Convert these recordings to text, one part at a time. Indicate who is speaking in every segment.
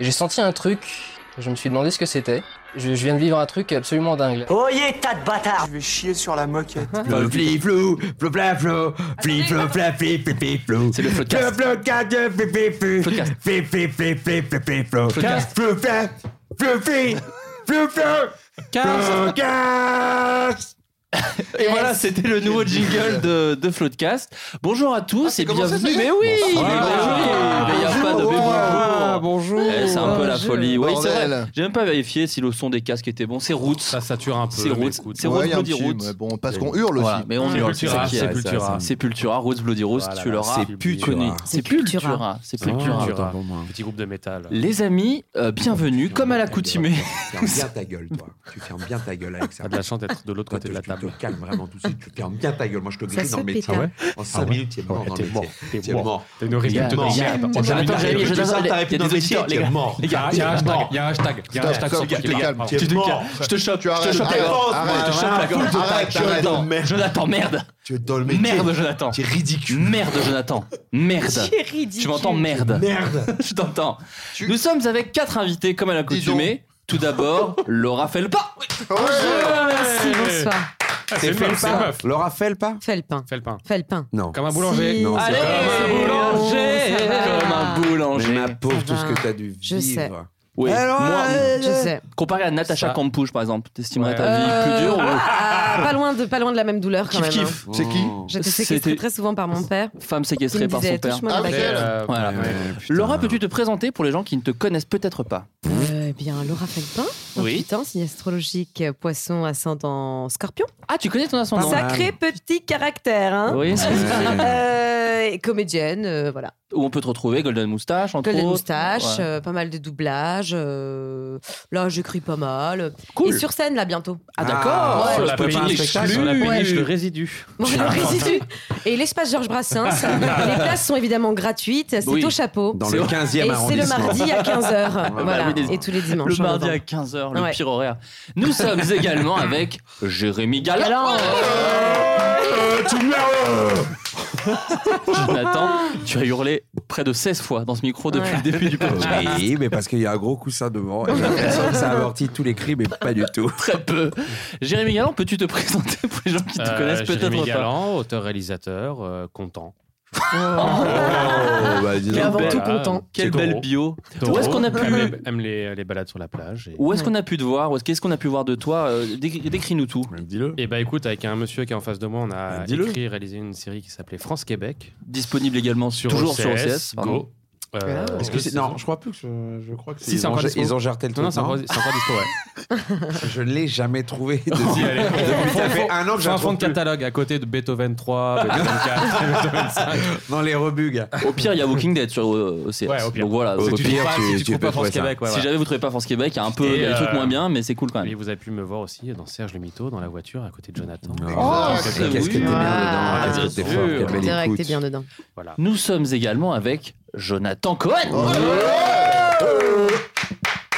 Speaker 1: J'ai senti un truc, je me suis demandé ce que c'était. Je, je viens de vivre un truc absolument dingue.
Speaker 2: Oyez, tas de bâtards
Speaker 3: Je vais chier sur la moquette.
Speaker 4: Ah,
Speaker 5: Flip-flou, flou-flap-flou, flip-flou-flap, flip-flip-flou.
Speaker 1: C'est le podcast.
Speaker 5: Flip-flou-cat, flip-flip-flou.
Speaker 1: Podcast.
Speaker 5: Flip-flip-flip-flip-flip-flou.
Speaker 1: Podcast.
Speaker 5: Flou-flap, flou-fli, flou-flou. Podcast.
Speaker 6: Et voilà, c'était le nouveau jingle de, de Floodcast. Bonjour à tous et bienvenue. Mais oui, mais
Speaker 1: Bonsoir.
Speaker 6: bonjour. Mais il y a pas de mais
Speaker 3: Ah,
Speaker 6: bonjour.
Speaker 3: bonjour.
Speaker 6: Eh, c'est un peu la
Speaker 1: Bonjour.
Speaker 6: folie. Oui, c'est vrai.
Speaker 7: Bordel.
Speaker 6: J'ai même pas vérifié si le son des casques était bon. C'est Roots.
Speaker 4: Ça sature un peu.
Speaker 6: C'est
Speaker 4: mais
Speaker 6: Roots.
Speaker 4: écoute. Ah,
Speaker 6: C'est
Speaker 7: Ouais,
Speaker 6: Roots
Speaker 7: il y a un
Speaker 6: Bloody
Speaker 7: petit-
Speaker 6: Roots.
Speaker 7: ouais, Bon, parce qu'on hurle aussi.
Speaker 6: Voilà, mais on
Speaker 4: C'est
Speaker 6: hurle.
Speaker 4: Cultura,
Speaker 6: qui
Speaker 4: c'est
Speaker 6: a-
Speaker 4: Cultura.
Speaker 6: ça, C'est Cultura, Roots Bloody Roots,
Speaker 4: Oh là
Speaker 6: tu
Speaker 4: là,
Speaker 6: l'auras
Speaker 4: c'est
Speaker 6: connu.
Speaker 4: Cultura.
Speaker 6: C'est
Speaker 8: C'est
Speaker 6: Cultura. C'est Cultura.
Speaker 4: Cultura. Petit groupe de métal.
Speaker 6: Les amis, euh, bienvenue, comme à l'accoutumée.
Speaker 5: Ferme bien ta gueule, toi. Tu fermes bien ta gueule, Alex.
Speaker 4: T'as Ah, de la chance d'être de l'autre côté de la table.
Speaker 5: calmes vraiment tout de suite. Tu fermes bien ta gueule. Moi, je te
Speaker 8: Ça
Speaker 5: grille dans le
Speaker 8: saute,
Speaker 5: métier.
Speaker 8: pétard.
Speaker 5: En
Speaker 4: Ah
Speaker 5: 5
Speaker 4: ouais.
Speaker 5: minutes, t'es mort
Speaker 4: Ouais,
Speaker 5: dans
Speaker 4: t'es
Speaker 5: le
Speaker 4: mort,
Speaker 5: métier.
Speaker 4: t'es
Speaker 5: T'es
Speaker 4: mort.
Speaker 5: mort.
Speaker 4: T'as une horrible
Speaker 6: gars,
Speaker 4: de
Speaker 6: les
Speaker 4: merde.
Speaker 6: gars,
Speaker 4: On
Speaker 6: attends,
Speaker 4: termine
Speaker 6: j'arrive,
Speaker 4: avec
Speaker 6: j'arrive,
Speaker 4: le
Speaker 6: j'arrive.
Speaker 4: deuxième.
Speaker 6: Il y a des auditeurs, les gars.
Speaker 5: mort.
Speaker 6: Les gars,
Speaker 4: Il y a un hashtag,
Speaker 5: Mort.
Speaker 4: il y a un hashtag, il y a un
Speaker 7: Stop,
Speaker 4: hashtag
Speaker 7: stop,
Speaker 4: sur
Speaker 7: stop,
Speaker 4: Cultura.
Speaker 7: les gars,
Speaker 4: Pardon.
Speaker 7: tu
Speaker 6: Tu te
Speaker 5: mort.
Speaker 6: calmes, je te chope,
Speaker 7: Tu
Speaker 6: je te
Speaker 7: arrêtes,
Speaker 6: chope la gorge.
Speaker 7: arrête,
Speaker 6: Je te chope la
Speaker 7: arrête,
Speaker 6: gorge.
Speaker 7: arrête,
Speaker 6: Jonathan,
Speaker 7: arrête.
Speaker 6: Jonathan, merde.
Speaker 5: Tu es dans le métier.
Speaker 6: Merde, Jonathan.
Speaker 5: Tu es ridicule.
Speaker 6: Merde, Jonathan. Merde. Tu m'entends, merde.
Speaker 5: Merde.
Speaker 6: Je t'entends.
Speaker 7: Tu-
Speaker 6: Nous sommes avec quatre invités, comme à l'accoutumée. Tout d'abord, Laura Felpa.
Speaker 2: Ah,
Speaker 4: Hey.
Speaker 9: Ah,
Speaker 4: C'est une meuf, c'est une meuf.
Speaker 3: Laura Felpa
Speaker 2: Felpin,
Speaker 4: Fais le pain.
Speaker 2: Felpin.
Speaker 3: Non.
Speaker 4: Comme un boulanger.
Speaker 2: Si. Non,
Speaker 6: Allez,
Speaker 3: c'est
Speaker 6: comme un boulanger.
Speaker 2: Ça va.
Speaker 6: Comme un
Speaker 3: Ah, Mais
Speaker 6: boulanger.
Speaker 3: ma pauvre, tout
Speaker 2: Ça
Speaker 3: ce
Speaker 2: va.
Speaker 3: que t'as dû vivre.
Speaker 2: Je sais.
Speaker 6: Oui,
Speaker 3: Alors,
Speaker 6: moi,
Speaker 3: euh,
Speaker 2: Je sais.
Speaker 6: comparé à Natacha
Speaker 4: Ça.
Speaker 6: Campouche, par exemple, t'estimerais
Speaker 4: Ouais.
Speaker 6: ta vie plus dure ou
Speaker 2: Ah, pas, loin de, pas loin de la même douleur quand
Speaker 6: kiff
Speaker 2: même.
Speaker 6: kiff
Speaker 2: hein.
Speaker 7: C'est qui
Speaker 2: J'étais
Speaker 6: C'était-
Speaker 2: séquestrée très souvent par mon père.
Speaker 6: Femme
Speaker 2: Qui me
Speaker 6: séquestrée par son
Speaker 2: disait
Speaker 6: père.
Speaker 2: touche-moi la
Speaker 7: Ah,
Speaker 2: baguette.
Speaker 4: Euh,
Speaker 6: Voilà.
Speaker 4: ouais.
Speaker 6: Laura, peux-tu te présenter pour les gens qui ne te connaissent peut-être pas
Speaker 2: Euh, Eh bien, Laura Felpin, 28
Speaker 6: Oui.
Speaker 2: ans, signe astrologique, euh, poisson, ascendant scorpion.
Speaker 6: Ah, tu connais ton ascendant
Speaker 3: Pardon.
Speaker 2: Sacré petit caractère, hein
Speaker 6: Oui, c'est-
Speaker 2: Euh, et comédienne, euh, voilà.
Speaker 6: Où on peut te retrouver Golden Moustache, entre
Speaker 2: Golden
Speaker 6: autres.
Speaker 2: moustache,
Speaker 6: Ouais.
Speaker 2: euh, pas mal de doublages. euh, là, j'écris pas mal.
Speaker 6: Cool.
Speaker 2: Et sur scène, là, bientôt.
Speaker 6: Ah, d'accord
Speaker 3: Ah,
Speaker 4: Sur
Speaker 6: Ouais,
Speaker 4: la
Speaker 6: je peux
Speaker 3: préparer un
Speaker 6: pas-
Speaker 4: péniche,
Speaker 3: spectacle,
Speaker 4: sur la
Speaker 6: Ouais.
Speaker 4: péniche, le résidu.
Speaker 2: Bon, le résidu. Et l'espace Georges Brassens. les places sont évidemment gratuites. C'est
Speaker 6: Oui.
Speaker 2: au chapeau.
Speaker 3: Dans
Speaker 6: C'est
Speaker 3: le
Speaker 6: vrai.
Speaker 3: 15
Speaker 2: Et
Speaker 3: e
Speaker 2: c'est le
Speaker 3: arrondissement.
Speaker 2: mardi à 15h.
Speaker 3: bah
Speaker 2: voilà.
Speaker 6: oui, des-
Speaker 2: Et tous les
Speaker 6: Le
Speaker 2: dimanches. en
Speaker 6: mardi à
Speaker 2: novembre.
Speaker 6: 15h, le
Speaker 2: Ouais.
Speaker 6: pire horaire. Nous sommes également avec Jérémy Galland. Euh,
Speaker 2: Galant.
Speaker 6: Jonathan, tu as hurlé près de 16 fois dans ce micro depuis
Speaker 2: Ouais.
Speaker 6: le début du podcast.
Speaker 3: Oui, mais parce qu'il y a un gros coussin devant. Et j'ai l'impression que ça amortit tous les cris, mais pas du tout.
Speaker 6: Très peu. Jérémy Galland, peux-tu te présenter pour les gens qui te
Speaker 4: Euh,
Speaker 6: connaissent
Speaker 4: Jérémy
Speaker 6: peut-être pas
Speaker 4: Galland, auteur-réalisateur, euh, content.
Speaker 3: Oh, bah, dis
Speaker 2: Mais
Speaker 3: donc.
Speaker 2: avant
Speaker 6: Belle.
Speaker 2: tout,
Speaker 4: Voilà.
Speaker 2: content.
Speaker 6: Quelle
Speaker 4: C'est
Speaker 6: belle
Speaker 4: Taureau.
Speaker 6: bio.
Speaker 4: Taureau,
Speaker 6: Où est-ce qu'on a pu
Speaker 4: aime les, aime les- les balades sur la plage. Et...
Speaker 6: Où est-ce qu'on a pu te voir Où est-ce- Qu'est-ce qu'on a pu voir de toi Euh, décri- Décris-nous tout.
Speaker 3: Dis-le.
Speaker 4: Eh bah écoute, avec un monsieur qui est en face de moi, on a
Speaker 6: Ah,
Speaker 3: Bah, dis-le.
Speaker 4: écrit et réalisé une série qui s'appelait France-Québec.
Speaker 6: Disponible également
Speaker 4: Sur
Speaker 6: toujours
Speaker 4: OCS,
Speaker 6: sur OCS. pardon.
Speaker 4: Go. Euh,
Speaker 2: Ah.
Speaker 3: Est-ce que c'est-
Speaker 4: deux
Speaker 3: Non,
Speaker 4: saisons.
Speaker 3: je crois plus que je, je crois que
Speaker 4: Si,
Speaker 3: c'est-
Speaker 4: c'est
Speaker 3: ils, ont,
Speaker 4: encore dispo.
Speaker 3: ils ont jarté le
Speaker 4: Non,
Speaker 3: truc.
Speaker 4: non, c'est encore
Speaker 3: non
Speaker 4: c'est encore dispo, ouais.
Speaker 3: je l'ai jamais trouvé. Depuis,
Speaker 4: Si, allez.
Speaker 3: depuis, ça fait un an que j'ai
Speaker 4: J'ai un fond de
Speaker 3: trouvé.
Speaker 4: catalogue à côté de Beethoven 3, Beethoven 4, Beethoven 5.
Speaker 3: Dans les rebuts, gars.
Speaker 6: Au pire, il y a Walking Dead sur euh, OCS.
Speaker 4: Ouais, au pire.
Speaker 6: Donc voilà.
Speaker 3: Au
Speaker 6: c'est-
Speaker 4: Si tu
Speaker 3: pire,
Speaker 4: trouves pas-
Speaker 3: tu-
Speaker 4: si
Speaker 3: tu
Speaker 4: tu trouves
Speaker 3: peux
Speaker 4: pas France
Speaker 3: trouver ça.
Speaker 4: Québec, ouais,
Speaker 6: Si
Speaker 4: voilà.
Speaker 6: jamais vous trouvez pas Force Québec, il y a un peu
Speaker 4: Et,
Speaker 6: des trucs
Speaker 4: euh,
Speaker 6: moins bien, mais c'est cool quand
Speaker 4: Et
Speaker 6: même.
Speaker 4: vous avez pu me voir aussi dans Serge le Mito, dans la voiture, à côté de Jonathan. Ah,
Speaker 3: Oh,
Speaker 6: c'est
Speaker 3: mais qu'est-ce que t'es bien
Speaker 6: oui.
Speaker 3: dedans,
Speaker 6: Ah,
Speaker 3: qu'est-ce que t'es
Speaker 6: bien
Speaker 3: fort,
Speaker 6: sûr.
Speaker 3: quelle belle
Speaker 2: C'est vrai que
Speaker 3: écoute.
Speaker 2: t'es bien dedans.
Speaker 4: Voilà.
Speaker 6: Nous sommes également avec Jonathan Cohen.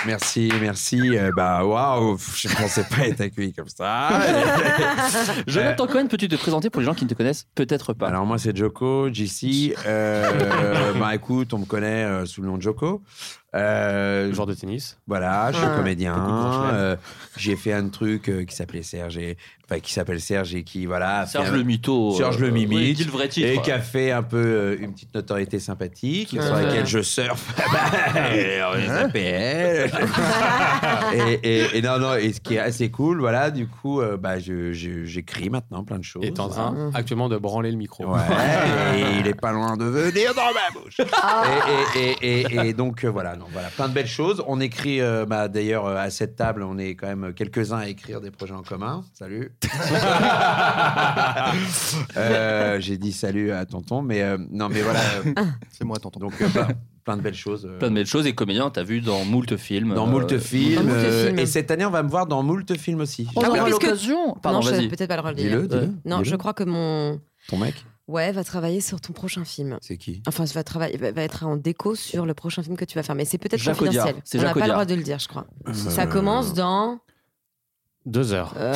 Speaker 3: Merci, merci. Euh, bah, waouh, pff, je pensais pas être accueilli comme ça. Euh,
Speaker 6: Jonathan Cohen, peux-tu te présenter pour les gens qui ne te connaissent peut-être pas
Speaker 3: Alors, moi, c'est Joko, JC. Euh, bah, écoute, on me connaît euh, sous le nom de Joko. Euh,
Speaker 4: Joueur de tennis.
Speaker 3: voilà, je suis
Speaker 2: Ah.
Speaker 3: comédien.
Speaker 4: Beaucoup de branches, là.
Speaker 3: euh, j'ai fait un truc euh, qui s'appelait Serge, et, enfin qui s'appelle Serge et qui voilà. a fait
Speaker 6: Serge
Speaker 3: un-
Speaker 6: le mytho.
Speaker 3: Serge
Speaker 6: euh,
Speaker 3: le mimite.
Speaker 6: oui, dis le vrai titre.
Speaker 3: Et qui a fait un peu euh, une petite notoriété sympathique, sur
Speaker 2: fait.
Speaker 3: laquelle je surfe. et, alors, les APL. et, et- et non, non, et ce qui est assez cool, voilà, du coup, euh, bah, je- je- j'écris maintenant plein de choses.
Speaker 4: Et est en
Speaker 3: Voilà.
Speaker 4: train actuellement de branler le micro.
Speaker 3: Ouais, et il est pas loin de venir dans ma bouche.
Speaker 9: Ah.
Speaker 3: Et, et- et- et- et donc, euh, voilà, non, voilà, plein de belles choses. On écrit, euh, bah, d'ailleurs, euh, à cette table, on est quand même quelques-uns à écrire des projets en commun. Salut. Euh, J'ai dit salut à tonton, mais euh, non, mais voilà. euh,
Speaker 7: C'est moi, tonton.
Speaker 3: donc, euh, plein, plein de belles choses. euh,
Speaker 6: Plein de belles choses et comédien, t'as vu dans moult films.
Speaker 3: Dans
Speaker 6: euh,
Speaker 3: moult films.
Speaker 2: Dans moult
Speaker 3: euh,
Speaker 2: films.
Speaker 3: et cette année, on va me voir dans moult films aussi.
Speaker 6: On
Speaker 2: Ah oui,
Speaker 6: aura
Speaker 2: puisque-
Speaker 6: l'occasion. Pardon,
Speaker 2: non, je
Speaker 6: vas-y.
Speaker 2: savais peut-être pas le relever.
Speaker 3: Dis-le, dis-le.
Speaker 2: Non,
Speaker 3: dis-le.
Speaker 2: je crois que mon.
Speaker 3: Ton mec,
Speaker 2: Ouais, va travailler sur ton prochain film.
Speaker 3: c'est qui
Speaker 2: Enfin, va, travailler, va va être en déco sur le prochain film que tu vas faire. Mais c'est peut-être
Speaker 6: Jacques
Speaker 2: confidentiel.
Speaker 6: Audiard. C'est
Speaker 2: On n'a
Speaker 6: Jacques
Speaker 2: pas le
Speaker 6: Audiard.
Speaker 2: droit de le dire, je crois. Ça commence dans.
Speaker 4: Deux heures.
Speaker 2: euh,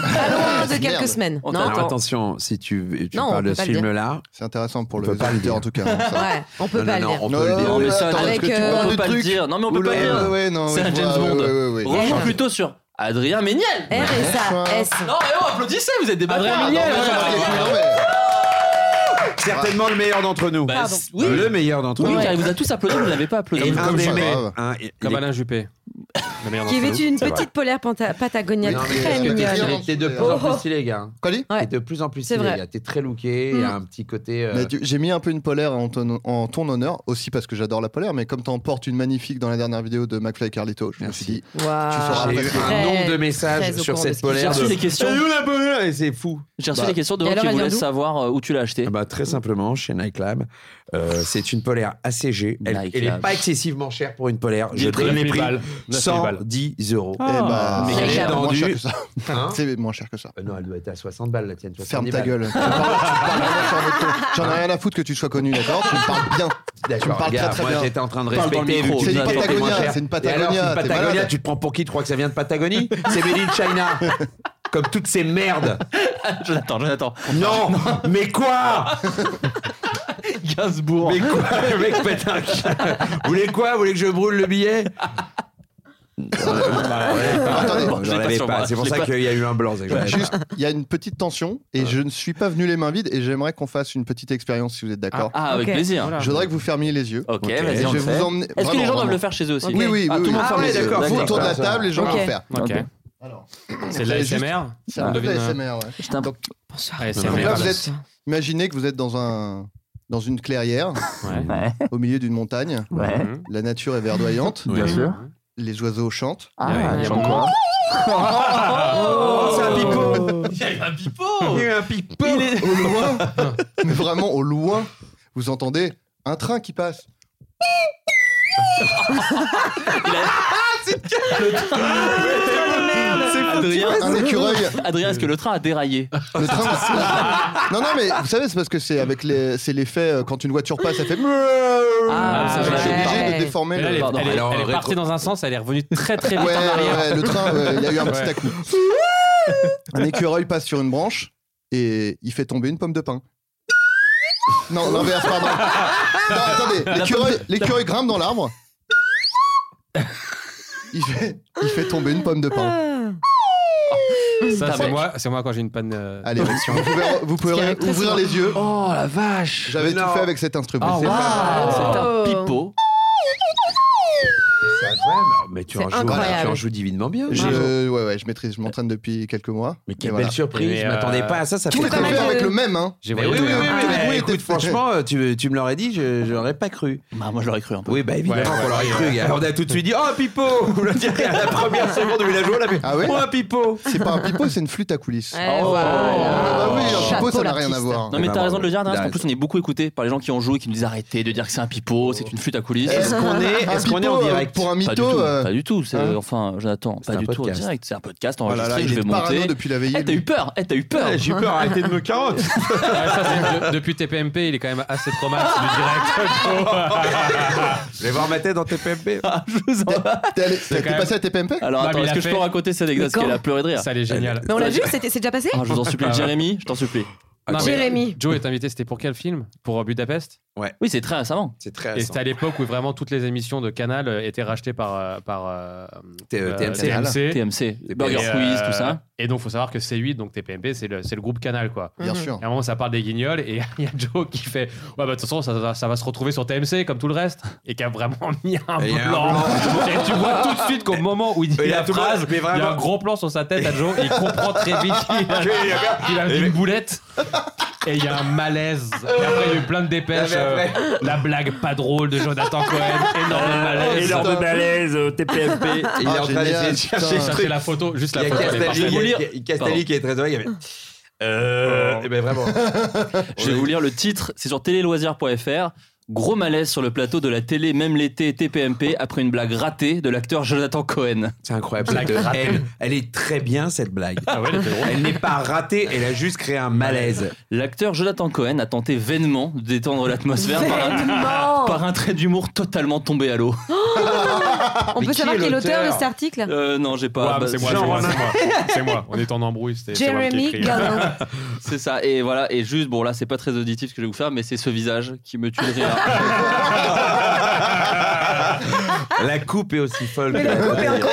Speaker 2: pas loin de quelques
Speaker 7: Merde.
Speaker 2: semaines. Non,
Speaker 6: On t'a-
Speaker 3: Alors,
Speaker 2: attends.
Speaker 3: attention, si tu, tu
Speaker 2: Non, on
Speaker 3: parles
Speaker 2: peut
Speaker 3: de ce
Speaker 2: pas le dire.
Speaker 3: film-là,
Speaker 7: C'est intéressant pour
Speaker 3: On
Speaker 7: le
Speaker 3: peut pas le
Speaker 7: auditeur,
Speaker 3: dire.
Speaker 7: en tout cas. hein, ça.
Speaker 2: Ouais, on peut
Speaker 3: Non,
Speaker 2: pas
Speaker 3: non,
Speaker 2: le
Speaker 3: non,
Speaker 2: dire.
Speaker 3: on peut le dire.
Speaker 6: Non, mais ça,
Speaker 7: Attends,
Speaker 6: parce
Speaker 2: avec,
Speaker 6: que tu-
Speaker 2: euh,
Speaker 6: on peut
Speaker 7: le
Speaker 6: pas le
Speaker 7: truc.
Speaker 6: dire. Non, mais on peut
Speaker 7: Oula,
Speaker 6: pas le dire.
Speaker 7: ouais, non,
Speaker 6: C'est
Speaker 7: je
Speaker 6: un
Speaker 7: vois,
Speaker 6: James
Speaker 7: ouais,
Speaker 6: Bond.
Speaker 7: ouais, ouais, ouais.
Speaker 6: Revenons
Speaker 2: R.
Speaker 6: plutôt sur Adrien Méniel.
Speaker 2: R et ça, S.
Speaker 6: Non, mais oh, applaudissez, vous êtes des
Speaker 1: Adrien
Speaker 6: bâtards.
Speaker 1: Méniel,
Speaker 6: Non, mais-
Speaker 1: voilà.
Speaker 7: Non, mais-
Speaker 3: certainement le meilleur d'entre nous.
Speaker 6: Bah, c'est- oui.
Speaker 3: Le meilleur d'entre
Speaker 6: Oui,
Speaker 3: nous.
Speaker 6: car il vous a tous applaudi, vous ne l'avez pas applaudi.
Speaker 3: Et
Speaker 7: Comme
Speaker 3: un des
Speaker 7: ça,
Speaker 3: mecs.
Speaker 7: grave.
Speaker 3: hein, il- il
Speaker 4: Comme
Speaker 3: est-
Speaker 4: Alain Juppé. Le meilleur
Speaker 2: Qui est
Speaker 4: d'entre nous.
Speaker 2: vêtu d'une
Speaker 3: C'est
Speaker 2: petite polaire panta- Patagonia
Speaker 3: Non, mais
Speaker 2: très
Speaker 3: parce que t'es-
Speaker 7: mignon.
Speaker 2: mignonne.
Speaker 3: t'es- T'es de plus en plus
Speaker 2: Oh.
Speaker 3: stylé, gars.
Speaker 7: Colis
Speaker 3: T'es
Speaker 2: Ouais.
Speaker 3: de plus en plus
Speaker 2: C'est
Speaker 3: stylé,
Speaker 2: vrai. Mm.
Speaker 3: gars. T'es très looké. Il y a un petit côté. euh,
Speaker 7: Mais tu- J'ai mis un peu une polaire en ton, en ton honneur, aussi parce que j'adore la polaire, mais comme t'en portes une magnifique dans la dernière vidéo de McFly et Carlito, je me suis dit,
Speaker 2: Waouh.
Speaker 7: sauras-
Speaker 3: J'ai eu un
Speaker 2: très,
Speaker 3: nombre de
Speaker 2: très
Speaker 3: messages
Speaker 2: au
Speaker 3: sur
Speaker 2: courant de
Speaker 3: cette
Speaker 2: ce qui se
Speaker 3: polaire.
Speaker 6: passe.
Speaker 3: de-
Speaker 6: J'ai reçu des questions.
Speaker 3: Elle est où, la polaire Et c'est fou.
Speaker 6: J'ai reçu
Speaker 7: Bah.
Speaker 6: les questions de
Speaker 2: Et
Speaker 6: gens qui
Speaker 2: alors, elle
Speaker 6: voulaient
Speaker 2: vient d'où
Speaker 6: savoir euh, où tu l'as acheté.
Speaker 3: Ah bah, très simplement, chez Nike Lab, euh, c'est une polaire assez G. Elle
Speaker 6: Nike
Speaker 3: elle
Speaker 6: Lab.
Speaker 3: est pas excessivement chère pour une polaire. Je
Speaker 4: J'ai
Speaker 3: donne les prix.
Speaker 4: balles. 100 balles.
Speaker 3: 110 euros.
Speaker 7: eh bah,
Speaker 2: mais
Speaker 7: c'est
Speaker 2: elle est
Speaker 7: moins
Speaker 3: vendue.
Speaker 7: cher que ça.
Speaker 3: Hein
Speaker 7: C'est moins cher que ça.
Speaker 3: Euh, Non, elle doit être à 60 balles, la tienne.
Speaker 7: Ferme
Speaker 3: 70
Speaker 7: ta
Speaker 3: balles.
Speaker 7: gueule. Tu parles- tu parles vraiment sur votre ton. J'en ai rien à foutre que tu sois connu, d'accord Tu me parles bien. Tu me
Speaker 3: D'accord,
Speaker 7: parles
Speaker 3: gars,
Speaker 7: très très
Speaker 3: moi
Speaker 7: bien.
Speaker 3: j'étais en train de
Speaker 6: Parle dans le
Speaker 3: respecter.
Speaker 6: micro.
Speaker 3: vu que
Speaker 7: C'est
Speaker 3: tu
Speaker 7: une
Speaker 3: dis que c'était moins
Speaker 7: Patagonia,
Speaker 3: cher.
Speaker 7: c'est une
Speaker 3: Et alors, c'est
Speaker 7: Patagonia, t'es
Speaker 3: Patagonia,
Speaker 7: malade.
Speaker 3: tu te prends pour qui Tu crois que ça vient de Patagonie C'est made in China. Comme toutes ces merdes.
Speaker 6: Jonathan, Jonathan.
Speaker 3: Non, mais quoi
Speaker 6: Gainsbourg.
Speaker 3: Mais quoi Le mec pète un câble. Vous voulez quoi Vous voulez que je brûle le billet
Speaker 7: Ah, Attendez,
Speaker 6: je l'ai
Speaker 3: J'en
Speaker 6: pas
Speaker 3: avais
Speaker 6: sur moi,
Speaker 3: pas. C'est
Speaker 6: je
Speaker 3: pour
Speaker 6: l'ai
Speaker 3: ça
Speaker 6: pas.
Speaker 3: qu'il y a eu un blanc. c'est que j'en avais
Speaker 7: Juste, il y a une petite tension et je ne suis pas venu les mains vides et j'aimerais qu'on fasse une petite expérience si vous êtes d'accord.
Speaker 6: Ah, avec
Speaker 2: Ok.
Speaker 6: plaisir.
Speaker 4: Voilà.
Speaker 7: Je voudrais que vous fermiez les yeux.
Speaker 6: Ok,
Speaker 3: Ok.
Speaker 6: vas-y,
Speaker 7: Et
Speaker 6: on
Speaker 7: je
Speaker 6: le
Speaker 7: vais
Speaker 6: fait.
Speaker 7: vous emmener.
Speaker 6: Est-ce que les gens
Speaker 7: Vraiment,
Speaker 6: doivent le faire chez eux aussi
Speaker 7: Oui, oui,
Speaker 6: Ah,
Speaker 7: oui,
Speaker 6: tout le
Speaker 7: oui.
Speaker 6: monde
Speaker 7: Ah
Speaker 6: ferme
Speaker 3: ouais,
Speaker 6: les yeux.
Speaker 3: d'accord,
Speaker 7: Vous
Speaker 3: faut
Speaker 7: autour de la
Speaker 3: ça.
Speaker 7: table, les gens
Speaker 2: Ok.
Speaker 7: vont le faire.
Speaker 4: Ok.
Speaker 6: Ok.
Speaker 7: Alors,
Speaker 4: C'est de
Speaker 7: Vous
Speaker 4: la
Speaker 7: avez juste-
Speaker 4: SMR
Speaker 7: C'est un peu de
Speaker 4: devine,
Speaker 7: la SMR, ouais.
Speaker 6: Je t'en-
Speaker 7: Donc,
Speaker 2: Bonsoir.
Speaker 4: Ouais,
Speaker 3: Non,
Speaker 4: SMR.
Speaker 3: mais
Speaker 7: là, vous êtes- Imaginez que vous êtes dans un dans une clairière
Speaker 4: Ouais.
Speaker 7: au milieu d'une montagne.
Speaker 4: Ouais.
Speaker 6: Mhm.
Speaker 7: La nature est verdoyante.
Speaker 3: Bien
Speaker 4: sûr. Ah.
Speaker 7: Les oiseaux chantent.
Speaker 4: Il y a encore.
Speaker 3: Ah, Oh, c'est un pipeau
Speaker 6: Il y a eu un pipeau
Speaker 7: Oh.
Speaker 3: Il y a eu un pipeau
Speaker 6: Il est-
Speaker 7: Au loin, mais vraiment au loin, vous entendez un train qui passe.
Speaker 3: Ah,
Speaker 6: Ah, Adrien,
Speaker 7: Un écureuil.
Speaker 6: Adrien, est-ce que le train a déraillé
Speaker 7: Le train. non, non, mais vous savez, c'est parce que c'est avec les, c'est l'effet euh, quand une voiture passe, ça fait.
Speaker 6: Ah,
Speaker 7: Donc,
Speaker 2: ouais.
Speaker 7: je suis obligé
Speaker 2: Ouais.
Speaker 7: de déformer.
Speaker 4: Mais là,
Speaker 7: le...
Speaker 4: elle est,
Speaker 6: Pardon.
Speaker 4: elle est-
Speaker 3: Alors,
Speaker 4: elle est
Speaker 3: rétro-
Speaker 4: partie dans un sens, elle est revenue très très vite
Speaker 7: Ouais,
Speaker 4: en arrière.
Speaker 7: ouais, le train, ouais, il y a eu un petit
Speaker 4: Ouais.
Speaker 7: acné. Un écureuil passe sur une branche et il fait tomber une pomme de pin. Non, l'inverse, pardon. Non, attendez, l'écureuil- l'écureuil grimpe dans l'arbre. Il fait, il fait tomber une pomme de pin.
Speaker 4: Ça,
Speaker 6: Ah,
Speaker 4: c'est
Speaker 6: mais-
Speaker 4: moi, c'est moi quand j'ai une panne. euh,
Speaker 7: Allez, vous pouvez, vous pouvez
Speaker 2: Mmh. Parce qu'il y a
Speaker 7: ouvrir les yeux.
Speaker 3: Oh la vache
Speaker 7: J'avais tout
Speaker 3: Non.
Speaker 7: fait avec cet instrument. C'est pas
Speaker 6: Ah,
Speaker 7: mal.
Speaker 6: C'est un pipeau.
Speaker 3: C'est incroyable. Mais tu
Speaker 2: C'est
Speaker 3: en, joues,
Speaker 2: incroyable.
Speaker 3: tu en joues divinement bien. Bravo.
Speaker 7: Je, ouais, ouais, je maîtrise, je m'entraîne depuis quelques mois.
Speaker 3: Mais
Speaker 7: Et
Speaker 3: quelle
Speaker 7: voilà.
Speaker 3: belle surprise.
Speaker 4: Mais,
Speaker 3: Je
Speaker 4: euh,
Speaker 3: m'attendais pas à ça. Ça
Speaker 7: Tout
Speaker 3: fait
Speaker 7: était
Speaker 2: pas
Speaker 3: très
Speaker 7: fait
Speaker 2: mal
Speaker 3: bien.
Speaker 7: avec
Speaker 2: de-
Speaker 7: le même, hein. Ah
Speaker 4: J'ai
Speaker 3: Mais
Speaker 4: voyagé,
Speaker 3: oui, oui,
Speaker 6: Ah,
Speaker 4: hein.
Speaker 3: oui,
Speaker 7: Tous les
Speaker 3: mais
Speaker 7: bruits étaient
Speaker 3: écoute,
Speaker 7: faits.
Speaker 3: franchement, euh, tu, tu me l'aurais dit, je, je l'aurais pas cru.
Speaker 6: Bah, moi, je l'aurais cru un peu.
Speaker 3: Oui, bah évidemment
Speaker 4: Ouais,
Speaker 3: qu'on l'aurait
Speaker 4: ouais,
Speaker 3: cru,
Speaker 4: ouais.
Speaker 3: gars. On a tout de suite dit Oh, Pipo On l'a dit à la première seconde du village, on l'a fait
Speaker 7: Ah ouais
Speaker 3: Oh, Pipo
Speaker 7: C'est pas un pipeau, c'est une flûte à coulisses.
Speaker 3: Eh,
Speaker 2: Ouais,
Speaker 6: Oh.
Speaker 7: Ah
Speaker 2: voilà.
Speaker 7: bah oui, un
Speaker 2: Chapeau
Speaker 7: pipeau, ça n'a rien à
Speaker 2: l'artiste.
Speaker 7: voir.
Speaker 6: Non mais
Speaker 3: Bah,
Speaker 6: t'as
Speaker 3: bah,
Speaker 6: raison de le dire, Adrien, parce
Speaker 3: bah,
Speaker 6: qu'en plus on est beaucoup écouté par les gens qui ont joué, qui nous disent arrêtez de dire que c'est un pipeau, c'est une flûte à coulisses.
Speaker 7: Oh. Est-ce qu'on est,
Speaker 3: est-ce qu'on est en direct
Speaker 7: Pour un
Speaker 6: Pas du tout,
Speaker 7: mytho, euh,
Speaker 6: pas du tout, c'est
Speaker 7: hein
Speaker 6: enfin Jonathan,
Speaker 3: C'est
Speaker 6: pas
Speaker 3: un
Speaker 6: du tout en
Speaker 3: podcast.
Speaker 6: direct, c'est un podcast
Speaker 7: oh là
Speaker 6: enregistré,
Speaker 7: là, il
Speaker 6: je vais
Speaker 7: est parano
Speaker 6: monter.
Speaker 7: depuis la veillée.
Speaker 6: Eh, t'as eu peur, eh, t'as eu peur.
Speaker 3: J'ai eu peur, arrêtez de me carotte
Speaker 4: Ouais, ça, c'est- de- depuis TPMP, il est quand même assez traumatisé du direct.
Speaker 3: Je vais voir ma tête dans TPMP.
Speaker 6: Ah, je vous en-
Speaker 7: T'es allé-
Speaker 4: C'est
Speaker 7: t'es
Speaker 4: quand même-
Speaker 7: passé à TPMP
Speaker 6: Alors
Speaker 4: Non,
Speaker 6: attends,
Speaker 4: mais il
Speaker 6: est-ce
Speaker 4: a
Speaker 6: que je
Speaker 4: fait-
Speaker 6: peux raconter cette anecdote
Speaker 2: Mais
Speaker 6: qu'elle
Speaker 2: quand
Speaker 6: a pleuré de rire
Speaker 4: Ça, elle est géniale.
Speaker 2: Mais on l'a vu, c'était- c'est déjà passé
Speaker 6: Ah, je vous en supplie,
Speaker 4: Ah ouais.
Speaker 6: Jérémy, je t'en supplie.
Speaker 4: Non, mais
Speaker 2: Jérémy.
Speaker 4: Joe est invité, c'était pour quel film Pour euh, Budapest
Speaker 6: Oui, c'est très récemment.
Speaker 3: C'est très
Speaker 4: Et c'était à l'époque où vraiment toutes les émissions de Canal euh, étaient rachetées par, euh, par euh,
Speaker 3: T-
Speaker 4: euh,
Speaker 3: TMC.
Speaker 4: TMC.
Speaker 6: TMC,
Speaker 3: Et,
Speaker 6: Burger
Speaker 4: Et, euh,
Speaker 6: Quiz, tout ça.
Speaker 4: Et donc, faut savoir que C8, donc TPMP, c'est le, c'est le groupe Canal, quoi.
Speaker 7: Bien
Speaker 2: Mhm.
Speaker 7: sûr.
Speaker 4: Et à un moment, ça parle des guignols et il y a Joe qui fait Ouais, bah de toute façon, ça, ça- ça va se retrouver sur TMC comme tout le reste. Et qui a vraiment mis un
Speaker 3: Et il y a un
Speaker 4: blanc.
Speaker 3: blanc.
Speaker 4: et tu vois tout de suite qu'au moment où il dit
Speaker 3: Et il y a
Speaker 4: la
Speaker 3: tout le monde,
Speaker 4: phrase,
Speaker 3: mais
Speaker 4: il y a
Speaker 3: vraiment.
Speaker 4: un gros plan sur sa tête à Joe et il comprend très vite qu'il a, qu'il a une boulette. Et il y a un malaise. Et après, il y a eu plein de dépêches.
Speaker 3: Non, Ah, mais après- Ah,
Speaker 4: euh, la blague pas drôle de Jonathan Cohen. Énorme malaise.
Speaker 7: énorme
Speaker 6: malaise,
Speaker 3: euh,
Speaker 6: TPMP.
Speaker 3: il est en train d'essayer de
Speaker 7: génial,
Speaker 3: chercher
Speaker 7: putain.
Speaker 3: ce
Speaker 4: Ça, c'est
Speaker 3: truc.
Speaker 4: la photo. Juste
Speaker 3: Il
Speaker 4: la
Speaker 3: y a
Speaker 4: photo. elle est
Speaker 3: Castelli,
Speaker 4: parfaite.
Speaker 3: il y a-
Speaker 6: Je vais vous
Speaker 3: il y a- il y a Castelli
Speaker 6: Pardon.
Speaker 3: qui est très drôle. Il y avait. Euh,
Speaker 4: eh
Speaker 3: et ben vraiment.
Speaker 6: Je vais vous lire le titre, c'est sur téléloisirs.fr. Gros malaise sur le plateau de la télé, même l'été, TPMP, après une blague ratée de l'acteur Jonathan Cohen.
Speaker 3: C'est incroyable.
Speaker 4: Blague
Speaker 3: cette-
Speaker 4: ratée.
Speaker 3: elle, elle est très bien cette blague.
Speaker 4: Ah ouais, elle était drôle.
Speaker 3: Elle n'est pas ratée, elle a juste créé un malaise.
Speaker 6: L'acteur Jonathan Cohen a tenté vainement de détendre l'atmosphère par un, par un trait d'humour totalement tombé à l'eau.
Speaker 2: On
Speaker 3: Mais
Speaker 2: peut
Speaker 3: qui
Speaker 2: savoir
Speaker 3: est
Speaker 2: qui est l'auteur de
Speaker 3: l'auteur
Speaker 2: cet article
Speaker 6: Euh, non, j'ai pas.
Speaker 4: Ouais,
Speaker 6: bah,
Speaker 4: c'est moi, c'est
Speaker 6: genre-
Speaker 4: moi, c'est moi. C'est moi. On est en embrouille. c'était- c'est moi qui ai
Speaker 2: Jeremy
Speaker 4: écrit.
Speaker 2: Gardner.
Speaker 6: C'est ça, et voilà, et juste, bon là c'est pas très auditif ce que je vais vous faire, mais c'est ce visage qui me tue de rire.
Speaker 3: La coupe est aussi folle. que la blague.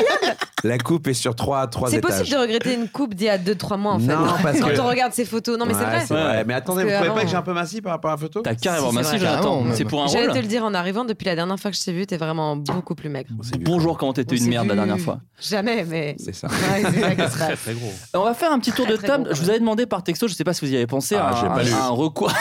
Speaker 3: La coupe est sur 3 trois
Speaker 2: C'est
Speaker 3: étages.
Speaker 2: possible de regretter une coupe d'il y a 2-3 mois en fait.
Speaker 3: Non, parce
Speaker 2: Quand
Speaker 3: que-
Speaker 2: on regarde ces photos, non mais
Speaker 3: Ouais,
Speaker 2: c'est vrai.
Speaker 3: Mais attendez, vous
Speaker 2: Parce que
Speaker 3: trouvez pas
Speaker 2: avant-
Speaker 3: que j'ai un peu minci par rapport à la photo
Speaker 6: T'as carrément
Speaker 2: Si, c'est
Speaker 6: merci
Speaker 2: vrai.
Speaker 6: Jonathan,
Speaker 7: Carrément,
Speaker 6: c'est
Speaker 7: même.
Speaker 6: pour un
Speaker 2: J'allais
Speaker 6: rôle.
Speaker 2: te le dire en arrivant, depuis la dernière fois que je t'ai vu, t'es vraiment beaucoup plus maigre.
Speaker 6: Bonjour comment
Speaker 2: On
Speaker 6: t'étais une
Speaker 2: s'est
Speaker 6: merde la
Speaker 2: vu
Speaker 6: dernière fois.
Speaker 2: Jamais, mais.
Speaker 3: C'est ça.
Speaker 2: Ouais, Ah, c'est ça qui se passe.
Speaker 4: Très gros.
Speaker 6: On va faire un petit tour
Speaker 2: Très,
Speaker 6: de
Speaker 2: très
Speaker 6: table.
Speaker 2: bon, quand
Speaker 6: je vous avais demandé par texto, je sais pas si vous y avez pensé,
Speaker 3: Ah,
Speaker 6: à
Speaker 3: j'ai
Speaker 6: un,
Speaker 3: pas lu.
Speaker 6: un recours.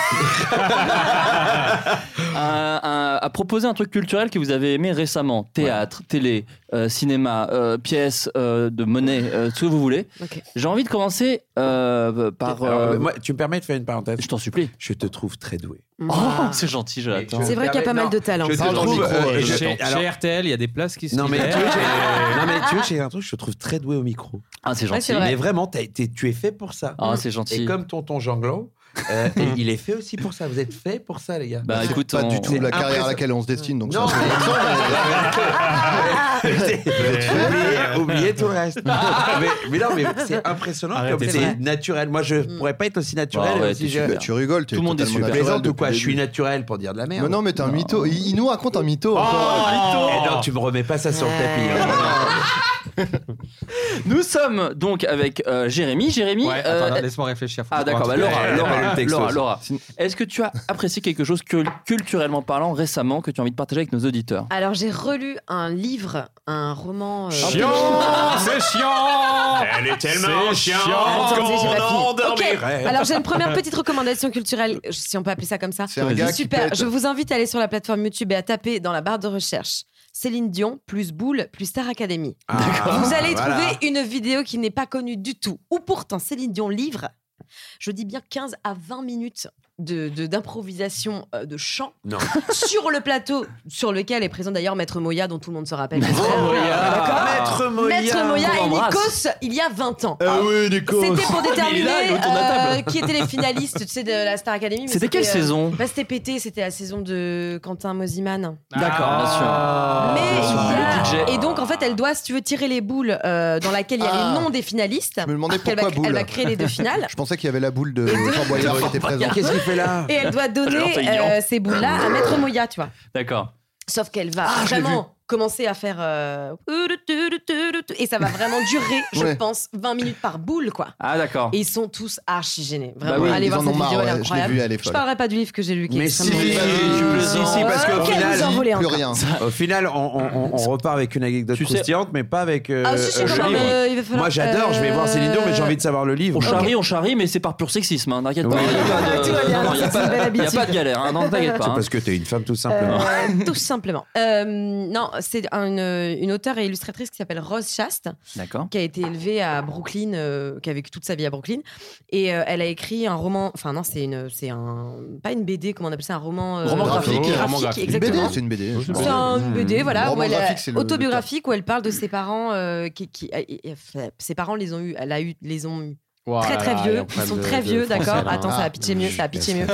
Speaker 6: à, à- à proposer un truc culturel que vous avez aimé récemment. Théâtre, télé, euh, cinéma, euh, pièce euh, de monnaie, euh, ce que vous voulez.
Speaker 2: Ok.
Speaker 6: J'ai envie de commencer euh, par.
Speaker 3: Alors,
Speaker 6: euh,
Speaker 3: moi, tu me permets de faire une parenthèse
Speaker 6: je t'en supplie.
Speaker 3: Je te trouve très doué.
Speaker 6: Oh, c'est gentil, Jonathan.
Speaker 2: C'est vrai qu'il y a pas mal de talent.
Speaker 3: Je te
Speaker 7: Parle dans le
Speaker 3: trouve.
Speaker 7: micro,
Speaker 3: euh,
Speaker 7: euh,
Speaker 3: et je-
Speaker 4: Chez,
Speaker 3: alors-
Speaker 4: chez RTL, il y a des places qui se
Speaker 3: Non mais, tu
Speaker 4: libèrent.
Speaker 3: vois, j'ai- non, mais tu vois, j'ai un truc, je te trouve très doué au micro.
Speaker 6: Ah, c'est
Speaker 2: Ouais,
Speaker 6: gentil.
Speaker 2: c'est vrai.
Speaker 3: Mais vraiment, t'as été- tu es fait pour ça.
Speaker 6: Ah, c'est gentil.
Speaker 3: Et comme tonton Jean-Glo, il est fait aussi pour ça. Vous êtes fait pour ça, les gars.
Speaker 6: Bah écoute,
Speaker 7: Pas
Speaker 6: on-
Speaker 7: du tout la
Speaker 3: impressionnant.
Speaker 7: carrière à laquelle on se destine. Donc
Speaker 3: Non,
Speaker 7: ça, c'est-
Speaker 3: mais- oubliez, oubliez tout le reste. mais, mais non, mais c'est impressionnant
Speaker 4: Arrête,
Speaker 3: comme
Speaker 4: t'es
Speaker 3: c'est
Speaker 4: vrai.
Speaker 3: naturel. Moi, je
Speaker 2: Mm.
Speaker 3: pourrais pas être aussi naturel.
Speaker 6: Ah ouais,
Speaker 3: aussi
Speaker 6: t'es
Speaker 3: je-
Speaker 6: super.
Speaker 7: Bah, tu rigoles, tu es
Speaker 6: Tout le monde est
Speaker 7: totalement
Speaker 6: super.
Speaker 7: naturel
Speaker 3: Plaisante ou
Speaker 7: depuis
Speaker 3: quoi
Speaker 7: le
Speaker 3: Je suis
Speaker 7: début.
Speaker 3: naturel pour dire de la merde.
Speaker 7: Mais non, mais t'es un
Speaker 6: Non.
Speaker 7: mytho. Il il nous raconte un mytho. encore.
Speaker 3: Eh non, tu me remets pas ça sur le tapis. hein.
Speaker 6: Nous sommes donc avec euh, Jérémy. Jérémy,
Speaker 4: Ouais,
Speaker 6: euh,
Speaker 4: attends, laisse-moi réfléchir. faut
Speaker 6: Ah
Speaker 4: que je
Speaker 6: d'accord, bah,
Speaker 4: trouve un truc.
Speaker 6: Laura,
Speaker 3: Ouais, elle a
Speaker 6: Laura,
Speaker 3: pas lu le texto.
Speaker 6: Laura, Laura.
Speaker 7: Sin-
Speaker 6: Est-ce que tu as apprécié quelque chose que, culturellement parlant récemment que tu as envie de partager avec nos auditeurs
Speaker 2: Alors j'ai relu un livre, un roman. euh,
Speaker 4: Chiant, c'est chiant. Elle est tellement chiante.
Speaker 2: Attendez, j'ai pas fini. Ok.
Speaker 3: endormirait.
Speaker 2: Alors j'ai une première petite recommandation culturelle, si on peut appeler ça comme ça.
Speaker 7: C'est un gars qui
Speaker 2: Super,
Speaker 7: pète.
Speaker 2: je vous invite à aller sur la plateforme YouTube et à taper dans la barre de recherche Céline Dion plus Boule plus Star Academy.
Speaker 3: Ah,
Speaker 2: vous allez
Speaker 3: voilà.
Speaker 2: trouver une vidéo qui n'est pas connue du tout, ou pourtant Céline Dion livre, je dis bien 15 à 20 minutes de- de- d'improvisation euh, de, de chant
Speaker 3: Non.
Speaker 2: sur le plateau sur lequel est présent d'ailleurs Maître Moya dont tout le monde se rappelle.
Speaker 6: Moya.
Speaker 3: Maître Moya.
Speaker 2: Maître Moya
Speaker 6: qu'on
Speaker 2: et
Speaker 6: embrasse.
Speaker 2: Nikos il y a 20 ans.
Speaker 7: Ah oui,
Speaker 2: C'était pour déterminer
Speaker 6: là, il est autour de la
Speaker 2: euh,
Speaker 6: table.
Speaker 2: qui étaient les finalistes tu sais, de la Star Academy. mais
Speaker 6: C'était quelle
Speaker 2: euh,
Speaker 6: saison
Speaker 2: bah, C'était pété, c'était la saison de Quentin Mosiman.
Speaker 6: Ah. D'accord, bien sûr.
Speaker 2: Mais il y a-
Speaker 6: Le budget.
Speaker 2: Et donc, en fait, elle doit, si tu veux, tirer les boules euh, dans laquelle il y a
Speaker 7: Ah.
Speaker 2: les noms des finalistes.
Speaker 7: Je me demandais
Speaker 2: Elle va,
Speaker 7: pourquoi boule.
Speaker 2: elle va créer les deux finales.
Speaker 7: Je pensais qu'il y avait la boule de Fort Boyard qui était présente.
Speaker 3: Qu'est-ce qu'il fait là
Speaker 2: Et elle doit
Speaker 6: Alors, t'as
Speaker 2: donner
Speaker 6: Guillaume.
Speaker 2: euh, ces boules-là à Maître Moya, tu vois.
Speaker 6: D'accord.
Speaker 2: Sauf qu'elle va
Speaker 7: Ah,
Speaker 2: vraiment commencer à faire. euh, Et ça va vraiment durer, je
Speaker 7: Ouais.
Speaker 2: pense, 20 minutes par boule, quoi.
Speaker 6: Ah d'accord.
Speaker 2: Et ils sont tous archi gênés. Vraiment,
Speaker 6: Bah oui,
Speaker 2: allez
Speaker 7: ils
Speaker 2: voir
Speaker 7: en
Speaker 2: cette
Speaker 7: ont marre,
Speaker 2: vidéo, elle est
Speaker 7: ouais, je l'ai
Speaker 2: incroyable.
Speaker 7: vue, elle est folle.
Speaker 2: parlerai pas du livre que j'ai lu qui est
Speaker 3: Mais si,
Speaker 2: extrêmement
Speaker 7: si,
Speaker 2: nul.
Speaker 3: si, si, parce qu'au
Speaker 2: Euh, Ok,
Speaker 3: final-
Speaker 2: Ah, vous en voulez un.
Speaker 7: Plus rien.
Speaker 3: Au final, on, on- on- on repart avec une anecdote
Speaker 6: Tu sais-
Speaker 3: croustillante, mais pas avec. euh,
Speaker 2: Ah, si, si,
Speaker 3: euh,
Speaker 2: quand
Speaker 3: le livre.
Speaker 2: même, euh, il va falloir- euh,
Speaker 3: Moi, j'adore. Je vais voir Céline Dion, mais j'ai envie de savoir le livre.
Speaker 6: On charrie, on charrie, mais c'est par pur sexisme, hein, t'inquiète
Speaker 3: Oui.
Speaker 6: pas. Il n'y a, pas
Speaker 2: Tout va
Speaker 6: de-
Speaker 2: bien,
Speaker 6: non, non, y a
Speaker 2: c'est une
Speaker 6: pas-
Speaker 2: belle
Speaker 6: y a
Speaker 2: habitude.
Speaker 6: pas de galère, hein, non, t'inquiète pas. hein.
Speaker 3: Parce que t'es une femme, tout simplement.
Speaker 2: Euh, tout simplement. Euh, non, c'est un, euh, une auteure et illustratrice qui s'appelle Rose Chaste,
Speaker 6: D'accord.
Speaker 2: qui a été élevée à Brooklyn, euh, qui a vécu toute sa vie à Brooklyn. Et euh, elle a écrit un roman. Enfin, non, c'est une, c'est un, pas une BD, comment on appelle ça, un roman. euh,
Speaker 6: Roman graphique.
Speaker 4: Roman graphique.
Speaker 7: Une BD,
Speaker 2: exactement.
Speaker 7: c'est une BD.
Speaker 4: Oui,
Speaker 2: C'est un BD,
Speaker 7: Le
Speaker 2: voilà, où
Speaker 7: roman
Speaker 2: elle a-
Speaker 7: graphique, c'est le-
Speaker 2: autobiographique où elle parle de ses parents. euh, qui, qui- euh, et- et- euh, ses parents les ont eu, elle a eu, les ont eu
Speaker 4: Ouah
Speaker 2: très
Speaker 4: là
Speaker 2: très
Speaker 4: là, il est
Speaker 2: vieux,
Speaker 4: en train
Speaker 2: ils sont
Speaker 4: de-
Speaker 2: très
Speaker 4: de
Speaker 2: vieux,
Speaker 4: français,
Speaker 2: d'accord.
Speaker 4: là.
Speaker 2: Attends, ça va pitcher mieux, ça va pitcher mieux.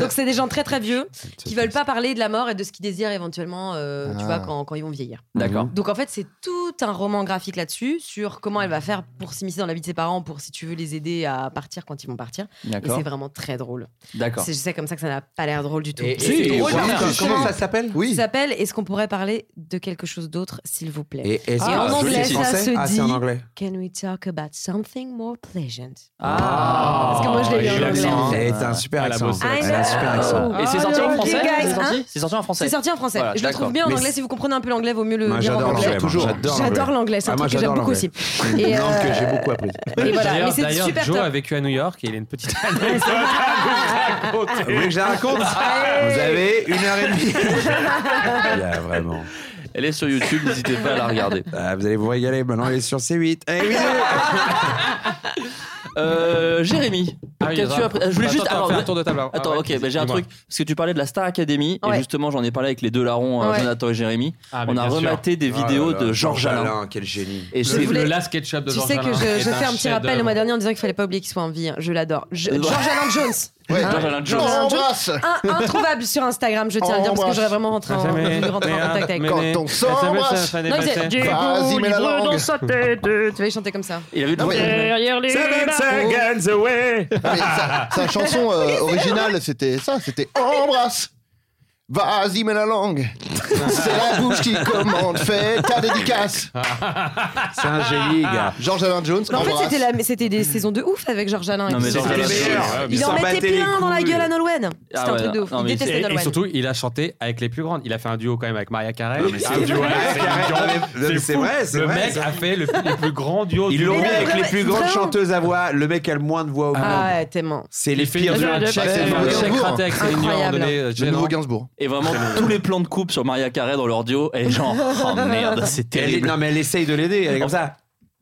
Speaker 2: Donc c'est des gens très très vieux qui veulent pas parler de la mort et de ce qu'ils désirent éventuellement, euh, tu
Speaker 7: Ah.
Speaker 2: vois, quand, quand ils vont vieillir.
Speaker 6: D'accord.
Speaker 3: Mhm.
Speaker 2: Donc en fait, c'est tout un roman graphique là-dessus sur comment elle va faire pour s'immiscer dans la vie de ses parents, pour si tu veux les aider à partir quand ils vont partir. Et
Speaker 6: D'accord.
Speaker 2: c'est vraiment très drôle.
Speaker 6: D'accord.
Speaker 2: C'est c'est comme ça que ça n'a pas l'air drôle du tout.
Speaker 3: Et-
Speaker 6: Si,
Speaker 3: et- et
Speaker 6: drôle,
Speaker 3: voilà,
Speaker 6: mais
Speaker 3: comment-
Speaker 2: justement.
Speaker 3: Comment ça s'appelle
Speaker 2: Ça
Speaker 7: Oui.
Speaker 2: s'appelle Est-ce qu'on pourrait parler de quelque chose d'autre, s'il vous plaît
Speaker 3: Et, est-ce
Speaker 2: Et
Speaker 3: que-
Speaker 2: en
Speaker 3: joli,
Speaker 2: anglais,
Speaker 3: c'est
Speaker 2: ça
Speaker 3: français
Speaker 2: se
Speaker 3: Ah, c'est en
Speaker 2: dit-
Speaker 3: anglais.
Speaker 2: Can we talk about something more pleasant
Speaker 6: Ah.
Speaker 2: Parce que moi, je l'ai lu en
Speaker 4: il a
Speaker 2: anglais.
Speaker 4: l'accent. hein.
Speaker 3: C'est un super
Speaker 4: Elle a
Speaker 3: accent.
Speaker 4: bossé.
Speaker 2: I
Speaker 3: Elle a un
Speaker 2: know.
Speaker 3: super accent.
Speaker 6: Et c'est sorti
Speaker 2: Oh,
Speaker 6: en
Speaker 2: le
Speaker 6: français
Speaker 2: gay guys,
Speaker 6: C'est sorti
Speaker 2: hein
Speaker 6: C'est sorti en français.
Speaker 2: C'est sorti en français.
Speaker 6: Voilà,
Speaker 2: je le trouve
Speaker 6: d'accord.
Speaker 2: bien en
Speaker 3: Mais
Speaker 2: anglais.
Speaker 3: c'est-
Speaker 2: Si vous comprenez un peu l'anglais, vaut mieux le
Speaker 3: Moi,
Speaker 2: lire en
Speaker 3: j'adore
Speaker 2: anglais.
Speaker 3: l'anglais. moi,
Speaker 7: Toujours.
Speaker 2: J'adore l'anglais. C'est un
Speaker 3: Ah, moi,
Speaker 2: truc que j'aime
Speaker 3: j'adore
Speaker 2: beaucoup aussi.
Speaker 3: l'anglais.
Speaker 2: Et,
Speaker 3: Une langue
Speaker 2: euh,
Speaker 3: que j'ai beaucoup apprise.
Speaker 2: et voilà. Mais
Speaker 4: D'ailleurs,
Speaker 2: c'est
Speaker 4: d'ailleurs,
Speaker 2: super
Speaker 4: Joe
Speaker 2: top.
Speaker 4: a vécu à New York et il a une petite
Speaker 3: Vous voulez que je la raconte
Speaker 6: euh,
Speaker 3: Vous avez une heure et demie. Il y a vraiment.
Speaker 6: Elle est sur YouTube, n'hésitez pas à la regarder.
Speaker 3: Ah, vous allez vous régaler. Maintenant, il est sur C8. Eh oui.
Speaker 6: Euh, Jérémy,
Speaker 4: Ah oui,
Speaker 6: qu'as-tu
Speaker 4: grave.
Speaker 6: appris Je voulais
Speaker 4: Attends,
Speaker 6: juste.
Speaker 4: attends,
Speaker 6: alors,
Speaker 4: fais un tour de table. avant.
Speaker 6: Attends,
Speaker 4: Ah ouais,
Speaker 6: ok, bah, j'ai un
Speaker 4: dis-moi.
Speaker 6: truc. Parce que tu parlais de la Star Academy, et
Speaker 2: Ouais.
Speaker 6: justement, j'en ai parlé avec les deux larrons, euh,
Speaker 2: Ouais.
Speaker 6: Jonathan et Jérémy.
Speaker 4: Ah, mais
Speaker 6: On a
Speaker 4: bien sûr.
Speaker 6: rematé des
Speaker 3: Ah là
Speaker 6: vidéos
Speaker 3: là,
Speaker 6: de Georges Alain.
Speaker 3: Quel génie.
Speaker 6: Et
Speaker 4: Le,
Speaker 6: c'est
Speaker 2: vous voulez-
Speaker 4: le last ketchup de
Speaker 2: Tu
Speaker 4: Georges
Speaker 2: sais que
Speaker 4: Alain
Speaker 2: je,
Speaker 4: est
Speaker 2: je fais un petit rappel le
Speaker 4: chef-d'œuvre.
Speaker 2: mois dernier en disant qu'il fallait pas oublier qu'il soit en vie. hein. Je l'adore. Je-
Speaker 6: Ouais.
Speaker 2: George Alan Jones.
Speaker 7: Ouais.
Speaker 2: Hein
Speaker 6: George Alan Jones.
Speaker 2: George Alan Jones.
Speaker 7: Embrasse.
Speaker 2: Un- introuvable sur Instagram, je tiens à le dire, parce que j'aurais vraiment rentré en,
Speaker 4: Jamais.
Speaker 2: voulu rentrer en
Speaker 4: Ah, Mais, ah,
Speaker 2: contact avec
Speaker 4: mais,
Speaker 2: lui.
Speaker 7: Quand
Speaker 4: mais,
Speaker 7: on
Speaker 4: mais
Speaker 7: s'embrasse.
Speaker 4: ça va, ça va
Speaker 2: Non, il faisait
Speaker 4: dépasser.
Speaker 2: Diego,
Speaker 7: Vas-y, mets la
Speaker 2: libre
Speaker 7: langue.
Speaker 2: dans sa tête. Tu vas chanter comme ça.
Speaker 6: Il avait une
Speaker 7: Ah ouais.
Speaker 2: Derrière les
Speaker 3: seconds away.
Speaker 7: Ah, mais sa, sa chanson euh, originale, c'était ça, c'était Embrasse. Vas-y, mets la langue. C'est la bouche qui commande. Fais ta dédicace.
Speaker 3: C'est un génie, gars.
Speaker 7: Georges Alain Jones,
Speaker 2: Mais en fait,
Speaker 7: embrasse.
Speaker 2: c'était, la- mais c'était des saisons de ouf avec Georges Alain.
Speaker 6: Non, mais
Speaker 2: C'était-
Speaker 6: Georges Alain,
Speaker 2: c'était-
Speaker 6: c'est-
Speaker 2: il
Speaker 3: s'en
Speaker 2: en
Speaker 3: battait
Speaker 2: mettait
Speaker 3: les
Speaker 2: plein dans la
Speaker 3: couilles.
Speaker 2: gueule à Nolwenn. C'était
Speaker 6: Ah
Speaker 2: un
Speaker 6: ouais,
Speaker 2: truc de ouf.
Speaker 6: non,
Speaker 2: Il
Speaker 6: mais
Speaker 2: détestait
Speaker 4: Et, et
Speaker 2: Nolwenn.
Speaker 4: surtout, il a chanté avec les plus grandes. Il a fait un duo quand même avec Maria Carey. Ah,
Speaker 3: c'est
Speaker 4: Un
Speaker 3: vrai.
Speaker 4: duo avec
Speaker 3: Mariah
Speaker 4: Céline Dion.
Speaker 3: Carey. Non, mais c'est
Speaker 4: fou.
Speaker 3: vrai, c'est
Speaker 4: Le
Speaker 3: vrai,
Speaker 4: mec
Speaker 3: ça.
Speaker 4: a fait le, plus- les plus grands duos
Speaker 3: Ils
Speaker 4: du
Speaker 3: l'ont
Speaker 4: monde.
Speaker 3: mis
Speaker 2: Mais non,
Speaker 3: avec
Speaker 2: mais
Speaker 3: les plus
Speaker 2: c'est
Speaker 3: grandes
Speaker 2: vraiment-
Speaker 3: chanteuses à voix. Le mec a le moins de
Speaker 6: Oh,
Speaker 3: voix au
Speaker 2: Ah
Speaker 3: monde.
Speaker 2: ouais, tellement.
Speaker 3: C'est les
Speaker 4: Il fait
Speaker 3: pires
Speaker 4: un
Speaker 3: de
Speaker 4: check
Speaker 7: Jackson,
Speaker 4: un
Speaker 7: Gainsbourg.
Speaker 4: check raté avec Céline Dion. à un moment donné, euh,
Speaker 7: Le nouveau
Speaker 4: gênant.
Speaker 7: Gainsbourg.
Speaker 6: Et vraiment, tous les plans de coupe sur Maria Carré dans leur duo, et genre, oh merde, c'est
Speaker 3: Elle-
Speaker 6: terrible.
Speaker 3: Non, mais elle essaye de l'aider. Elle est comme ça.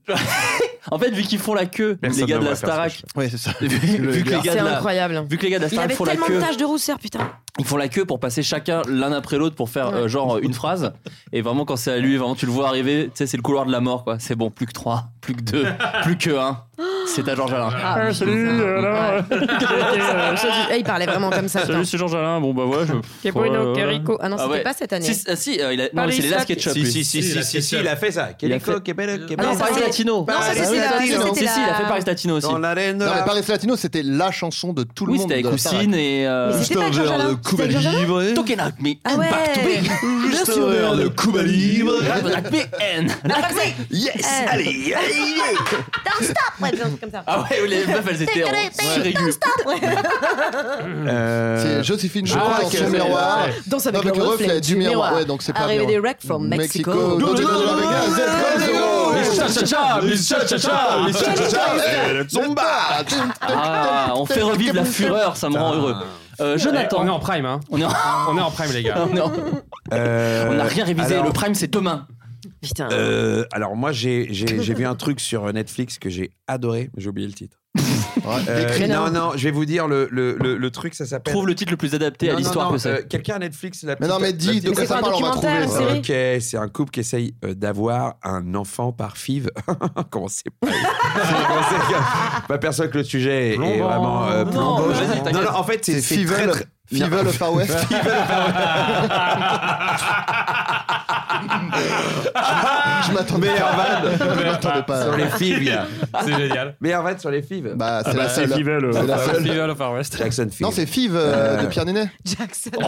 Speaker 6: En fait, vu qu'ils font la queue,
Speaker 3: Personne
Speaker 6: les gars
Speaker 3: ne
Speaker 6: de la
Speaker 3: voit faire ce
Speaker 6: Starac,
Speaker 7: Ouais, c'est ça.
Speaker 6: vu, vu que les gars
Speaker 2: C'est
Speaker 6: de la-
Speaker 2: incroyable.
Speaker 6: vu que les gars de la
Speaker 2: Il
Speaker 6: Starac
Speaker 2: avait
Speaker 6: font la
Speaker 2: tellement de
Speaker 6: queue,
Speaker 2: taches de rousseur, putain.
Speaker 6: ils font la queue pour passer chacun l'un après l'autre pour faire euh, genre une phrase. Et vraiment, quand c'est à lui, vraiment, tu le vois arriver, tu sais, c'est le couloir de la mort, quoi. C'est bon, plus que 3, plus que 2, plus que 1. C'est à Georges Alain.
Speaker 2: Ah, ouais. Ah, Eh, Il parlait vraiment comme ça. putain.
Speaker 6: c'est Georges Alain. Bon, bah voilà.
Speaker 2: Ah non,
Speaker 6: Ah
Speaker 2: c'était
Speaker 6: ouais.
Speaker 2: pas cette année.
Speaker 6: Si, ah, si, euh, il a... non, mais c'est les
Speaker 2: Paris
Speaker 6: Last Ketchup. lui.
Speaker 3: si,
Speaker 4: si, si, si,
Speaker 3: il a fait ça. Québec,
Speaker 6: fait-
Speaker 3: Québec,
Speaker 6: Ah
Speaker 3: Québec.
Speaker 6: non,
Speaker 2: ça,
Speaker 6: Paris
Speaker 2: c'est-
Speaker 6: Latino.
Speaker 2: Non, ça,
Speaker 3: Eh Paris
Speaker 2: c'était la-
Speaker 3: Latino.
Speaker 2: ça,
Speaker 6: Si, si,
Speaker 2: c'était
Speaker 6: il
Speaker 2: la.
Speaker 6: a fait Paris Latino aussi.
Speaker 3: Dans l'arène.
Speaker 7: Non, mais Paris Latino, c'était la chanson de tout le
Speaker 6: Oui,
Speaker 7: monde.
Speaker 6: c'était avec
Speaker 7: de la Starac.
Speaker 6: Coussine et. euh,
Speaker 2: Mais c'était pas Georges Alain. C'était Georges Alain
Speaker 6: Talking at me
Speaker 2: Ah ouais. Mm-hmm. Bien sûr.
Speaker 7: Cuba Libre.
Speaker 6: Like me and
Speaker 2: Ah, comme ça, il-
Speaker 7: Yes,
Speaker 2: Eh.
Speaker 7: allez, allez.
Speaker 2: Don't stop Ouais, bien, comme ça.
Speaker 6: Ah ouais, les meufs, elles étaient en suraigu.
Speaker 7: C'est Joséphine, je
Speaker 3: Ah,
Speaker 7: crois, dans
Speaker 3: ok,
Speaker 7: son
Speaker 3: ok.
Speaker 7: miroir.
Speaker 2: Danse avec
Speaker 7: Non,
Speaker 2: le
Speaker 7: le reflet
Speaker 2: reflet
Speaker 7: du miroir. Ouais, donc c'est pas
Speaker 2: Arrivé
Speaker 7: bien.
Speaker 2: des wrecks from
Speaker 7: Mexico.
Speaker 2: Mexico.
Speaker 7: Go, go, go, go, Vegas, let's go, go.
Speaker 9: Eh,
Speaker 7: Zumba.
Speaker 6: Ah, on fait revivre la fureur, ça me rend heureux. Euh,
Speaker 4: On est
Speaker 6: Jonathan,
Speaker 4: en prime, hein.
Speaker 6: on est en-
Speaker 4: On est en prime, les gars.
Speaker 6: on est en- on n'a rien révisé,
Speaker 3: Euh, alors-
Speaker 6: le prime c'est demain.
Speaker 2: Putain.
Speaker 3: Euh, alors moi j'ai, j'ai, j'ai vu un truc sur Netflix que j'ai adoré, mais j'ai oublié le titre. Euh,
Speaker 2: Décris-le.
Speaker 3: non non, je vais vous dire le, le, le, le truc ça s'appelle.
Speaker 6: Trouve le titre le plus adapté
Speaker 3: Non,
Speaker 6: à
Speaker 3: non,
Speaker 6: l'histoire
Speaker 3: non,
Speaker 6: que c'est.
Speaker 3: euh, quelqu'un à Netflix la
Speaker 7: Mais non,
Speaker 3: petite-
Speaker 7: mais
Speaker 3: la
Speaker 7: dis
Speaker 3: petite-
Speaker 7: de quoi
Speaker 2: c'est
Speaker 7: ça
Speaker 2: quoi un
Speaker 7: parle, on va
Speaker 2: documentaire,
Speaker 7: trouver. euh.
Speaker 2: une série
Speaker 3: Ok, c'est un couple qui essaye euh, d'avoir un enfant par five. E. Comment c'est pas Pas personne que le sujet est, est
Speaker 4: Plombant.
Speaker 3: vraiment euh,
Speaker 4: Non,
Speaker 3: plombant.
Speaker 6: vas-y, t'inquiète.
Speaker 3: non, non, en fait c'est,
Speaker 7: C'est
Speaker 3: c'est très,
Speaker 7: Fivel,
Speaker 3: très-
Speaker 7: Fivel Far West. Je m'attendais
Speaker 3: Meilleur
Speaker 7: pas.
Speaker 3: van
Speaker 7: Je m'attendais
Speaker 3: sur
Speaker 7: pas.
Speaker 3: les fives. gars.
Speaker 4: C'est génial.
Speaker 3: Meilleur van sur les fives.
Speaker 7: Bah, c'est la seule. C'est la seule.
Speaker 4: Fever of Far West.
Speaker 3: Jackson Five.
Speaker 7: Non, c'est Five
Speaker 3: Euh,
Speaker 7: de Pierre Ninet.
Speaker 2: Jackson.
Speaker 4: Oh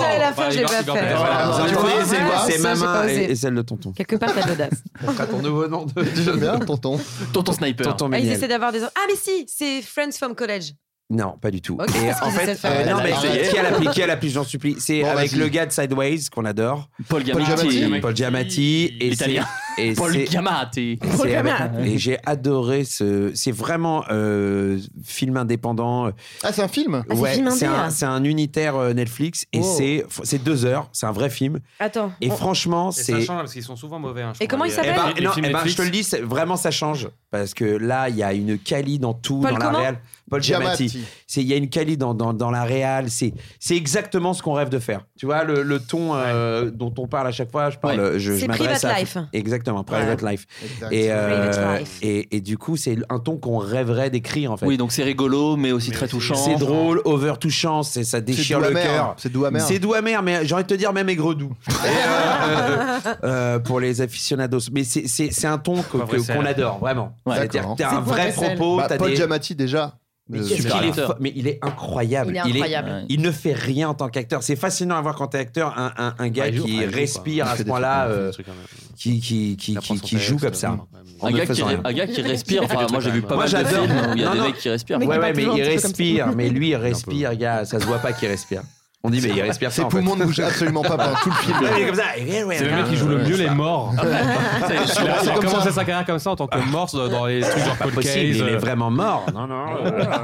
Speaker 2: J'allais Ah, la faire,
Speaker 4: Bah,
Speaker 2: je
Speaker 4: il
Speaker 2: l'ai
Speaker 4: va-
Speaker 2: pas
Speaker 4: il va
Speaker 2: fait. Ah,
Speaker 4: faire.
Speaker 7: Voilà,
Speaker 3: Vous
Speaker 7: tu
Speaker 3: entendez,
Speaker 7: vois,
Speaker 3: c'est,
Speaker 7: voilà,
Speaker 3: c'est
Speaker 2: ça,
Speaker 3: ma
Speaker 2: j'ai pas
Speaker 3: main Ah, et,
Speaker 2: osé.
Speaker 3: et celle de tonton.
Speaker 2: Quelque part, t'as de l'audace.
Speaker 3: T'as ton nouveau nom de
Speaker 7: J'aime bien, tonton.
Speaker 6: Tonton Sniper.
Speaker 3: tonton
Speaker 2: Ah, ils
Speaker 3: Méniel.
Speaker 2: essaient d'avoir des. Ah, mais si, c'est Friends from College.
Speaker 3: Non, pas du tout.
Speaker 2: Ok,
Speaker 3: et
Speaker 2: parce
Speaker 3: en
Speaker 2: qu'ils essaient
Speaker 3: fait,
Speaker 2: de faire-
Speaker 3: euh, non,
Speaker 7: Elle
Speaker 3: mais
Speaker 7: a essayé.
Speaker 3: qui a l'appli Qui a l'appli J'en supplie. C'est
Speaker 7: Bon,
Speaker 3: avec
Speaker 7: vas-y.
Speaker 3: le gars de Sideways qu'on adore,
Speaker 6: Paul
Speaker 7: Giamatti.
Speaker 6: Giamatti.
Speaker 3: Paul Giamatti. Et c'est,
Speaker 6: Italien.
Speaker 3: et
Speaker 6: Paul
Speaker 3: c'est-
Speaker 6: Giamatti.
Speaker 3: c'est avec- et j'ai adoré ce. C'est vraiment euh, film indépendant.
Speaker 7: Ah, c'est un film
Speaker 2: Ah, c'est film indé,
Speaker 3: c'est un,
Speaker 2: là.
Speaker 3: c'est un unitaire euh, Netflix et
Speaker 7: Wow.
Speaker 3: c'est c'est deux heures. C'est un vrai film.
Speaker 2: Attends.
Speaker 3: Et
Speaker 2: on-
Speaker 3: franchement,
Speaker 4: Et
Speaker 3: c'est
Speaker 4: ça change parce qu'ils sont souvent mauvais. hein, je
Speaker 2: Et
Speaker 4: crois,
Speaker 2: comment il
Speaker 4: les-
Speaker 3: Eh
Speaker 2: s'appelle
Speaker 3: ben,
Speaker 4: les
Speaker 3: non,
Speaker 4: films
Speaker 3: eh ben, je
Speaker 4: Netflix.
Speaker 3: te le dis, c'est- vraiment ça change. Parce que là, il y a une quali dans tout,
Speaker 2: Paul
Speaker 3: dans la
Speaker 2: comment
Speaker 3: réal. Paul Giamatti. C'est- Il y a une quali dans, dans, dans la réal. C'est c'est exactement ce qu'on euh, rêve de faire. Tu vois, le, le ton euh, dont on parle à chaque fois, je parle, je, je
Speaker 2: C'est
Speaker 3: m'adresse
Speaker 2: Private
Speaker 3: à.
Speaker 2: Life.
Speaker 3: exactement, Private Life.
Speaker 7: Exact.
Speaker 3: Et,
Speaker 2: Private
Speaker 3: euh,
Speaker 2: Life.
Speaker 3: et, et du coup, c'est un ton qu'on rêverait d'écrire en fait.
Speaker 6: Oui, donc c'est rigolo, mais aussi très touchant.
Speaker 3: c'est drôle, over touchant, c'est- ça
Speaker 7: C'est
Speaker 3: déchire
Speaker 7: doux
Speaker 3: le
Speaker 7: amer,
Speaker 3: cœur.
Speaker 7: hein. C'est doux amer.
Speaker 3: C'est doux amer, mais j'ai envie de te dire même aigre doux. Et, euh, euh, euh, pour les aficionados. Mais c'est- c'est c'est un ton que-
Speaker 4: Poivre et
Speaker 3: que-
Speaker 4: sel.
Speaker 3: qu'on adore, vraiment.
Speaker 6: Ouais.
Speaker 3: C'est-à-dire
Speaker 7: D'accord.
Speaker 3: que t'as
Speaker 2: C'est
Speaker 3: un vrai
Speaker 2: poivre et sel.
Speaker 3: propos,
Speaker 7: Bah,
Speaker 3: t'as
Speaker 7: Paul
Speaker 3: des...
Speaker 7: Giamatti déjà.
Speaker 3: Mais,
Speaker 7: Euh,
Speaker 3: qu'est-ce
Speaker 7: super.
Speaker 3: qu'il est
Speaker 6: acteur.
Speaker 3: fort, mais il est incroyable.
Speaker 2: Il est incroyable.
Speaker 6: Ouais.
Speaker 3: il ne fait rien en tant qu'acteur. C'est fascinant à voir quand t'es acteur un, un- un gars
Speaker 5: Ah, il joue,
Speaker 3: qui
Speaker 5: ah, il joue,
Speaker 3: respire
Speaker 7: quoi.
Speaker 3: à
Speaker 7: Il fait
Speaker 3: ce
Speaker 7: des
Speaker 3: point-là,
Speaker 5: trucs,
Speaker 3: euh,
Speaker 5: des trucs, quand même.
Speaker 3: qui, qui, qui,
Speaker 5: Il apprend
Speaker 3: qui,
Speaker 5: son
Speaker 3: qui joue
Speaker 5: texte,
Speaker 3: comme ça.
Speaker 5: ouais, ouais.
Speaker 3: En
Speaker 6: Un
Speaker 3: ne
Speaker 6: gars, qui,
Speaker 3: faisant rien.
Speaker 6: un gars qui respire. Enfin,
Speaker 5: trucs
Speaker 6: moi, j'ai vu
Speaker 5: quand
Speaker 6: pas
Speaker 3: même.
Speaker 6: mal
Speaker 3: Moi,
Speaker 6: de
Speaker 3: j'adore.
Speaker 6: films où il y a
Speaker 3: Non,
Speaker 6: des
Speaker 3: non.
Speaker 6: mecs qui respirent.
Speaker 3: Ouais,
Speaker 6: quoi.
Speaker 3: ouais, mais
Speaker 2: toujours
Speaker 3: il
Speaker 2: un petit peu comme
Speaker 3: respire. Mais lui, il respire, gars. Ça se voit pas qu'il respire. On dit, mais il respire
Speaker 7: Ses
Speaker 3: ça, en fait.
Speaker 7: poumons ne bougent absolument pas pendant tout le film.
Speaker 3: Ouais, il est comme ça. il est- ouais,
Speaker 4: C'est le
Speaker 3: ouais,
Speaker 4: mec qui joue le
Speaker 3: ouais,
Speaker 4: mieux
Speaker 3: c'est
Speaker 4: les
Speaker 3: pas-
Speaker 4: morts. Il a- il a
Speaker 7: comme
Speaker 4: commencé
Speaker 7: ça.
Speaker 4: sa carrière comme ça en tant que mort dans- dans les trucs genre
Speaker 3: Pas
Speaker 4: Cold
Speaker 3: possible,
Speaker 4: Case,
Speaker 3: il Ah. est
Speaker 4: euh.
Speaker 3: vraiment mort. Non, non.
Speaker 6: Ah.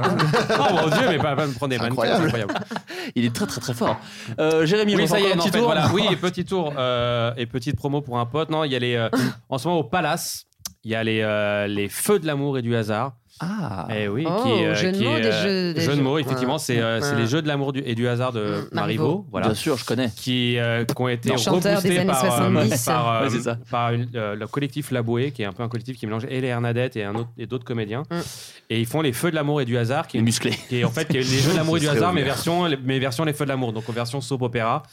Speaker 4: Oh mon dieu, mais pas, pas me prendre des mannequins, c'est
Speaker 7: Incroyable.
Speaker 4: incroyable.
Speaker 6: Il est très, très, très fort. Euh, Jérémy,
Speaker 4: Oui,
Speaker 6: on fait
Speaker 4: ça y est,
Speaker 6: encore un
Speaker 4: non,
Speaker 6: petit
Speaker 4: en fait,
Speaker 6: tour.
Speaker 4: voilà. Oui, et petit tour euh, et petite promo pour un pote. Non, il y a les. euh, en ce moment, au Palace, il y a les, euh, les Feux de l'amour et du hasard.
Speaker 6: Ah.
Speaker 4: Eh oui,
Speaker 2: Oh,
Speaker 4: qui, euh,
Speaker 2: jeu de
Speaker 4: qui
Speaker 2: mots,
Speaker 4: est,
Speaker 2: des
Speaker 4: euh,
Speaker 2: jeux- des
Speaker 4: jeu de
Speaker 2: jeux.
Speaker 4: mots, effectivement, c'est euh, c'est les jeux de l'amour du- et du hasard de
Speaker 2: Mm, Marivaux.
Speaker 4: Marivaux. Voilà.
Speaker 6: Bien sûr, je connais.
Speaker 4: qui, euh, qui ont été
Speaker 2: Le chanteur des
Speaker 4: reboostés
Speaker 2: années
Speaker 4: par, euh,
Speaker 2: 70.
Speaker 4: par, euh,
Speaker 6: Ouais, c'est ça.
Speaker 4: par une- euh, le collectif Laboué, qui est un peu un collectif qui mélange Hélène Hernadette et, un autre- et d'autres comédiens.
Speaker 2: Mm.
Speaker 4: Et ils font les Feux de l'amour et du hasard, qui
Speaker 6: Il est
Speaker 4: est,
Speaker 6: musclé.
Speaker 4: qui est en fait qui est les jeux de l'amour et du hasard, mais version, les, mais version les Feux de l'amour, donc en version soap opéra.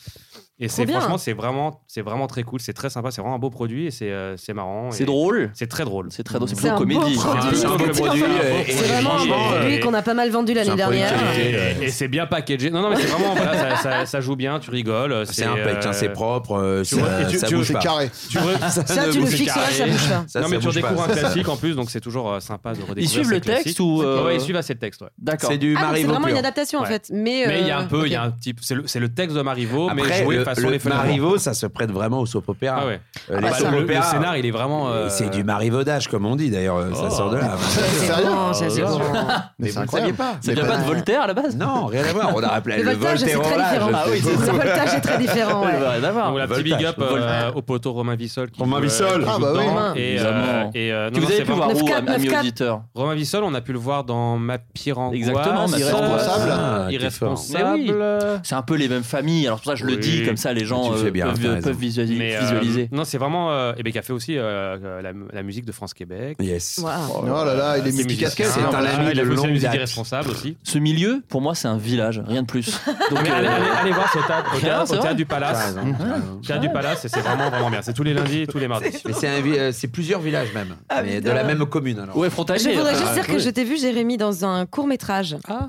Speaker 4: Et c'est
Speaker 2: bien.
Speaker 4: franchement, c'est vraiment, c'est vraiment très cool, c'est très sympa, c'est vraiment un beau produit et c'est, euh, c'est marrant.
Speaker 6: C'est
Speaker 4: et
Speaker 6: drôle.
Speaker 4: C'est très drôle.
Speaker 6: C'est très drôle. C'est
Speaker 2: Ah, C'est un
Speaker 6: plutôt
Speaker 2: beau
Speaker 6: comédie.
Speaker 2: produit.
Speaker 4: C'est un beau produit, euh, et-
Speaker 2: C'est vraiment un
Speaker 4: franchement,
Speaker 2: bon
Speaker 4: euh,
Speaker 2: produit qu'on a pas mal vendu l'année dernière. Ah,
Speaker 4: Et, et c'est bien packagé. Non, non, mais c'est vraiment, voilà, ça, ça- ça joue bien, tu rigoles.
Speaker 3: C'est un pec, hein,
Speaker 4: euh,
Speaker 3: c'est propre, euh,
Speaker 4: tu vois,
Speaker 3: ça
Speaker 4: et tu-
Speaker 3: ça
Speaker 4: tu-
Speaker 3: bouge
Speaker 7: C'est
Speaker 3: pas.
Speaker 7: carré.
Speaker 4: tu re-
Speaker 2: Ça,
Speaker 3: ne
Speaker 2: tu le
Speaker 3: bouge
Speaker 2: fixes
Speaker 3: pas.
Speaker 2: là, ça bouge pas.
Speaker 3: Ça,
Speaker 4: non,
Speaker 3: ça
Speaker 4: mais tu
Speaker 3: bouge pas,
Speaker 4: redécouvres
Speaker 3: ça,
Speaker 4: un
Speaker 3: ça-
Speaker 4: classique en plus, donc c'est toujours euh, sympa de redécouvrir.
Speaker 6: Ils suivent
Speaker 4: ces
Speaker 6: le texte
Speaker 4: classiques.
Speaker 6: ou.
Speaker 4: Ouais,
Speaker 6: euh,
Speaker 4: ouais, ils suivent assez le texte, ouais.
Speaker 6: D'accord.
Speaker 3: C'est du
Speaker 2: Ah, donc c'est
Speaker 3: Marivaux
Speaker 2: vraiment une
Speaker 3: pur.
Speaker 2: adaptation en
Speaker 4: Ouais.
Speaker 2: fait. Mais
Speaker 4: Mais il y a
Speaker 2: euh,
Speaker 4: un peu, il y a
Speaker 2: ok.
Speaker 4: un petit, c'est le, c'est le texte de Marivaux, mais
Speaker 3: Après,
Speaker 4: joué
Speaker 3: le,
Speaker 4: façon
Speaker 3: le
Speaker 4: les feux de l'amour.
Speaker 3: Marivaux, ça se prête vraiment au soap opéra.
Speaker 4: Ah ouais.
Speaker 3: Euh, les
Speaker 2: Ah bah,
Speaker 3: soap
Speaker 2: ça,
Speaker 4: le, le
Speaker 3: opéra,
Speaker 4: scénar, il est vraiment. euh,
Speaker 3: c'est du marivaudage, comme on dit d'ailleurs, euh, ça
Speaker 4: Oh.
Speaker 3: sort de là. Euh,
Speaker 2: C'est
Speaker 7: Sérieux Oh.
Speaker 2: bon, c'est- c'est bon.
Speaker 7: Mais
Speaker 3: Mais
Speaker 7: c'est
Speaker 3: vous le saviez
Speaker 7: incroyable.
Speaker 3: pas.
Speaker 6: Ça vient
Speaker 7: Mais
Speaker 6: pas de
Speaker 7: pas-
Speaker 6: Voltaire à la base
Speaker 3: Non, rien à voir. On a appelé
Speaker 2: Le
Speaker 3: le
Speaker 2: voltage, c'est très différent.
Speaker 3: voltairolage.
Speaker 2: Le voltage est très différent. ouais.
Speaker 6: Elle va rien avoir.
Speaker 4: On a un petit
Speaker 3: Voltage,
Speaker 4: big up euh,
Speaker 6: Voltaire.
Speaker 4: au poteau Romain Vissol. qui
Speaker 3: Romain
Speaker 4: joue, euh,
Speaker 3: Vissol.
Speaker 4: qui
Speaker 7: Ah
Speaker 4: joue
Speaker 7: bah oui.
Speaker 4: dedans. Et, euh,
Speaker 6: Évidemment.
Speaker 4: et, euh, non,
Speaker 6: Que
Speaker 4: non,
Speaker 6: vous avez
Speaker 4: c'est
Speaker 6: pu
Speaker 4: vraiment-
Speaker 6: voir où,
Speaker 2: 9-4,
Speaker 6: amis
Speaker 2: 9-4.
Speaker 6: auditeurs
Speaker 4: Romain Vissol, on a pu le voir dans Ma pire angoisse.
Speaker 6: Exactement, Ma pire
Speaker 7: Irresponsable.
Speaker 3: angoisse.
Speaker 4: Irresponsable.
Speaker 6: Mais oui. C'est un peu les mêmes familles, alors c'est pour ça que je le
Speaker 4: Oui.
Speaker 6: dis, comme ça les gens
Speaker 3: Ah, Tu
Speaker 6: euh,
Speaker 3: fais bien,
Speaker 6: peuvent,
Speaker 3: t'as
Speaker 6: peuvent
Speaker 3: raison.
Speaker 6: visualis-
Speaker 4: Mais, euh,
Speaker 6: visualiser.
Speaker 4: non, c'est vraiment. euh, et bien, qui a fait aussi euh, euh, la, la musique de France Québec.
Speaker 3: Yes.
Speaker 2: Waouh.
Speaker 7: Oh là là, il est
Speaker 4: C'est
Speaker 7: multicasqué.
Speaker 4: musicien,
Speaker 3: c'est un
Speaker 4: voilà,
Speaker 3: ami
Speaker 4: Il a
Speaker 3: de
Speaker 4: fait aussi la
Speaker 3: longue
Speaker 4: musique
Speaker 3: date.
Speaker 4: irresponsable aussi.
Speaker 6: Ce milieu, pour moi, c'est un village, rien de plus. Donc,
Speaker 4: Mais
Speaker 6: euh,
Speaker 4: allez, allez- allez voir ce théâtre, au
Speaker 6: Non,
Speaker 4: théâtre,
Speaker 6: c'est
Speaker 4: au théâtre
Speaker 6: vrai.
Speaker 4: du
Speaker 3: T'as
Speaker 4: Palace.
Speaker 3: raison, t'as raison.
Speaker 4: Théâtre du Palace, et c'est vraiment vraiment bien. C'est tous les lundis et tous les mardis.
Speaker 3: Mais c'est un vi- euh, c'est plusieurs villages même,
Speaker 2: Ah,
Speaker 3: mais de la même commune alors.
Speaker 6: ouais, frontalier.
Speaker 2: Je voudrais
Speaker 6: euh,
Speaker 2: juste dire que
Speaker 6: ouais.
Speaker 2: je t'ai vu, Jérémy, dans un court métrage.
Speaker 4: Ah.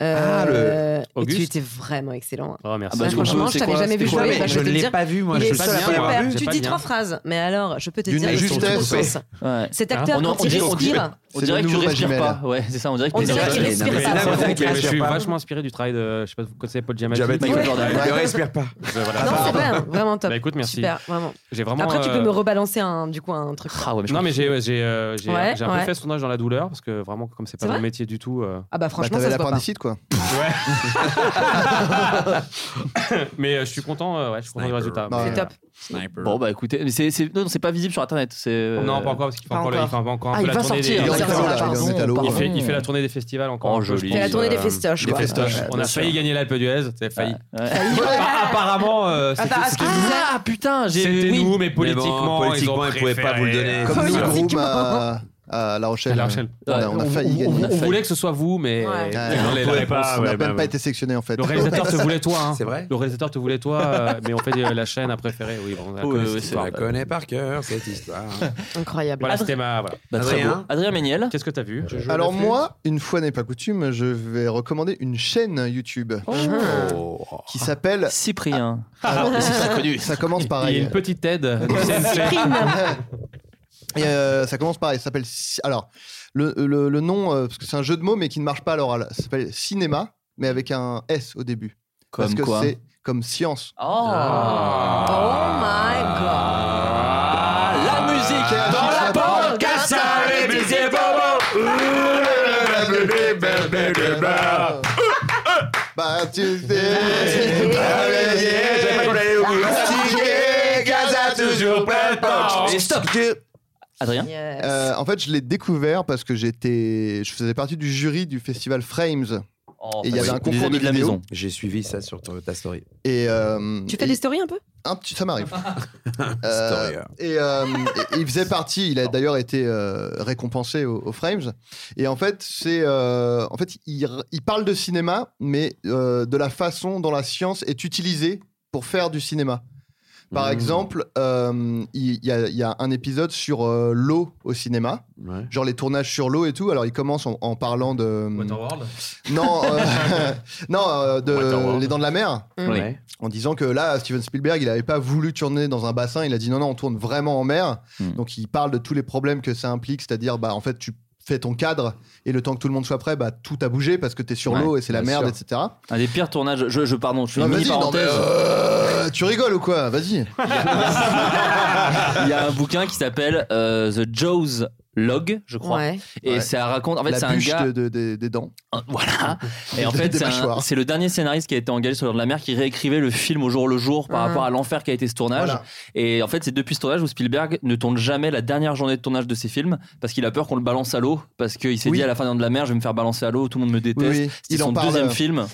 Speaker 2: Euh,
Speaker 3: Ah, le-
Speaker 2: euh, et
Speaker 4: Auguste.
Speaker 2: tu étais vraiment excellent.
Speaker 4: Oh, merci.
Speaker 6: Ah bah,
Speaker 2: Ouais,
Speaker 6: je
Speaker 2: franchement,
Speaker 6: comprends,
Speaker 2: je
Speaker 6: c'est
Speaker 2: t'avais
Speaker 6: quoi,
Speaker 2: jamais vu
Speaker 6: c'était quoi,
Speaker 2: jouer.
Speaker 6: mais
Speaker 2: bah,
Speaker 3: je
Speaker 2: peux
Speaker 3: ne
Speaker 2: te
Speaker 3: l'ai
Speaker 2: dire,
Speaker 3: pas vu moi.
Speaker 2: il
Speaker 3: je
Speaker 2: est
Speaker 3: suis pas sûr d'avoir
Speaker 4: bien.
Speaker 2: super.
Speaker 3: vu.
Speaker 4: C'est
Speaker 2: Tu
Speaker 4: pas
Speaker 2: dis
Speaker 4: bien.
Speaker 2: trois phrases, mais alors, je peux te
Speaker 3: D'une
Speaker 2: dire ils sont
Speaker 3: justesse.
Speaker 2: tous sens.
Speaker 6: Ouais.
Speaker 2: Cet
Speaker 4: Hein
Speaker 2: acteur,
Speaker 6: On en-
Speaker 2: quand
Speaker 6: on
Speaker 2: il
Speaker 6: dirait-
Speaker 2: respire,
Speaker 6: On
Speaker 7: C'est
Speaker 6: dirait
Speaker 7: le
Speaker 6: que tu
Speaker 7: nouveau
Speaker 6: respires
Speaker 7: Magimel.
Speaker 6: pas. Ouais, c'est ça, on dirait que
Speaker 2: On
Speaker 6: tu
Speaker 2: dirait qu'il
Speaker 6: respires
Speaker 2: respire
Speaker 3: non, mais
Speaker 2: pas.
Speaker 3: là, vous
Speaker 4: Je
Speaker 3: inquiétez
Speaker 4: suis
Speaker 3: pas.
Speaker 4: vachement inspiré du travail de. Je sais pas, vous connaissez Paul Giamatti
Speaker 3: Jamais
Speaker 6: Michael
Speaker 2: Ouais.
Speaker 6: Jordan.
Speaker 3: Ne respire pas.
Speaker 4: Ouais, voilà.
Speaker 2: Non, c'est vrai, vraiment top.
Speaker 4: Bah, écoute, merci.
Speaker 2: Super, vraiment.
Speaker 4: J'ai vraiment.
Speaker 2: Après, tu peux
Speaker 4: euh,
Speaker 2: me rebalancer un, du coup, un truc.
Speaker 6: Ah ouais, mais je
Speaker 4: Non, mais j'ai ouais, j'ai euh, j'ai
Speaker 2: Ouais,
Speaker 4: j'ai un
Speaker 2: ouais.
Speaker 4: peu fait ce tournage dans la douleur parce que vraiment, comme c'est
Speaker 2: C'est
Speaker 4: pas mon
Speaker 2: vrai
Speaker 4: métier du tout. euh,
Speaker 2: Ah bah
Speaker 7: Bah,
Speaker 2: franchement,
Speaker 7: T'avais
Speaker 2: ça se voit pas.
Speaker 7: l'appendicite quoi.
Speaker 4: Mais euh, je suis content. euh, ouais, je suis content
Speaker 3: Sniper.
Speaker 4: du
Speaker 6: Ah,
Speaker 4: résultat.
Speaker 7: Non,
Speaker 4: Mais,
Speaker 2: C'est top.
Speaker 3: Sniper.
Speaker 6: Bon bah écoutez, mais c'est- c'est non, c'est pas visible sur internet. C'est
Speaker 4: euh, Non, pas encore parce qu'il fait
Speaker 2: Pas
Speaker 4: encore le- il fait encore un
Speaker 6: Ah,
Speaker 4: peu
Speaker 6: il
Speaker 4: la
Speaker 6: va
Speaker 4: tournée.
Speaker 6: sortir.
Speaker 4: des-
Speaker 7: Il est en
Speaker 2: Il
Speaker 7: étalo,
Speaker 2: sort,
Speaker 7: là,
Speaker 2: pardon,
Speaker 7: il est en étalo.
Speaker 4: Il fait,
Speaker 6: pardon.
Speaker 4: il fait la tournée des festivals encore.
Speaker 6: Oh,
Speaker 4: un peu, je
Speaker 6: joli.
Speaker 4: pense.
Speaker 2: Il fait la tournée des
Speaker 4: Euh,
Speaker 2: festoches.
Speaker 7: des
Speaker 2: quoi.
Speaker 7: festoches.
Speaker 4: festoches. On
Speaker 6: bien
Speaker 4: a failli
Speaker 6: sûr.
Speaker 4: gagner l'Alpe d'Huez, c'est failli.
Speaker 6: Ouais.
Speaker 4: Apparemment, euh, c'était
Speaker 2: bah,
Speaker 4: c'était
Speaker 6: Ah putain, j'ai
Speaker 4: C'était
Speaker 6: oui.
Speaker 4: nous, mais
Speaker 3: Mais bon,
Speaker 4: politiquement,
Speaker 3: politiquement,
Speaker 4: ils, euh,
Speaker 3: ils pouvaient pas vous le donner.
Speaker 7: Comme
Speaker 2: Ah,
Speaker 7: nous,
Speaker 2: oui.
Speaker 7: Groom à, à La Rochelle.
Speaker 4: À La Rochelle.
Speaker 7: On a, on a failli
Speaker 4: on,
Speaker 7: gagner.
Speaker 4: on voulait que ce soit vous, mais
Speaker 2: Ouais.
Speaker 7: Ouais.
Speaker 4: on les l'avait pas.
Speaker 7: on n'a
Speaker 4: ouais,
Speaker 7: même
Speaker 4: bah,
Speaker 7: pas été sélectionné en fait.
Speaker 4: Le réalisateur te voulait toi. hein.
Speaker 3: C'est vrai
Speaker 4: Le réalisateur te voulait toi, euh, mais on fait euh, la chaîne à préférer. Oui, bon, on la
Speaker 6: Ouais,
Speaker 4: connaît,
Speaker 6: ouais,
Speaker 4: cette
Speaker 6: ouais,
Speaker 4: histoire.
Speaker 3: Je la connais par cœur cette histoire.
Speaker 2: Incroyable.
Speaker 4: Voilà, c'était ma. Voilà.
Speaker 6: Bah, très
Speaker 3: Adrien
Speaker 6: beau. Adrien Méniel.
Speaker 4: Qu'est-ce que t'as vu
Speaker 7: Alors moi, une fois n'est pas coutume, je vais recommander une chaîne YouTube
Speaker 6: Oh.
Speaker 7: Oh. qui s'appelle.
Speaker 6: Cyprien.
Speaker 4: Ah,
Speaker 7: Alors,
Speaker 6: Ah, C'est très connu.
Speaker 7: Ça commence
Speaker 4: Il y a
Speaker 7: pareil.
Speaker 4: une petite aide. du CNC.
Speaker 7: Et, euh, ça commence pareil. Ça s'appelle. Ci- Alors le, le- le nom euh, parce que c'est un jeu de mots mais qui ne marche pas à l'oral. Ça s'appelle cinéma mais avec un S au début.
Speaker 6: Comme
Speaker 7: parce que
Speaker 6: quoi
Speaker 7: c'est comme science.
Speaker 6: Oh.
Speaker 2: Oh my god.
Speaker 3: Ah.
Speaker 6: La musique
Speaker 7: Quel
Speaker 6: dans la
Speaker 7: artiste
Speaker 6: porte.
Speaker 7: Bah tu sais. Oh.
Speaker 6: Et stop. Adrien.
Speaker 2: Yes.
Speaker 7: Euh, en fait, je l'ai découvert parce que j'étais, je faisais partie du jury du festival Frames Et il y avait un concours de
Speaker 6: Oh, de la
Speaker 7: vidéo.
Speaker 6: maison.
Speaker 3: J'ai suivi ça sur ton- ta story.
Speaker 7: Et, euh,
Speaker 2: Tu fais
Speaker 7: et-
Speaker 2: des stories un peu
Speaker 7: un petit, ça m'arrive. Euh, et, euh, et- et il faisait partie. Il a d'ailleurs été euh, récompensé au- aux Frames. Et en fait, c'est euh, en fait, il, r- il parle de cinéma, mais euh, de la façon dont la science est utilisée pour faire du cinéma. Par
Speaker 3: Mmh.
Speaker 7: exemple, euh, il il y, a- il y a un épisode sur euh, l'eau au cinéma,
Speaker 3: Ouais.
Speaker 7: genre les tournages sur l'eau et tout. Alors, il commence en, en parlant de euh,
Speaker 4: Waterworld.
Speaker 7: non, euh, non, euh, de
Speaker 3: Waterworld.
Speaker 7: les dents de la mer
Speaker 6: Oui.
Speaker 3: Ouais.
Speaker 7: en disant que là, Steven Spielberg, il n'avait pas voulu tourner dans un bassin. Il a dit non, non, on tourne vraiment en mer.
Speaker 6: Mm.
Speaker 7: Donc, il parle de tous les problèmes que ça implique, c'est-à-dire, bah, en fait, tu fais ton cadre et le temps que tout le monde soit prêt, bah, tout a bougé parce que t'es sur
Speaker 6: Ouais,
Speaker 7: l'eau et c'est la
Speaker 3: bien
Speaker 7: merde,
Speaker 3: sûr.
Speaker 7: etc.
Speaker 6: Un des pires tournages. Je, je pardon, je fais
Speaker 7: Non,
Speaker 6: une
Speaker 7: vas-y,
Speaker 6: mini
Speaker 7: non,
Speaker 6: parenthèse.
Speaker 7: mais, euh, tu rigoles ou quoi Vas-y.
Speaker 6: Il y a un bouquin qui s'appelle euh, The Joe's Log, je crois.
Speaker 2: Ouais.
Speaker 6: Et
Speaker 7: Ouais.
Speaker 6: ça raconte. En fait, c'est
Speaker 7: la
Speaker 6: un
Speaker 7: bûche
Speaker 6: gars.
Speaker 7: de- de- des- des dents.
Speaker 6: un- Voilà. Et en
Speaker 7: Des-
Speaker 6: fait,
Speaker 7: des
Speaker 6: c'est un-
Speaker 7: mâchoires.
Speaker 6: c'est le dernier scénariste qui a été engagé sur le bord de la mer qui réécrivait le film au jour le jour par
Speaker 2: Ah.
Speaker 6: rapport à l'enfer qu'a été ce tournage.
Speaker 7: Voilà.
Speaker 6: Et en fait, c'est depuis ce tournage où Spielberg ne tourne jamais la dernière journée de tournage de ses films parce qu'il a peur qu'on le balance à l'eau. Parce qu'il s'est
Speaker 7: Oui.
Speaker 6: dit à la fin de la mer, je vais me faire balancer à l'eau, tout le monde me
Speaker 7: Oui,
Speaker 6: déteste.
Speaker 7: oui,
Speaker 6: C'est
Speaker 7: il
Speaker 6: son
Speaker 7: en parle. euh,
Speaker 6: deuxième film.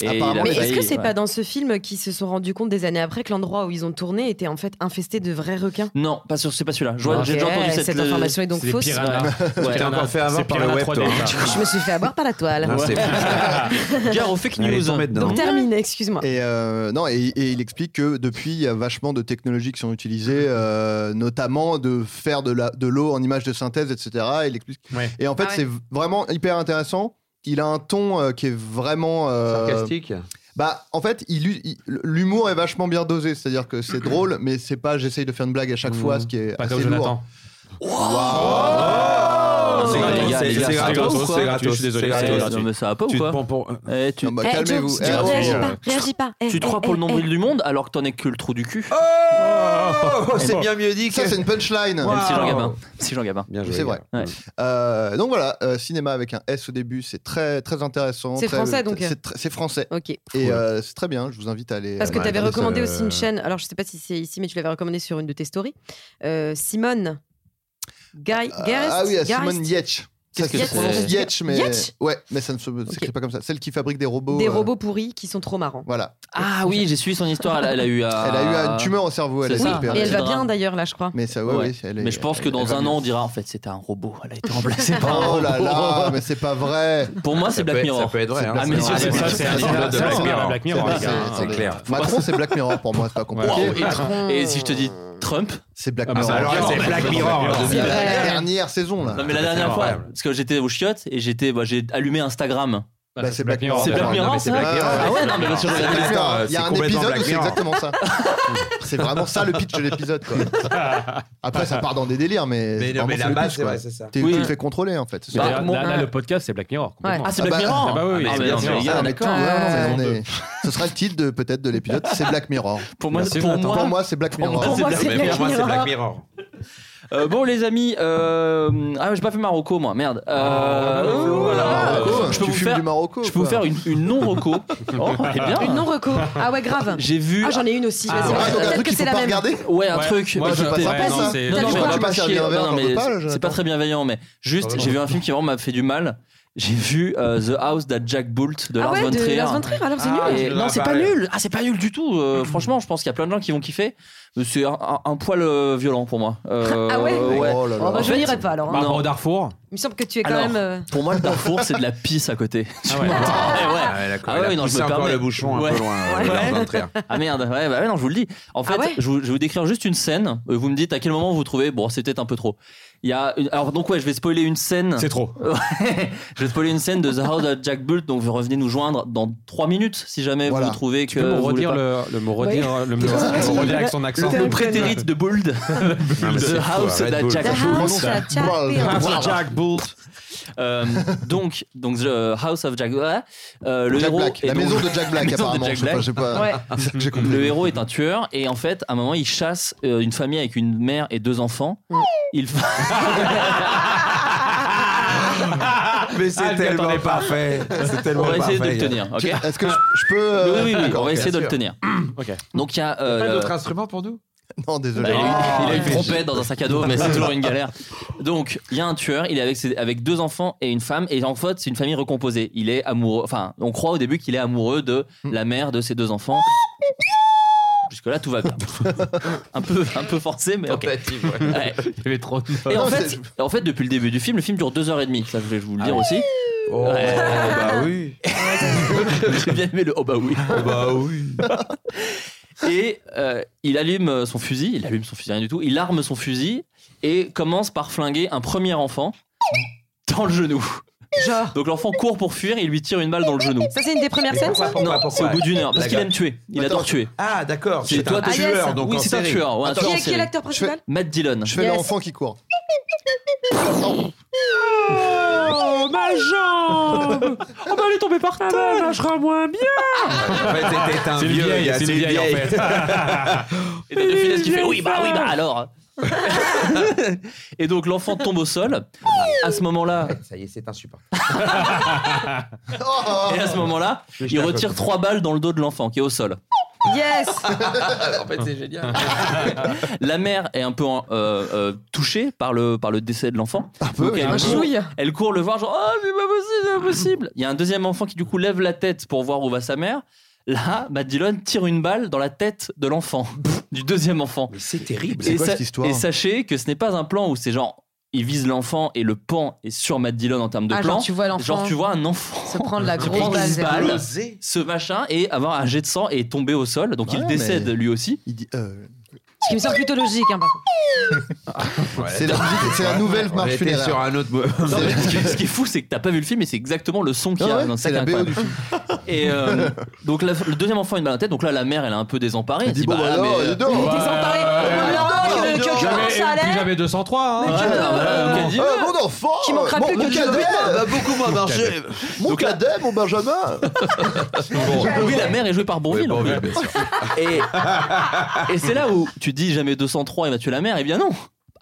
Speaker 6: Et
Speaker 7: Apparemment,
Speaker 6: il a
Speaker 7: Ah,
Speaker 2: Mais
Speaker 6: failli-
Speaker 2: est-ce que c'est
Speaker 6: ouais.
Speaker 2: pas dans ce film qu'ils se sont rendus compte des années après que l'endroit où ils ont tourné était en fait infesté de vrais requins
Speaker 6: Non, pas sur, c'est pas celui-là. Je vois-
Speaker 4: Ok,
Speaker 6: J'ai déjà entendu cette, euh,
Speaker 2: cette information est donc
Speaker 4: C'est des
Speaker 2: fausse.
Speaker 4: piranhas.
Speaker 6: Ouais.
Speaker 4: Piranhas.
Speaker 3: encore fait avoir
Speaker 4: C'est
Speaker 3: par le
Speaker 4: Piranha
Speaker 3: web,
Speaker 4: 3D,
Speaker 3: toi.
Speaker 7: hein.
Speaker 3: hein.
Speaker 4: ça.
Speaker 2: Je me suis fait avoir par la toile.
Speaker 6: Ah,
Speaker 3: Non, c'est-
Speaker 6: Gare aux fake
Speaker 3: Elle est
Speaker 6: news. hein.
Speaker 3: tombée dedans.
Speaker 2: Donc termine, excuse-moi.
Speaker 7: Et euh, non, et, et il explique que depuis, il y a vachement de technologies qui sont utilisées, euh, notamment de faire de la- de l'eau en image de synthèse, etc. Il explique.
Speaker 4: Ouais.
Speaker 7: Et en fait,
Speaker 2: Ah ouais.
Speaker 7: c'est v- vraiment hyper intéressant. Il a un ton euh, qui est vraiment. euh,
Speaker 3: Sarcastique.
Speaker 7: bah, en fait, il u- il- l'humour est vachement bien dosé. C'est-à-dire que c'est drôle, mais c'est pas j'essaye de faire une blague à chaque
Speaker 6: Mmh.
Speaker 7: fois, ce qui est
Speaker 4: Pas
Speaker 7: assez
Speaker 4: comme
Speaker 7: lourd.
Speaker 4: Jonathan.
Speaker 6: C'est
Speaker 3: gratos,
Speaker 6: les gars, les
Speaker 3: c'est-
Speaker 6: gars,
Speaker 3: c'est
Speaker 6: ça va
Speaker 3: gratos,
Speaker 6: ou quoi
Speaker 3: c'est gratos,
Speaker 4: Je suis désolé,
Speaker 3: c'est
Speaker 6: Ah,
Speaker 4: c'est
Speaker 6: non,
Speaker 3: gratos.
Speaker 6: mais ça va pas ou
Speaker 3: Tu te
Speaker 6: prends-
Speaker 3: prends pour. euh,
Speaker 6: Eh, tu,
Speaker 7: Non, bah,
Speaker 2: Eh,
Speaker 7: calmez-vous.
Speaker 2: Jones,
Speaker 7: Eh,
Speaker 2: Jones,
Speaker 7: oh,
Speaker 2: réagis
Speaker 7: euh,
Speaker 2: pas, réagis pas. Eh,
Speaker 6: tu te
Speaker 2: eh,
Speaker 6: crois pour
Speaker 2: eh,
Speaker 6: le nombril du monde alors que t'en es que le trou du cul.
Speaker 3: Oh, c'est
Speaker 6: Eh,
Speaker 3: bien mieux dit que.
Speaker 7: Ça, c'est une punchline.
Speaker 6: Même si Jean
Speaker 3: wow.
Speaker 6: Gabin. Si Jean Gabin.
Speaker 3: Bien joué,
Speaker 7: C'est vrai.
Speaker 3: gars.
Speaker 6: Ouais.
Speaker 7: Euh, donc voilà, euh, cinéma avec un S au début, c'est très très intéressant.
Speaker 2: C'est
Speaker 7: très- euh,
Speaker 2: français, donc.
Speaker 7: C'est tr- c'est français.
Speaker 2: eh. Ok.
Speaker 7: Et euh, c'est très bien, je vous invite à aller.
Speaker 2: Parce que
Speaker 3: Ouais,
Speaker 2: tu avais
Speaker 3: regardez
Speaker 2: recommandé
Speaker 3: ça,
Speaker 2: aussi
Speaker 3: euh,
Speaker 2: une chaîne, alors je sais pas si c'est ici, mais tu l'avais recommandé sur une de tes stories. Euh, Simone. Guy,
Speaker 7: Euh,
Speaker 2: Gerst-
Speaker 7: ah oui, à
Speaker 2: Gerst-
Speaker 7: Simone Yetch. Ça
Speaker 6: Qu'est-ce que
Speaker 7: se
Speaker 6: c'est
Speaker 7: prononce Yetch, mais.
Speaker 2: Yetch
Speaker 7: ouais, mais ça ne se- s'écrit pas comme ça. Celle qui fabrique des robots.
Speaker 2: Des
Speaker 7: euh,
Speaker 2: robots pourris qui sont trop marrants.
Speaker 7: Voilà.
Speaker 6: Ah oui, j'ai suivi son histoire. Elle, a- elle a eu. euh,
Speaker 7: Elle a eu une tumeur au cerveau, elle
Speaker 6: c'est
Speaker 7: est
Speaker 6: ça.
Speaker 2: Oui,
Speaker 7: opérée.
Speaker 2: et elle va
Speaker 6: C'est
Speaker 2: bien
Speaker 6: drôle.
Speaker 2: d'ailleurs, là, je crois.
Speaker 7: Mais ça, ouais,
Speaker 6: Ouais.
Speaker 7: ouais, elle est-
Speaker 6: Mais je pense que
Speaker 7: elle- elle
Speaker 6: dans
Speaker 7: va
Speaker 6: un
Speaker 7: mieux.
Speaker 6: an, on dira en fait c'était un robot. Elle a été remplacée par un
Speaker 7: Oh là
Speaker 6: robot.
Speaker 7: là, mais c'est pas vrai.
Speaker 6: Pour moi, c'est
Speaker 3: Ça peut
Speaker 6: Black
Speaker 3: être- Ça
Speaker 6: Mirror.
Speaker 3: peut être vrai. hein.
Speaker 6: Ah, mais
Speaker 3: Ça,
Speaker 6: c'est-
Speaker 4: Ça, c'est un épisode de
Speaker 3: Ça,
Speaker 4: Black
Speaker 3: c'est-
Speaker 4: Mirror, Black Mirror, les
Speaker 7: C'est-
Speaker 4: gars.
Speaker 3: c'est clair.
Speaker 7: Macron, c'est Black Mirror pour moi, c'est pas compliqué.
Speaker 4: Ouais.
Speaker 6: Et si je te dis Trump
Speaker 7: C'est Black
Speaker 4: Ah, bah,
Speaker 7: Mirror.
Speaker 4: alors là,
Speaker 3: Alors,
Speaker 4: c'est
Speaker 3: c'est
Speaker 4: Black
Speaker 3: Black Mirror.
Speaker 4: Mirror.
Speaker 7: C'est
Speaker 2: vrai.
Speaker 7: la dernière saison là.
Speaker 6: Non mais la
Speaker 3: c'est
Speaker 6: dernière fois,
Speaker 3: incroyable.
Speaker 6: parce que j'étais aux chiottes et j'étais, bah, j'ai allumé Instagram.
Speaker 7: Bah, c'est Black Mirror.
Speaker 6: C'est Black
Speaker 7: Non, mais
Speaker 6: Mirror,
Speaker 7: c'est
Speaker 6: ça
Speaker 7: Black Mirror.
Speaker 6: Ah ouais,
Speaker 7: C'est
Speaker 6: non mais parce que je
Speaker 7: Black
Speaker 6: regardais-
Speaker 7: Mirror.
Speaker 3: euh,
Speaker 7: Il y a
Speaker 3: c'est
Speaker 7: un
Speaker 3: complètement
Speaker 7: épisode où
Speaker 3: Black
Speaker 7: c'est
Speaker 3: Mirror.
Speaker 7: exactement ça. c'est vraiment ça le pitch de l'épisode. quoi. Après, ça part dans des délires, mais.
Speaker 3: Mais
Speaker 7: vraiment,
Speaker 3: mais
Speaker 7: c'est
Speaker 3: la
Speaker 7: le
Speaker 3: base,
Speaker 7: pitch,
Speaker 3: c'est
Speaker 7: quoi.
Speaker 3: vrai, c'est ça.
Speaker 7: T'es-
Speaker 6: Oui.
Speaker 7: Tu te fais contrôler en fait.
Speaker 6: Bah,
Speaker 4: Là,
Speaker 6: mon-
Speaker 4: là, le podcast, c'est Black Mirror. complètement.
Speaker 6: Ah c'est
Speaker 7: Ah
Speaker 6: Black
Speaker 7: bah-
Speaker 6: Mirror
Speaker 4: Ah bah oui, oui,
Speaker 6: Ah,
Speaker 4: c'est
Speaker 6: mais
Speaker 4: Black
Speaker 6: non, mais
Speaker 4: Mirror.
Speaker 6: les gars,
Speaker 7: Ah, mais
Speaker 6: d'accord.
Speaker 7: putain, ouais, non, mais
Speaker 2: Euh,
Speaker 7: on est- Ce sera le titre de- peut-être de l'épisode, c'est Black Mirror.
Speaker 6: Pour moi,
Speaker 4: Merci,
Speaker 6: pour
Speaker 4: Jonathan.
Speaker 6: moi,
Speaker 7: Pour moi, c'est Black Mirror.
Speaker 6: moi,
Speaker 2: Pour moi,
Speaker 6: Black
Speaker 2: c'est
Speaker 3: Mais
Speaker 2: Black
Speaker 3: pour moi, c'est Black
Speaker 2: Mirror.
Speaker 3: Mirror.
Speaker 6: Euh, bon les amis, euh... ah j'ai pas fait Marocco moi, merde. Euh, voilà.
Speaker 7: Marocco,
Speaker 6: je peux
Speaker 7: tu
Speaker 6: vous
Speaker 7: fumes
Speaker 6: faire,
Speaker 7: du Marocco,
Speaker 6: je peux vous
Speaker 7: quoi.
Speaker 6: faire une, une non roco. Oh, eh bien.
Speaker 2: Une non-reco. Ah ouais, grave.
Speaker 6: J'ai vu.
Speaker 2: Ah, j'en ai une aussi. vas-y.
Speaker 7: Ah, donc un
Speaker 2: Peut-être
Speaker 7: truc
Speaker 2: que
Speaker 7: qu'il
Speaker 2: c'est
Speaker 7: faut
Speaker 2: la
Speaker 7: pas
Speaker 2: même.
Speaker 7: regarder
Speaker 6: Ouais, un
Speaker 4: Ouais.
Speaker 6: truc.
Speaker 4: Moi,
Speaker 6: je
Speaker 4: je
Speaker 7: pas
Speaker 6: t'ai-
Speaker 7: ça,
Speaker 4: ouais,
Speaker 7: pas
Speaker 4: non,
Speaker 7: ça. T'as
Speaker 4: c'est-
Speaker 6: Non,
Speaker 7: vu
Speaker 6: non, mais
Speaker 7: quoi,
Speaker 6: on
Speaker 7: tu
Speaker 6: va
Speaker 7: m'as
Speaker 6: pas
Speaker 7: servi
Speaker 6: chier.
Speaker 7: un verre
Speaker 6: Non, non,
Speaker 7: dans le
Speaker 6: mais
Speaker 7: pas, là,
Speaker 6: c'est
Speaker 7: Jonathan
Speaker 6: pas très bienveillant, mais
Speaker 7: Ah
Speaker 6: juste,
Speaker 7: ouais.
Speaker 6: j'ai vu un film qui vraiment m'a fait du mal. J'ai vu euh, The House d'At Jack Boult de
Speaker 2: Ah
Speaker 6: Lars
Speaker 2: ouais,
Speaker 6: von
Speaker 2: de
Speaker 6: Trier.
Speaker 2: Lars von Trier, alors c'est
Speaker 3: Ah,
Speaker 2: nul.
Speaker 6: Et-
Speaker 3: je l'ai
Speaker 6: non, c'est pas
Speaker 3: parlé.
Speaker 6: nul. Ah, c'est pas nul du tout. Euh, franchement, je pense qu'il y a plein de gens qui vont kiffer. C'est un, un- un poil euh, violent pour moi. Euh,
Speaker 2: Ah ouais
Speaker 7: Oh là là.
Speaker 2: Oh, bah,
Speaker 6: En
Speaker 2: je
Speaker 6: fait-
Speaker 2: n'irai pas alors. hein.
Speaker 4: Par rapport
Speaker 6: Non.
Speaker 4: au Darfour.
Speaker 2: Il me semble que tu es quand
Speaker 6: Alors,
Speaker 2: même. euh,
Speaker 6: Pour moi, le Darfour, c'est de la pisse à côté. Tu
Speaker 4: Ah ouais.
Speaker 6: m'entends Ouais, ouais.
Speaker 3: Ah, elle a-
Speaker 6: Ah
Speaker 3: elle a
Speaker 6: ouais, non, je
Speaker 3: poussé
Speaker 6: me
Speaker 3: encore
Speaker 6: permets.
Speaker 3: le bouchon un
Speaker 6: Ouais.
Speaker 3: peu loin. euh,
Speaker 6: Ouais.
Speaker 3: Lars von Trier.
Speaker 6: Ah merde, ouais, bah ouais, non, je vous le dis. En fait,
Speaker 2: Ah ouais
Speaker 6: je, vous- je vais vous décrire juste une scène. Euh, Vous me dites à quel moment vous trouvez. Bon, c'est peut-être un peu trop. Il y a une- Alors, donc, ouais, je vais spoiler une scène.
Speaker 4: C'est trop.
Speaker 6: Ouais. je vais spoiler une scène de The House of Jack Bull. Donc, vous revenez nous joindre dans 3 minutes si jamais
Speaker 7: Voilà.
Speaker 6: vous trouvez que.
Speaker 4: Tu peux me
Speaker 6: vous voulez
Speaker 4: redire
Speaker 6: pas.
Speaker 4: le, le mot redire, le mot le mot redire avec son accent.
Speaker 6: Le prétérite de Bold.
Speaker 3: Non, mais
Speaker 6: The
Speaker 3: c'est fou,
Speaker 6: House
Speaker 3: arrête,
Speaker 6: of
Speaker 3: Bull.
Speaker 6: Jack
Speaker 2: The
Speaker 6: Bull.
Speaker 2: House of Jack Bull.
Speaker 4: Jack Bolt.
Speaker 6: Euh, donc, donc, The House of Jack. ouais. Euh, le
Speaker 7: Jack
Speaker 6: héros
Speaker 7: Black.
Speaker 6: est
Speaker 7: La
Speaker 6: donc-
Speaker 7: maison de Jack Black,
Speaker 6: La maison de
Speaker 7: apparemment.
Speaker 6: Jack
Speaker 7: Je sais pas,
Speaker 6: Black.
Speaker 7: je sais pas.
Speaker 2: Ouais.
Speaker 7: C'est ça que j'ai compris.
Speaker 6: Le héros est un tueur et en fait, à un moment, il chasse euh, une famille avec une mère et deux enfants. Il
Speaker 3: Mais
Speaker 4: Ah,
Speaker 3: c'est
Speaker 4: lui,
Speaker 3: tellement
Speaker 4: attendez pas.
Speaker 3: parfait. C'est tellement
Speaker 6: on va essayer de
Speaker 3: parfait,
Speaker 6: le
Speaker 3: gars.
Speaker 6: tenir, ok
Speaker 7: Tu- Est-ce que je, je peux. euh,
Speaker 6: Oui, oui, oui,
Speaker 7: d'accord,
Speaker 6: on va
Speaker 7: ok,
Speaker 6: essayer de le
Speaker 7: sûr.
Speaker 6: tenir.
Speaker 4: Ok.
Speaker 6: Donc il y a.
Speaker 3: Pas
Speaker 6: euh,
Speaker 3: d'autres instruments pour nous
Speaker 7: Non, désolé.
Speaker 6: il a, une- il a une
Speaker 7: Oh,
Speaker 6: trompette dans un sac à dos, mais c'est toujours une galère. Donc, il y a un tueur, il est avec, ses- avec deux enfants et une femme, et en fait, c'est une famille recomposée. Il est amoureux, enfin, on croit au début qu'il est amoureux de la mère de ses deux enfants. Jusque-là, tout va bien. un, peu, un peu forcé, mais ok. Ouais.
Speaker 4: avait trop de
Speaker 6: Et en
Speaker 7: Non,
Speaker 6: fait, en fait, depuis le début du film, le film dure deux heures et demie. Ça, je vais vous le dire aussi.
Speaker 3: Oh,
Speaker 6: Ouais.
Speaker 3: bah oui.
Speaker 6: J'ai bien aimé le oh bah oui.
Speaker 3: Oh, bah oui.
Speaker 6: Et euh, il allume euh, son fusil, il allume son fusil, rien du tout, il arme son fusil et commence par flinguer un premier enfant dans le genou.
Speaker 2: Genre.
Speaker 6: Donc l'enfant court pour fuir et il lui tire une balle dans le genou.
Speaker 2: Ça, c'est une des premières
Speaker 3: Mais
Speaker 2: scènes,
Speaker 3: pourquoi,
Speaker 2: ça
Speaker 3: pourquoi,
Speaker 6: Non, c'est au
Speaker 3: pourquoi
Speaker 6: bout d'une heure. Parce
Speaker 3: La
Speaker 6: qu'il
Speaker 3: gueule.
Speaker 6: aime tuer. Il adore
Speaker 7: Attends.
Speaker 6: tuer.
Speaker 3: Ah, d'accord.
Speaker 6: C'est
Speaker 3: C'est
Speaker 6: toi,
Speaker 3: un
Speaker 6: t'es
Speaker 3: tueur,
Speaker 2: yes.
Speaker 3: donc
Speaker 6: oui,
Speaker 3: en
Speaker 6: c'est un
Speaker 3: série.
Speaker 6: tueur. ouais, un
Speaker 2: Qui
Speaker 6: tueur en
Speaker 2: est, qui est
Speaker 6: série.
Speaker 2: l'acteur principal
Speaker 6: Matt Dillon.
Speaker 7: Je fais
Speaker 2: Yes.
Speaker 7: l'enfant qui court.
Speaker 4: Oh, ma jambe Oh, bah, elle est tombée par terre, je serai moins bien
Speaker 3: En fait, c'était un
Speaker 4: C'est une
Speaker 3: vieux.
Speaker 4: vieille,
Speaker 3: gars,
Speaker 4: c'est une vieille, en fait.
Speaker 6: Et t'as De Funès qui fait
Speaker 4: vieille
Speaker 6: oui bah oui
Speaker 4: femme.
Speaker 6: bah alors. et donc l'enfant tombe au sol. À ce moment-là,
Speaker 3: Ça y est, c'est insupportable.
Speaker 7: Oh,
Speaker 6: et à ce moment-là, il retire trois balles dans le dos de l'enfant qui est au sol.
Speaker 2: Yes Ah,
Speaker 3: En fait, c'est génial.
Speaker 6: hein. La mère est un peu en- euh, euh, touchée par le, par le décès de l'enfant. Donc,
Speaker 7: oui,
Speaker 6: elle,
Speaker 7: un
Speaker 6: court, elle court le voir, genre Oh, c'est pas possible, c'est pas possible. Il y a un deuxième enfant qui, du coup, lève la tête pour voir où va sa mère. Là, Matt Dillon tire une balle dans la tête de l'enfant, du deuxième enfant.
Speaker 3: Mais c'est terrible.
Speaker 7: C'est
Speaker 6: Et
Speaker 7: quoi cette histoire
Speaker 6: Et sachez que ce n'est pas un plan où c'est genre il vise l'enfant et le pan est sur Matt Dillon en termes de
Speaker 2: Ah,
Speaker 6: plan.
Speaker 2: genre, tu vois l'enfant
Speaker 6: Genre, tu vois un enfant
Speaker 2: se prendre la
Speaker 6: se
Speaker 2: grosse
Speaker 6: prendre
Speaker 2: balle.
Speaker 6: une
Speaker 2: zéro.
Speaker 6: balle,
Speaker 3: Osé.
Speaker 6: ce machin, et avoir un jet de sang et tomber au sol. Donc
Speaker 7: Ouais,
Speaker 6: il décède
Speaker 7: mais-
Speaker 6: lui aussi.
Speaker 7: Il dit, euh,
Speaker 2: Ce qui me semble plutôt logique, hein, par contre.
Speaker 7: c'est la, musique- c'est la nouvelle
Speaker 3: On
Speaker 7: marche
Speaker 3: était
Speaker 7: funéraire.
Speaker 3: sur un autre mot.
Speaker 6: Non, mais ce, qui, ce qui est fou, c'est que t'as pas vu le film, mais c'est exactement le son qu'il y
Speaker 7: Ah
Speaker 6: a
Speaker 7: ouais,
Speaker 6: dans
Speaker 7: c'est
Speaker 6: ça
Speaker 7: la
Speaker 6: qui est
Speaker 7: BO du
Speaker 6: incroyable.
Speaker 7: film.
Speaker 6: Et euh, donc la- le deuxième enfant a une balle à la tête, donc là la mère elle est un peu désemparée.
Speaker 7: Il dit, bon, bah
Speaker 6: là, mais,
Speaker 7: alors,
Speaker 6: euh,
Speaker 7: dis donc.
Speaker 2: Il était
Speaker 4: Ouais.
Speaker 2: sans parler. Au bout de leur an,
Speaker 7: Ouais.
Speaker 2: que- que- que
Speaker 7: Jamais-
Speaker 2: comment ça allait
Speaker 4: j'avais 203, hein.
Speaker 6: ouais, non, voilà, donc elle dit,
Speaker 7: Ah,
Speaker 6: euh,
Speaker 7: mon enfant
Speaker 2: Qui manquera
Speaker 7: mon,
Speaker 2: plus que
Speaker 7: mon
Speaker 2: du
Speaker 7: cadet,
Speaker 2: Doberman.
Speaker 7: va beaucoup moins marcher. Mon cadet, mon Benjamin
Speaker 6: bon, oui, la mère est jouée par Bourvil. en fait. et et c'est là où tu dis jamais 203 il va tuer la mère, et Eh bien non.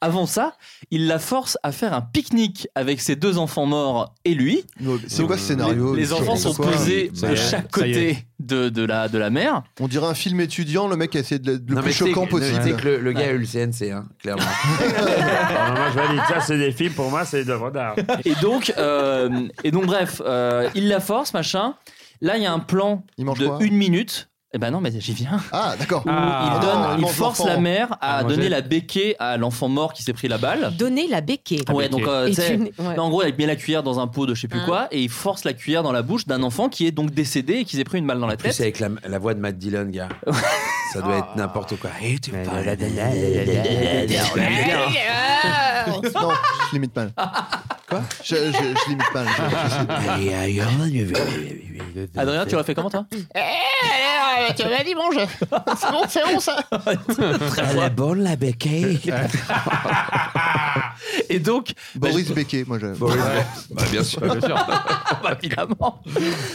Speaker 6: Avant ça, il la force à faire un pique-nique avec ses deux enfants morts et lui.
Speaker 7: C'est quoi ce
Speaker 6: Les,
Speaker 7: scénario
Speaker 6: les
Speaker 7: Je
Speaker 6: enfants
Speaker 7: sais
Speaker 6: sont
Speaker 7: pas quoi.
Speaker 6: posés
Speaker 4: Ça
Speaker 6: de
Speaker 4: y est,
Speaker 6: chaque
Speaker 4: ça y est.
Speaker 6: côté de, de la, de la mère.
Speaker 7: On dirait un film étudiant, le mec a essayé de le- de le
Speaker 3: Non,
Speaker 7: plus
Speaker 3: mais tu sais
Speaker 7: choquant
Speaker 3: que- Tu sais que
Speaker 7: possible.
Speaker 3: le, le gars a eu le CNC, hein, clairement.
Speaker 10: Ah, moi, je valide. Ça, c'est des films. Pour moi, c'est des œuvres d'art.
Speaker 6: Et donc, euh, et donc bref, euh, il la force, machin. Là, il y a un plan
Speaker 7: Il mange
Speaker 6: de
Speaker 7: quoi
Speaker 6: une minute. Eh ben non, mais j'y viens.
Speaker 7: Ah, d'accord.
Speaker 6: Où
Speaker 4: Ah,
Speaker 6: il, donne-
Speaker 7: elle
Speaker 6: il
Speaker 7: mange
Speaker 6: force
Speaker 7: l'enfant.
Speaker 6: la mère à
Speaker 4: À manger.
Speaker 6: donner la béquée à l'enfant mort qui s'est pris la balle.
Speaker 2: Donner la béquée.
Speaker 6: Ouais, donc euh,
Speaker 2: Et
Speaker 6: tu sais,
Speaker 2: tu n'es- ouais.
Speaker 6: non, en gros, elle met la cuillère dans un pot de je sais plus
Speaker 2: Hein.
Speaker 6: quoi et il force la cuillère dans la bouche d'un enfant qui est donc décédé et qui s'est pris une balle dans la
Speaker 3: En plus,
Speaker 6: tête.
Speaker 3: avec la, la voix de Matt Dillon, gars. Ça doit
Speaker 6: Ah.
Speaker 3: être n'importe quoi. Et tu parles-
Speaker 7: Non, je l'imite mal. Quoi je, je, je l'imite mal. Je-
Speaker 6: Adrien, tu l'as fait comment toi
Speaker 2: Eh, tu m'as dit manger. C'est bon, c'est bon ça.
Speaker 3: Elle est bonne, la béquille.
Speaker 6: Et donc,
Speaker 7: je-
Speaker 4: Bah,
Speaker 7: Boris Becker, moi je.
Speaker 3: Bon, oui,
Speaker 9: euh,
Speaker 3: bah, bien sûr.
Speaker 6: bah, évidemment.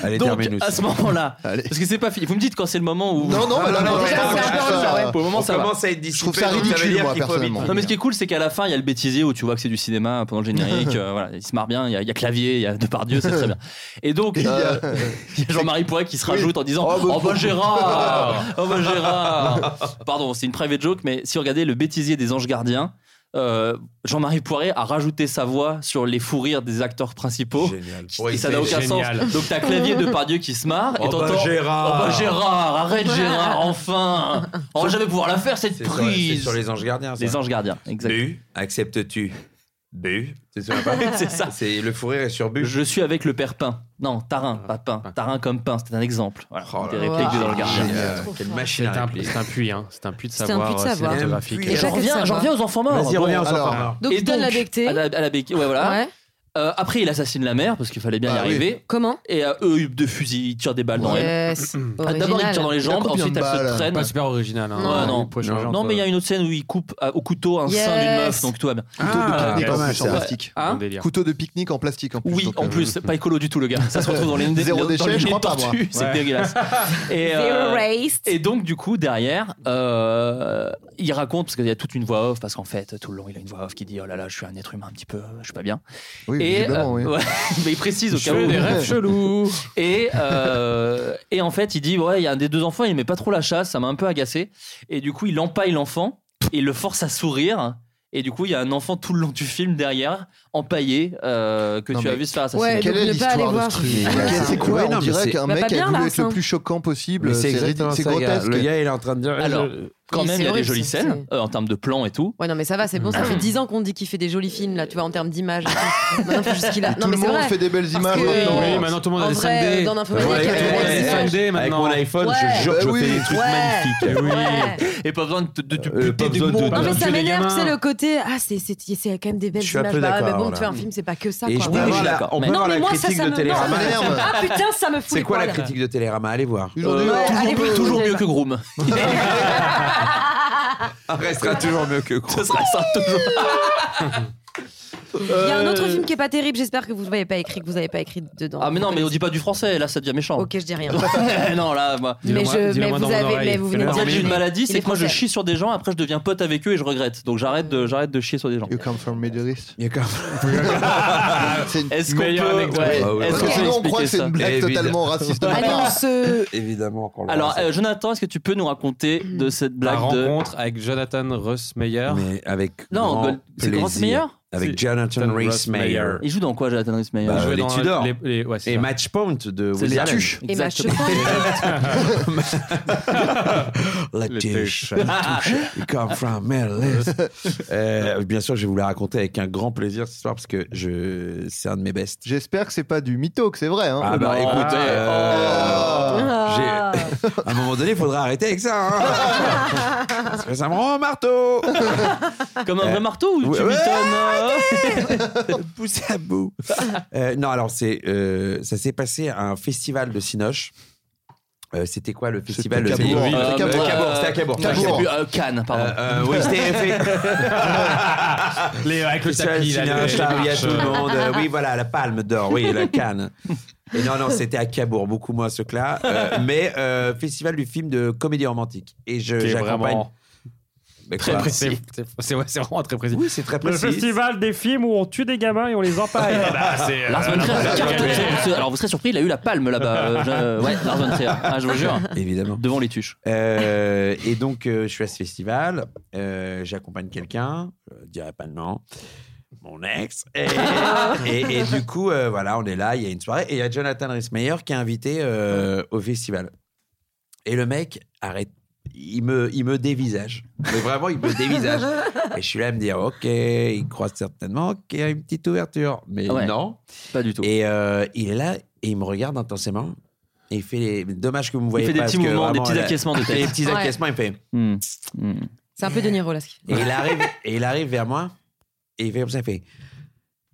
Speaker 3: Allez,
Speaker 6: Donc
Speaker 3: termine-nous.
Speaker 6: à ce moment-là,
Speaker 7: Allez.
Speaker 6: parce que c'est pas fini. Vous me dites quand c'est le moment où. Ah,
Speaker 7: Non, non, mais là,
Speaker 3: non,
Speaker 7: pour
Speaker 3: mais
Speaker 7: l'instant,
Speaker 3: là,
Speaker 7: je
Speaker 3: c'est
Speaker 7: trouve
Speaker 3: un peu
Speaker 7: ça-
Speaker 3: genre,
Speaker 6: Pour le moment,
Speaker 3: On
Speaker 6: ça va.
Speaker 3: commence à être
Speaker 7: Je trouve
Speaker 3: dissipé,
Speaker 7: ça
Speaker 3: donc ça veut
Speaker 7: ridicule,
Speaker 3: dire
Speaker 7: moi,
Speaker 3: qu'il faut vite
Speaker 7: personnellement.
Speaker 6: Non mais ce qui est cool c'est qu'à la fin il y a le bêtisier où tu vois que c'est du cinéma pendant le générique euh, voilà, il se marre bien il y, a- il y a clavier il y a Depardieu c'est très bien et donc
Speaker 7: Et il y a-
Speaker 6: euh, il y a Jean-Marie Poiret qui se rajoute en disant
Speaker 7: Oh,
Speaker 6: oh,
Speaker 7: bah,
Speaker 6: bah Gérard oh bah Gérard pardon c'est une private joke mais si vous regardez le bêtisier des anges gardiens euh, Jean-Marie Poiret a rajouté sa voix sur les fous rires des acteurs principaux
Speaker 3: Génial.
Speaker 6: et ça n'a aucun
Speaker 4: génial.
Speaker 6: sens donc t'as clavier Depardieu qui se marre et
Speaker 3: Oh bah,
Speaker 6: t'entends
Speaker 3: Gérard.
Speaker 6: oh bah Gérard arrête Gérard enfin oh j'allais pouvoir la faire cette
Speaker 3: C'est sur, c'est
Speaker 6: prise
Speaker 3: sur les anges gardiens. ça.
Speaker 6: les anges gardiens exactement
Speaker 3: Bu, acceptes-tu Bu. C'est sur la page.
Speaker 6: c'est ça.
Speaker 3: C'est le fou rire est sur Bu.
Speaker 6: Je suis avec le père Pain. Non, Tarin, pas Pain. Tarin comme Pain, c'était un exemple. Voilà,
Speaker 3: Oh là
Speaker 6: des
Speaker 3: là.
Speaker 6: répliques des Anges Gardiens.
Speaker 3: Génial.
Speaker 2: C'est trop
Speaker 3: Quelle
Speaker 2: fort.
Speaker 3: machine
Speaker 4: C'est
Speaker 3: à
Speaker 4: un,
Speaker 3: répliquer.
Speaker 4: c'est un puits, hein. C'est un puits de
Speaker 2: C'est un puits de
Speaker 4: savoir. euh,
Speaker 2: savoir.
Speaker 4: cinématographique.
Speaker 3: Et
Speaker 6: J'en
Speaker 2: Chacun
Speaker 6: reviens,
Speaker 2: sa
Speaker 6: j'en
Speaker 2: voix.
Speaker 6: reviens aux enfants morts.
Speaker 3: Vas-y,
Speaker 6: Bon, euh,
Speaker 3: reviens aux
Speaker 7: alors,
Speaker 3: enfants morts.
Speaker 2: Donc,
Speaker 6: et
Speaker 2: il donne la
Speaker 6: donc,
Speaker 2: bectée.
Speaker 6: À la, à la bectée, ouais, voilà.
Speaker 2: Ouais.
Speaker 6: Euh, après, il assassine la mère parce qu'il fallait bien y
Speaker 7: Ah oui.
Speaker 6: arriver.
Speaker 2: Comment
Speaker 6: Et euh, eux, ils- de fusil, ils tirent des balles dans elle.
Speaker 2: Yes.
Speaker 6: Ah, D'abord, ils
Speaker 2: Original.
Speaker 6: tirent dans les jambes,
Speaker 7: combien
Speaker 6: ensuite,
Speaker 7: de
Speaker 6: elle se
Speaker 7: balles
Speaker 6: traîne.
Speaker 4: Pas super original. Hein.
Speaker 6: Ouais, non.
Speaker 4: Il pourrait changer
Speaker 6: Non,
Speaker 4: entre-
Speaker 6: mais il y a une autre scène où il coupe à- au couteau un sein
Speaker 2: Yes.
Speaker 6: d'une meuf, donc tout va bien.
Speaker 3: Ah,
Speaker 7: Pique-nique
Speaker 3: pas
Speaker 7: en
Speaker 3: mal,
Speaker 7: plus, en
Speaker 3: ça.
Speaker 7: plastique.
Speaker 6: Hein
Speaker 4: Bon délire.
Speaker 7: Couteau de pique-nique en plastique en plus.
Speaker 6: Oui,
Speaker 7: donc,
Speaker 6: en
Speaker 7: euh,
Speaker 6: plus, pas écolo du tout, le gars. Ça se retrouve dans les
Speaker 7: Zéro
Speaker 6: dans- dans
Speaker 7: déchet,
Speaker 6: les
Speaker 7: je
Speaker 6: nez de
Speaker 7: crois pas, moi.
Speaker 6: tortue, C'est
Speaker 4: Ouais.
Speaker 6: dégueulasse. Et, euh, Et donc, du coup, derrière, euh, il raconte, parce qu'il y a toute une voix off, parce qu'en fait, tout le long, il a une voix off qui dit Oh là là, je suis un être humain un petit peu, euh, je suis pas bien.
Speaker 7: Oui,
Speaker 6: et
Speaker 7: visiblement,
Speaker 6: euh,
Speaker 7: oui.
Speaker 6: ouais, mais il précise au
Speaker 4: Je
Speaker 6: cas
Speaker 4: fais
Speaker 6: où.
Speaker 4: des rêves chelous.
Speaker 6: Et, euh, et en fait, il dit Ouais, il y a un des deux enfants, il met pas trop la chasse, ça m'a un peu agacé. Et du coup, il empaille l'enfant. et il le force à sourire. Et du coup, il y a un enfant tout le long du film derrière, empaillé, euh, que
Speaker 7: Non,
Speaker 6: tu as
Speaker 7: mais
Speaker 6: vu se faire assassiner.
Speaker 7: Ouais, Quelle donc est ne pas l'histoire aller de ce voir. truc Mais c'est quoi
Speaker 3: Ouais,
Speaker 7: On
Speaker 3: non, mais
Speaker 7: dirait
Speaker 3: c'est-
Speaker 7: qu'un
Speaker 3: Bah,
Speaker 7: mec
Speaker 3: pas
Speaker 7: a
Speaker 3: bien,
Speaker 7: voulu être
Speaker 3: Larsen.
Speaker 7: le plus choquant possible.
Speaker 3: Mais c'est
Speaker 7: C'est
Speaker 3: exactement
Speaker 7: ridicule,
Speaker 3: ça,
Speaker 7: c'est
Speaker 3: gars.
Speaker 7: grotesque.
Speaker 3: Le gars, il est en train de dire.
Speaker 6: Alors, quand
Speaker 2: Mais
Speaker 6: même,
Speaker 2: c'est
Speaker 6: il y a des
Speaker 2: horrible,
Speaker 6: jolies
Speaker 2: ça,
Speaker 6: scènes, euh, en termes de plans et tout.
Speaker 2: Ouais, non, mais ça va, c'est bon, ça fait 10 ans qu'on dit qu'il fait des jolis films, là, tu vois, en termes d'image. Maintenant, faut juste qu'il a-
Speaker 7: Tout
Speaker 2: Non, mais
Speaker 7: le
Speaker 2: c'est
Speaker 7: monde
Speaker 2: vrai.
Speaker 7: fait des belles
Speaker 2: Parce
Speaker 7: images
Speaker 2: que-
Speaker 7: maintenant.
Speaker 4: Oui, maintenant, tout le monde a
Speaker 2: en
Speaker 4: des
Speaker 2: vrai,
Speaker 4: 5D.
Speaker 2: euh, Dans l'infomaniac,
Speaker 4: Ouais,
Speaker 2: tout le monde a des
Speaker 4: ouais,
Speaker 2: images.
Speaker 4: ouais. 5D
Speaker 3: Avec
Speaker 4: maintenant.
Speaker 3: mon iPhone,
Speaker 2: Ouais.
Speaker 3: je jure que je
Speaker 7: Bah
Speaker 3: fais
Speaker 7: oui.
Speaker 3: des trucs
Speaker 2: Ouais.
Speaker 3: magnifiques.
Speaker 2: Ouais.
Speaker 6: Et pas besoin de, de, de
Speaker 3: Euh, pas
Speaker 6: buter du
Speaker 3: besoin de-
Speaker 6: monde.
Speaker 3: pas
Speaker 2: Non, mais
Speaker 3: besoin
Speaker 2: ça
Speaker 3: de-
Speaker 2: m'énerve,
Speaker 4: gamins.
Speaker 2: c'est le côté. Ah, c'est c'est- c'est quand même des belles
Speaker 3: Je suis un
Speaker 2: images.
Speaker 3: peu
Speaker 2: Bah ouais, mais
Speaker 3: d'accord,
Speaker 2: bon,
Speaker 3: là.
Speaker 2: tu fais un film, c'est pas que ça.
Speaker 3: Et
Speaker 2: quoi.
Speaker 3: je
Speaker 6: Oui,
Speaker 3: peux
Speaker 6: je
Speaker 3: avoir
Speaker 6: suis
Speaker 3: la-
Speaker 6: d'accord.
Speaker 3: on peut
Speaker 6: Mais-
Speaker 3: avoir
Speaker 2: Non, mais
Speaker 3: la
Speaker 2: moi, ça,
Speaker 3: critique
Speaker 2: ça
Speaker 3: de
Speaker 2: me.
Speaker 3: Télérama.
Speaker 7: m'énerve.
Speaker 2: Ah putain, ça me fout.
Speaker 3: C'est quoi la critique de Télérama Allez voir.
Speaker 7: Aujourd'hui,
Speaker 2: Ouais,
Speaker 7: on-
Speaker 2: allez,
Speaker 6: Toujours,
Speaker 2: vous-
Speaker 6: toujours mieux que Groom.
Speaker 3: Ah, Restera toujours mieux que
Speaker 6: Ce sera ça toujours.
Speaker 2: Il y a un autre film qui est pas terrible, j'espère que vous n'avez pas écrit, que vous n'avez pas écrit dedans.
Speaker 6: Euh, Ah mais non, mais on dit pas du français, là ça devient méchant.
Speaker 2: Ok, je dis rien.
Speaker 6: non, là, moi.
Speaker 2: Mais,
Speaker 4: Dis-le-moi-
Speaker 2: je, mais,
Speaker 4: dis-le-moi dans
Speaker 2: vous
Speaker 4: mon
Speaker 2: avez,
Speaker 4: oreille.
Speaker 2: mais vous venez
Speaker 4: Fais-le.
Speaker 2: de
Speaker 6: Moi,
Speaker 2: dire
Speaker 6: j'ai une maladie,
Speaker 2: Il
Speaker 6: c'est
Speaker 2: est
Speaker 6: que moi je
Speaker 2: français.
Speaker 6: chie sur des gens, après je deviens pote avec eux et je regrette. Donc j'arrête de, j'arrête de chier sur des gens.
Speaker 7: You come from Middle East.
Speaker 3: Il y a quand même-
Speaker 7: C'est une-
Speaker 6: Est-ce qu'on
Speaker 4: Meilleure
Speaker 6: peut,
Speaker 4: anecdote.
Speaker 6: ouais,
Speaker 3: Ah ouais.
Speaker 6: est-ce
Speaker 7: Parce
Speaker 6: qu'on
Speaker 7: que
Speaker 6: peut
Speaker 7: sinon, on croit
Speaker 6: expliquer
Speaker 7: que c'est
Speaker 6: ça Eh,
Speaker 7: une blague
Speaker 3: Évidemment.
Speaker 7: totalement raciste. de ma
Speaker 2: Allez,
Speaker 7: part.
Speaker 2: on se.
Speaker 3: Évidemment qu'on le
Speaker 6: Ah Alors
Speaker 3: rend, ça.
Speaker 6: euh, Jonathan, est-ce que tu peux nous raconter de cette
Speaker 4: La
Speaker 6: blague de
Speaker 4: rencontre avec Jonathan Russ Meyer.
Speaker 3: Mais avec.
Speaker 6: Non,
Speaker 3: grand
Speaker 6: Gold- c'est
Speaker 3: plaisir.
Speaker 6: Grand Meyer
Speaker 3: Avec
Speaker 4: C'est-
Speaker 3: Jonathan
Speaker 4: Jonathan
Speaker 3: Rhys
Speaker 4: Rhys
Speaker 3: Meyer.
Speaker 4: Meyer.
Speaker 6: Il joue dans quoi Jonathan Rhys Meyer
Speaker 3: Bah,
Speaker 4: jouait
Speaker 3: les
Speaker 4: dans
Speaker 3: Tudors.
Speaker 4: les- les- ouais, c'est
Speaker 3: Et
Speaker 4: ça.
Speaker 3: Matchpoint de
Speaker 6: C'est
Speaker 3: Woody
Speaker 6: les
Speaker 3: Allen.
Speaker 6: tuches.
Speaker 2: Et ma
Speaker 6: Exactement.
Speaker 3: La
Speaker 4: Les
Speaker 3: tuche.
Speaker 4: tuches.
Speaker 3: La
Speaker 9: Ah.
Speaker 3: tuche. You come from Middle East. Euh, Bien sûr, je vais vous la raconter avec un grand plaisir cette histoire parce que je... c'est un de mes best.
Speaker 7: J'espère que c'est pas du mytho, que c'est vrai. hein.
Speaker 3: Ah bah
Speaker 6: non.
Speaker 3: écoutez, euh,
Speaker 2: Ah.
Speaker 3: j'ai- à un moment donné, il faudra arrêter avec ça. hein. Parce que ça me rend un marteau.
Speaker 6: Comme un vrai marteau ou
Speaker 3: Ouais,
Speaker 6: tu
Speaker 3: ouais,
Speaker 6: mitonnes, euh,
Speaker 3: Poussé à bout. Euh, non, alors c'est, euh, ça s'est passé à un festival de Cinoche. Euh, c'était quoi le festival
Speaker 7: Cabourg.
Speaker 3: Cabourg.
Speaker 7: Cabourg.
Speaker 3: Euh,
Speaker 7: Cabourg.
Speaker 3: Cabourg, c'était à Cabourg.
Speaker 6: je sais
Speaker 7: Cabourg.
Speaker 6: plus, euh, Cannes, pardon.
Speaker 3: Euh, euh, oui, c'était
Speaker 4: Les- avec le
Speaker 3: Festival
Speaker 4: tapis, là, les-
Speaker 3: Cinoche,
Speaker 4: les
Speaker 3: là, où il y a
Speaker 4: marches.
Speaker 3: tout le monde. Euh, Oui, voilà, la palme d'or, oui, la canne. Et non, non, c'était à Cabourg, beaucoup moins ce que là. Euh, mais euh, festival du film de comédie romantique. Et je,
Speaker 4: Qui est
Speaker 3: j'accompagne.
Speaker 4: vraiment
Speaker 3: Mais
Speaker 4: très
Speaker 3: quoi
Speaker 4: précis. C'est- C'est ouais, c'est vraiment très précis.
Speaker 3: Oui, c'est très précis.
Speaker 10: des films où on tue des gamins et on les
Speaker 7: Eh
Speaker 6: Ah,
Speaker 10: empaille.
Speaker 7: ben,
Speaker 4: Bah, c'est, euh,
Speaker 6: Lars von Trier,
Speaker 4: n'importe
Speaker 6: cartonne
Speaker 4: quel-
Speaker 6: sur tout ce- Alors vous serez surpris, il a eu la palme là-bas. euh, je- Ouais, Lars von Trier. Ah, je vous jure.
Speaker 3: Évidemment.
Speaker 6: Devant les tuches.
Speaker 3: Euh, et donc, euh, je suis à ce festival, euh, j'accompagne quelqu'un, je dirais pas le nom, mon ex. Et, et- et du coup, euh, voilà, on est là, il y a une soirée, et il y a Jonathan Rhys-Meyer qui est invité euh, au festival. Et le mec, arrête, il me, il me dévisage. Mais vraiment, il me dévisage. Et je suis là à me dire, ok, il croit certainement qu'il y a une petite ouverture. Mais
Speaker 6: Ouais.
Speaker 3: non.
Speaker 6: Pas du tout.
Speaker 3: Et euh, il est là, et il me regarde intensément. Et il fait les... Dommage que vous me voyez
Speaker 6: fait des
Speaker 3: pas,
Speaker 6: petits
Speaker 3: parce que
Speaker 6: mouvements, des
Speaker 3: vraiment,
Speaker 6: petits
Speaker 3: là-
Speaker 6: acquiescements de tête.
Speaker 3: Des petits
Speaker 2: Ouais.
Speaker 3: acquiescements, il fait...
Speaker 6: Hmm. Hmm.
Speaker 2: C'est un peu De Niro, là. ce qui-
Speaker 3: Et il arrive, et il arrive vers moi et il fait comme ça, il fait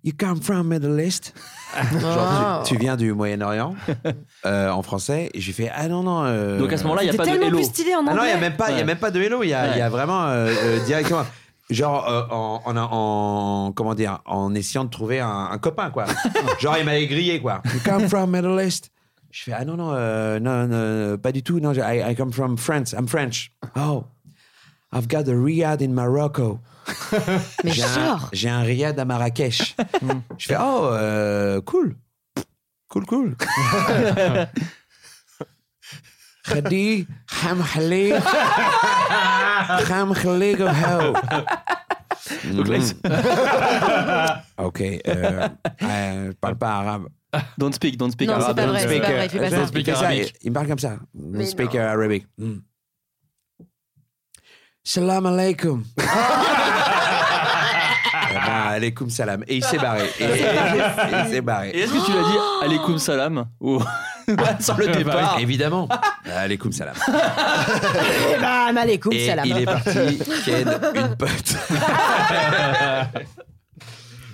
Speaker 3: You come from Middle East.
Speaker 9: Ah.
Speaker 2: Ah.
Speaker 3: Genre, tu, tu viens du Moyen-Orient euh, en français. Et j'ai fait Ah non, non. euh,
Speaker 6: Donc à ce moment-là, il n'y a
Speaker 2: C'était
Speaker 6: pas de
Speaker 2: tellement
Speaker 6: hello.
Speaker 2: plus stylé en
Speaker 3: Ah non, il n'y
Speaker 2: anglais.
Speaker 3: a, même pas- il y a
Speaker 6: Ouais.
Speaker 3: même pas de hello. Il y, a-
Speaker 6: Ouais.
Speaker 3: il y a vraiment euh, euh, directement. Genre, euh, en, en- en- Comment dire En essayant de trouver un, un copain, quoi. Genre, il m'avait grillé, quoi. You come from Middle East. Je fais Ah non, non, euh, non, non, pas du tout. Non, je- I, I come from France. I'm French. Oh, I've got a Riyadh in Morocco.
Speaker 2: Mais
Speaker 3: J'ai un,
Speaker 2: sors
Speaker 3: j'ai un riad à Marrakech. je fais oh euh, cool, cool cool. Khadi hamhali hamhali go ho.
Speaker 6: Donc là, il se-
Speaker 3: Ok, euh, euh, je parle pas arabe.
Speaker 6: Don't speak, don't speak.
Speaker 2: Non,
Speaker 6: arabe,
Speaker 2: c'est pas
Speaker 6: don't
Speaker 2: vrai,
Speaker 6: speak.
Speaker 2: c'est pas vrai, il fait
Speaker 3: Je-
Speaker 2: pas ça.
Speaker 3: il fait ça, il, il me parle comme ça.
Speaker 2: non.
Speaker 3: Speak arabic. Mm. Salam alaikum. alaikum salam. Et il s'est barré. Et- et- et il s'est barré. Oh
Speaker 6: Et est-ce que tu l'as dit Alaikum salam ou sur le
Speaker 3: Bah,
Speaker 6: départ
Speaker 3: évidemment. Alaikum salam.
Speaker 2: Eh ben, Malekoum,
Speaker 3: Et
Speaker 2: salam.
Speaker 3: il est parti ken une pote.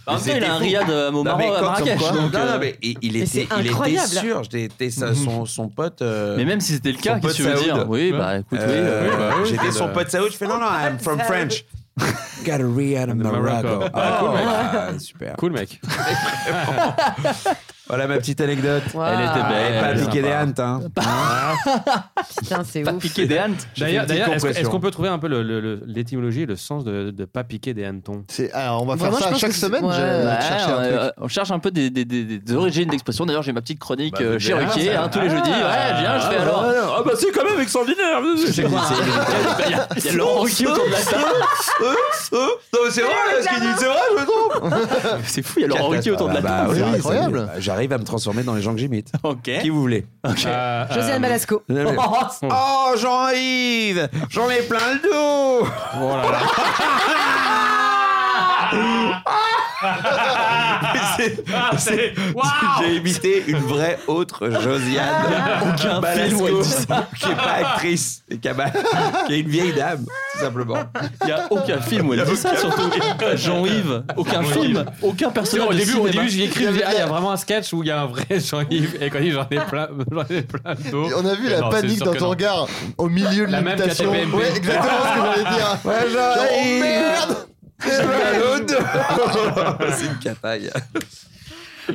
Speaker 6: En même
Speaker 3: Ils
Speaker 6: temps, il
Speaker 3: étaient
Speaker 6: a un riad euh, au
Speaker 3: Non, mais
Speaker 6: Maroc, à
Speaker 3: quand-
Speaker 6: Marrakech.
Speaker 3: comme quoi-
Speaker 6: donc,
Speaker 3: non,
Speaker 6: euh,
Speaker 3: non, mais il, il
Speaker 2: Mais
Speaker 3: était,
Speaker 2: c'est
Speaker 3: il était
Speaker 2: incroyable.
Speaker 3: sûr. J'étais sa- son, son pote. euh,
Speaker 6: Mais même si c'était le cas,
Speaker 3: Son
Speaker 6: qu'est-ce que tu
Speaker 3: pote
Speaker 6: veux dire
Speaker 3: Saoud.
Speaker 6: Oui, bah écoute, oui.
Speaker 3: euh,
Speaker 6: euh,
Speaker 4: bah oui,
Speaker 3: J'étais
Speaker 4: c'est
Speaker 3: son
Speaker 4: le-
Speaker 3: pote Saoud. Je fais non, non, I'm from French. Got a Riyadh in
Speaker 4: Morocco.
Speaker 3: Morocco.
Speaker 4: Ah, cool,
Speaker 3: Oh,
Speaker 4: mec.
Speaker 3: ah, super.
Speaker 4: Cool, mec.
Speaker 3: Voilà ma petite anecdote.
Speaker 2: Waouh,
Speaker 6: Ah, Elle était belle.
Speaker 3: Et pas
Speaker 6: elle est
Speaker 3: piqué des
Speaker 6: sympa.
Speaker 3: hantes. hein.
Speaker 2: Putain, c'est
Speaker 6: Pas
Speaker 2: ouf.
Speaker 6: piqué des hantes.
Speaker 4: D'ailleurs,
Speaker 3: une petite
Speaker 4: d'ailleurs, est-ce que- est-ce
Speaker 3: compression.
Speaker 4: qu'on peut trouver un peu le- le- le- l'étymologie et le sens de ne pas piquer des hannetons
Speaker 7: C'est- alors, on va faire
Speaker 2: Vraiment, je
Speaker 7: ça
Speaker 2: pense
Speaker 7: chaque
Speaker 2: que c'est-
Speaker 7: semaine.
Speaker 2: ouais.
Speaker 7: je vais
Speaker 6: Ouais,
Speaker 7: chercher
Speaker 6: on,
Speaker 7: un truc.
Speaker 6: euh, on cherche un peu des, des- des- des origines d'expression. D'ailleurs, j'ai ma petite chronique euh, chez
Speaker 3: verra,
Speaker 6: Ruquier,
Speaker 3: ça-
Speaker 6: hein, tous les jeudis. Ouais, viens, je fais alors.
Speaker 3: Ah,
Speaker 10: bah c'est quand même extraordinaire.
Speaker 6: C'est quoi Il y a- il y a Laurent qui autour de la table.
Speaker 3: Non, mais c'est vrai, ce qu'il dit, c'est vrai, je me trompe.
Speaker 6: C'est fou, il y a Laurent Ruquier autour de la table.
Speaker 3: Ah bah oui,
Speaker 6: C'est
Speaker 3: ça-
Speaker 6: incroyable.
Speaker 3: bah, J'arrive à me transformer dans les gens que j'imite.
Speaker 6: Ok.
Speaker 3: Qui vous voulez
Speaker 2: Euh,
Speaker 3: Euh,
Speaker 2: Josiane Balasco.
Speaker 3: Oh, Jean-Yves J'en ai plein le dos
Speaker 6: Oh Ah,
Speaker 3: Ah, J'ai imité une vraie autre
Speaker 2: Ah.
Speaker 3: Josiane
Speaker 6: Aucun film où elle
Speaker 3: Balasco,
Speaker 6: dit ça.
Speaker 3: Ah. qui n'est pas actrice, et qui, a ma- qui est une vieille dame, tout simplement.
Speaker 6: Il n'y a aucun film où elle dit ça, surtout. Jean-Yves, aucun film, aucun personnage.
Speaker 4: au
Speaker 6: de
Speaker 4: début, au
Speaker 6: cinéma.
Speaker 4: début, j'ai écrit, je dis, ah, il y a vraiment un sketch où il y a un vrai Jean-Yves et quand il dit j'en ai plein, j'en ai plein de dos.
Speaker 7: On a vu
Speaker 4: Et
Speaker 7: la
Speaker 4: non, c'est
Speaker 7: panique
Speaker 4: sûr
Speaker 7: dans
Speaker 4: que
Speaker 7: ton
Speaker 4: non.
Speaker 7: regard au milieu de
Speaker 4: La même
Speaker 7: l'imitation.
Speaker 4: qu'à TPMP.
Speaker 7: Ouais, exactement ce que j'allais dire.
Speaker 3: Ouais,
Speaker 7: Genre, oh,
Speaker 3: Jean-Yves
Speaker 7: merde
Speaker 3: C'est une cataille.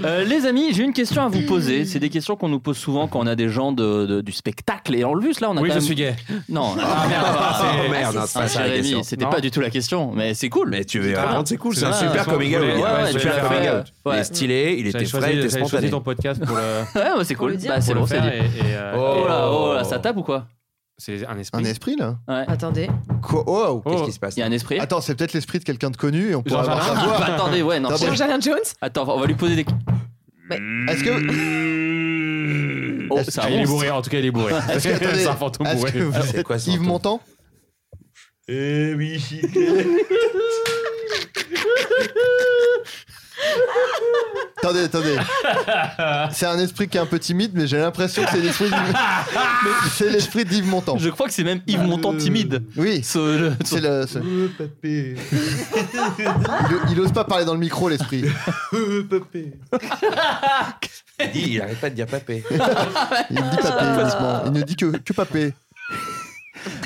Speaker 6: Euh, les amis, j'ai une question à vous poser. C'est des questions qu'on nous pose souvent quand on a des gens de, de- du spectacle. Et en plus, là, on a
Speaker 4: Oui,
Speaker 6: quand
Speaker 4: je
Speaker 6: même-
Speaker 4: suis gay.
Speaker 6: Non,
Speaker 4: Ah merde,
Speaker 3: Oh
Speaker 4: c'est-
Speaker 3: merde, non, c'est
Speaker 6: Ah,
Speaker 3: pas ça la
Speaker 6: Jérémy,
Speaker 3: question.
Speaker 6: c'était
Speaker 4: Non.
Speaker 6: pas du tout la question, mais c'est cool.
Speaker 3: Mais tu veux
Speaker 6: bien.
Speaker 3: apprendre, c'est cool, c'est un
Speaker 6: C'est
Speaker 3: super
Speaker 4: bien.
Speaker 3: coming out.
Speaker 4: Ouais,
Speaker 3: il y a
Speaker 4: ouais,
Speaker 3: un
Speaker 4: ouais,
Speaker 3: super
Speaker 4: tu l'as
Speaker 3: coming
Speaker 4: fait.
Speaker 3: out. Il est
Speaker 6: Ouais.
Speaker 3: stylé, il était frais,
Speaker 4: J'avais
Speaker 3: il
Speaker 4: choisi,
Speaker 3: était
Speaker 4: j'avais choisi
Speaker 3: spontané.
Speaker 4: ton podcast pour le.
Speaker 6: Ouais, ouais, c'est
Speaker 2: Pour
Speaker 6: cool.
Speaker 2: le dire.
Speaker 6: Bah, c'est
Speaker 4: pour
Speaker 6: bon,
Speaker 4: le
Speaker 6: c'est
Speaker 4: faire
Speaker 6: dit.
Speaker 4: et- et, euh,
Speaker 6: Oh
Speaker 4: et-
Speaker 6: là, oh là, ça tape ou quoi
Speaker 4: C'est un esprit.
Speaker 7: Un esprit là
Speaker 6: Ouais.
Speaker 2: Attendez.
Speaker 7: Quoi Oh
Speaker 4: Oh.
Speaker 3: Qu'est-ce qui se passe
Speaker 6: Il y a un esprit.
Speaker 7: Attends, c'est peut-être l'esprit de quelqu'un de connu et on pourra
Speaker 4: Jean
Speaker 7: avoir sa
Speaker 4: Jardin
Speaker 7: voix.
Speaker 6: Bah, attendez, ouais, non.
Speaker 7: Non,
Speaker 6: c'est-
Speaker 7: mais-
Speaker 2: Jean-Jalen Jones
Speaker 6: Attends, on va lui poser des.
Speaker 7: Est-ce que,
Speaker 6: Oh,
Speaker 7: Est-ce
Speaker 6: ça
Speaker 4: Ah, il est
Speaker 6: avance.
Speaker 4: bourré, en tout cas, il est bourré.
Speaker 7: est-ce que, attendez,
Speaker 4: C'est un fantôme
Speaker 7: est-ce
Speaker 4: bourré.
Speaker 7: que vous
Speaker 3: C'est
Speaker 7: êtes
Speaker 3: quoi ce
Speaker 7: Yves
Speaker 3: fantôme
Speaker 7: Montand
Speaker 10: Eh oui.
Speaker 7: Attendez, attendez. C'est un esprit qui est un peu timide, mais j'ai l'impression que c'est l'esprit d'Yves... c'est l'esprit d'Yves Montand.
Speaker 6: Je crois que c'est même Yves Montand timide.
Speaker 7: Oui,
Speaker 6: Ce- le- ce-
Speaker 7: c'est le. c'est- il, il ose pas parler dans le micro, l'esprit.
Speaker 3: Il dit, il arrête pas de dire papé.
Speaker 7: Il dit papé
Speaker 2: Ah.
Speaker 7: uniquement. Il ne dit que, que papé.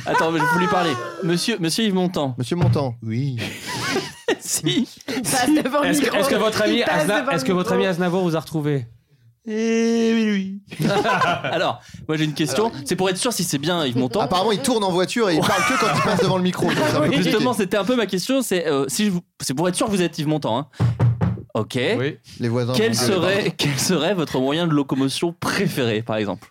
Speaker 6: Attends, mais je voulais lui parler. Monsieur, monsieur Yves Montand.
Speaker 7: Monsieur Montand. Oui.
Speaker 6: si.
Speaker 2: Passe devant le
Speaker 4: Est-ce que,
Speaker 2: micro.
Speaker 4: est-ce que votre ami,
Speaker 2: Il passe
Speaker 4: Azna-
Speaker 2: devant
Speaker 4: est-ce
Speaker 2: le
Speaker 4: que votre
Speaker 2: micro.
Speaker 4: ami Aznavour vous a retrouvé
Speaker 7: Eh
Speaker 6: Alors, moi j'ai une question. C'est pour être sûr si c'est bien Yves Montand.
Speaker 7: Apparemment, il tourne en voiture et il parle que quand il passe devant le micro. donc c'est un peu compliqué.
Speaker 6: Justement, c'était un peu ma question. C'est euh, si je vous- c'est pour être sûr que vous êtes Yves Montand. hein. Ok.
Speaker 4: Oui.
Speaker 7: Les voisins.
Speaker 6: Quel
Speaker 7: vont gueuler.
Speaker 6: serait, quel serait votre moyen de locomotion préféré, par exemple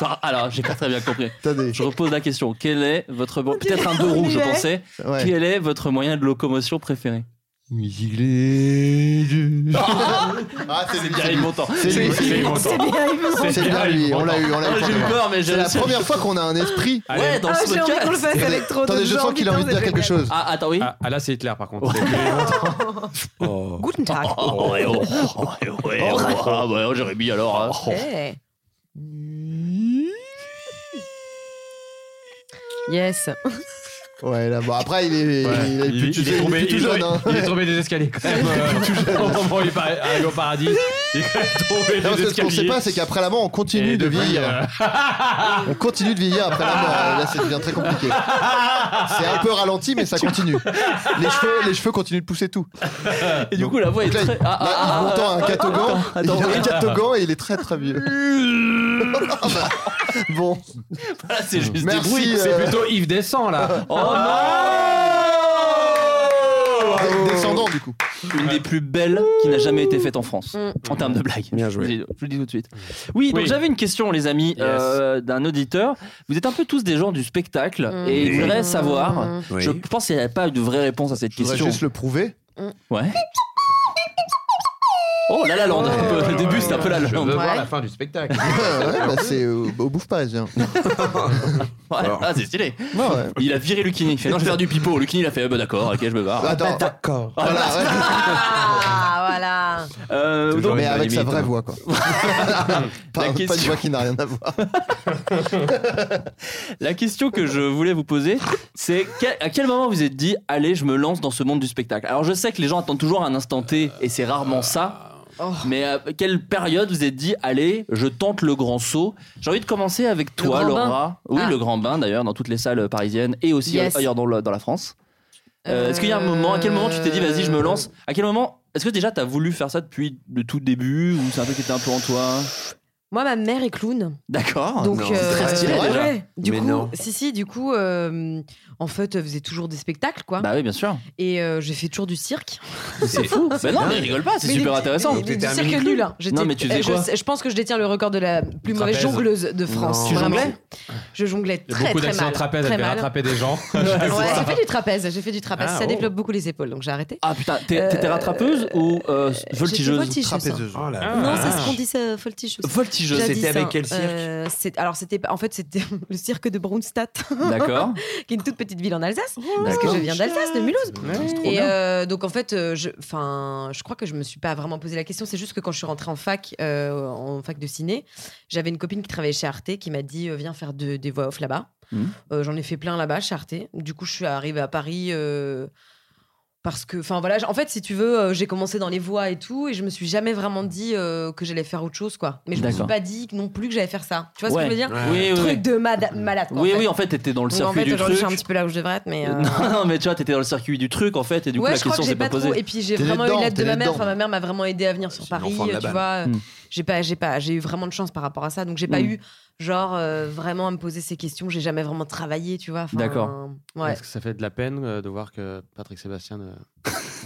Speaker 6: Par- Alors, j'ai pas très bien compris.
Speaker 7: Attendez.
Speaker 6: Je repose la question. Quel est votre mo- peut-être un deux roues, je pensais.
Speaker 7: Ouais.
Speaker 6: Quel est votre moyen de locomotion préféré
Speaker 7: Ah, c'est lui,
Speaker 6: Bien
Speaker 7: c'est
Speaker 6: Yves
Speaker 7: lui.
Speaker 6: Montand.
Speaker 7: C'est lui.
Speaker 4: C'est Yves Montand.
Speaker 2: C'est bien, il vous
Speaker 7: C'est bien lui, on l'a eu, on l'a eu.
Speaker 6: J'ai eu peur, mais j'ai
Speaker 7: C'est la
Speaker 6: j'ai-
Speaker 7: première fois qu'on a un esprit.
Speaker 4: Allez.
Speaker 6: Ouais, dans
Speaker 2: Ah,
Speaker 6: ce
Speaker 2: j'ai envie qu'on le
Speaker 6: podcast.
Speaker 2: fasse avec trop de
Speaker 7: Attendez, je sens
Speaker 2: gens,
Speaker 7: qu'il a envie de
Speaker 2: putain,
Speaker 7: dire
Speaker 2: c'est
Speaker 7: quelque
Speaker 2: génial.
Speaker 7: chose.
Speaker 6: Ah, attends, oui.
Speaker 4: Ah, ah, là, c'est Hitler, par contre.
Speaker 2: Guten Tag.
Speaker 6: Oh, ouais, oh, oh, ouais, ouais, oh, ah, ouais, oh, Jérémy, alors. hein.
Speaker 2: Eh. Mm. Yes.
Speaker 7: Ouais, là, bon, après, il est,
Speaker 4: Ouais.
Speaker 7: il est plus,
Speaker 4: il,
Speaker 7: il est
Speaker 4: tombé,
Speaker 7: plus
Speaker 4: il est
Speaker 7: jeune.
Speaker 4: tombé-
Speaker 7: hein.
Speaker 4: il est tombé des escaliers quand même. euh, Au moment où il par- arrive au paradis, il est quand même tombé
Speaker 7: Non, parce
Speaker 4: des
Speaker 7: que ce qu'on
Speaker 4: escaliers.
Speaker 7: sait pas, c'est qu'après la mort, on continue
Speaker 4: Et
Speaker 7: de
Speaker 4: depuis,
Speaker 7: vieillir.
Speaker 4: euh,
Speaker 7: On continue de vieillir après la mort. Là, ça devient très compliqué. C'est un peu ralenti, mais ça continue. Les cheveux, les cheveux continuent de pousser tout.
Speaker 6: Et du coup, la voix est
Speaker 7: Là, il-
Speaker 6: très. Ah,
Speaker 7: là,
Speaker 6: ah, ah,
Speaker 7: il monte
Speaker 6: ah,
Speaker 7: un catogan.
Speaker 6: attends,
Speaker 7: il a un
Speaker 6: oui.
Speaker 7: catogan et il est très très vieux. Ah bah, bon,
Speaker 6: ah, c'est juste des bruits.
Speaker 7: merci.
Speaker 4: C'est
Speaker 7: euh,
Speaker 4: plutôt Yves Descend là.
Speaker 6: Oh non
Speaker 7: avec descendant du coup.
Speaker 6: Une des plus belles qui n'a jamais été faite en France, en termes de blague.
Speaker 3: Bien joué.
Speaker 6: Je vous le dis- je vous le dis tout de suite. Oui, donc
Speaker 4: Oui.
Speaker 6: j'avais une question, les amis,
Speaker 4: Yes.
Speaker 6: euh, d'un auditeur. Vous êtes un peu tous des gens du spectacle et il voudrait savoir.
Speaker 3: Oui.
Speaker 6: Je pense qu'il n'y a pas de vraie réponse à cette
Speaker 7: Je voudrais
Speaker 6: question. Mm.
Speaker 7: juste le prouver.
Speaker 6: Ouais. Oh, la la land. Le début, c'est un peu la la
Speaker 3: Je
Speaker 6: land.
Speaker 3: veux
Speaker 2: Ouais.
Speaker 3: voir la fin du spectacle.
Speaker 7: Ouais, bah, c'est au, au bouffe parisien.
Speaker 6: Ouais, Ah, c'est stylé.
Speaker 7: Non, ouais.
Speaker 6: Il a viré Lucini. Il fait non, je vais faire du pipeau. Lucini, il a fait eh ben, d'accord, ok, je me barre.
Speaker 7: Attends, d'accord. Voilà, ouais.
Speaker 2: Ah, voilà.
Speaker 6: Euh,
Speaker 3: Toujours
Speaker 7: mais
Speaker 3: une
Speaker 7: avec sa
Speaker 3: limite,
Speaker 7: vraie
Speaker 3: hein.
Speaker 7: voix quoi. pas, pas une
Speaker 6: question.
Speaker 7: voix qui n'a rien à voir.
Speaker 6: La question que je voulais vous poser, c'est quel- à quel moment vous êtes dit, allez, je me lance dans ce monde du spectacle Alors je sais que les gens attendent toujours un instant T, et c'est rarement ça.
Speaker 2: Oh.
Speaker 6: Mais à quelle période vous êtes dit, allez, je tente le grand saut J'ai envie de commencer avec toi,
Speaker 2: grand
Speaker 6: Laura. Oui,
Speaker 2: Ah.
Speaker 6: le grand bain d'ailleurs, dans toutes les salles parisiennes et aussi
Speaker 2: Yes.
Speaker 6: ailleurs dans, le- dans la France. Euh, Est-ce qu'il y a un moment, à quel moment tu t'es dit, vas-y, je me lance À quel moment Est-ce que déjà t'as voulu faire ça depuis le tout début ou c'est un truc qui était un peu en toi
Speaker 2: Moi, ma mère est clown.
Speaker 6: D'accord.
Speaker 2: Donc,
Speaker 6: Oh, Non,
Speaker 2: euh,
Speaker 6: c'est très stylé,
Speaker 2: ouais,
Speaker 6: déjà.
Speaker 2: ouais. du
Speaker 6: Mais
Speaker 2: coup,
Speaker 6: non.
Speaker 2: si, si, du coup, euh, en fait, elle faisait toujours des spectacles, quoi.
Speaker 6: Bah oui, bien sûr.
Speaker 2: Et euh, j'ai fait toujours du cirque.
Speaker 6: C'est fou. Bah non, mais
Speaker 2: dingue.
Speaker 6: rigole pas, c'est
Speaker 2: Mais
Speaker 6: super
Speaker 2: des-
Speaker 6: intéressant.
Speaker 2: des- des- Du
Speaker 6: T'étais un
Speaker 2: cirque
Speaker 6: mini-clown.
Speaker 2: nul. hein. J'étais-
Speaker 6: Non, mais tu faisais
Speaker 2: je
Speaker 6: quoi
Speaker 2: sais- je, pense que je détiens le record de la plus mauvaise
Speaker 4: Trapèze.
Speaker 2: jongleuse de France.
Speaker 4: Tu
Speaker 2: Vraiment.
Speaker 4: jonglais
Speaker 2: Je jonglais
Speaker 4: Il y a
Speaker 2: très,
Speaker 4: beaucoup
Speaker 2: très
Speaker 4: d'accidents
Speaker 2: mal.
Speaker 4: de trapèze,
Speaker 2: très
Speaker 4: elle devait
Speaker 2: mal.
Speaker 4: rattraper des gens.
Speaker 2: Ouais, j'ai fait du trapèze, j'ai fait du trapèze.
Speaker 4: Ah,
Speaker 2: ça
Speaker 4: oh.
Speaker 2: développe beaucoup les épaules, donc j'ai arrêté.
Speaker 6: Ah putain, t'es- t'étais rattrapeuse ou euh, voltigeuse
Speaker 2: Euh,
Speaker 6: hein.
Speaker 2: voltigeuse. Trapézeuse. Non, c'est ce qu'on dit, c'est voltigeuse.
Speaker 6: Oh Voltigeuse.
Speaker 2: Jadis,
Speaker 6: C'était avec
Speaker 2: hein,
Speaker 6: quel cirque
Speaker 2: euh, c'est- Alors, c'était en fait, c'était le cirque de Brunstadt.
Speaker 6: D'accord. Oh,
Speaker 2: qui est une toute petite ville en Alsace. parce que je viens d'Alsace, de Mulhouse. Et euh, donc, en fait, euh, je, 'fin, je crois que je me suis pas vraiment posé la question. C'est juste que quand je suis rentrée en fac, euh, en fac de ciné, j'avais une copine qui travaillait chez Arte qui m'a dit euh, Viens faire de- des voix off là-bas.
Speaker 6: Hmm.
Speaker 2: Euh, J'en ai fait plein là-bas chez Arte. Du coup, je suis arrivée à Paris. euh, parce que, enfin voilà, j- en fait, si tu veux, euh, j'ai commencé dans les voix et tout, et je me suis jamais vraiment dit euh, que j'allais faire autre chose, quoi. Mais je me suis
Speaker 6: D'accord.
Speaker 2: pas dit non plus que j'allais faire ça. Tu vois ce que
Speaker 6: Ouais.
Speaker 2: je veux dire
Speaker 6: Oui, oui,
Speaker 2: Truc
Speaker 6: oui.
Speaker 2: de mada- malade. quoi,
Speaker 6: Oui, oui, en fait, t'étais dans le
Speaker 2: Donc, en
Speaker 6: circuit
Speaker 2: fait,
Speaker 6: du
Speaker 2: aujourd'hui, je
Speaker 6: truc.
Speaker 2: suis un petit peu là où je devrais être, mais. euh,
Speaker 6: Non, non, mais tu vois, t'étais dans le circuit du truc en fait, et du coup,
Speaker 2: ouais,
Speaker 6: la
Speaker 2: je crois
Speaker 6: question
Speaker 2: que
Speaker 6: s'est
Speaker 2: j'ai
Speaker 6: pas
Speaker 2: pas,
Speaker 6: posée.
Speaker 2: trop. Et puis j'ai vraiment eu l'aide de ma mère. Enfin, ma mère m'a vraiment aidé à venir sur Paris. euh,
Speaker 6: l'enfant de la
Speaker 2: Tu
Speaker 6: balle.
Speaker 2: vois,
Speaker 6: Mm.
Speaker 2: j'ai pas, j'ai pas, j'ai eu vraiment de chance par rapport à ça. Donc j'ai pas
Speaker 6: Mm.
Speaker 2: eu genre euh, vraiment à me poser ces questions. J'ai jamais vraiment travaillé, tu vois. Enfin, euh, Ouais.
Speaker 4: Est-ce que ça fait de la peine euh, de voir que Patrick Sébastien ne,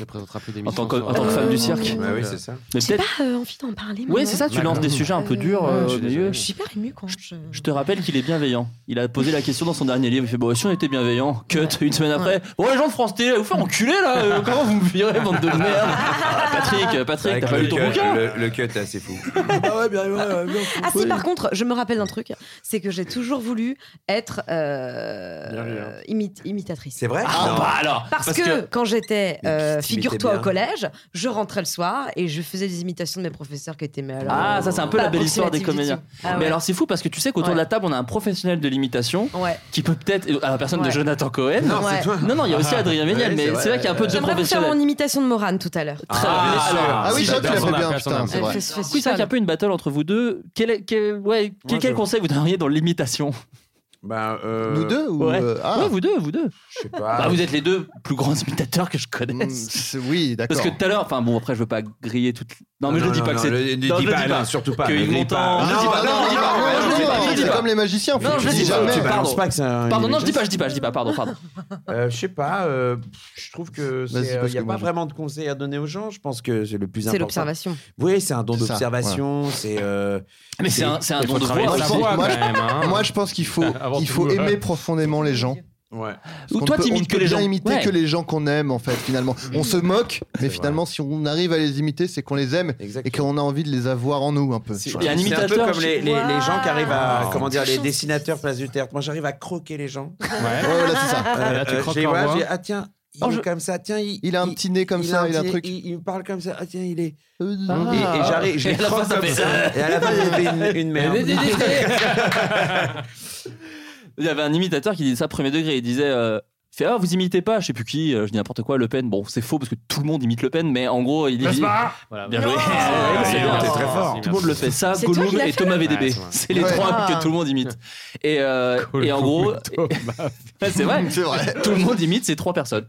Speaker 4: ne présentera plus
Speaker 6: En
Speaker 4: d'émission
Speaker 6: tant que,
Speaker 4: sur-
Speaker 6: en tant que femme du cirque.
Speaker 4: Ouais, oui, c'est
Speaker 3: ça.
Speaker 6: Mais
Speaker 2: J'ai
Speaker 6: peut-être.
Speaker 2: pas euh, envie d'en parler.
Speaker 6: Ouais,
Speaker 2: moi.
Speaker 6: c'est ça, tu lances des sujets un peu durs
Speaker 4: Ouais,
Speaker 6: euh,
Speaker 4: je suis
Speaker 6: au
Speaker 4: désolé.
Speaker 6: milieu.
Speaker 2: Je suis hyper émue quand je.
Speaker 6: Je te rappelle qu'il est bienveillant. Il a posé la question dans son dernier livre. Il fait Bon, si on était bienveillant, cut, une semaine après. Bon, les gens de France Télé, vous faites enculer là euh, Comment vous me virez, bande de merde Ah, Patrick, euh, Patrick, t'as pas
Speaker 3: le
Speaker 6: lu ton
Speaker 3: cut,
Speaker 6: bouquin
Speaker 3: le, le cut, là, c'est fou.
Speaker 2: Ah si, par contre, je me rappelle d'un truc, c'est que j'ai toujours voulu être euh, imit- imitatrice.
Speaker 3: C'est vrai
Speaker 6: hein. Ah,
Speaker 3: Non.
Speaker 6: bah alors
Speaker 2: Parce,
Speaker 3: Parce
Speaker 2: que,
Speaker 3: que-
Speaker 2: quand j'étais, euh, figure-toi
Speaker 3: bien.
Speaker 2: au collège, je rentrais le soir et je faisais des imitations de mes professeurs qui étaient mais alors,
Speaker 6: Ah, ça, c'est un peu
Speaker 2: pas
Speaker 6: la belle histoire des
Speaker 2: approximatives du
Speaker 6: comédiens.
Speaker 2: tout. Ah
Speaker 6: Mais
Speaker 2: ouais.
Speaker 6: alors, c'est fou parce que tu sais qu'autour de la table, on a un professionnel de l'imitation
Speaker 2: Ouais.
Speaker 6: qui peut peut-être. À la personne de
Speaker 2: Ouais.
Speaker 6: Jonathan Cohen.
Speaker 2: Non, c'est Ouais. toi.
Speaker 6: Non, non, il y a aussi Adrien Méniel,
Speaker 3: Ouais,
Speaker 6: mais
Speaker 3: c'est
Speaker 6: c'est
Speaker 3: vrai.
Speaker 6: vrai, qu'il y a un peu de
Speaker 2: J'aimerais vous faire
Speaker 6: professionnel.
Speaker 2: mon imitation de Morane tout à l'heure.
Speaker 6: Très bien.
Speaker 7: Ah oui, ça, tu l'as fait bien, putain, c'est
Speaker 2: Elle
Speaker 7: vrai.
Speaker 2: fait ce
Speaker 6: Oui, c'est vrai qu'il y a un peu une battle entre vous deux. Quel, est- quel- ouais, quel, quel
Speaker 3: je-
Speaker 6: conseil vous donneriez dans l'imitation
Speaker 3: Bah, euh,
Speaker 7: Nous deux ou
Speaker 6: ouais.
Speaker 7: euh, ah,
Speaker 6: Ouais, vous deux, vous deux.
Speaker 3: Je sais pas.
Speaker 6: Bah, vous êtes les deux plus grands imitateurs que je
Speaker 7: mm,
Speaker 6: connaisse.
Speaker 7: c'est- Oui, d'accord.
Speaker 6: Parce que tout à l'heure, enfin bon, après, je veux pas griller toute. Non, mais je le dis pas que c'est.
Speaker 3: Ne dis
Speaker 6: non, je le
Speaker 3: pas, non, surtout pas.
Speaker 6: Que
Speaker 3: ne
Speaker 6: Yves
Speaker 3: dis
Speaker 6: Montand-
Speaker 3: pas.
Speaker 6: je dis pas, non,
Speaker 7: non,
Speaker 6: je dis
Speaker 7: non,
Speaker 6: pas,
Speaker 7: non,
Speaker 6: je dis pas,
Speaker 7: non,
Speaker 6: je dis
Speaker 7: c'est
Speaker 6: pas.
Speaker 7: Ah, comme les magiciens. faut
Speaker 6: Non,
Speaker 7: que
Speaker 6: je
Speaker 7: tu
Speaker 6: le dis
Speaker 7: dis
Speaker 6: pas,
Speaker 7: jamais.
Speaker 6: tu parles.
Speaker 3: Je pense pas que c'est un-
Speaker 6: Pardon, non, je dis pas, je dis pas, je dis pas, pardon, pardon.
Speaker 3: Euh, je sais pas. euh, je trouve que
Speaker 7: Vas-y,
Speaker 3: c'est. Il
Speaker 7: parce
Speaker 3: n'y a
Speaker 7: que
Speaker 3: pas
Speaker 7: moi, je-
Speaker 3: vraiment de conseils à donner aux gens. Je pense que c'est le plus
Speaker 2: C'est
Speaker 3: important.
Speaker 2: l'observation.
Speaker 3: Oui, c'est un don
Speaker 7: C'est ça,
Speaker 3: d'observation. C'est. euh,
Speaker 6: Mais c'est un, c'est un
Speaker 4: Il
Speaker 6: don
Speaker 4: faut
Speaker 6: de
Speaker 4: travailler
Speaker 6: voix.
Speaker 4: sa
Speaker 7: aussi.
Speaker 4: voix
Speaker 7: Moi,
Speaker 4: quand
Speaker 7: je-
Speaker 4: même. hein.
Speaker 7: Moi, je pense qu'il faut,
Speaker 4: Avant
Speaker 7: il
Speaker 4: tout,
Speaker 7: faut
Speaker 4: euh,
Speaker 7: aimer profondément les gens.
Speaker 3: Ouais.
Speaker 7: Parce qu'on
Speaker 6: Toi,
Speaker 7: peut-
Speaker 6: t'imites
Speaker 7: on
Speaker 6: que
Speaker 7: peut
Speaker 6: les
Speaker 7: bien
Speaker 6: gens.
Speaker 7: imiter
Speaker 6: Ouais.
Speaker 7: que les gens qu'on aime, en fait, finalement. On se moque, mais finalement, si on arrive à les imiter, c'est qu'on les aime et
Speaker 3: Exactement.
Speaker 7: qu'on a envie de les avoir en nous, un peu.
Speaker 6: Il y a un
Speaker 3: C'est un peu
Speaker 6: imitateur.
Speaker 3: comme les, les, les gens qui arrivent à.
Speaker 2: Wow.
Speaker 3: Comment dire Les
Speaker 2: Chanson.
Speaker 3: dessinateurs place du théâtre. Moi, j'arrive à croquer les gens. Euh,
Speaker 4: Ouais.
Speaker 7: Ouais, voilà, c'est ça.
Speaker 4: Et là, tu croques
Speaker 3: j'ai-
Speaker 4: leur
Speaker 3: voilà,
Speaker 4: voix.
Speaker 3: j'ai- Ah, tiens. Il
Speaker 7: Oh,
Speaker 3: est
Speaker 7: je-
Speaker 3: comme ça, tiens, il,
Speaker 7: Il a un petit nez comme ça,
Speaker 3: un
Speaker 7: il a un
Speaker 3: petit-
Speaker 7: truc.
Speaker 3: Il, il me parle comme ça, ah tiens, il est. Et,
Speaker 7: Ah.
Speaker 3: et j'arrive, je
Speaker 6: Et
Speaker 3: les
Speaker 6: à la fin,
Speaker 3: croque
Speaker 6: ça
Speaker 3: comme
Speaker 6: fait-
Speaker 3: ça. Et à la fin, il fait une, une merde.
Speaker 6: Il y avait un imitateur qui disait ça premier degré. Il disait euh, il fait, ah, vous imitez pas, je sais plus qui, euh, je dis n'importe quoi, Le Pen. Bon, c'est faux parce que tout le monde imite Le Pen, mais en gros, il
Speaker 10: N'est-ce
Speaker 6: dit.
Speaker 10: pas
Speaker 4: Voilà,
Speaker 6: Bien
Speaker 4: voilà.
Speaker 6: joué.
Speaker 4: Ah,
Speaker 6: C'est
Speaker 4: il est
Speaker 6: bien.
Speaker 4: monté très fort.
Speaker 6: Tout le monde le fait. Ça,
Speaker 2: C'est toi
Speaker 6: Gollum
Speaker 2: qui l'as
Speaker 6: et
Speaker 2: fait
Speaker 6: Thomas VDB.
Speaker 4: Ouais, c'est moi.
Speaker 6: c'est les
Speaker 7: Ouais.
Speaker 6: trois
Speaker 2: Ah.
Speaker 6: que tout le monde imite. Et, euh,
Speaker 4: Gollum
Speaker 6: et en gros,
Speaker 4: et Thomas.
Speaker 6: c'est vrai.
Speaker 7: C'est vrai.
Speaker 6: Tout le monde imite ces trois personnes.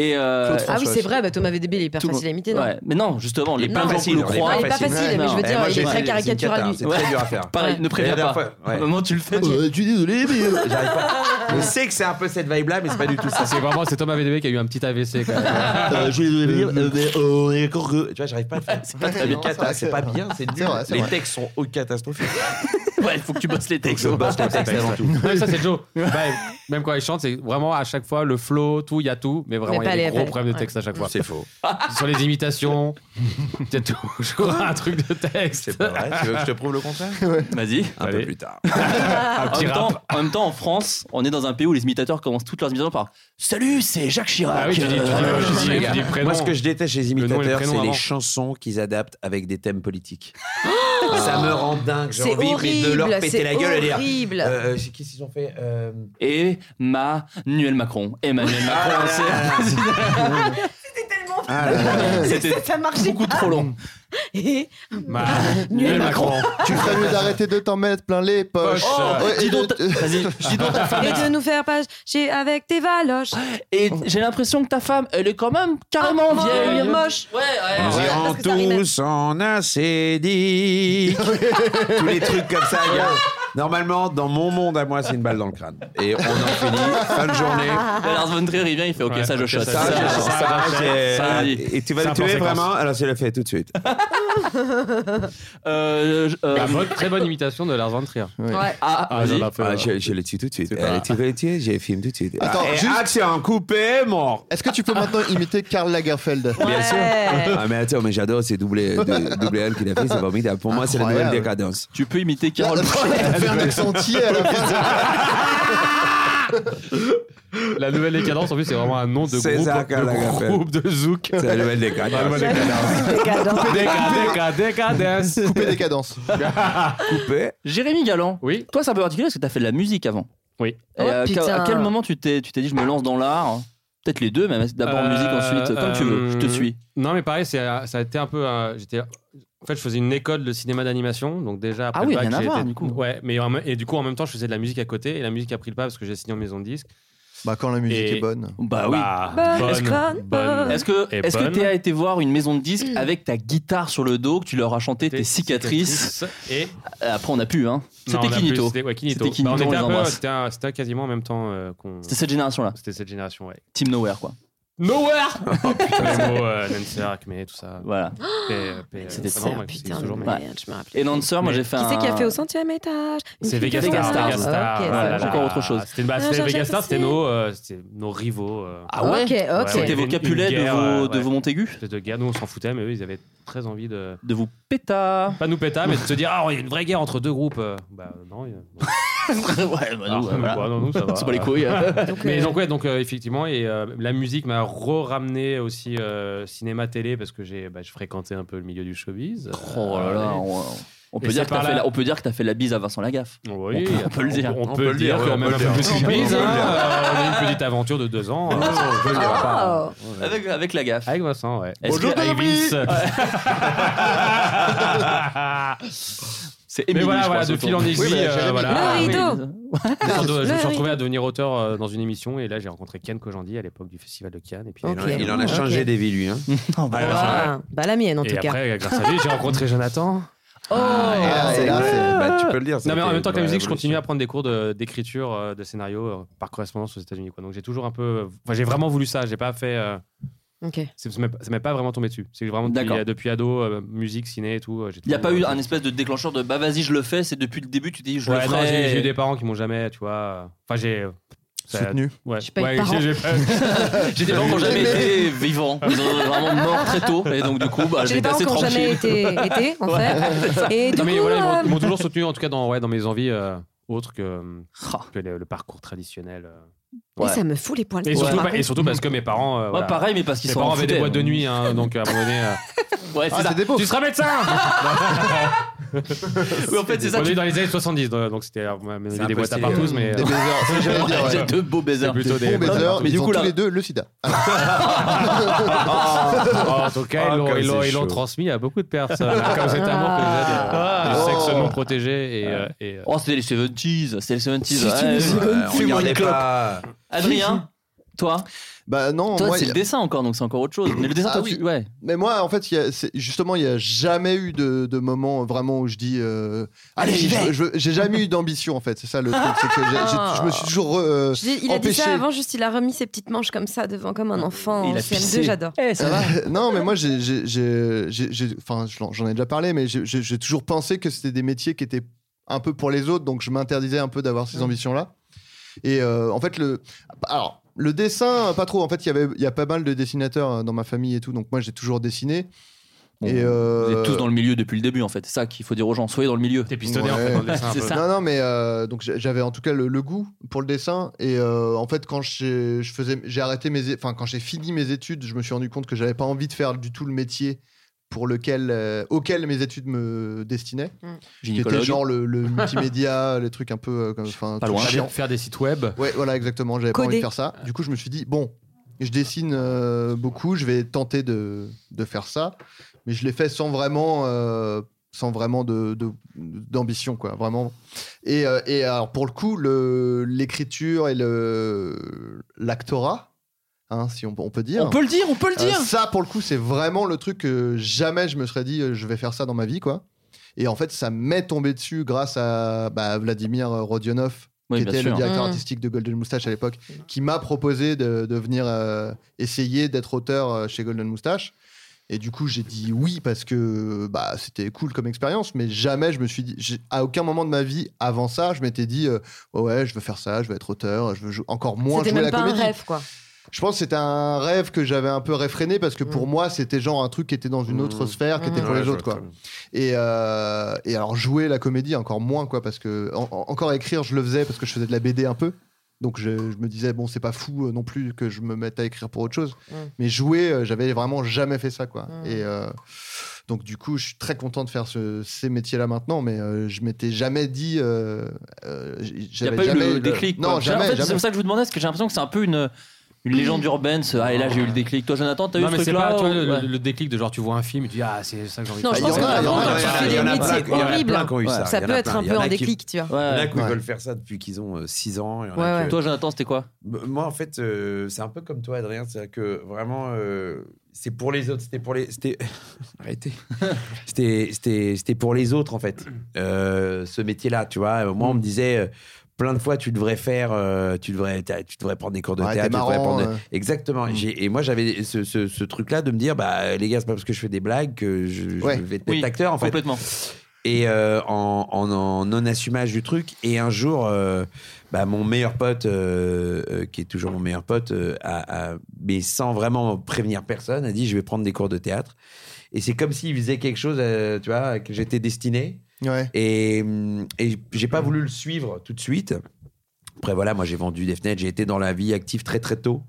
Speaker 6: Et euh,
Speaker 7: Claude
Speaker 2: Ah oui,
Speaker 7: François
Speaker 2: c'est vrai, bah, Thomas VDB, il est hyper
Speaker 6: tout le
Speaker 2: facile à imiter, non
Speaker 6: monde- ouais. Mais non, justement, les
Speaker 3: Il est
Speaker 6: plein
Speaker 3: pas
Speaker 6: de gens qui
Speaker 3: facile,
Speaker 6: le
Speaker 3: il est
Speaker 6: croient.
Speaker 2: pas Il est pas facile, facile, mais je veux
Speaker 3: Eh,
Speaker 2: dire,
Speaker 3: moi,
Speaker 2: il
Speaker 3: j'ai
Speaker 2: est très
Speaker 3: fait-
Speaker 2: caricatural, lui.
Speaker 3: C'est une cata, c'est très dur à faire.
Speaker 6: Pareil,
Speaker 2: Ouais.
Speaker 6: ne préviens
Speaker 3: La dernière
Speaker 6: pas.
Speaker 3: fois, ouais.
Speaker 6: Au moment où tu le fais,
Speaker 7: Euh, tu es désolé, mais. euh,
Speaker 3: J'arrive pas. Je sais que c'est un peu cette vibe là, mais c'est pas du tout ça.
Speaker 4: Ah, C'est vraiment c'est Thomas VDB qui a eu un petit AVC quand même.
Speaker 3: Euh, je voulais dire, euh, mais, euh,
Speaker 4: oh,
Speaker 3: on est d'accord que- Tu vois, j'arrive pas à le faire. C'est pas
Speaker 7: très bien.
Speaker 3: cata, c'est pas bien, c'est
Speaker 7: C'est
Speaker 3: nul.
Speaker 7: vrai, c'est
Speaker 3: Les
Speaker 7: vrai.
Speaker 3: textes sont au catastrophique.
Speaker 6: ouais, il faut que tu bosses les textes.
Speaker 3: Je bosse les textes avant tout.
Speaker 4: Même ça, c'est Joe. Bah, même quand il chante, c'est vraiment à chaque fois le flow, tout, il y a tout, mais
Speaker 2: Mais
Speaker 4: vraiment il y
Speaker 2: pas
Speaker 4: a des
Speaker 2: les-
Speaker 4: gros
Speaker 2: pas-
Speaker 4: problèmes de texte à chaque fois.
Speaker 3: C'est faux.
Speaker 4: Sur les imitations, il y a toujours un truc de texte.
Speaker 3: C'est pas vrai. Tu veux que je te prouve le contraire
Speaker 6: Vas-y.
Speaker 3: Un peu
Speaker 4: Allez.
Speaker 3: plus tard.
Speaker 4: Un
Speaker 6: En
Speaker 4: petit
Speaker 6: même,
Speaker 4: rap.
Speaker 6: temps, en même temps, en France, on est dans un pays où les imitateurs commencent toutes leurs imitations par Salut, c'est Jacques Chirac.
Speaker 4: Ah oui, tu dis, tu dis-
Speaker 6: Euh,
Speaker 4: tu dis- tu dis le prénom.
Speaker 3: Moi, ce que je déteste chez les
Speaker 4: nom et le
Speaker 3: imitateurs,
Speaker 4: prénom
Speaker 3: c'est les
Speaker 4: avant.
Speaker 3: chansons qu'ils adaptent avec des thèmes politiques. Ça me rend dingue. J'ai
Speaker 2: C'est
Speaker 3: envie mais de leur
Speaker 2: horrible,
Speaker 3: péter la
Speaker 2: c'est
Speaker 3: gueule et dire.
Speaker 2: horrible.
Speaker 3: euh, c'est- Qu'est-ce qu'ils ont fait Euh,
Speaker 6: Emmanuel Macron. Emmanuel Macron.
Speaker 3: Ah là là
Speaker 6: c'est-
Speaker 3: là là.
Speaker 2: C'était tellement
Speaker 3: Ah, là, là.
Speaker 6: C'était
Speaker 2: ça marchait
Speaker 6: beaucoup trop long.
Speaker 2: Et
Speaker 4: Nul Macron.
Speaker 7: Tu ferais mieux d'arrêter de t'en mettre plein les poches.
Speaker 6: Oh,
Speaker 7: Ouais, et
Speaker 6: dis donc,
Speaker 7: de-
Speaker 6: ta- vas-y, dis donc ta femme.
Speaker 2: et de nous faire pas chier avec tes valoches.
Speaker 6: Ah, Et j'ai l'impression que ta femme, elle est quand même carrément
Speaker 2: Ah,
Speaker 6: vieille.
Speaker 2: moche.
Speaker 6: Ouais, ouais.
Speaker 3: Nous
Speaker 2: Ouais,
Speaker 3: irons
Speaker 2: parce que ça rime.
Speaker 3: tous en acédique. Tous les trucs comme ça, gars. Normalement, dans mon monde à moi, c'est une balle dans le crâne. Et on en finit. Fin de journée.
Speaker 6: Et Lars von Trier, il vient, il fait OK,
Speaker 4: Ouais,
Speaker 6: ça je
Speaker 4: ok,
Speaker 6: shot.
Speaker 4: ça,
Speaker 3: Ça,
Speaker 4: je
Speaker 3: ça,
Speaker 4: shot.
Speaker 3: ça,
Speaker 4: ça,
Speaker 3: c'est-
Speaker 6: ça,
Speaker 3: et tu vas
Speaker 4: ça,
Speaker 3: le
Speaker 4: pour
Speaker 3: tuer
Speaker 4: séquence.
Speaker 3: vraiment Alors, je le fais tout de suite.
Speaker 6: Euh, je- euh,
Speaker 4: La bonne- Bah, très bonne imitation de Lars von Trier.
Speaker 2: Ouais.
Speaker 6: ah,
Speaker 4: Ah, j'en ai fait,
Speaker 3: Ah,
Speaker 4: ouais.
Speaker 3: je, je le tue tout de suite. Allez, tu veux le tuer Je filme tout de suite.
Speaker 7: Attends,
Speaker 3: Ah, et
Speaker 7: juste-
Speaker 3: Action, coupé, mort.
Speaker 7: Est-ce que tu peux maintenant imiter Karl Lagerfeld
Speaker 3: Bien
Speaker 2: Ouais.
Speaker 3: sûr. Ah, mais attends, mais j'adore ces doublés, de- doublés L qu'il a fait, c'est formidable. Pour moi, c'est la nouvelle
Speaker 7: Incroyable.
Speaker 3: décadence.
Speaker 6: tu peux imiter Carole.
Speaker 7: Elle a fait un accent entier à la fin.
Speaker 4: La nouvelle décadence, en plus, c'est vraiment un nom de
Speaker 3: C'est
Speaker 4: groupe,
Speaker 3: ça, Karl
Speaker 4: de,
Speaker 3: Lagerfeld.
Speaker 4: groupe de zouk.
Speaker 3: C'est la nouvelle décadence.
Speaker 4: La nouvelle décadence.
Speaker 2: Décadent.
Speaker 4: Déca- déca- décadence.
Speaker 7: Coupé des cadences.
Speaker 3: Coupé.
Speaker 6: Jérémy Galland,
Speaker 4: Oui.
Speaker 6: toi c'est un peu particulier parce que t'as fait de la musique avant.
Speaker 4: Oui.
Speaker 6: Et
Speaker 2: Oh,
Speaker 6: à,
Speaker 2: putain.
Speaker 6: à quel moment tu t'es tu t'es dit je me lance dans l'art hein Peut-être les deux, mais d'abord
Speaker 4: Euh,
Speaker 6: musique, ensuite comme tu veux. Je te
Speaker 4: euh,
Speaker 6: suis.
Speaker 4: Non, mais pareil, c'est, euh, ça a été un peu. euh, j'étais, en fait, je faisais une école de cinéma d'animation, donc déjà après
Speaker 6: Ah oui,
Speaker 4: le bac,
Speaker 6: rien à
Speaker 4: j'ai
Speaker 6: voir,
Speaker 4: été-
Speaker 6: du coup.
Speaker 4: Ouais, mais en même- et du coup en même temps, je faisais de la musique à côté, et la musique a pris le pas parce que j'ai signé en maison de disque.
Speaker 7: Bah, quand la musique
Speaker 4: Et-
Speaker 7: est bonne.
Speaker 6: Bah oui.
Speaker 2: Bonne,
Speaker 4: ah,
Speaker 2: bonne,
Speaker 4: bonne,
Speaker 2: bonne.
Speaker 6: Est-ce que
Speaker 4: Et
Speaker 6: est-ce que
Speaker 4: bonne.
Speaker 6: t'es été voir une maison de disques
Speaker 2: Mm.
Speaker 6: avec ta guitare sur le dos que tu leur as chanté tes cicatrices
Speaker 4: et
Speaker 6: Euh, Après on a pu hein.
Speaker 4: Non, on
Speaker 6: C'était
Speaker 4: a plus-
Speaker 6: Kinito.
Speaker 4: C'était ouais, Kinito.
Speaker 6: C'était Kinito,
Speaker 4: Bah, on
Speaker 6: on
Speaker 4: était
Speaker 6: les
Speaker 4: un peu-
Speaker 6: embrasse.
Speaker 4: c'était un- c'était quasiment en même temps euh, qu'on.
Speaker 6: C'était cette génération là.
Speaker 4: C'était cette génération, ouais.
Speaker 6: Team Nowhere quoi.
Speaker 4: Nowhere Oh, Les mots euh, Nancy Acme, tout ça.
Speaker 6: Voilà.
Speaker 4: P- P-
Speaker 6: C'était
Speaker 4: ah
Speaker 6: trop-
Speaker 4: non, ouais, c'est
Speaker 2: Putain, de
Speaker 4: toujours, mais-
Speaker 2: merde, je me rappelle.
Speaker 6: Et Lancer, moi
Speaker 4: Mais-
Speaker 6: j'ai fait
Speaker 2: Qui
Speaker 6: un.
Speaker 2: c'est qui a fait au centième étage Une
Speaker 4: C'est
Speaker 2: fille qui
Speaker 4: Vegastar.
Speaker 2: fait
Speaker 6: Vegastar.
Speaker 2: un-
Speaker 4: Vegastar,
Speaker 2: Ok,
Speaker 4: ouais,
Speaker 2: ça va.
Speaker 4: là, là.
Speaker 6: encore autre chose.
Speaker 4: C'était bah,
Speaker 2: Ah,
Speaker 4: c'était
Speaker 2: j'ai
Speaker 4: Vegastar,
Speaker 2: cherché.
Speaker 4: c'était nos, euh, c'était nos rivaux. euh,
Speaker 6: Ah ouais.
Speaker 2: Ok, ok.
Speaker 4: Ouais, ouais.
Speaker 6: C'était vos
Speaker 4: Une
Speaker 6: capulets de
Speaker 4: guerre,
Speaker 6: vos,
Speaker 4: euh,
Speaker 6: de
Speaker 4: ouais.
Speaker 6: vos Montaigu
Speaker 4: espèce de guerre. Nous, on s'en foutait, mais eux, ils avaient très envie de.
Speaker 6: De vos pétards
Speaker 4: Pas nous péter, mais de se dire, ah, il y a une vraie guerre entre deux groupes. Euh, Bah, non. il y a-
Speaker 6: ouais, bah,
Speaker 4: Ah,
Speaker 6: nous, voilà.
Speaker 4: bah, non, nous, ça va.
Speaker 6: C'est pas les couilles. hein.
Speaker 2: Donc,
Speaker 4: Mais
Speaker 2: euh,
Speaker 4: donc, ouais, donc euh, effectivement, et euh, la musique m'a re-ramené aussi euh, cinéma-télé parce que j'ai bah, je fréquentais un peu le milieu du showbiz.
Speaker 6: Oh là là,
Speaker 4: Euh,
Speaker 6: on, on peut
Speaker 4: Et
Speaker 6: dire
Speaker 4: c'est
Speaker 6: que t'as
Speaker 4: par
Speaker 6: fait
Speaker 4: là.
Speaker 6: la- on peut dire que t'as fait la bise à Vincent Lagaffe.
Speaker 4: Oui,
Speaker 6: On peut- on peut le dire.
Speaker 4: On, peut le dire,
Speaker 3: ouais,
Speaker 4: quand
Speaker 3: on
Speaker 4: même
Speaker 3: peut
Speaker 4: un
Speaker 3: le
Speaker 4: peu
Speaker 3: dire. On
Speaker 4: plus bise.
Speaker 3: peut le dire.
Speaker 4: Hein, euh, on a eu une petite aventure de deux ans euh, Ah.
Speaker 2: Oh
Speaker 6: Avec, avec Lagaffe.
Speaker 4: avec Vincent, ouais.
Speaker 6: Est-ce que-
Speaker 4: Avec Vince.
Speaker 6: C'est
Speaker 4: Mais
Speaker 6: Émilie,
Speaker 4: voilà,
Speaker 6: je
Speaker 4: voilà,
Speaker 6: crois,
Speaker 4: de
Speaker 6: ce
Speaker 4: fil en
Speaker 6: tour.
Speaker 3: bah,
Speaker 4: aiguille.
Speaker 7: mais
Speaker 4: euh,
Speaker 7: jamais-
Speaker 4: voilà.
Speaker 2: Le
Speaker 6: oui.
Speaker 2: rideau. Oh.
Speaker 4: Je me suis
Speaker 2: Ah, oui.
Speaker 4: retrouvé à devenir auteur euh, dans une émission et là j'ai rencontré Ken Kojandi à l'époque du festival de Cannes et puis
Speaker 2: Ok.
Speaker 3: Il en a- Il en a
Speaker 2: Ok.
Speaker 3: changé des vies, lui. hein.
Speaker 6: Non, bah, alors,
Speaker 2: Ah, Bah la mienne en
Speaker 4: et
Speaker 2: tout cas.
Speaker 4: après grâce à lui j'ai rencontré Jonathan.
Speaker 7: Ah,
Speaker 3: c'est-
Speaker 7: et là, c'est-
Speaker 3: bah, tu peux le dire. ça
Speaker 4: Non mais en
Speaker 3: fait
Speaker 4: même temps que la
Speaker 3: une
Speaker 4: musique je
Speaker 3: révolution.
Speaker 4: continue à prendre des cours de- d'écriture euh, de scénario euh, par correspondance aux États-Unis quoi. Donc j'ai toujours un peu enfin j'ai vraiment voulu ça, j'ai pas fait euh,
Speaker 2: Ok.
Speaker 4: c'est- ça m'est ça m'est pas vraiment tombé dessus. C'est vraiment depuis,
Speaker 6: D'accord.
Speaker 4: euh, depuis ado euh, musique ciné et tout, euh, j'ai
Speaker 6: Il n'y a
Speaker 4: tout-
Speaker 6: pas eu
Speaker 4: euh,
Speaker 6: un espèce de déclencheur de bah vas-y, je le fais, c'est depuis le début, tu dis je
Speaker 4: Ouais,
Speaker 6: le
Speaker 4: non,
Speaker 6: ferai.
Speaker 4: j'ai j'ai eu des parents qui m'ont jamais, tu vois. euh, Enfin j'ai ça-
Speaker 7: Soutenu.
Speaker 4: Ouais.
Speaker 2: J'ai pas eu de
Speaker 4: Ouais,
Speaker 2: parents.
Speaker 4: j'ai- j'ai pas-
Speaker 6: J'ai des parents qui n'ont jamais été vivants. Ils ont vraiment mort très tôt. Et donc, du coup, bah,
Speaker 2: J'ai
Speaker 6: j'ai
Speaker 2: des parents
Speaker 6: passé
Speaker 2: qui n'ont jamais
Speaker 6: tranquille.
Speaker 2: été, été en fait. Et du
Speaker 4: Non, mais
Speaker 2: coup,
Speaker 4: voilà, ils m'ont-
Speaker 2: euh,
Speaker 4: ils m'ont toujours soutenu, en tout cas, dans, ouais, dans mes envies euh, autres que,
Speaker 6: Ah.
Speaker 4: que le, le parcours traditionnel. euh.
Speaker 2: et ça me fout les poils.
Speaker 4: Et,
Speaker 2: quand
Speaker 4: surtout,
Speaker 2: je
Speaker 4: pas- et
Speaker 2: raconte.
Speaker 4: surtout parce que mes parents. euh,
Speaker 6: Ouais,
Speaker 4: voilà.
Speaker 6: pareil, mais parce qu'ils
Speaker 4: Mes
Speaker 6: sont
Speaker 4: parents
Speaker 6: en
Speaker 4: avaient des boîtes de nuit, hein, donc à un moment donné. euh,
Speaker 6: Ouais, c'est
Speaker 7: Ah,
Speaker 6: ça.
Speaker 7: c'est des beaux.
Speaker 4: tu seras médecin
Speaker 6: Oui, en fait, c'est ça.
Speaker 4: On est
Speaker 6: Tu...
Speaker 4: dans les années 70, donc donc c'était alors, à mon avis,
Speaker 3: un
Speaker 4: des
Speaker 3: peu
Speaker 4: boîtes à
Speaker 3: stylé,
Speaker 4: partous, mais.
Speaker 7: Des
Speaker 4: euh,
Speaker 7: baisers. C'est ce que j'allais dire,
Speaker 6: J'ai
Speaker 7: ouais.
Speaker 6: deux beaux baisers.
Speaker 4: plutôt
Speaker 7: Des bons baisers.
Speaker 6: Mais
Speaker 7: Ils
Speaker 6: du coup,
Speaker 7: ont tous
Speaker 6: là-
Speaker 7: les deux le sida.
Speaker 4: ils
Speaker 3: Ah,
Speaker 4: l'ont-
Speaker 3: comme
Speaker 4: ils l'ont-
Speaker 3: c'est
Speaker 4: ils l'ont
Speaker 3: chaud.
Speaker 4: transmis à beaucoup de personnes. hein, comme cet amour que j'ai de-
Speaker 7: Ah.
Speaker 4: du sexe
Speaker 7: Oh.
Speaker 4: non protégé et. euh, et, euh,
Speaker 6: Oh, c'était les 70s. C'était les 70s.
Speaker 7: C'est une
Speaker 6: ouais.
Speaker 7: musique.
Speaker 3: Ouais, on
Speaker 6: Fume-moi
Speaker 3: regardait
Speaker 6: une clope.
Speaker 3: pas.
Speaker 6: Adrien, toi
Speaker 7: Bah, non,
Speaker 6: Toi,
Speaker 7: moi,
Speaker 6: c'est
Speaker 7: y
Speaker 6: le
Speaker 7: a-
Speaker 6: dessin encore, donc c'est encore autre chose. Mais le dessin,
Speaker 7: Ah
Speaker 6: toi,
Speaker 7: oui.
Speaker 6: tu. Ouais.
Speaker 7: Mais moi, en fait, il y a- c'est- justement, il n'y a jamais eu de, de moment vraiment où je dis euh, Allez,
Speaker 6: Allez, j'y
Speaker 7: je-
Speaker 6: vais.
Speaker 7: je- j'ai jamais eu d'ambition, en fait. C'est ça le truc. C'est que j'ai- j'ai- je me suis toujours. euh,
Speaker 2: Je dis, il a dit
Speaker 7: Empêché.
Speaker 2: ça avant, juste il a remis ses petites manches comme ça devant, comme un enfant.
Speaker 6: Il a
Speaker 2: en CM2,
Speaker 6: pissé.
Speaker 2: j'adore.
Speaker 6: Eh, ça va.
Speaker 7: non, mais moi, j'ai- j'ai- j'ai- j'ai- j'ai- enfin, je l'en- j'en ai déjà parlé, mais j'ai- j'ai j'ai toujours pensé que c'était des métiers qui étaient un peu pour les autres, donc je m'interdisais un peu d'avoir ces ambitions-là. Et euh, en fait, le, alors le dessin, pas trop. En fait, il y avait, il y a pas mal de dessinateurs euh, dans ma famille et tout, donc moi, j'ai toujours dessiné.
Speaker 6: Bon,
Speaker 7: et euh,
Speaker 6: Vous êtes tous dans le milieu depuis le début, en fait. C'est ça qu'il faut dire aux gens. Soyez dans le milieu.
Speaker 4: T'es pistonné en
Speaker 7: Ouais.
Speaker 4: fait dans le dessin. un
Speaker 6: C'est
Speaker 4: peu.
Speaker 6: ça.
Speaker 7: Non, non, mais euh, donc j'a- j'avais en tout cas le, le goût pour le dessin. Et euh, en fait, quand j'ai- je faisais, j'ai arrêté mes, é- enfin quand j'ai fini mes études, je me suis rendu compte que j'avais pas envie de faire du tout le métier pour lequel, euh, auquel mes études me destinaient.
Speaker 6: Mm.
Speaker 7: Qui était
Speaker 6: Gynécologue.
Speaker 7: genre le, le multimédia, les trucs un peu, euh, comme- enfin,
Speaker 6: Pas
Speaker 7: tout
Speaker 6: loin.
Speaker 7: chiant.
Speaker 4: Faire des sites web.
Speaker 7: Ouais, voilà, exactement. J'avais pas
Speaker 2: Coder.
Speaker 7: envie de faire ça. Du coup, je me suis dit bon, Je dessine euh, beaucoup, je vais tenter de, de faire ça, mais je l'ai fait sans vraiment, euh, sans vraiment de, de- d'ambition, quoi, vraiment. Et, euh, et alors, pour le coup, le, l'écriture et le, l'actorat, hein, si on, peut- on peut dire.
Speaker 11: On peut le dire, on peut le
Speaker 7: Euh,
Speaker 11: dire.
Speaker 7: ça, pour le coup, c'est vraiment le truc que jamais je me serais dit, euh, je vais faire ça dans ma vie, quoi. Et en fait, ça m'est tombé dessus grâce à bah, Vladimir Rodionov,
Speaker 6: Oui,
Speaker 7: qui
Speaker 6: bien
Speaker 7: était
Speaker 6: sûr.
Speaker 7: le directeur
Speaker 11: Mmh.
Speaker 6: Mm.
Speaker 7: artistique de Golden Moustache à l'époque, qui m'a proposé de, de venir euh, essayer d'être auteur euh, chez Golden Moustache. Et du coup, j'ai dit oui parce que bah, c'était cool comme expérience, mais jamais je me suis dit, j'ai- à aucun moment de ma vie avant ça, je m'étais dit, euh, Oh ouais, je veux faire ça, je veux être auteur, je veux jou- encore moins
Speaker 2: C'était
Speaker 7: jouer à
Speaker 2: même
Speaker 7: la
Speaker 2: pas un
Speaker 7: comédie.
Speaker 2: rêve, quoi.
Speaker 7: Je pense que c'était un rêve que j'avais un peu réfréné parce que pour moi, c'était genre un truc qui était dans une autre
Speaker 6: Mm.
Speaker 7: sphère, qui était pour
Speaker 10: Ouais,
Speaker 7: les
Speaker 10: je
Speaker 7: autres,
Speaker 10: vois
Speaker 7: quoi. Et, euh, et alors, jouer la comédie, encore moins, quoi, parce que en- en- encore écrire, je le faisais parce que je faisais de la BD un peu. Donc, je, je me disais, bon, c'est pas fou euh, non plus que je me mette à écrire pour autre chose.
Speaker 2: Mm.
Speaker 7: Mais jouer, euh, j'avais vraiment jamais fait ça, quoi. Et euh, donc, du coup, je suis très content de faire ce- ces métiers-là maintenant, mais euh, je m'étais jamais dit. Euh, euh, j-
Speaker 6: Il n'y a
Speaker 7: j'avais
Speaker 6: pas eu
Speaker 7: jamais
Speaker 6: le
Speaker 7: de-
Speaker 6: déclic.
Speaker 7: Non,
Speaker 6: quoi.
Speaker 7: jamais.
Speaker 6: En fait,
Speaker 7: jamais.
Speaker 6: C'est pour ça que je vous demandais, parce que j'ai l'impression que c'est un peu une, une légende urbaine. Ce, ah, et là, j'ai eu le déclic. Toi, Jonathan, t'as eu
Speaker 4: Non,
Speaker 6: ce
Speaker 4: mais c'est pas
Speaker 6: truc-là
Speaker 4: tu vois,
Speaker 6: ou-
Speaker 4: le,
Speaker 6: ouais.
Speaker 4: le- le déclic de genre, tu vois un film et tu dis, ah, c'est ça que j'ai envie
Speaker 2: Non,
Speaker 4: de
Speaker 2: je
Speaker 4: faire.
Speaker 2: pense que vraiment,
Speaker 4: en a-
Speaker 2: quand tu
Speaker 4: il y en a-
Speaker 2: fais
Speaker 4: il y
Speaker 2: des
Speaker 4: en a plein
Speaker 2: métiers
Speaker 4: qui- il y en a
Speaker 2: horribles,
Speaker 4: plein qui ont eu
Speaker 2: ça,
Speaker 4: il y en
Speaker 2: peut
Speaker 4: a
Speaker 2: être
Speaker 4: plein.
Speaker 2: un
Speaker 4: Il y
Speaker 2: peu
Speaker 4: en
Speaker 2: en
Speaker 4: a qui-
Speaker 2: déclic, tu vois.
Speaker 6: Ouais.
Speaker 3: Il y en a qui
Speaker 7: Ouais.
Speaker 3: veulent faire ça depuis qu'ils ont 6 ans. il y en a
Speaker 2: Ouais,
Speaker 3: qui-
Speaker 2: ouais.
Speaker 6: Toi, Jonathan, c'était quoi
Speaker 3: B- Bah, Moi, en fait, euh, c'est un peu comme toi, Adrien. C'est que vraiment, euh, c'est pour les autres. C'était pour les. C'était. Arrêtez. C'était- C'était c'était pour les autres, en fait, euh, ce métier-là. Tu vois, moi, on me disait. euh, plein de fois, tu devrais faire, euh, tu devrais, t'as- tu devrais prendre des cours de
Speaker 7: Ouais,
Speaker 3: théâtre,
Speaker 7: t'es
Speaker 3: tu devrais
Speaker 7: marrant,
Speaker 3: prendre, des-
Speaker 7: euh.
Speaker 3: exactement. Et j'ai- Et moi, j'avais ce, ce- ce truc-là de me dire, bah les gars, c'est pas parce que je fais des blagues que je, je
Speaker 7: Ouais.
Speaker 3: vais être acteur, en fait
Speaker 6: Complètement.
Speaker 3: et euh, en, en- en non-assumage du truc. Et un jour, euh, bah, mon meilleur pote, euh, euh, qui est toujours mon meilleur pote, euh, a- a- mais sans vraiment prévenir personne, a dit Je vais prendre des cours de théâtre. Et c'est comme s'il faisait quelque chose, euh, tu vois, que j'étais destiné.
Speaker 7: Ouais.
Speaker 3: Et, hum, et j'ai pas voulu le suivre tout de suite. Après, voilà, moi j'ai vendu des fenêtres, j'ai été dans la vie active très très tôt.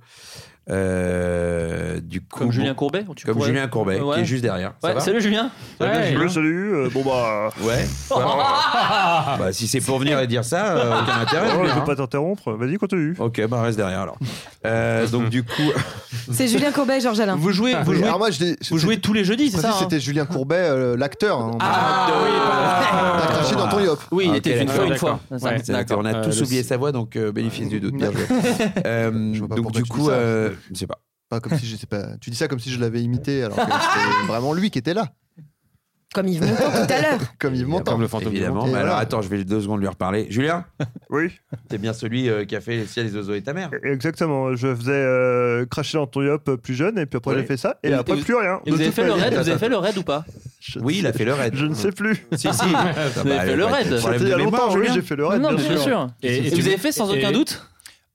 Speaker 3: Euh, du coup,
Speaker 6: Comme Julien
Speaker 3: bon,
Speaker 6: Courbet tu
Speaker 3: comme
Speaker 6: pourrais-
Speaker 3: Julien Courbet,
Speaker 6: Ouais.
Speaker 3: qui est juste derrière. Ça
Speaker 6: Ouais,
Speaker 3: va
Speaker 6: salut Julien.
Speaker 4: Ouais.
Speaker 10: Salut, salut. euh, bon bah.
Speaker 3: Ouais. Bah, si c'est pour venir et dire ça, euh, aucun intérêt.
Speaker 10: non,
Speaker 3: Julien,
Speaker 10: je
Speaker 3: hein.
Speaker 10: veux pas t'interrompre. Vas-y, continue.
Speaker 3: Ok, bah reste derrière alors. Euh, donc du coup,
Speaker 2: C'est Julien Courbet et Georges Alain.
Speaker 6: Vous jouez, vous jouez,
Speaker 7: Alors moi, je l'ai-
Speaker 6: vous
Speaker 7: c'était-
Speaker 6: jouez tous les jeudis,
Speaker 7: je
Speaker 6: c'est ça
Speaker 7: précise,
Speaker 6: hein Ah,
Speaker 7: c'était Julien Courbet, euh, l'acteur. hein. Ah. T'as craché dans ton yop.
Speaker 6: Oui, il
Speaker 3: Ah,
Speaker 6: était
Speaker 3: ok,
Speaker 6: une fois, une
Speaker 4: d'accord.
Speaker 6: fois. Ça,
Speaker 4: Ouais.
Speaker 6: c'est- d'accord.
Speaker 3: on a
Speaker 4: Euh,
Speaker 3: tous
Speaker 4: le-
Speaker 3: oublié sa voix, donc euh, bénéfice du doute. Bien joué. Euh,
Speaker 7: Je vois pas
Speaker 3: donc
Speaker 7: pourquoi
Speaker 3: du
Speaker 7: tu
Speaker 3: coup,
Speaker 7: dis ça.
Speaker 3: euh, je sais pas.
Speaker 7: Pas comme si je sais pas. Tu dis ça comme si je l'avais imité, alors que c'était vraiment lui qui était là,
Speaker 2: Comme Yves Montand tout à l'heure.
Speaker 7: comme Yves Montand.
Speaker 4: Comme le fantôme du
Speaker 3: Évidemment.
Speaker 7: monde.
Speaker 3: Mais
Speaker 7: Et
Speaker 3: alors
Speaker 7: voilà.
Speaker 3: attends, je vais deux secondes lui reparler. Julien,
Speaker 10: Oui,
Speaker 3: t'es bien celui euh, qui a fait les ciels, les oiseaux et ta mère.
Speaker 10: exactement. Je faisais euh, cracher dans ton yop euh, plus jeune, et puis après
Speaker 3: Oui.
Speaker 10: j'ai fait ça, et,
Speaker 6: Et vous-
Speaker 10: après
Speaker 6: et vous-
Speaker 10: plus rien.
Speaker 6: Et vous
Speaker 10: De
Speaker 6: avez
Speaker 10: toute
Speaker 6: fait le
Speaker 10: ma vie.
Speaker 6: raid, vous avez fait le raid ou pas
Speaker 10: Je-
Speaker 3: Oui, il a fait le raid.
Speaker 10: Je ne sais plus.
Speaker 3: Si si. Vous
Speaker 6: avez fait le raid.
Speaker 10: C'était il y a longtemps, oui, j'ai fait le raid.
Speaker 6: Non, mais
Speaker 10: bien sûr.
Speaker 4: Et-
Speaker 6: Et
Speaker 4: et
Speaker 6: vous
Speaker 4: tu-
Speaker 6: avez fait sans aucun
Speaker 4: et-
Speaker 6: doute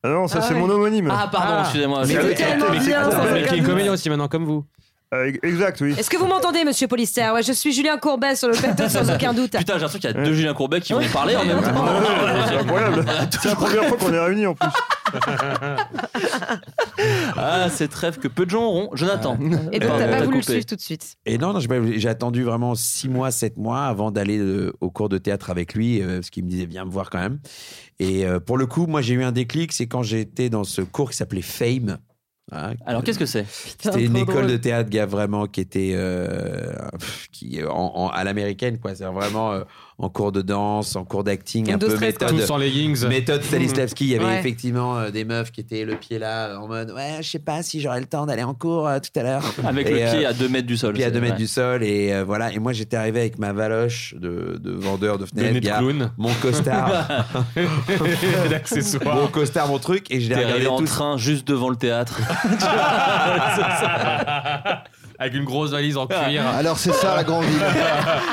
Speaker 10: Ah non, ça
Speaker 2: Ah
Speaker 10: c'est
Speaker 2: ouais.
Speaker 10: mon homonyme.
Speaker 6: Ah, pardon,
Speaker 4: Ah.
Speaker 6: excusez-moi.
Speaker 4: Mais
Speaker 6: Je-
Speaker 4: t'es
Speaker 2: tellement bien, ça,
Speaker 4: Mais qui est
Speaker 2: c'est
Speaker 4: comédien aussi maintenant, comme vous.
Speaker 10: Euh, exact, oui.
Speaker 2: Est-ce que vous m'entendez, monsieur Polister Ouais, je suis Julien Courbet sur le plateau sans aucun doute.
Speaker 6: Putain, j'ai l'impression qu'il y a deux Julien Courbet qui vont y parler en même temps.
Speaker 10: C'est incroyable. C'est la première fois qu'on est réunis en plus.
Speaker 6: Ah, cette rêve que peu de gens auront. Jonathan.
Speaker 2: Et donc,
Speaker 3: Euh,
Speaker 2: t'as
Speaker 3: t'as
Speaker 2: pas voulu le
Speaker 6: coupé.
Speaker 2: suivre tout de suite.
Speaker 3: Et non, non, j'ai pas- j'ai attendu vraiment 6 mois, 7 mois avant d'aller euh, au cours de théâtre avec lui, euh, parce qu'il me disait viens me voir quand même. Et euh, pour le coup, moi j'ai eu un déclic, c'est quand j'étais dans ce cours qui s'appelait Fame. hein,
Speaker 6: Alors, qu'est-ce que c'est
Speaker 3: C'était une école de théâtre, gars, vraiment, qui était euh, pff, qui, en- en- à l'américaine, quoi. C'est vraiment euh, en cours de danse, en cours d'acting, un
Speaker 2: Comme
Speaker 3: peu
Speaker 2: de stress, quoi.
Speaker 3: méthode.
Speaker 4: Tous en leggings.
Speaker 3: Méthode Stanislavski, il y avait
Speaker 2: Ouais.
Speaker 3: effectivement euh, des meufs qui étaient le pied là, euh, en mode ouais, je sais pas si j'aurai le temps d'aller en cours euh, tout à l'heure.
Speaker 6: Avec
Speaker 3: Et,
Speaker 6: le pied
Speaker 3: euh,
Speaker 6: à 2 mètres du sol.
Speaker 3: pied à
Speaker 6: c'est-
Speaker 3: 2 mètres
Speaker 6: ouais.
Speaker 3: du sol et euh, voilà. Et moi, j'étais arrivé avec ma valoche de, de vendeur de
Speaker 4: De nez
Speaker 3: fenêtres,
Speaker 4: de
Speaker 3: gars,
Speaker 4: clown.
Speaker 3: mon costard, mon
Speaker 4: D'accessoires.
Speaker 3: costard, mon truc, et je
Speaker 6: T'es
Speaker 3: l'ai regardé
Speaker 6: arrivé en
Speaker 3: tout
Speaker 6: train juste devant le théâtre.
Speaker 4: Avec une grosse valise en cuir.
Speaker 7: Alors c'est ça la grande ville.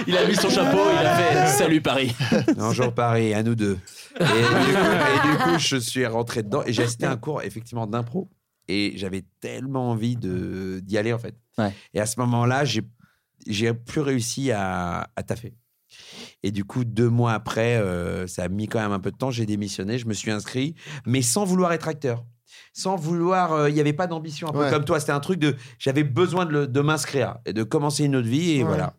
Speaker 6: Il a mis son chapeau, il a fait
Speaker 3: Euh,
Speaker 6: Salut Paris.
Speaker 3: Un jour Paris, à nous deux. Et du, coup, et du coup, je suis rentré dedans et j'ai assisté à un cours effectivement d'impro et j'avais tellement envie de d'y aller en fait.
Speaker 6: Ouais.
Speaker 3: Et à ce moment-là, j'ai j'ai plus réussi à, à taffer. Et du coup, deux mois après, euh, ça a mis quand même un peu de temps. J'ai démissionné, je me suis inscrit, mais sans vouloir être acteur, sans vouloir. euh, Il n'y avait pas d'ambition, un peu
Speaker 7: Ouais.
Speaker 3: comme toi. C'était un truc de j'avais besoin de, le- de m'inscrire et de commencer une autre vie et
Speaker 2: Ouais.
Speaker 3: voilà.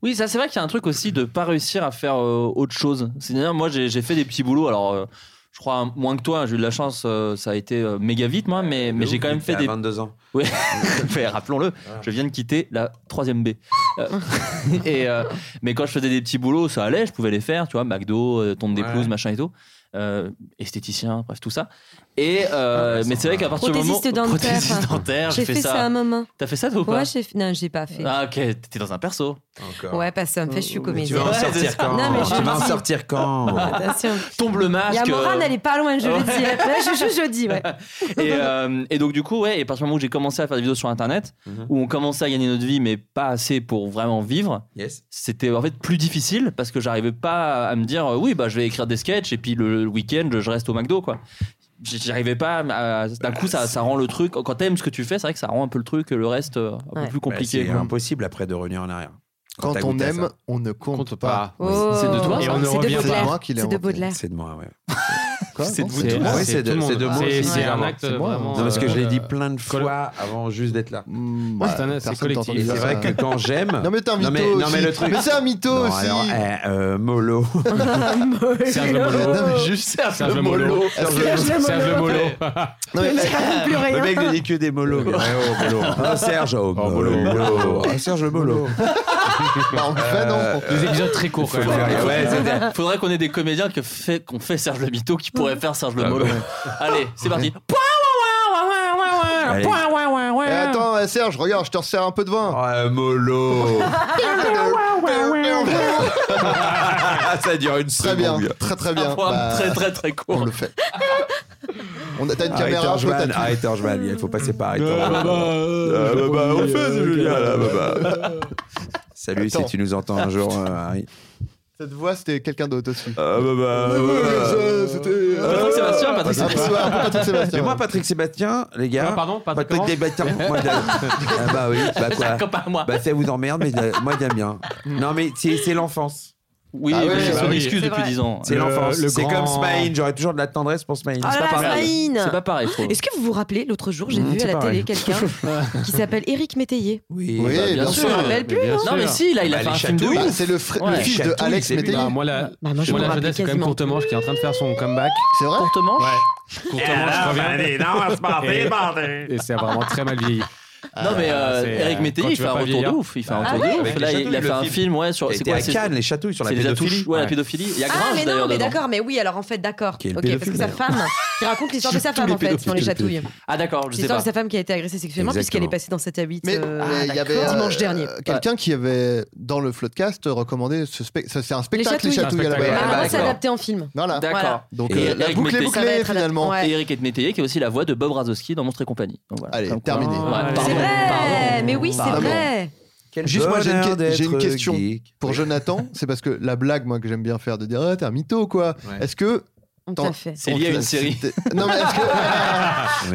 Speaker 6: Oui, ça c'est vrai qu'il y a un truc aussi de pas réussir à faire euh, autre chose. C'est-à-dire, moi j'ai j'ai fait des petits boulots. Alors, euh, je je crois, moins que toi. J'ai eu de la chance, euh, ça a été euh, méga vite, moi, mais, mais
Speaker 3: ouf,
Speaker 6: j'ai quand même
Speaker 3: t'étais
Speaker 6: fait
Speaker 3: à
Speaker 6: des.
Speaker 3: 22 ans.
Speaker 6: Oui, mais rappelons-le, je viens de quitter la 3ème B. Euh, et, euh, mais quand je faisais des petits boulots, ça allait, je pouvais les faire, tu vois, McDo, euh, tombe des
Speaker 3: Ouais.
Speaker 6: pelouses, machin et tout. Euh, esthéticien, bref, tout ça. Et,
Speaker 3: Ah,
Speaker 6: euh,
Speaker 3: bah,
Speaker 6: mais c'est vrai qu'à partir du moment.
Speaker 2: Prothésiste dentaire.
Speaker 6: Prothésiste dentaire,
Speaker 2: J'ai
Speaker 6: j'ai
Speaker 2: fait ça à un moment.
Speaker 6: T'as fait ça, toi ou pas
Speaker 2: Ouais, j'ai fait- non, j'ai pas fait.
Speaker 6: Ah, ok, t'étais dans un perso.
Speaker 3: Ah.
Speaker 2: Ouais, parce que ça me
Speaker 6: Oh,
Speaker 2: fait, je suis
Speaker 3: Tu
Speaker 2: comédienne.
Speaker 3: vas en sortir quand
Speaker 2: Non, mais je
Speaker 3: Tu
Speaker 2: le
Speaker 3: vas en
Speaker 2: dis.
Speaker 3: sortir quand
Speaker 2: Attention.
Speaker 6: Tombe le masque.
Speaker 2: Il y a Morane,
Speaker 6: euh,
Speaker 2: elle est pas loin, je le
Speaker 6: Ouais.
Speaker 2: dis. Là, je, je, je dis, ouais.
Speaker 6: et, euh, et donc du coup ouais et à partir du moment où j'ai commencé à faire des vidéos sur internet
Speaker 3: Mhm.
Speaker 6: où on commençait à gagner notre vie mais pas assez pour vraiment vivre
Speaker 3: Yes.
Speaker 6: c'était en fait plus difficile parce que j'arrivais pas à me dire euh, oui bah je vais écrire des sketchs et puis le, le week-end je reste au McDo quoi j'arrivais pas à- à- d'un coup ça, ça rend le truc quand t'aimes ce que tu fais c'est vrai que ça rend un peu le truc le reste euh, un peu
Speaker 2: Ouais.
Speaker 6: plus
Speaker 3: Bah,
Speaker 6: compliqué
Speaker 3: c'est
Speaker 6: quoi.
Speaker 3: impossible après de revenir en arrière.
Speaker 7: Quand
Speaker 3: t'as
Speaker 7: on
Speaker 3: goûté à
Speaker 7: aime,
Speaker 3: ça.
Speaker 7: on ne compte,
Speaker 4: Compte
Speaker 7: pas.
Speaker 4: pas.
Speaker 2: Oh.
Speaker 6: C'est de toi,
Speaker 4: Et on ne
Speaker 2: C'est de
Speaker 4: revient pas.
Speaker 2: Baudelaire.
Speaker 7: C'est moi qui l'ai
Speaker 2: C'est de
Speaker 7: inventé.
Speaker 2: Baudelaire.
Speaker 3: C'est de moi, ouais.
Speaker 7: Quoi,
Speaker 6: C'est
Speaker 7: non
Speaker 6: de vous
Speaker 7: c'est
Speaker 6: tous.
Speaker 7: toi
Speaker 3: Ouais, c'est de- c'est de moi
Speaker 4: C'est
Speaker 3: aussi,
Speaker 4: c'est un
Speaker 3: clairement.
Speaker 4: acte
Speaker 7: C'est moi.
Speaker 4: vraiment.
Speaker 3: Non, parce que je l'ai dit
Speaker 4: euh,
Speaker 3: plein de
Speaker 4: col-
Speaker 3: fois avant juste d'être là.
Speaker 7: Hmm,
Speaker 3: bah,
Speaker 4: Ouais,
Speaker 7: ouais,
Speaker 4: c'est un- c'est
Speaker 7: personne t'a
Speaker 4: collectif.
Speaker 7: entendu
Speaker 3: Et c'est
Speaker 7: dire
Speaker 3: vrai
Speaker 7: ça.
Speaker 3: que quand j'aime.
Speaker 7: Non mais t'es un
Speaker 3: Non,
Speaker 7: mytho
Speaker 3: mais- non,
Speaker 7: aussi.
Speaker 3: mais le truc-
Speaker 7: c'est un mytho
Speaker 3: Non,
Speaker 7: aussi.
Speaker 3: alors, eh, euh, mollo.
Speaker 4: Serge Le Mollo.
Speaker 7: Non mais juste Serge
Speaker 4: Serge
Speaker 7: Le
Speaker 4: Le Mollo.
Speaker 7: Mollo.
Speaker 4: Serge Le Mollo.
Speaker 7: Non, mais- eh,
Speaker 3: Le mec ne dit que des mollo. Ah, Serge, oh, mollo. mollo. Ah, Serge le mollo.
Speaker 7: Bah, on le fait,
Speaker 3: Euh,
Speaker 7: non
Speaker 4: Des épisodes très courts quand même.
Speaker 3: Ouais, c'était-
Speaker 6: faudrait qu'on ait des comédiens que fait- qu'on fait Serge Le Bito qui pourraient faire Serge Le Mollo allez c'est parti
Speaker 9: Ah,
Speaker 3: Allez.
Speaker 7: Eh, Attends, eh, Serge, regarde, je te resserre un peu de vin.
Speaker 3: Ah, mollo. Ça dure une
Speaker 7: Très bien,
Speaker 3: seconde.
Speaker 7: très très
Speaker 6: un
Speaker 7: bien.
Speaker 6: programme
Speaker 7: Bah,
Speaker 6: très très très court
Speaker 7: On le fait. On a- T'as une
Speaker 3: Arrête
Speaker 7: caméra, Ah, toi,
Speaker 3: Orgeman,
Speaker 7: t'as tout.
Speaker 3: arrête Orgeman, ah, il faut passer par arrête
Speaker 6: bah,
Speaker 3: Orgeman. Ah, bah, bah, on fait, c'est Julien, là, bah, bah. Salut,
Speaker 7: Attends.
Speaker 3: si tu nous entends un jour, euh, Harry.
Speaker 7: Cette voix, c'était quelqu'un d'autre aussi.
Speaker 3: Ah, bah, bah, bah, bah.
Speaker 6: Patrick Sébastien Patrick
Speaker 7: euh, Ah,
Speaker 6: Sébastien
Speaker 7: c'est un peu Patrick Sébastien.
Speaker 3: Mais moi, Patrick Sébastien, les
Speaker 4: Ah,
Speaker 3: gars.
Speaker 4: Pardon, pas
Speaker 3: Patrick Sébastien, hein. moi, j'aime. Ah, bah oui, bah
Speaker 6: C'est un
Speaker 3: quoi.
Speaker 6: copain à moi
Speaker 3: Bah, ça vous emmerde, mais euh, moi, j'aime bien. Non, mais c'est c'est l'enfance.
Speaker 6: Oui,
Speaker 7: Ah
Speaker 6: mais
Speaker 7: oui,
Speaker 6: c'est
Speaker 4: bah
Speaker 6: son
Speaker 4: oui.
Speaker 6: excuse
Speaker 2: Hmm. C'est
Speaker 6: depuis
Speaker 2: vrai.
Speaker 6: 10 ans.
Speaker 3: C'est
Speaker 4: Le-
Speaker 3: l'enfance.
Speaker 4: le
Speaker 3: C'est
Speaker 4: grand-
Speaker 3: comme Smaïn, j'aurais toujours de la tendresse pour Smaïn.
Speaker 2: Oh
Speaker 3: c'est
Speaker 2: là
Speaker 3: pas
Speaker 2: là,
Speaker 3: pareil.
Speaker 2: Smaïn
Speaker 6: C'est pas pareil, je trouve.
Speaker 2: Est-ce que vous vous rappelez, l'autre jour, j'ai
Speaker 3: Mmh,
Speaker 2: vu
Speaker 3: c'est
Speaker 2: à la
Speaker 3: pareil.
Speaker 2: télé quelqu'un qui s'appelle Éric Métayer.
Speaker 3: Oui,
Speaker 7: Oui,
Speaker 3: bah,
Speaker 7: bien,
Speaker 6: bien
Speaker 7: sûr.
Speaker 6: sûr.
Speaker 2: rappelle plus,
Speaker 4: bien
Speaker 6: Non, mais
Speaker 4: sûr.
Speaker 6: si, là, il a
Speaker 3: Bah,
Speaker 6: fait un
Speaker 3: les
Speaker 6: film de
Speaker 3: chatouilles,
Speaker 7: Bah,
Speaker 6: ouf.
Speaker 7: c'est le, fr-
Speaker 6: Ouais.
Speaker 7: le fils de
Speaker 3: Chatouille,
Speaker 7: Alex
Speaker 3: c'est
Speaker 7: Métayer.
Speaker 4: Bah, moi, la,
Speaker 2: Bah, moi, je
Speaker 4: moi,
Speaker 2: me
Speaker 4: la
Speaker 2: rappelle
Speaker 4: jeunesse, c'est quand même
Speaker 2: quasiment
Speaker 4: Courtemanche qui est en train de faire son comeback.
Speaker 7: C'est vrai
Speaker 6: Courte manche.
Speaker 4: Ouais, Courtemanche revient.
Speaker 10: Allez, non, c'est parti,
Speaker 4: Et-
Speaker 10: parti.
Speaker 4: Et c'est vraiment très mal vieilli.
Speaker 6: Non, mais euh,
Speaker 4: c'est,
Speaker 6: Eric
Speaker 4: euh, quand
Speaker 6: Métayer, il
Speaker 4: tu
Speaker 6: fait
Speaker 4: vas
Speaker 6: un
Speaker 4: pas
Speaker 6: retour de
Speaker 4: vieillir.
Speaker 6: ouf. Il fait un
Speaker 4: Ah
Speaker 6: retour de
Speaker 4: ouais
Speaker 6: ouf. Là, il a fait un film, ouais, sur.
Speaker 3: C'est
Speaker 6: C'est
Speaker 3: quoi
Speaker 6: quoi
Speaker 3: à
Speaker 6: c'est-
Speaker 3: Cannes, les chatouilles sur la
Speaker 6: C'est les
Speaker 3: pédophilie.
Speaker 6: atouches. Ouais, la
Speaker 3: Ouais.
Speaker 6: pédophilie. Il y a
Speaker 2: Ah,
Speaker 6: Gringe
Speaker 2: mais non,
Speaker 6: d'ailleurs.
Speaker 2: mais
Speaker 6: dedans.
Speaker 2: d'accord, mais oui, alors en fait, d'accord.
Speaker 3: Qui est le
Speaker 2: ok, parce
Speaker 3: pédophile,
Speaker 2: que sa
Speaker 3: d'ailleurs.
Speaker 2: femme, il raconte l'histoire de sa
Speaker 3: Tous
Speaker 2: femme,
Speaker 3: les
Speaker 2: en fait, dans
Speaker 3: pédophiles,
Speaker 2: les
Speaker 3: tous les
Speaker 2: chatouilles.
Speaker 6: Ah, d'accord, je sais
Speaker 2: L'histoire
Speaker 6: pas. ah,
Speaker 2: de sa femme qui a été agressée sexuellement, puisqu'elle est
Speaker 3: Exactement.
Speaker 2: passée dans 7 à 8.
Speaker 7: Mais
Speaker 2: euh,
Speaker 7: euh, il y avait
Speaker 2: d'accord.
Speaker 7: euh,
Speaker 2: Dimanche dernier.
Speaker 7: quelqu'un qui avait dans le floodcast recommandé ce spectacle. C'est un spectacle, les
Speaker 2: Les
Speaker 7: chatouilles,
Speaker 4: chatouilles.
Speaker 7: à la
Speaker 4: Un
Speaker 7: base.
Speaker 2: Ah,
Speaker 3: bah,
Speaker 2: maintenant, c'est
Speaker 3: d'accord.
Speaker 2: adapté en film.
Speaker 7: Voilà.
Speaker 6: D'accord.
Speaker 2: Voilà.
Speaker 7: Donc
Speaker 3: Et
Speaker 7: euh, la
Speaker 6: Eric
Speaker 7: boucle
Speaker 2: Ça
Speaker 7: est
Speaker 6: Métayer.
Speaker 2: va
Speaker 7: bouclée
Speaker 2: être adapté.
Speaker 7: finalement.
Speaker 2: Ouais.
Speaker 6: Et Eric Métayer, qui est aussi la voix de Bob Razowski dans Monstre et compagnie. Donc voilà.
Speaker 7: Allez,
Speaker 6: Comme quoi.
Speaker 7: terminé.
Speaker 6: Ouais,
Speaker 4: C'est
Speaker 6: pardon,
Speaker 2: C'est vrai,
Speaker 6: pardon.
Speaker 2: mais oui, c'est
Speaker 6: Pardon.
Speaker 2: vrai.
Speaker 7: Juste moi j'ai une,
Speaker 3: Bonheur
Speaker 7: que- j'ai une
Speaker 3: d'être
Speaker 7: question
Speaker 3: geek.
Speaker 7: pour Jonathan, c'est parce que la blague moi que j'aime bien faire de dire Ah, t'es un mytho quoi.
Speaker 3: Ouais.
Speaker 7: Est-ce que
Speaker 2: Tout
Speaker 7: Attends.
Speaker 2: à fait.
Speaker 6: C'est
Speaker 7: on
Speaker 6: lié à
Speaker 7: te-
Speaker 6: une série.
Speaker 7: c'était- Non mais est-ce que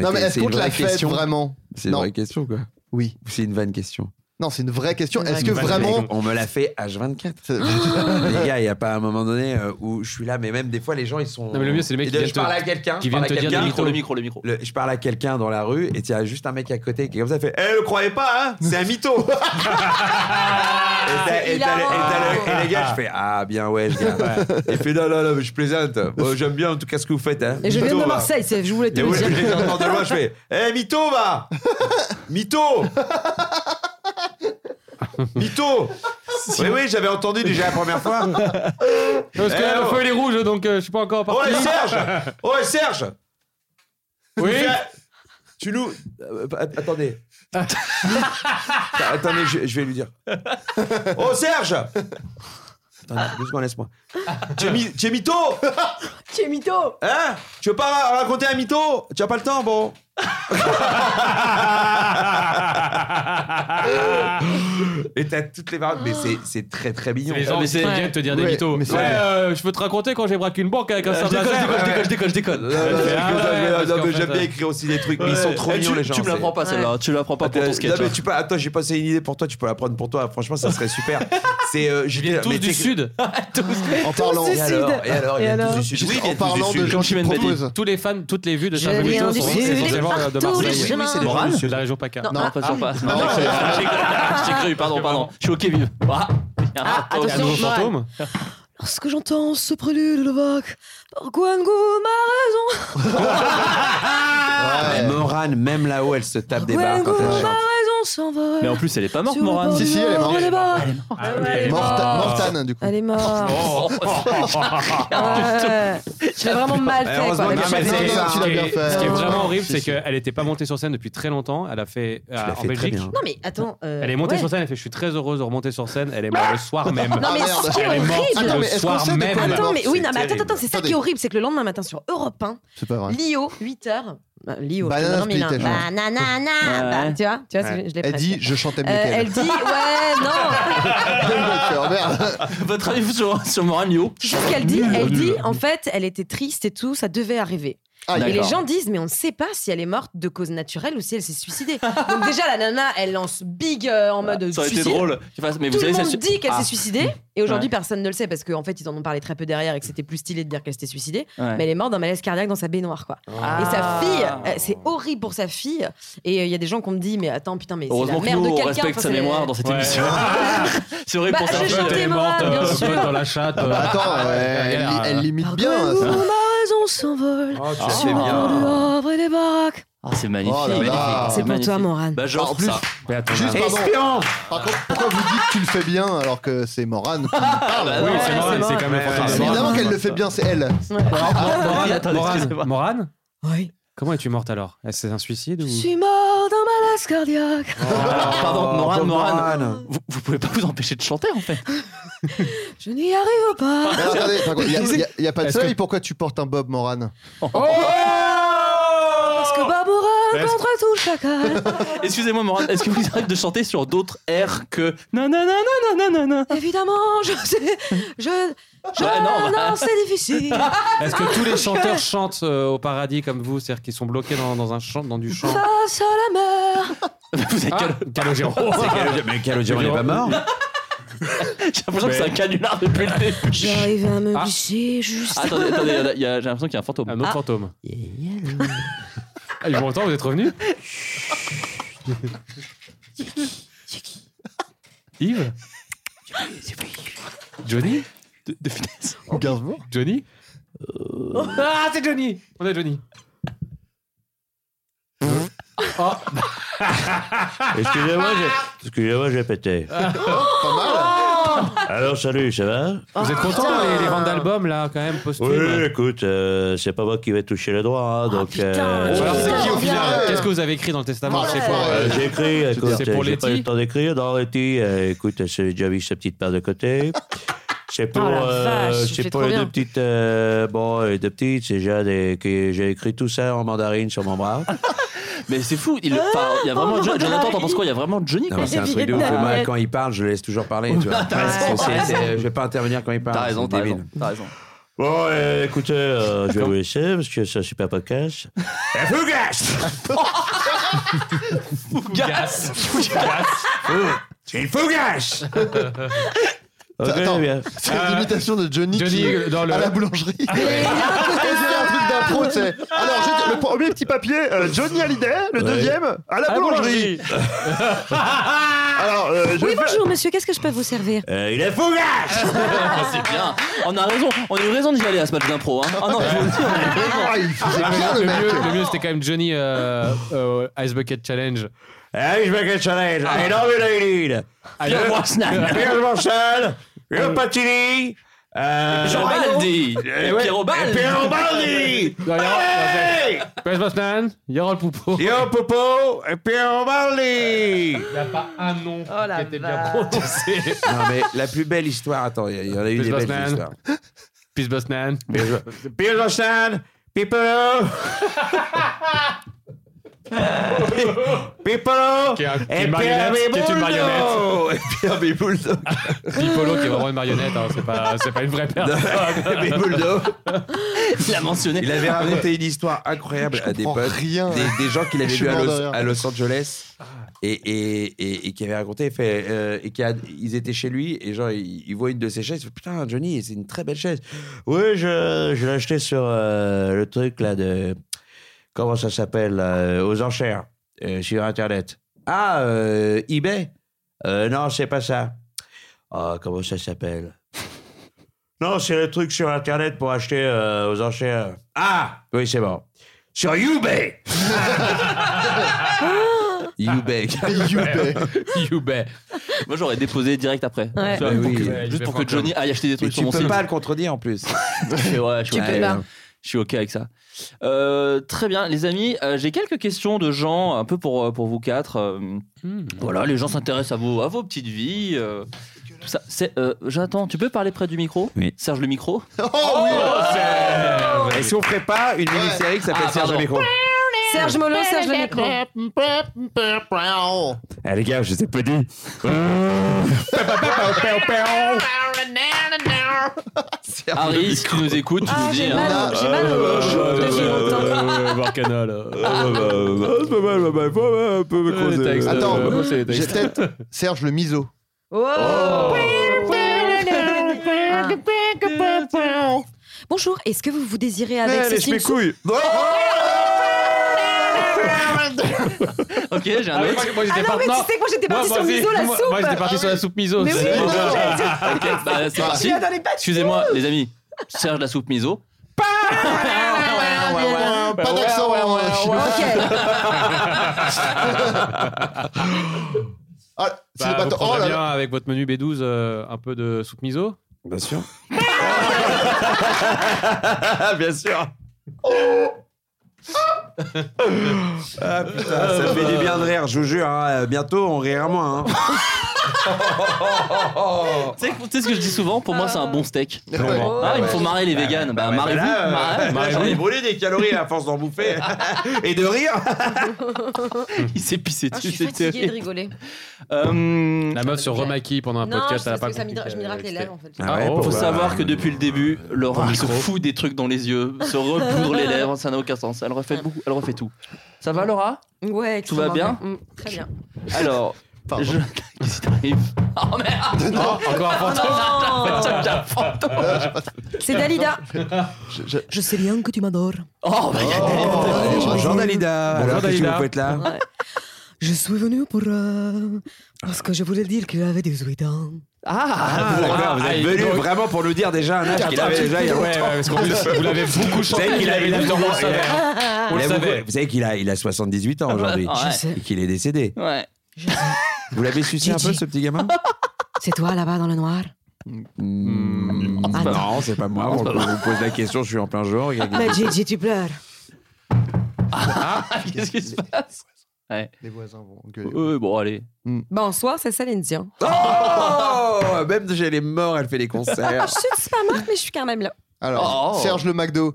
Speaker 7: Non mais est-ce
Speaker 3: c'est
Speaker 7: qu'on
Speaker 3: une
Speaker 7: te la
Speaker 3: vraie
Speaker 7: fait
Speaker 3: question
Speaker 7: vraiment
Speaker 3: C'est une
Speaker 7: Non.
Speaker 3: vraie question, quoi.
Speaker 7: Oui.
Speaker 3: Ou C'est une vanne question.
Speaker 7: Non, c'est une vraie question.
Speaker 2: Une
Speaker 7: Est-ce
Speaker 2: vraie
Speaker 7: que
Speaker 4: question.
Speaker 7: vraiment
Speaker 3: On me l'a fait H24.
Speaker 7: C'est-
Speaker 3: les gars, il n'y a pas un moment donné euh, où je suis là, mais même des fois, les gens, ils sont.
Speaker 4: Non, mais le mieux, c'est les mecs
Speaker 3: Et
Speaker 4: qui
Speaker 3: de-
Speaker 4: viennent
Speaker 3: Je
Speaker 4: te-
Speaker 3: parle à quelqu'un.
Speaker 4: qui
Speaker 3: je parle
Speaker 4: viennent
Speaker 3: à
Speaker 4: te
Speaker 6: Le
Speaker 4: dire
Speaker 3: quelqu'un,
Speaker 4: des
Speaker 6: micro, le micro, le micro.
Speaker 3: le- je parle à quelqu'un dans la rue et il y a juste un mec à côté qui est comme ça fait Eh, le croyez pas, hein C'est un mytho Et t'as-
Speaker 2: C'est
Speaker 3: et t'as les- et t'as
Speaker 2: hilarant.
Speaker 3: le- et les gars, je fais Ah, bien, ouais, je viens. Et il fait Non, non, non, mais je plaisante. Moi, J'aime bien en tout cas ce que vous faites. Hein.
Speaker 2: Et je viens
Speaker 3: Mytho,
Speaker 2: de
Speaker 3: va.
Speaker 2: Marseille, c'est- je voulais te
Speaker 3: Et
Speaker 2: le
Speaker 3: oui,
Speaker 2: dire.
Speaker 3: les gens de loin, je fais Eh, mytho, va Mytho Mytho Oui, oui, j'avais entendu déjà la première fois.
Speaker 4: Euh, Parce que
Speaker 3: Eh,
Speaker 4: là, le
Speaker 3: oh.
Speaker 4: feu il est rouge, donc euh, je suis pas encore
Speaker 3: Oh,
Speaker 4: parti.
Speaker 3: et Serge Oh, et Serge
Speaker 4: Oui.
Speaker 3: Tu fais- Tu nous. euh, att- attendez. Att- attendez, je, je vais lui dire. Oh Serge Attendez, deux secondes, laisse-moi. Tu es mi- tu es mytho
Speaker 2: Tu es mytho
Speaker 3: Hein Tu veux pas ra- raconter un mytho Tu as pas le temps, bon Et t'as toutes les variantes, mais c'est- c'est très très mignon. Ah,
Speaker 4: Les gens
Speaker 6: mais
Speaker 4: qui
Speaker 6: c'est-
Speaker 4: viennent te dire des
Speaker 7: Ouais,
Speaker 4: mythos.
Speaker 7: mais
Speaker 4: Ouais,
Speaker 7: c'est vrai.
Speaker 4: euh, je peux te raconter quand j'ai braqué une banque
Speaker 3: Euh,
Speaker 4: avec un
Speaker 6: Je
Speaker 4: sabre
Speaker 6: déconne,
Speaker 4: laser.
Speaker 6: je déconne, je déconne,
Speaker 3: Non,
Speaker 6: je déconne,
Speaker 3: non,
Speaker 6: je déconne.
Speaker 3: non,
Speaker 4: Ouais,
Speaker 3: je- Ah non,
Speaker 4: parce
Speaker 3: mais
Speaker 4: qu'en
Speaker 3: J'aime
Speaker 4: fait,
Speaker 3: bien
Speaker 4: euh,
Speaker 3: écrire aussi des trucs, mais ils sont trop
Speaker 6: Eh, tu-
Speaker 3: mignons les gens.
Speaker 6: Tu me la
Speaker 3: c'est-
Speaker 6: prends pas
Speaker 4: hein.
Speaker 6: celle-là, tu me la prends pas pour ton sketch.
Speaker 3: Non, mais
Speaker 6: hein.
Speaker 3: tu peux- Attends, j'ai passé une idée pour toi, tu peux la prendre pour toi. Franchement, ça serait super. C'est euh, j'étais- mais
Speaker 4: Tous du
Speaker 3: t'es-
Speaker 4: sud.
Speaker 7: en parlant
Speaker 3: Et alors, et alors, il y a tous du sud.
Speaker 7: Juste
Speaker 3: Oui, il y a
Speaker 7: en
Speaker 3: tous
Speaker 7: parlant
Speaker 3: du
Speaker 7: de
Speaker 3: sud.
Speaker 7: gens qui
Speaker 6: Chimène Badi.
Speaker 7: proposent.
Speaker 4: Tous les fans, toutes les vues de
Speaker 2: Je
Speaker 4: Charles
Speaker 2: viens
Speaker 4: Mytho
Speaker 2: du
Speaker 4: sont
Speaker 2: sud,
Speaker 4: essentiellement de
Speaker 2: partout,
Speaker 4: Marseille.
Speaker 2: je-
Speaker 3: Oui, c'est des
Speaker 6: Morane
Speaker 3: gens du
Speaker 4: De
Speaker 3: sud.
Speaker 4: la région PACA.
Speaker 2: Non.
Speaker 6: Non, pas sur
Speaker 4: ah,
Speaker 6: passe.
Speaker 7: non, c'est-
Speaker 6: J'ai cru, pardon, pardon. Je suis au Kevin. Ah, il y a un
Speaker 2: Ah,
Speaker 6: fantôme.
Speaker 4: Il y a un nouveau
Speaker 2: Attention,
Speaker 4: fantôme.
Speaker 2: Lorsque j'entends ce prélude de Bach, par Gwangu m'a raison.
Speaker 3: Mais Ah, Morane, même là-haut, elle se tape des barres
Speaker 2: Gwangu
Speaker 3: quand elle
Speaker 2: m'a
Speaker 3: chante.
Speaker 2: raison s'en va.
Speaker 6: Mais en plus, elle est pas morte,
Speaker 2: Sur le
Speaker 6: Morane.
Speaker 2: bord
Speaker 7: Si,
Speaker 2: du
Speaker 7: si, elle est
Speaker 2: Nord,
Speaker 7: morte.
Speaker 2: Elle est morte.
Speaker 7: Elle est morte-
Speaker 6: hein,
Speaker 7: Mortane, du coup.
Speaker 2: Elle est morte. Ouais. Je l'ai vraiment mal fait.
Speaker 3: heureusement
Speaker 2: quoi.
Speaker 3: qu'il y a pas de
Speaker 2: Mais je l'ai
Speaker 3: série.
Speaker 2: vraiment-
Speaker 7: Tu l'as bien fait.
Speaker 4: Ce qui
Speaker 7: Ouais.
Speaker 4: est vraiment horrible,
Speaker 7: Si,
Speaker 4: c'est
Speaker 7: si.
Speaker 4: qu'elle n'était pas montée sur scène depuis très longtemps. Elle a fait euh,
Speaker 3: l'as
Speaker 4: en
Speaker 3: fait très
Speaker 4: Belgique.
Speaker 3: bien.
Speaker 2: Non, mais attends. euh,
Speaker 4: Elle est montée
Speaker 2: ouais.
Speaker 4: sur scène, elle fait Je suis très heureuse de remonter sur scène. Elle est morte le soir même.
Speaker 2: Non, mais
Speaker 7: merde.
Speaker 2: ce qui est
Speaker 4: elle est morte
Speaker 2: horrible.
Speaker 7: Attends,
Speaker 4: le
Speaker 7: mais est-ce qu'on
Speaker 4: soir
Speaker 7: sait de quoi
Speaker 4: même.
Speaker 7: elle est
Speaker 2: Attends,
Speaker 7: morte
Speaker 2: mais oui, non, mais attends,
Speaker 3: terrible.
Speaker 2: attends, c'est ça
Speaker 7: Attendez.
Speaker 2: qui est horrible, c'est que le lendemain matin sur Europe 1,
Speaker 7: C'est pas vrai.
Speaker 2: Lio, 8h. Bah, Lio,
Speaker 7: Banana
Speaker 2: non, mais il a un-
Speaker 7: split, elle chante.
Speaker 2: Bananana, bah, tu vois, tu vois, c'est- je l'ai
Speaker 7: Elle
Speaker 2: presque.
Speaker 7: dit Je chantais mieux
Speaker 2: Euh,
Speaker 7: qu'elle.
Speaker 2: elle dit, ouais, non.
Speaker 7: Quel moqueur, merde.
Speaker 6: Votre avis sur, sur Morane Lio
Speaker 2: C'est juste qu'elle dit, elle dit, hein, en fait, elle était triste et tout, ça devait arriver.
Speaker 7: Ah,
Speaker 2: et les
Speaker 6: D'accord.
Speaker 2: gens disent, mais on ne sait pas si elle est morte de cause naturelle ou si elle s'est suicidée. Donc déjà, la nana, elle lance big euh, en
Speaker 7: Bah,
Speaker 2: mode
Speaker 6: Ça aurait été
Speaker 2: suicide.
Speaker 6: drôle. Je sais pas, mais
Speaker 2: Tout
Speaker 6: vous
Speaker 2: le
Speaker 6: savez,
Speaker 2: monde
Speaker 6: ça-
Speaker 2: dit qu'elle
Speaker 6: Ah,
Speaker 2: s'est suicidée et aujourd'hui
Speaker 6: Ouais.
Speaker 2: personne ne le sait parce qu'en fait ils en ont parlé très peu derrière et que c'était plus stylé de dire qu'elle s'était suicidée.
Speaker 6: ouais. Ah.
Speaker 2: Mais elle est morte d'un malaise cardiaque dans sa baignoire quoi. Et sa fille, euh, c'est horrible pour sa fille. Et euh, il y a des gens qui me dit mais attends putain mais c'est la
Speaker 6: Heureusement que
Speaker 2: mère
Speaker 6: nous,
Speaker 2: de
Speaker 6: on
Speaker 2: quelqu'un.
Speaker 6: respecte
Speaker 2: enfin,
Speaker 6: sa
Speaker 2: c'est-
Speaker 6: mémoire dans cette
Speaker 4: Ouais.
Speaker 6: émission. C'est vrai
Speaker 2: Bah,
Speaker 6: pour
Speaker 2: j'ai
Speaker 6: ça.
Speaker 2: chanté
Speaker 4: est
Speaker 2: Morane,
Speaker 4: morte
Speaker 2: bien
Speaker 4: un
Speaker 2: sûr.
Speaker 4: peu dans la chatte.
Speaker 7: Bah, attends,
Speaker 4: Ah,
Speaker 7: euh, elle,
Speaker 4: galère.
Speaker 7: li- elle limite
Speaker 2: Par
Speaker 7: bien.
Speaker 2: contre,
Speaker 7: ça.
Speaker 2: ma raison s'envole.
Speaker 3: Oh, tu
Speaker 6: Ah.
Speaker 3: l'as
Speaker 2: sur
Speaker 3: fait
Speaker 2: le
Speaker 3: bien.
Speaker 2: vent du Havre et des baraques.
Speaker 6: Ah, c'est magnifique.
Speaker 7: Oh là là.
Speaker 6: magnifique.
Speaker 2: C'est pour toi
Speaker 6: magnifique.
Speaker 2: Morane.
Speaker 6: Bah, genre,
Speaker 7: En plus,
Speaker 6: ça.
Speaker 4: Mais attends,
Speaker 7: Juste, pardon.
Speaker 3: Espérance
Speaker 7: Par contre, pourquoi vous dites que tu le fais bien alors que c'est Morane qui parle
Speaker 4: Oui,
Speaker 6: Ouais,
Speaker 4: c'est Morane,
Speaker 2: c'est
Speaker 4: c'est quand même
Speaker 3: Morane.
Speaker 4: le fantôme.
Speaker 7: C'est
Speaker 3: Morane.
Speaker 7: évidemment qu'elle le fait bien, c'est elle.
Speaker 4: Morane,
Speaker 6: attendez, excusez-moi.
Speaker 4: Morane, Morane,
Speaker 2: Oui.
Speaker 4: comment es-tu morte alors Est-ce que C'est un suicide
Speaker 2: Je
Speaker 4: ou
Speaker 2: suis mort d'un malaise cardiaque.
Speaker 6: Alors, pardon, Morane,
Speaker 3: pauvre
Speaker 6: Morane.
Speaker 3: Ah, Morane.
Speaker 6: Vous, vous pouvez pas vous empêcher de chanter en fait.
Speaker 2: Je n'y arrive pas.
Speaker 7: Mais alors, attendez, par contre, il n'y a, pas de
Speaker 4: Est-ce que-
Speaker 7: soleil, pourquoi tu portes un Bob Morane Oh,
Speaker 4: Oh
Speaker 3: Oh
Speaker 2: Parce que Barbara
Speaker 4: Est-ce-
Speaker 2: contre tout chacal.
Speaker 6: Excusez-moi, Morane, est-ce que vous arrivez de chanter sur d'autres airs que. Non, non, non, non, non, non, non.
Speaker 2: Évidemment, je sais. Je. je-
Speaker 6: Ouais, non,
Speaker 2: non,
Speaker 6: bah.
Speaker 2: c'est difficile.
Speaker 4: Est-ce que tous les chanteurs chantent euh, au paradis comme vous, c'est-à-dire qu'ils sont bloqués dans, dans un chant, dans du chant
Speaker 2: Face à la mer.
Speaker 6: Vous êtes
Speaker 4: Ah,
Speaker 6: cal-
Speaker 4: Calogero.
Speaker 3: Mais Calogero, il est pas mort.
Speaker 6: J'ai l'impression que c'est un canular depuis le début.
Speaker 2: J'arrive à me
Speaker 4: Ah.
Speaker 2: glisser juste.
Speaker 6: Attendez, attendez, il y en a- il y a- j'ai l'impression qu'il y a un fantôme.
Speaker 4: Un autre
Speaker 2: Ah.
Speaker 4: fantôme. Ah, il m'entend, vous êtes revenu Yves
Speaker 6: ah.
Speaker 4: Johnny
Speaker 6: de, de finesse.
Speaker 7: Gainsbourg
Speaker 4: Johnny Ah, c'est Johnny On a Johnny. Oh.
Speaker 10: Excusez-moi, j'ai excusez-moi, j'ai pété.
Speaker 3: Oh,
Speaker 7: Pas
Speaker 4: Oh
Speaker 7: mal
Speaker 10: Alors, salut, ça va
Speaker 4: Vous
Speaker 2: Ah,
Speaker 4: êtes content les, les ventes d'albums là, quand même, posthumes hein.
Speaker 10: Oui, écoute, euh, c'est pas moi qui vais toucher les droits, hein,
Speaker 2: Ah,
Speaker 10: donc... euh,
Speaker 4: Ou alors,
Speaker 7: Oh,
Speaker 4: c'est qui au
Speaker 7: bien.
Speaker 4: final Qu'est-ce que vous avez écrit dans le testament
Speaker 7: Ouais.
Speaker 4: Ah, C'est quoi
Speaker 10: Euh, j'ai écrit, écoute,
Speaker 4: C'est pour
Speaker 10: j'ai pas eu
Speaker 4: Letty
Speaker 10: le temps d'écrire. Non, Letty, euh, écoute, j'ai déjà mis sa petite paire de côté. C'est pour,
Speaker 2: Oh la
Speaker 10: euh,
Speaker 2: vache, tu
Speaker 10: c'est
Speaker 2: fais
Speaker 10: pour
Speaker 2: trop
Speaker 10: les deux
Speaker 2: bien.
Speaker 10: petites, euh, bon, les deux petites, c'est déjà des, que j'ai écrit tout ça en mandarine sur mon bras.
Speaker 6: Mais c'est fou, il enfin, il y a vraiment. Jo- Jonathan, t'en penses quoi Il y a vraiment Johnny
Speaker 3: Non,
Speaker 6: quoi.
Speaker 3: mais c'est un truc de ouf. Moi, quand il parle, je le laisse toujours parler. Tu vois.
Speaker 6: raison,
Speaker 3: C'est-
Speaker 6: t'as
Speaker 3: c'est-
Speaker 10: euh,
Speaker 3: Je vais pas intervenir quand il parle.
Speaker 6: T'as raison,
Speaker 3: c'est
Speaker 6: t'as
Speaker 3: débile.
Speaker 6: raison. T'as raison.
Speaker 10: Bon, euh, écoutez, euh, je vais vous laisser parce que ça, c'est pas podcast.
Speaker 4: Fougasse
Speaker 5: C'est une fougache
Speaker 10: Ok,
Speaker 7: Attends.
Speaker 10: bien.
Speaker 7: C'est l'imitation de Johnny,
Speaker 4: Johnny
Speaker 7: qui-
Speaker 4: dans le-
Speaker 7: à la boulangerie. Il y a un truc d'impro, tu sais. Alors, je- le premier petit papier, euh, Johnny Hallyday, le
Speaker 10: Ouais.
Speaker 7: deuxième, à la boulangerie. Alors, euh, je
Speaker 2: Oui,
Speaker 7: vais faire-
Speaker 2: bonjour, monsieur, qu'est-ce que je peux vous servir
Speaker 10: Euh, il est fougasse
Speaker 6: Ah, c'est bien. On a raison, on a eu raison d'y aller à ce match d'impro. Hein. Ah non, je vous le dis, on a eu raison.
Speaker 7: Ah, il faisait bien, le
Speaker 4: le, mieux,
Speaker 7: mec.
Speaker 4: le mieux, c'était quand même Johnny euh, euh, Ice Bucket Challenge. Ah.
Speaker 10: Hey, je veux que challenge. I love you, lady.
Speaker 6: Pierre Brosnan.
Speaker 10: Pierre Marcel, le Patini, euh,
Speaker 6: Jean Baldi.
Speaker 10: Eh ouais.
Speaker 6: Pierrot Baldi.
Speaker 10: Pierrot Baldi.
Speaker 4: Non, Yaron-
Speaker 10: Hey!
Speaker 4: Pierre Brosnan, Yaron Poupo. Il
Speaker 10: Yo, Popo, et Pierrot Baldi.
Speaker 4: n'y a pas un nom
Speaker 2: la
Speaker 6: Oh
Speaker 4: qui était bien
Speaker 2: vache.
Speaker 4: prononcé.
Speaker 3: Non, mais la plus belle histoire. Attends, il y, en a eu
Speaker 4: Plus
Speaker 3: des belles
Speaker 4: Batman.
Speaker 3: histoires.
Speaker 4: Pierre Brosnan.
Speaker 10: Pierre Marcel, Pipolo. Pipolo.
Speaker 4: Qui est un- qui est
Speaker 10: et Pierre
Speaker 4: une marionnette, qui est une
Speaker 10: Bibouldou.
Speaker 4: marionnette.
Speaker 10: Et Pierre Bibouldou.
Speaker 4: Piccolo qui est vraiment une marionnette, hein, c'est pas, c'est pas une vraie personne.
Speaker 3: Bibouldou.
Speaker 6: Il l'a mentionné.
Speaker 3: Il avait raconté une histoire incroyable à des
Speaker 7: comprends
Speaker 3: potes,
Speaker 7: rien.
Speaker 3: Des, des gens qu'il avait
Speaker 7: Je suis
Speaker 3: vus à
Speaker 7: mort de
Speaker 3: Los,
Speaker 7: rire.
Speaker 3: à Los Angeles et, et, et, et qui avait raconté, il fait, euh, et qui a- ils étaient chez lui et genre ils, ils voient une de ses chaises, il fait, putain Johnny, c'est une très belle chaise.
Speaker 10: Oui, je, je l'ai acheté sur euh, le truc là de. Comment ça s'appelle là, euh, Aux enchères, euh, sur Internet. Ah, euh, eBay Euh, Non, c'est pas ça. Ah, comment ça s'appelle Non, c'est le truc sur Internet pour acheter euh, aux enchères. Ah Oui, c'est bon. Sur YouBay
Speaker 6: YouBay.
Speaker 7: YouBay.
Speaker 6: YouBay. Moi, j'aurais déposé direct après.
Speaker 2: Ouais.
Speaker 6: Pour
Speaker 3: Mais Eh
Speaker 6: que-
Speaker 3: oui, il
Speaker 6: juste
Speaker 3: fait
Speaker 6: pour que
Speaker 3: encore.
Speaker 6: Johnny aille acheter des trucs
Speaker 3: Mais
Speaker 6: sur
Speaker 3: tu
Speaker 6: mon
Speaker 3: peux
Speaker 6: site.
Speaker 3: pas le contredire en plus.
Speaker 6: Et ouais, je
Speaker 2: Tu
Speaker 6: suis ok. euh,
Speaker 2: peux pas.
Speaker 6: Je suis ok avec ça. Euh, très bien, les amis. euh, J'ai quelques questions de gens, un peu pour, euh, pour vous quatre. euh, Voilà, les gens s'intéressent à vos, à vos petites vies. euh, tout ça. C'est, euh, J'attends, tu peux parler près du micro
Speaker 10: Oui.
Speaker 6: Serge le micro
Speaker 7: Oh, oui
Speaker 2: oh,
Speaker 3: Et si on ferait pas une mini-série qui s'appelle
Speaker 6: Ah,
Speaker 3: Serge
Speaker 6: pardon.
Speaker 3: le Micro
Speaker 2: Serge Molo, Serge le micro.
Speaker 10: Eh les gars, je sais pas dit.
Speaker 6: Harry, si tu nous écoutes, tu
Speaker 2: Ah,
Speaker 6: nous dis.
Speaker 2: j'ai
Speaker 6: hein.
Speaker 2: mal, j'ai mal
Speaker 10: Euh,
Speaker 2: au Ah, bah, chaud depuis
Speaker 9: Ah,
Speaker 2: longtemps.
Speaker 7: Ah, bah, Attends,
Speaker 4: Attends,
Speaker 7: j'ai peut-être Serge le miso.
Speaker 2: Oh. Ah. Bonjour, est-ce que vous vous désirez
Speaker 6: Eh,
Speaker 4: Eh,
Speaker 2: avec ce Slim Sou-
Speaker 4: Oh,
Speaker 6: Ok, j'ai un autre.
Speaker 2: Ah
Speaker 4: Moi, j'étais
Speaker 2: non,
Speaker 4: parti-
Speaker 2: mais tu
Speaker 4: non,
Speaker 2: sais que moi j'étais parti
Speaker 4: moi,
Speaker 2: sur
Speaker 4: vas-y.
Speaker 2: miso la
Speaker 4: Moi-
Speaker 2: soupe. Ah
Speaker 4: Moi, j'étais parti sur la soupe miso.
Speaker 2: Mais oui,
Speaker 4: c'est
Speaker 2: non,
Speaker 4: déjà-
Speaker 6: Ok, bah, c'est parti.
Speaker 2: dans les pattes.
Speaker 6: Excusez-moi, les amis. Serge la soupe miso.
Speaker 7: Pas d'accent.
Speaker 2: Ok.
Speaker 7: Ah, c'est
Speaker 4: Bah,
Speaker 7: le
Speaker 4: vous
Speaker 7: bâton. Oh
Speaker 4: prendrez
Speaker 7: là
Speaker 4: bien
Speaker 7: là.
Speaker 4: avec votre menu B12 euh, un peu de soupe miso.
Speaker 10: Bien sûr. Bien sûr.
Speaker 3: Ah putain, ça fait du bien de rire, je vous jure. hein. Euh, Bientôt, on rira moins. hein.
Speaker 6: Oh, Tu sais, tu sais ce que je dis souvent Pour moi, c'est un bon steak.
Speaker 7: Ouais.
Speaker 6: Ah, il me faut marrer les véganes. Bah, marrez-vous.
Speaker 3: là, euh,
Speaker 6: marrez-
Speaker 3: J'en ai brûlé des calories à force d'en bouffer et de rire.
Speaker 6: Il s'est pissé
Speaker 2: Ah, je
Speaker 6: dessus.
Speaker 2: suis
Speaker 6: c'était
Speaker 2: fatiguée de
Speaker 6: terrible.
Speaker 2: rigoler.
Speaker 6: Euh,
Speaker 4: La meuf se remaquille pendant un
Speaker 2: Non, je,
Speaker 4: podcast, elle a
Speaker 2: parce
Speaker 4: pas
Speaker 2: que ça
Speaker 4: compris
Speaker 2: m'hydra- je
Speaker 4: que-
Speaker 2: m'hydrate les
Speaker 4: que
Speaker 2: lèvres en fait.
Speaker 3: Ah ouais,
Speaker 4: Oh.
Speaker 6: Faut
Speaker 3: pourquoi
Speaker 6: savoir que depuis le début, Laura elle se fout des trucs dans les yeux, se repoudre les lèvres, ça n'a aucun sens. Elle refait beaucoup, elle refait tout. Ça va, Laura
Speaker 2: Ouais,
Speaker 6: Tout va
Speaker 2: extrêmement.
Speaker 6: bien
Speaker 2: Mm, Très bien.
Speaker 6: Alors,
Speaker 7: Pardon.
Speaker 6: je... qu'est-ce qui t'arrive Oh merde
Speaker 4: c'était- Encore un fantôme.
Speaker 6: Tiens, j'ai un fantôme.
Speaker 2: C'est Dalida.
Speaker 7: je-
Speaker 2: Je sais bien que tu m'adores.
Speaker 6: Oh, bah, y a-
Speaker 3: Bonjour Dalida.
Speaker 4: Bonjour,
Speaker 3: Alors, qu'est-ce que
Speaker 4: Dalida.
Speaker 3: vous faites là
Speaker 2: Je suis venue pour. euh, parce que je voulais dire que j'avais 18 ans.
Speaker 3: Ah, d'accord, vous
Speaker 4: ah,
Speaker 3: êtes
Speaker 4: il-
Speaker 3: venu
Speaker 4: donc-
Speaker 3: vraiment pour nous dire déjà un âge Ah, qu'il avait déjà il y a
Speaker 4: Ouais, ouais,
Speaker 3: longtemps.
Speaker 4: parce qu'on vous l'avez beaucoup chanté.
Speaker 3: savez qu'il avait
Speaker 4: il
Speaker 3: la
Speaker 4: on le
Speaker 3: tendance à-
Speaker 4: savait, hein. On
Speaker 3: Il
Speaker 4: le
Speaker 3: a
Speaker 4: savait.
Speaker 3: beaucoup- Vous savez qu'il a, il a 78 ans aujourd'hui
Speaker 6: Ah, ouais. Je
Speaker 2: sais.
Speaker 3: et qu'il est décédé.
Speaker 6: Ouais.
Speaker 3: Vous l'avez sucé un
Speaker 2: Gigi.
Speaker 3: peu ce petit gamin
Speaker 2: C'est toi là-bas dans le noir Ah,
Speaker 3: Hmm,
Speaker 2: Attends.
Speaker 3: Non, c'est pas Bah, moi. On vous pose la question, je suis en plein jour. Il y a-
Speaker 2: Mais Gigi, tu pleures.
Speaker 3: Ah,
Speaker 6: Qu'est-ce qui se passe
Speaker 7: Les voisins vont gueuler.
Speaker 6: Euh, Bon, allez.
Speaker 2: Bonsoir, c'est Céline Dion.
Speaker 3: Oh Même chez les morts, elle fait des concerts.
Speaker 2: Ah, Je sais que c'est pas morte, mais je suis quand même là.
Speaker 7: Alors,
Speaker 6: Oh.
Speaker 7: Serge le McDo.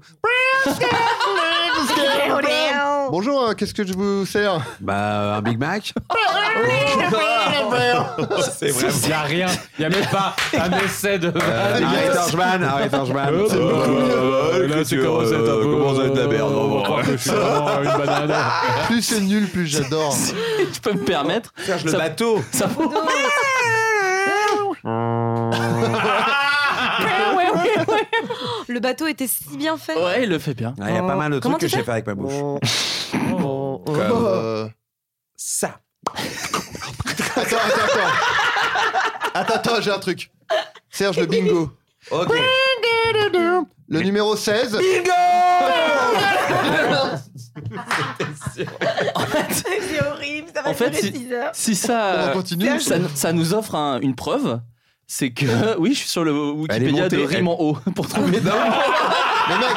Speaker 7: Bonjour, euh, qu'est-ce que je vous sers
Speaker 3: Bah, un Big Mac C'est vrai. Euh,
Speaker 4: Il y a rien, il y a même pas un essai de. Oh,
Speaker 3: Arrête Arjman, arrête Arjman. Là, tu commences euh, à être un peu-
Speaker 4: euh, On croit que je suis vraiment une banane.
Speaker 7: Plus c'est nul, plus j'adore.
Speaker 6: Tu peux me permettre
Speaker 3: Serge le
Speaker 6: Ça-
Speaker 3: bateau.
Speaker 6: Ça
Speaker 2: Le bateau était si bien fait.
Speaker 6: Ouais, il le fait bien.
Speaker 3: Ah, Il y a pas mal de
Speaker 2: Comment
Speaker 3: trucs que
Speaker 2: tu
Speaker 3: je sais
Speaker 2: fais
Speaker 3: faire avec ma bouche.
Speaker 7: Comme, euh,
Speaker 3: Ça.
Speaker 7: Attends, attends, attends. Attends, attends, j'ai un truc. Serge le bingo.
Speaker 3: Ok.
Speaker 7: Le numéro 16.
Speaker 2: C'est horrible, ça
Speaker 6: En fait,
Speaker 2: durer
Speaker 6: si-
Speaker 2: six heures.
Speaker 6: Si ça,
Speaker 7: On continue,
Speaker 6: ça-
Speaker 7: ça-
Speaker 6: ça, ça nous offre un- une preuve, c'est que oui, je suis sur le Wikipédia de
Speaker 3: montée,
Speaker 6: rime en haut pour trouver
Speaker 7: Ah, Mais mec,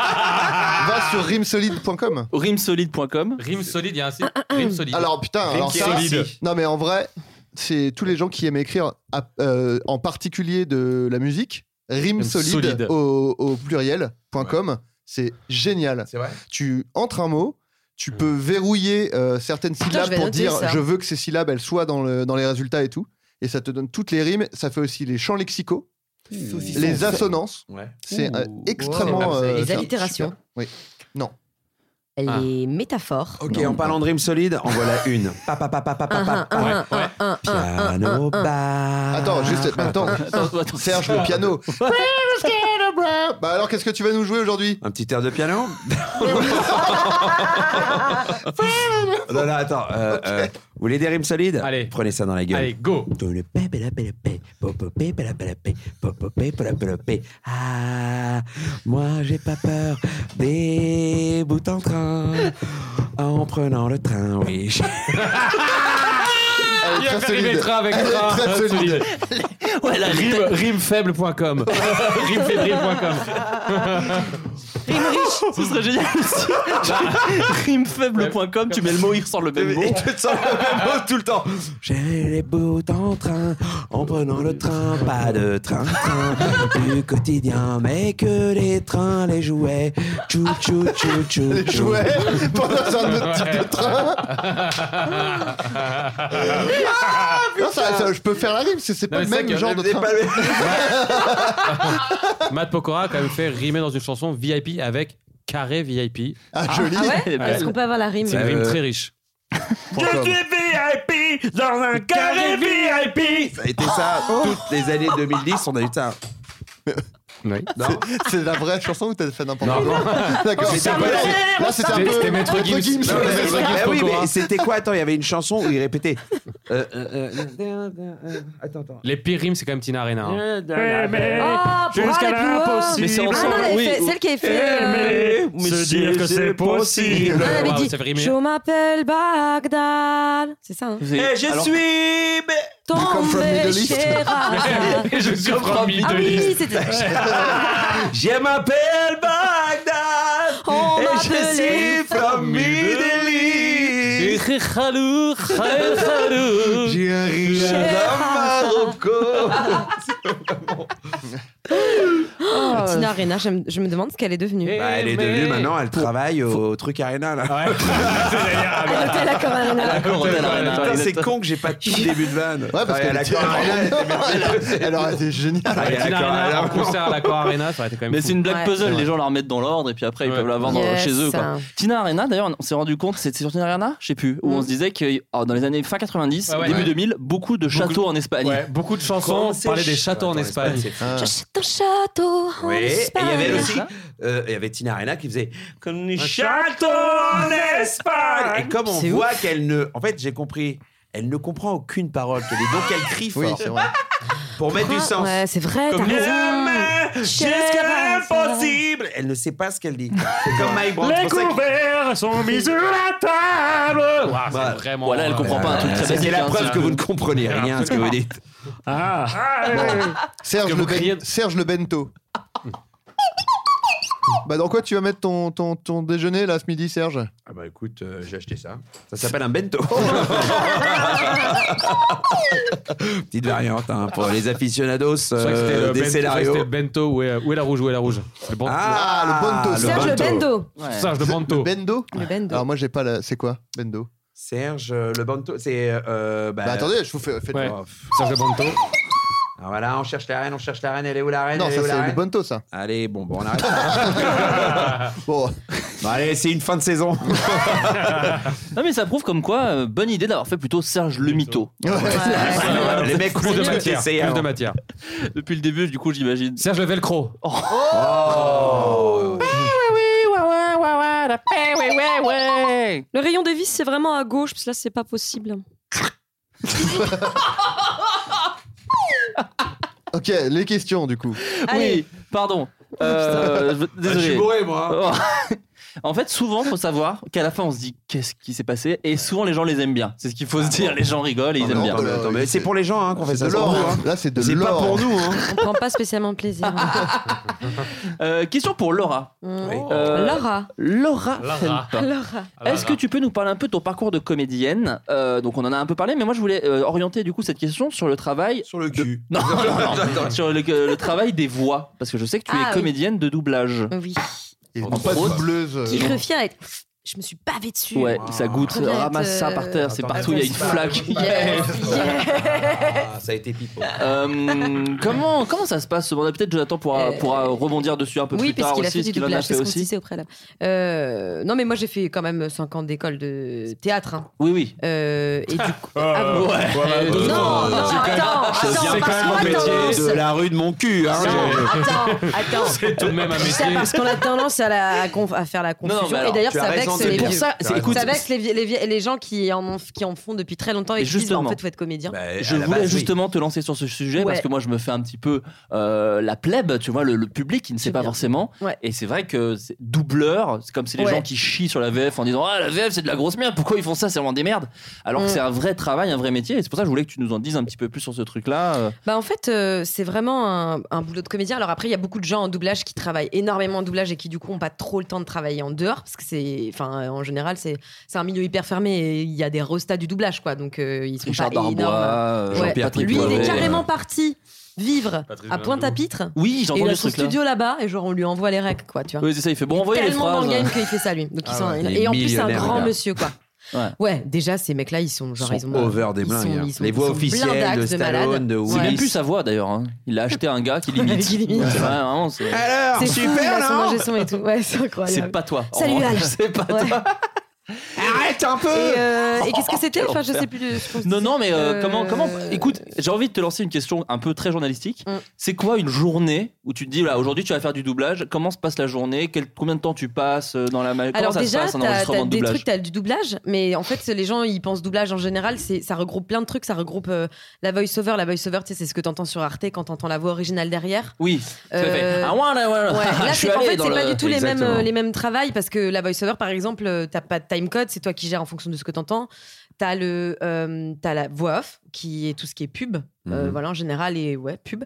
Speaker 7: va sur rimesolide.com.
Speaker 6: rimesolide.com.
Speaker 4: Rime solide, il y a un
Speaker 2: Ah,
Speaker 4: site. Rime solide.
Speaker 7: Alors putain, alors
Speaker 4: qui est
Speaker 7: ça,
Speaker 4: solide.
Speaker 7: non mais en vrai, c'est tous les gens qui aiment écrire, à- euh, en particulier de la musique, rime
Speaker 4: Rime
Speaker 7: solide,
Speaker 4: solide.
Speaker 7: au, au pluriel.com, c'est génial.
Speaker 3: C'est vrai
Speaker 7: Tu entres un mot, tu peux verrouiller euh, certaines
Speaker 2: je
Speaker 7: syllabes
Speaker 2: vais
Speaker 7: pour
Speaker 2: noter
Speaker 7: dire
Speaker 2: ça.
Speaker 7: je veux que ces syllabes elles soient dans, le- dans les résultats et tout, et ça te donne toutes les rimes. Ça fait aussi les champs lexicaux, les assonances.
Speaker 3: Ouais.
Speaker 7: C'est euh,
Speaker 6: Ouh.
Speaker 7: extrêmement.
Speaker 4: Wow.
Speaker 7: euh,
Speaker 2: Les
Speaker 7: c'est un-
Speaker 2: allitérations.
Speaker 7: super. Oui. Non.
Speaker 2: Les métaphores.
Speaker 3: Ah. Ok, en parlant de rime solide, en voilà une. Pa, pa, pa, pa, pa, pa, pa,
Speaker 2: Un,
Speaker 3: pa.
Speaker 2: un, un, un, un, un, un,
Speaker 3: Piano bar.
Speaker 7: Attends, juste maintenant.
Speaker 6: Attends, attends.
Speaker 7: Serge le piano. Bah alors, qu'est-ce que tu vas nous jouer aujourd'hui
Speaker 3: Un petit air de piano Non, non, attends. euh, euh, vous voulez des rimes solides Allez. Prenez ça dans la gueule.
Speaker 4: Allez, go
Speaker 3: Ah, moi j'ai pas peur des bouts en train en prenant le train, oui.
Speaker 4: Il va faire rimer le train avec
Speaker 5: Elle est
Speaker 4: train.
Speaker 5: très
Speaker 4: solide.
Speaker 5: solide.
Speaker 6: Ouais, la
Speaker 4: Rime, rimefaible.com. rimefaible.com.
Speaker 6: Rime riche Ce serait génial aussi Rimefaible.com, tu mets le mot, il ressort le même mot.
Speaker 3: Il te sort le même mot tout le temps. J'ai les bouts en train, en prenant le train, pas de train, train du quotidien, mais que les trains, les jouets, tchou tchou tchou tchou.
Speaker 7: Les
Speaker 3: tchou.
Speaker 7: jouets pendant un autre type de train
Speaker 6: Ah,
Speaker 7: Non, ça, ça, je peux faire la rime, c'est c'est pas
Speaker 4: Non,
Speaker 7: le
Speaker 4: mais
Speaker 7: même
Speaker 4: c'est
Speaker 7: genre
Speaker 4: que-
Speaker 7: de train.
Speaker 4: Matt Pokora a quand même fait rimer dans une chanson VIP avec carré VIP.
Speaker 7: Ah, joli.
Speaker 2: Ah ouais
Speaker 4: Ouais.
Speaker 2: Est-ce qu'on peut avoir la rime
Speaker 4: C'est une rime très riche.
Speaker 10: Je suis VIP dans un carré VIP.
Speaker 3: Ça a été ça, toutes les années 2010, on a eu ça.
Speaker 4: Oui.
Speaker 3: Non,
Speaker 7: C'est la vraie chanson ou t'as fait n'importe
Speaker 3: Non,
Speaker 7: quoi
Speaker 3: non.
Speaker 7: D'accord.
Speaker 3: C'était
Speaker 7: Là,
Speaker 3: pas-
Speaker 7: Là, c'était un peu.
Speaker 4: C'était Maître Gims.
Speaker 7: Gims.
Speaker 4: Non, mais-
Speaker 7: Maître
Speaker 4: Maître Gims.
Speaker 7: Gims.
Speaker 3: Ah oui,
Speaker 4: Pokora.
Speaker 3: mais c'était quoi Attends, il y avait une chanson où il répétait. euh, euh, euh, attends, attends.
Speaker 4: Les pires rimes, c'est quand même Tina Arena.
Speaker 3: Euh,
Speaker 4: hein.
Speaker 2: Oh, pour
Speaker 10: Jusqu'à
Speaker 2: aller plus haut.
Speaker 10: l'impossible.
Speaker 6: Mais c'est
Speaker 2: Ah non,
Speaker 6: ensemble.
Speaker 2: elle
Speaker 6: oui,
Speaker 2: fait-
Speaker 6: oui.
Speaker 2: celle qui a fait. euh,
Speaker 10: Mais se dire que c'est possible.
Speaker 2: Ah, Elle
Speaker 4: Waouh,
Speaker 2: avait dit
Speaker 4: ça fait rimer.
Speaker 2: Je m'appelle Bagdad. C'est ça, hein
Speaker 4: Eh,
Speaker 6: C'est- alors-
Speaker 10: suis.
Speaker 7: come from
Speaker 2: Tombé
Speaker 7: Middle East.
Speaker 2: chez Raza.
Speaker 4: Je suis en Middle
Speaker 2: Ah oui, c'était
Speaker 10: Je m'appelle Bagdad.
Speaker 2: On
Speaker 10: et
Speaker 2: m'appelait
Speaker 10: je suis from Middle East.
Speaker 6: Khalou, Khalou, Khalou.
Speaker 10: J'ai un rire
Speaker 2: Cher
Speaker 10: Marocco.
Speaker 2: Oh, Tina Arena. j'aime- Je me demande ce qu'elle est devenue.
Speaker 4: Oh. Eh,
Speaker 3: Bah, elle est
Speaker 4: mais-
Speaker 3: devenue maintenant, elle travaille au truc Arena là.
Speaker 4: Ouais.
Speaker 2: Elle était là comme Arena.
Speaker 6: Corentin Arena.
Speaker 3: Putain, c'est con que j'ai pas tout le début de vanne.
Speaker 7: Ouais, parce
Speaker 3: Ah,
Speaker 7: qu'elle
Speaker 3: la
Speaker 7: était.
Speaker 3: Corée, elle était
Speaker 7: Elle aurait été géniale.
Speaker 3: Ah, il y a
Speaker 4: Tina
Speaker 3: la
Speaker 4: Arena
Speaker 3: Corée,
Speaker 4: en concert à l'Aqua Arena, ça aurait été quand même.
Speaker 6: Mais
Speaker 4: fou.
Speaker 6: c'est une blague
Speaker 2: Ouais.
Speaker 6: puzzle, les gens la remettent dans l'ordre et puis après ils
Speaker 4: Ouais.
Speaker 6: peuvent la vendre
Speaker 2: Yes.
Speaker 6: chez eux. Quoi. Tina Arena, d'ailleurs, on s'est rendu compte, c'est c'est sur Tina Arena, je sais plus, où
Speaker 2: Mm.
Speaker 6: on se disait que oh, dans les années fin 90,
Speaker 4: Ouais, ouais.
Speaker 6: début
Speaker 4: Ouais.
Speaker 6: 2000, beaucoup de châteaux en Espagne.
Speaker 4: Ouais, beaucoup de chansons
Speaker 3: Quand c'est
Speaker 4: parlaient des
Speaker 3: ch-
Speaker 4: châteaux en
Speaker 3: Attends,
Speaker 4: Espagne.
Speaker 3: l'Espagne, c'est-
Speaker 2: Ton château en
Speaker 3: Oui, et il y avait
Speaker 2: Espagne.
Speaker 3: aussi euh, il y avait Tina Arena qui faisait comme les châteaux en Espagne. Et comme on
Speaker 2: C'est
Speaker 3: voit qu'elle ne en fait, j'ai compris, elle ne comprend aucune parole qu'elle est donc elle crie fort
Speaker 7: Oui, c'est vrai.
Speaker 3: pour mettre du
Speaker 2: Ah,
Speaker 3: sens.
Speaker 2: Ouais, c'est vrai, t'as
Speaker 3: Comme
Speaker 2: raison.
Speaker 3: jamais,
Speaker 2: Cher
Speaker 3: jusqu'à l'impossible. Elle ne sait pas ce qu'elle dit. C'est comme Mike Brandt. c'est pour ça que-
Speaker 4: couverts sont mis sur la table.
Speaker 3: Voilà.
Speaker 4: Ah, vraiment.
Speaker 6: Voilà, Oh, elle comprend pas un truc.
Speaker 3: Euh,
Speaker 6: très
Speaker 3: C'est
Speaker 6: basique,
Speaker 3: la
Speaker 6: hein,
Speaker 3: preuve
Speaker 6: c'est-
Speaker 3: que vous ne comprenez rien à ce que vous dites.
Speaker 4: Ah.
Speaker 7: Serge
Speaker 4: Que
Speaker 7: le,
Speaker 4: vous criez-
Speaker 7: Ben- Serge le Bento. Bah dans quoi tu vas mettre ton, ton, ton déjeuner là ce midi Serge
Speaker 3: Ah bah écoute, euh, j'ai acheté ça. Ça s'appelle un bento. Petite variante hein, pour les aficionados
Speaker 4: C'est vrai que c'était
Speaker 3: euh, des
Speaker 4: le Ben- c'est vrai que
Speaker 3: scénarios.
Speaker 4: c'était Bento, euh, où est, où est la rouge, où est la rouge Le Bento.
Speaker 7: Ah, le Bento,
Speaker 2: Serge le
Speaker 3: bento.
Speaker 2: Bendo.
Speaker 6: Ouais.
Speaker 4: Serge de Bento.
Speaker 7: Le Bendo
Speaker 2: Le
Speaker 7: Alors
Speaker 2: Bendo.
Speaker 7: moi j'ai pas la... C'est quoi Bendo
Speaker 3: Serge euh, le bento, c'est euh, bah,
Speaker 7: Bah attendez, je vous fais... faites-
Speaker 4: Ouais.
Speaker 3: oh, pff.
Speaker 4: Serge de Bento.
Speaker 3: Alors voilà, on cherche la reine, on cherche la reine, elle est où la reine
Speaker 7: Ah Non
Speaker 3: elle est
Speaker 7: ça
Speaker 3: où, la
Speaker 7: c'est le
Speaker 3: reine
Speaker 7: Bento ça.
Speaker 3: Allez, bon, bon, on arrête. Ah.
Speaker 7: Bon,
Speaker 3: Bon, allez, c'est une fin de saison.
Speaker 6: Non, mais ça prouve comme quoi, euh, bonne idée d'avoir fait plutôt Serge le mytho.
Speaker 3: les mecs
Speaker 4: Plus
Speaker 3: ont
Speaker 4: de
Speaker 3: tout
Speaker 4: matière.
Speaker 3: essayé,
Speaker 4: Plus de
Speaker 3: alors.
Speaker 4: matière.
Speaker 6: Depuis le début, du coup, j'imagine.
Speaker 4: Serge le Velcro. Ah
Speaker 3: Oh.
Speaker 2: Le rayon des vis, c'est vraiment à gauche, parce que là, c'est pas possible.
Speaker 7: ok, les questions du coup.
Speaker 2: Allez.
Speaker 6: Oui, pardon. Euh, je-
Speaker 3: Ah, Je suis
Speaker 6: Désolé.
Speaker 3: bourré, moi.
Speaker 6: Oh. en fait, souvent, faut savoir qu'à la fin, on se dit qu'est-ce qui s'est passé, et souvent les gens les aiment bien. C'est ce qu'il faut se dire. Les gens rigolent et ils
Speaker 7: Ah,
Speaker 6: aiment
Speaker 7: non,
Speaker 6: bien.
Speaker 7: bah,
Speaker 3: Attends, mais attends, mais c'est pour les gens hein, qu'on fait
Speaker 7: C'est
Speaker 3: ça.
Speaker 7: de
Speaker 3: c'est pour
Speaker 7: l'or.
Speaker 3: nous, hein.
Speaker 7: Là c'est de
Speaker 3: C'est pas
Speaker 7: l'or.
Speaker 3: pour nous. Hein.
Speaker 2: On prend pas spécialement plaisir.
Speaker 6: Ah, Euh, question pour Laura.
Speaker 2: Mm.
Speaker 3: Oui.
Speaker 6: Euh,
Speaker 2: Laura.
Speaker 6: Laura.
Speaker 4: Laura.
Speaker 6: Felpa.
Speaker 2: Laura.
Speaker 6: Est-ce que tu peux nous parler un peu de ton parcours de comédienne Euh, Donc on en a un peu parlé, mais moi je voulais euh, orienter du coup cette question sur le travail.
Speaker 3: Sur le cul.
Speaker 6: Non, non, non, sur le, le travail des voix, parce que je sais que tu
Speaker 2: Ah,
Speaker 6: es
Speaker 2: oui.
Speaker 6: comédienne de doublage.
Speaker 2: Oui.
Speaker 7: Et non
Speaker 6: Entre
Speaker 7: pas de
Speaker 6: autres.
Speaker 7: doubleuse. euh,
Speaker 2: Qui revient à être je me suis bavée dessus.
Speaker 6: Ouais, ça goûte.
Speaker 2: Crevette,
Speaker 6: Ramasse ça
Speaker 2: euh,
Speaker 6: par terre, c'est
Speaker 2: attends,
Speaker 6: partout, il y a une
Speaker 2: attends,
Speaker 6: flaque.
Speaker 3: Ah, ça a été pipo.
Speaker 6: Euh, comment, comment ça se passe ce mandat Peut-être Jonathan pourra,
Speaker 2: Euh,
Speaker 6: pourra rebondir dessus un peu
Speaker 2: oui,
Speaker 6: plus tard
Speaker 2: puisqu'il a
Speaker 6: aussi,
Speaker 2: fait
Speaker 6: ce
Speaker 2: du
Speaker 6: qu'il en a
Speaker 2: doublage, c'est
Speaker 6: fait
Speaker 2: ce qu'on se
Speaker 6: aussi.
Speaker 2: disait au préalable. Euh, non, mais moi j'ai fait quand même 5 ans d'école de théâtre. hein.
Speaker 6: Oui, oui.
Speaker 2: et du coup,
Speaker 6: Ah,
Speaker 2: ah bon.
Speaker 6: ouais.
Speaker 9: bah,
Speaker 2: Euh,
Speaker 6: Deux
Speaker 2: non,
Speaker 6: ans,
Speaker 2: non,
Speaker 6: c'est quand même-
Speaker 2: attends,
Speaker 6: c'est
Speaker 2: attends, parce
Speaker 6: bien quand même
Speaker 2: qu'on
Speaker 6: un métier
Speaker 2: attend-
Speaker 3: de la rue de mon cul, hein.
Speaker 2: Attends,
Speaker 3: j'ai-
Speaker 2: attends.
Speaker 4: C'est tout de même un
Speaker 2: Ça,
Speaker 4: métier.
Speaker 2: parce qu'on a tendance à, la- à conf- à faire la
Speaker 4: non,
Speaker 2: confusion.
Speaker 4: mais alors,
Speaker 2: et d'ailleurs,
Speaker 4: tu as
Speaker 2: ça vexe
Speaker 4: raison de
Speaker 2: les
Speaker 4: le
Speaker 2: vieux.
Speaker 4: dire. Pour ça, c'est- écoute-
Speaker 2: ça vexe les, vie- les, vie- les gens qui en, ont, qui en font depuis très longtemps et,
Speaker 6: Et
Speaker 2: qui disent bah, en
Speaker 6: justement.
Speaker 2: fait, faut être comédien.
Speaker 6: Je voulais justement te lancer sur ce sujet parce
Speaker 2: Ouais.
Speaker 6: que moi je me fais un petit peu euh, la plèbe, tu vois, le, le public qui ne sait pas forcément. Et c'est vrai que c'est doubleur, c'est comme si les
Speaker 4: Ouais.
Speaker 6: gens qui chient sur la VF en disant Ah la VF c'est de la grosse merde, pourquoi ils font ça, c'est vraiment des merdes. Alors
Speaker 2: Mm.
Speaker 6: que c'est un vrai travail, un vrai métier. Et c'est pour ça que je voulais que tu nous en dises un petit peu plus sur ce truc-là. euh.
Speaker 2: Bah en fait, euh, c'est vraiment un, un boulot de comédien. Alors après, il y a beaucoup de gens en doublage qui travaillent énormément en doublage et qui du coup n'ont pas trop le temps de travailler en dehors parce que c'est, enfin, euh, en général, c'est c'est un milieu hyper fermé et il y a des restats du doublage quoi. Donc euh, ils sont
Speaker 6: Richard
Speaker 2: pas
Speaker 6: Darbois,
Speaker 2: énormes.
Speaker 6: euh, Jean-Pierre Patrick
Speaker 2: Lui, il
Speaker 6: Poivet,
Speaker 2: est carrément
Speaker 6: euh.
Speaker 2: parti vivre à
Speaker 6: Benamou.
Speaker 2: Pointe-à-Pitre.
Speaker 6: Oui, j'ai
Speaker 2: Et il
Speaker 6: entendu
Speaker 2: a
Speaker 6: ce
Speaker 2: son
Speaker 6: truc-là.
Speaker 2: studio là-bas et genre on lui envoie les recs quoi, tu vois.
Speaker 6: Oui, c'est ça, il fait Bon, envoyez les
Speaker 2: Tellement dans
Speaker 6: phrases.
Speaker 2: le game qu'il fait ça lui. Donc, ils
Speaker 6: Ah
Speaker 2: sont-
Speaker 6: ouais.
Speaker 2: et en plus, c'est un
Speaker 6: Millionnaire,
Speaker 2: grand
Speaker 6: gars.
Speaker 2: monsieur quoi.
Speaker 6: Ouais.
Speaker 2: Ouais, déjà ces mecs-là, ils sont genre
Speaker 6: Ils
Speaker 2: ils
Speaker 6: sont
Speaker 2: ont euh,
Speaker 6: over des
Speaker 2: ils sont-
Speaker 6: blindes, hein.
Speaker 2: ils sont-
Speaker 6: Les
Speaker 2: ils
Speaker 6: voix
Speaker 2: sont
Speaker 6: officielles
Speaker 2: blindasses
Speaker 6: de
Speaker 2: malades.
Speaker 6: Stallone, de C'est
Speaker 2: Ouais.
Speaker 6: même plus sa voix d'ailleurs. hein. Il a acheté un gars qui l'imite.
Speaker 2: Qui l'imite.
Speaker 6: Ouais, c'est vrai, vraiment, c'est-
Speaker 2: c'est fou,
Speaker 5: super,
Speaker 2: il a son
Speaker 5: non
Speaker 2: ingé son et tout. Ouais, c'est incroyable.
Speaker 6: C'est pas toi. En
Speaker 2: Salut
Speaker 6: revanche,
Speaker 2: Al.
Speaker 6: C'est pas toi.
Speaker 5: Arrête un peu
Speaker 2: Et, euh, et qu'est-ce que c'était
Speaker 6: Quel
Speaker 2: Enfin, je
Speaker 6: enfer.
Speaker 2: sais plus. de- je pense-
Speaker 6: Non, non, mais euh,
Speaker 2: Euh, Mm.
Speaker 6: comment, comment. Écoute, j'ai envie de te lancer une question un peu très journalistique. C'est quoi une journée où tu te dis, voilà, aujourd'hui tu vas faire du doublage Comment se passe la journée Quel- Combien de temps tu passes euh, dans la ma- Comment
Speaker 2: Alors
Speaker 6: ça
Speaker 2: déjà,
Speaker 6: se passe un
Speaker 2: t'as
Speaker 6: enregistrement
Speaker 2: t'as
Speaker 6: de
Speaker 2: des
Speaker 6: doublage
Speaker 2: trucs, t'as du doublage, mais en fait, c'est- les gens, ils pensent doublage en général, c'est ça regroupe plein de trucs, ça regroupe euh, la voice-over, la voice-over, tu sais, c'est ce que t'entends sur Arte quand t'entends la voix originale derrière.
Speaker 6: Oui, tout à fait. Ah, voilà, voilà.
Speaker 2: Euh, Ouais, Là,
Speaker 6: Je
Speaker 2: c'est
Speaker 6: suis
Speaker 2: en
Speaker 6: allé
Speaker 2: fait,
Speaker 6: dans
Speaker 2: c'est pas
Speaker 6: le-
Speaker 2: du tout les mêmes,
Speaker 6: Exactement.
Speaker 2: euh, les mêmes travails parce que la voice-over, par exemple, euh, t'as pas de timecode, c'est toi qui gères en fonction de ce que t'entends. T'as le, euh, t'as la voix off qui est tout ce qui est pub, euh,
Speaker 11: Mhm.
Speaker 2: voilà en général et ouais pub.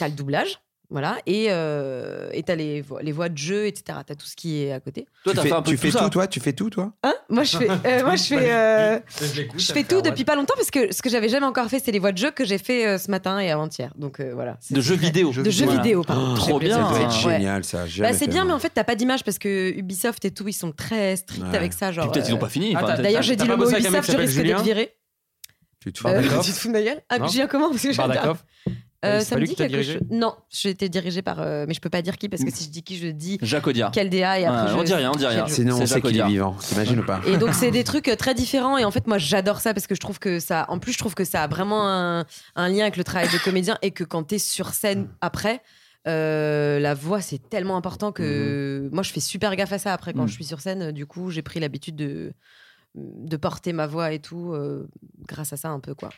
Speaker 2: T'as le doublage, voilà, et euh, et t'as les voix, les voix de jeu, etc. T'as tout ce qui est à côté.
Speaker 6: Toi,
Speaker 3: tu
Speaker 6: t'as
Speaker 3: fais,
Speaker 6: fait un peu
Speaker 3: tu
Speaker 6: tout
Speaker 3: fais
Speaker 6: ça.
Speaker 3: tout, toi Tu fais tout, toi
Speaker 2: Hein Moi, je fais, euh, moi, je fais, euh, je fais tout
Speaker 3: ouais.
Speaker 2: depuis pas longtemps parce que ce que j'avais jamais encore fait, c'est les voix de jeu que j'ai fait euh, ce matin et avant-hier. Donc euh, voilà. c'est-
Speaker 6: De jeux vidéo.
Speaker 2: De jeux
Speaker 6: Voilà.
Speaker 2: vidéo, pardon. J'ai
Speaker 6: Trop
Speaker 2: oublié
Speaker 6: bien.
Speaker 2: de dire. Ouais.
Speaker 3: Ah, ça.
Speaker 2: Bah, c'est bien, mais en fait, t'as pas d'image parce que Ubisoft et tout, ils sont très stricts
Speaker 3: Ouais.
Speaker 2: avec ça.
Speaker 3: Puis
Speaker 2: Genre, euh,
Speaker 3: peut-être ils ont pas fini, Ah, enfin, t'as-
Speaker 2: D'ailleurs,
Speaker 3: t'as-
Speaker 2: j'ai
Speaker 3: t'as
Speaker 2: dit
Speaker 3: pas
Speaker 2: le mot
Speaker 3: bossé avec un mec
Speaker 2: Ubisoft,
Speaker 3: qui
Speaker 2: je
Speaker 3: s'appelle
Speaker 2: risque d'être
Speaker 3: Julien
Speaker 2: viré.
Speaker 3: Tu te
Speaker 2: Euh,
Speaker 3: Bardakov
Speaker 2: tu te fous de ma gueule Ah,
Speaker 3: Non.
Speaker 2: Julien, comment Parce que j'adore.
Speaker 3: Bardakov
Speaker 2: Euh,
Speaker 3: C'est
Speaker 2: ça
Speaker 3: pas
Speaker 2: me
Speaker 3: lui
Speaker 2: dit
Speaker 3: qui t'a
Speaker 2: quelque
Speaker 3: dirigé
Speaker 2: chose. Non, j'ai été dirigée par. euh, mais je peux pas dire qui parce que si je dis qui, je dis.
Speaker 6: Jacques Audiard.
Speaker 2: Quel DA et après.
Speaker 6: Ouais, on
Speaker 2: je-
Speaker 6: dit rien, on dit rien.
Speaker 3: Sinon, on
Speaker 6: C'est
Speaker 3: sait
Speaker 6: Jacques
Speaker 3: qu'il est
Speaker 6: Audiard.
Speaker 3: vivant. T'imagines ou pas
Speaker 2: Et donc c'est des trucs euh, très différents et en fait moi j'adore ça parce que je trouve que ça en plus je trouve que ça a vraiment un, un lien avec le travail de comédien et que quand t'es sur
Speaker 7: Mm.
Speaker 2: scène après euh, la voix c'est tellement important que
Speaker 7: Mm-hmm.
Speaker 2: moi je fais super gaffe à ça après quand
Speaker 7: Mm.
Speaker 11: Mhm.
Speaker 2: je suis sur scène Euh, du coup j'ai pris l'habitude de de porter ma voix et tout euh, grâce à ça un peu quoi.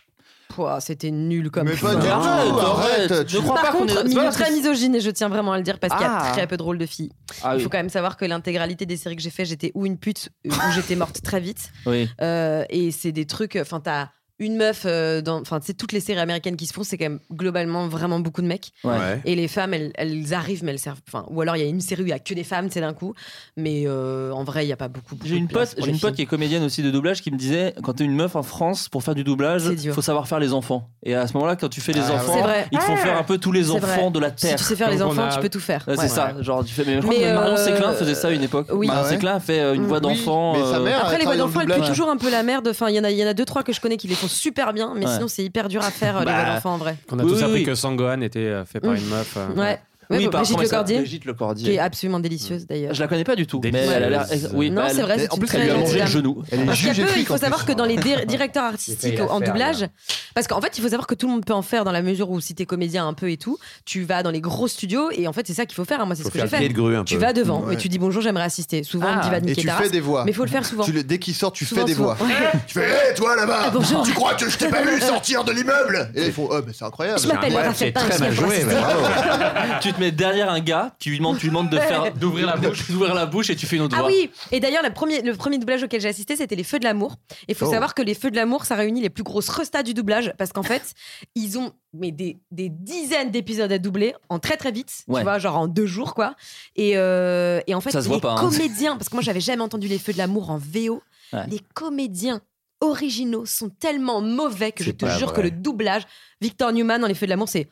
Speaker 2: Pouah, c'était nul comme
Speaker 7: Mais pas
Speaker 2: film.
Speaker 7: du tout, Arrête, arrête, arrête, tu- je crois
Speaker 2: Par
Speaker 7: pas qu'on
Speaker 2: contre,
Speaker 7: est- c'est
Speaker 2: milieu
Speaker 7: pas
Speaker 2: très
Speaker 7: parce que-
Speaker 2: misogyne et je tiens vraiment à le dire parce qu'il y a
Speaker 11: Ah.
Speaker 2: très peu de rôles de filles.
Speaker 11: Ah
Speaker 2: Il
Speaker 11: oui.
Speaker 2: faut quand même savoir que l'intégralité des séries que j'ai fait, j'étais ou une pute euh, ou j'étais morte très vite.
Speaker 6: Oui.
Speaker 2: Euh, et c'est des trucs. Enfin, t'as une meuf euh, dans. Enfin, tu sais, toutes les séries américaines qui se font, c'est quand même globalement vraiment beaucoup de mecs.
Speaker 11: Ouais. Ouais.
Speaker 2: Et les femmes, elles, elles arrivent, mais elles servent. Enfin, ou alors il y a une série où il y a que des femmes, c'est d'un coup. Mais euh, en vrai, il y a pas beaucoup. beaucoup
Speaker 6: J'ai une
Speaker 2: de place
Speaker 6: pote,
Speaker 2: pour
Speaker 6: j'ai
Speaker 2: les
Speaker 6: une pote qui
Speaker 2: filles.
Speaker 6: est comédienne aussi de doublage qui me disait quand t'es une meuf en France pour faire du doublage, faut savoir faire les enfants. Et à ce moment-là, quand tu fais les
Speaker 2: Ah,
Speaker 6: enfants,
Speaker 2: c'est vrai.
Speaker 6: ils te font faire un peu tous les
Speaker 2: C'est vrai.
Speaker 6: enfants de la
Speaker 2: Si
Speaker 6: terre.
Speaker 2: tu sais faire les Comme enfants, qu'on a- tu peux tout faire.
Speaker 6: Ouais, C'est
Speaker 2: Ouais.
Speaker 6: ça, genre tu fais. Mais je crois
Speaker 2: Mais,
Speaker 6: que Marion
Speaker 2: euh,
Speaker 6: Séclin faisait ça à une époque.
Speaker 2: oui.
Speaker 6: Marion
Speaker 2: Ah ouais.
Speaker 6: Séclin a fait euh, une
Speaker 2: Mm.
Speaker 6: voix d'enfant.
Speaker 7: mais sa
Speaker 6: euh,
Speaker 7: mère,
Speaker 2: Après, les voix
Speaker 7: travaille dans le
Speaker 2: d'enfants, elles puent
Speaker 7: doublage.
Speaker 2: toujours un peu la merde. Enfin, il y en a, il y en a deux, trois que je connais qui les font super bien, mais
Speaker 4: Ouais.
Speaker 2: sinon, c'est hyper dur à faire, euh, les
Speaker 4: Bah,
Speaker 2: voix d'enfants en vrai.
Speaker 4: Qu'on a
Speaker 2: Oui,
Speaker 4: tous
Speaker 2: oui,
Speaker 4: appris
Speaker 2: oui.
Speaker 4: que Sangohan était euh, fait par
Speaker 2: Mm.
Speaker 4: une meuf. euh,
Speaker 2: Ouais. Ouais,
Speaker 4: Oui,
Speaker 2: bah,
Speaker 4: par-
Speaker 2: Brigitte
Speaker 4: comment elle
Speaker 2: Lecordier,
Speaker 4: s'appelle Brigitte Lecordier.
Speaker 2: Qui est absolument délicieuse d'ailleurs.
Speaker 6: Je la connais pas du tout. Mais
Speaker 4: Délicieuse.
Speaker 6: elle a l'air. Oui,
Speaker 2: non,
Speaker 6: bah,
Speaker 2: c'est
Speaker 6: elle-
Speaker 2: vrai, c'est
Speaker 6: En
Speaker 2: une
Speaker 6: plus,
Speaker 2: très
Speaker 6: elle lui a
Speaker 2: grande
Speaker 6: mangé le
Speaker 2: dame.
Speaker 6: genou.
Speaker 2: Parce qu'il y a peu, il faut savoir que dans les dir- directeurs
Speaker 6: J'ai
Speaker 2: artistiques
Speaker 6: failli la
Speaker 2: en
Speaker 6: faire,
Speaker 2: doublage, parce qu'en fait, il faut savoir que tout le monde peut en faire dans la mesure où si t'es comédien un peu et tout, tu vas dans les gros studios et en fait, c'est ça qu'il faut faire. hein. Moi, c'est
Speaker 7: Faut
Speaker 2: ce que
Speaker 7: faire
Speaker 2: j'ai
Speaker 7: le pied
Speaker 2: fait.
Speaker 7: de grue un
Speaker 2: Tu
Speaker 7: peu.
Speaker 2: vas devant,
Speaker 7: Ouais. Ah.
Speaker 2: mais tu dis bonjour, j'aimerais assister. Souvent, on dit va
Speaker 7: et
Speaker 2: niquer
Speaker 7: tu
Speaker 2: ta
Speaker 7: fais
Speaker 2: race.
Speaker 7: des voix.
Speaker 2: Mais il faut le faire souvent.
Speaker 7: Tu le- dès qu'il sort, tu
Speaker 2: Souvent,
Speaker 7: fais des
Speaker 2: souvent.
Speaker 7: voix.
Speaker 2: Ouais.
Speaker 7: Tu fais, hé, toi là-bas
Speaker 2: Ah, bonjour.
Speaker 7: Tu crois que je t'ai pas vu sortir de l'immeuble Et ils font, oh, mais c'est incroyable.
Speaker 2: Je
Speaker 3: Ah,
Speaker 2: m'appelle
Speaker 7: Ouais,
Speaker 2: Raphaël
Speaker 7: c'est
Speaker 2: Pince,
Speaker 7: très mal
Speaker 2: je viens pour
Speaker 7: joué, mais
Speaker 2: assister.
Speaker 7: bravo.
Speaker 6: tu te mets derrière un gars, tu lui demandes, tu lui demandes de faire d'ouvrir la bouche, d'ouvrir la bouche et tu fais une autre
Speaker 2: Ah
Speaker 6: voix.
Speaker 2: oui, et d'ailleurs le premier, le premier doublage auquel j'ai assisté, c'était les Feux de l'amour. Et il faut
Speaker 6: Oh.
Speaker 2: savoir que les Feux de l'amour, ça réunit les plus grosses restas du doublage parce qu'en fait, ils ont mais des, des dizaines d'épisodes à doubler en très très vite,
Speaker 6: Ouais.
Speaker 2: tu vois, genre en deux jours quoi. Et, euh, et en fait,
Speaker 6: Ça se
Speaker 2: les
Speaker 6: voit pas, hein.
Speaker 2: comédiens, parce que moi j'avais jamais entendu les Feux de l'amour en VO,
Speaker 6: Ouais.
Speaker 2: les comédiens originaux sont tellement mauvais que je te
Speaker 6: pas
Speaker 2: jure
Speaker 6: vrai.
Speaker 2: que le doublage Victor Newman dans les Feux de l'amour, c'est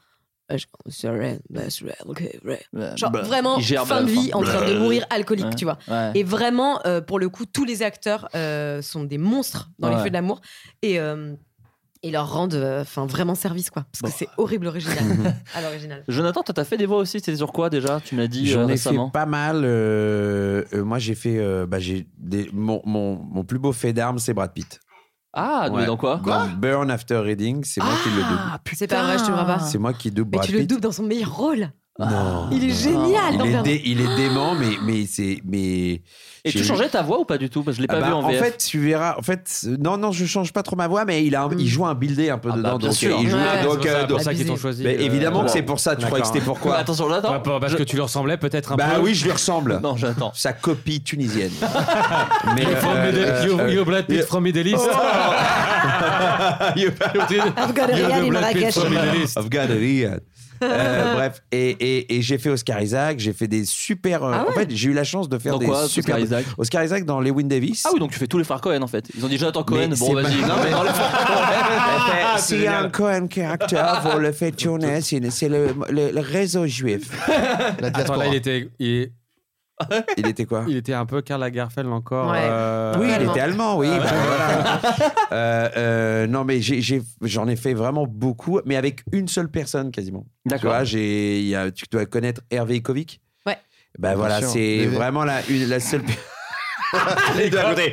Speaker 2: euh, je- c'est vrai, bah, c'est vrai, ok, vrai.
Speaker 6: Ouais,
Speaker 2: Genre
Speaker 6: bah,
Speaker 2: vraiment
Speaker 6: il gère
Speaker 2: fin
Speaker 6: bien,
Speaker 2: de vie
Speaker 6: enfin.
Speaker 2: en train de
Speaker 6: Bah.
Speaker 2: mourir alcoolique,
Speaker 6: Ouais,
Speaker 2: tu vois.
Speaker 6: ouais.
Speaker 2: Et vraiment, euh, pour le coup, tous les acteurs euh, sont des monstres dans les
Speaker 6: Ouais.
Speaker 2: feux de l'amour et euh, et leur rendent euh, enfin vraiment service quoi, parce que c'est horrible original. à l'original.
Speaker 6: Jonathan, toi, t'as fait des voix aussi. C'était sur quoi déjà Tu me l'as dit euh,
Speaker 3: J'en ai fait
Speaker 6: récemment.
Speaker 3: pas mal. euh, euh, moi, j'ai fait. euh, bah, j'ai des- mon, mon, mon plus beau fait d'armes, c'est Brad Pitt.
Speaker 6: Ah, mais
Speaker 3: Ouais.
Speaker 6: dans quoi
Speaker 3: Dans Burn After Reading, c'est moi qui le double.
Speaker 2: C'est pas vrai, je te crois pas.
Speaker 3: C'est moi qui double
Speaker 2: Mais
Speaker 3: Brad
Speaker 2: tu le
Speaker 3: Pitt.
Speaker 2: doubles dans son meilleur rôle.
Speaker 3: Non.
Speaker 2: Il est génial
Speaker 3: Il
Speaker 2: dans
Speaker 3: est,
Speaker 2: Burn.
Speaker 3: dé- il est dément, mais, mais c'est. Mais
Speaker 6: Et tu
Speaker 3: j'ai-
Speaker 6: changeais ta voix ou pas du tout Parce que je l'ai
Speaker 3: Ah
Speaker 6: pas
Speaker 3: bah,
Speaker 6: vu en VF.
Speaker 3: fait, tu verras. En fait, euh, non, non, je change pas trop ma voix, mais il, a, un- il joue un buildé un peu dedans.
Speaker 6: Ah bah, bien
Speaker 3: donc,
Speaker 6: sûr.
Speaker 3: Il joue,
Speaker 6: Ouais, c'est
Speaker 3: donc,
Speaker 4: pour ça-
Speaker 3: euh,
Speaker 4: pour
Speaker 3: donc-
Speaker 4: ça qu'ils t'ont choisi,
Speaker 3: Mais
Speaker 4: euh,
Speaker 3: évidemment que
Speaker 4: voilà.
Speaker 3: c'est pour ça. Tu croyais que
Speaker 4: D'accord.
Speaker 3: c'était pourquoi
Speaker 4: Bah,
Speaker 6: attention, j'attends.
Speaker 4: Ouais, Parce que tu lui ressemblais peut-être un peu.
Speaker 3: Bah oui, je lui ressemble.
Speaker 6: Non, j'attends.
Speaker 3: Sa copie tunisienne.
Speaker 4: Mais
Speaker 3: euh,
Speaker 4: from Middle-
Speaker 3: euh,
Speaker 4: you-
Speaker 3: euh, Oh,
Speaker 4: you Brad Pitt from Middle East.
Speaker 2: I've got a
Speaker 4: You're
Speaker 2: real
Speaker 4: the
Speaker 2: in
Speaker 4: black kid
Speaker 2: Marrakech.
Speaker 4: from Middle East.
Speaker 3: I've got a real. Euh, bref, et, et- et j'ai fait Oscar Isaac, j'ai fait des super. euh,
Speaker 6: Ah ouais
Speaker 3: En fait, j'ai eu la chance de faire
Speaker 6: Dans
Speaker 3: des
Speaker 6: quoi,
Speaker 3: super.
Speaker 6: Oscar Isaac
Speaker 3: Oscar Isaac dans Lewin Davis.
Speaker 6: Ah oui, donc tu fais tous les frères Cohen en fait. Ils ont dit Jonathan Cohen.
Speaker 3: Mais
Speaker 6: Bon,
Speaker 3: c'est
Speaker 6: vas-y.
Speaker 3: pas-
Speaker 6: Non, mais dans le
Speaker 3: Ah,
Speaker 6: frère
Speaker 3: c'est un Cohen character pour le fait tourner, c'est c'est le, le- le réseau juif.
Speaker 4: Attends, là, il était. Il,
Speaker 3: Il était quoi
Speaker 4: il était un peu Karl Lagerfeld encore.
Speaker 2: Ouais.
Speaker 4: euh,
Speaker 3: Oui, il
Speaker 2: Allemand.
Speaker 3: était allemand, oui. bah, voilà. Euh, euh, non, mais j'ai- j'ai- j'en ai, fait vraiment beaucoup, mais avec une seule personne quasiment. Tu
Speaker 6: D'accord.
Speaker 3: vois, j'ai- il y a- tu dois connaître Hervé Ikovic.
Speaker 2: Ouais.
Speaker 3: Ben voilà,
Speaker 7: sûr.
Speaker 3: c'est
Speaker 7: Mais-
Speaker 3: vraiment la, une- la seule. Les deux à côté.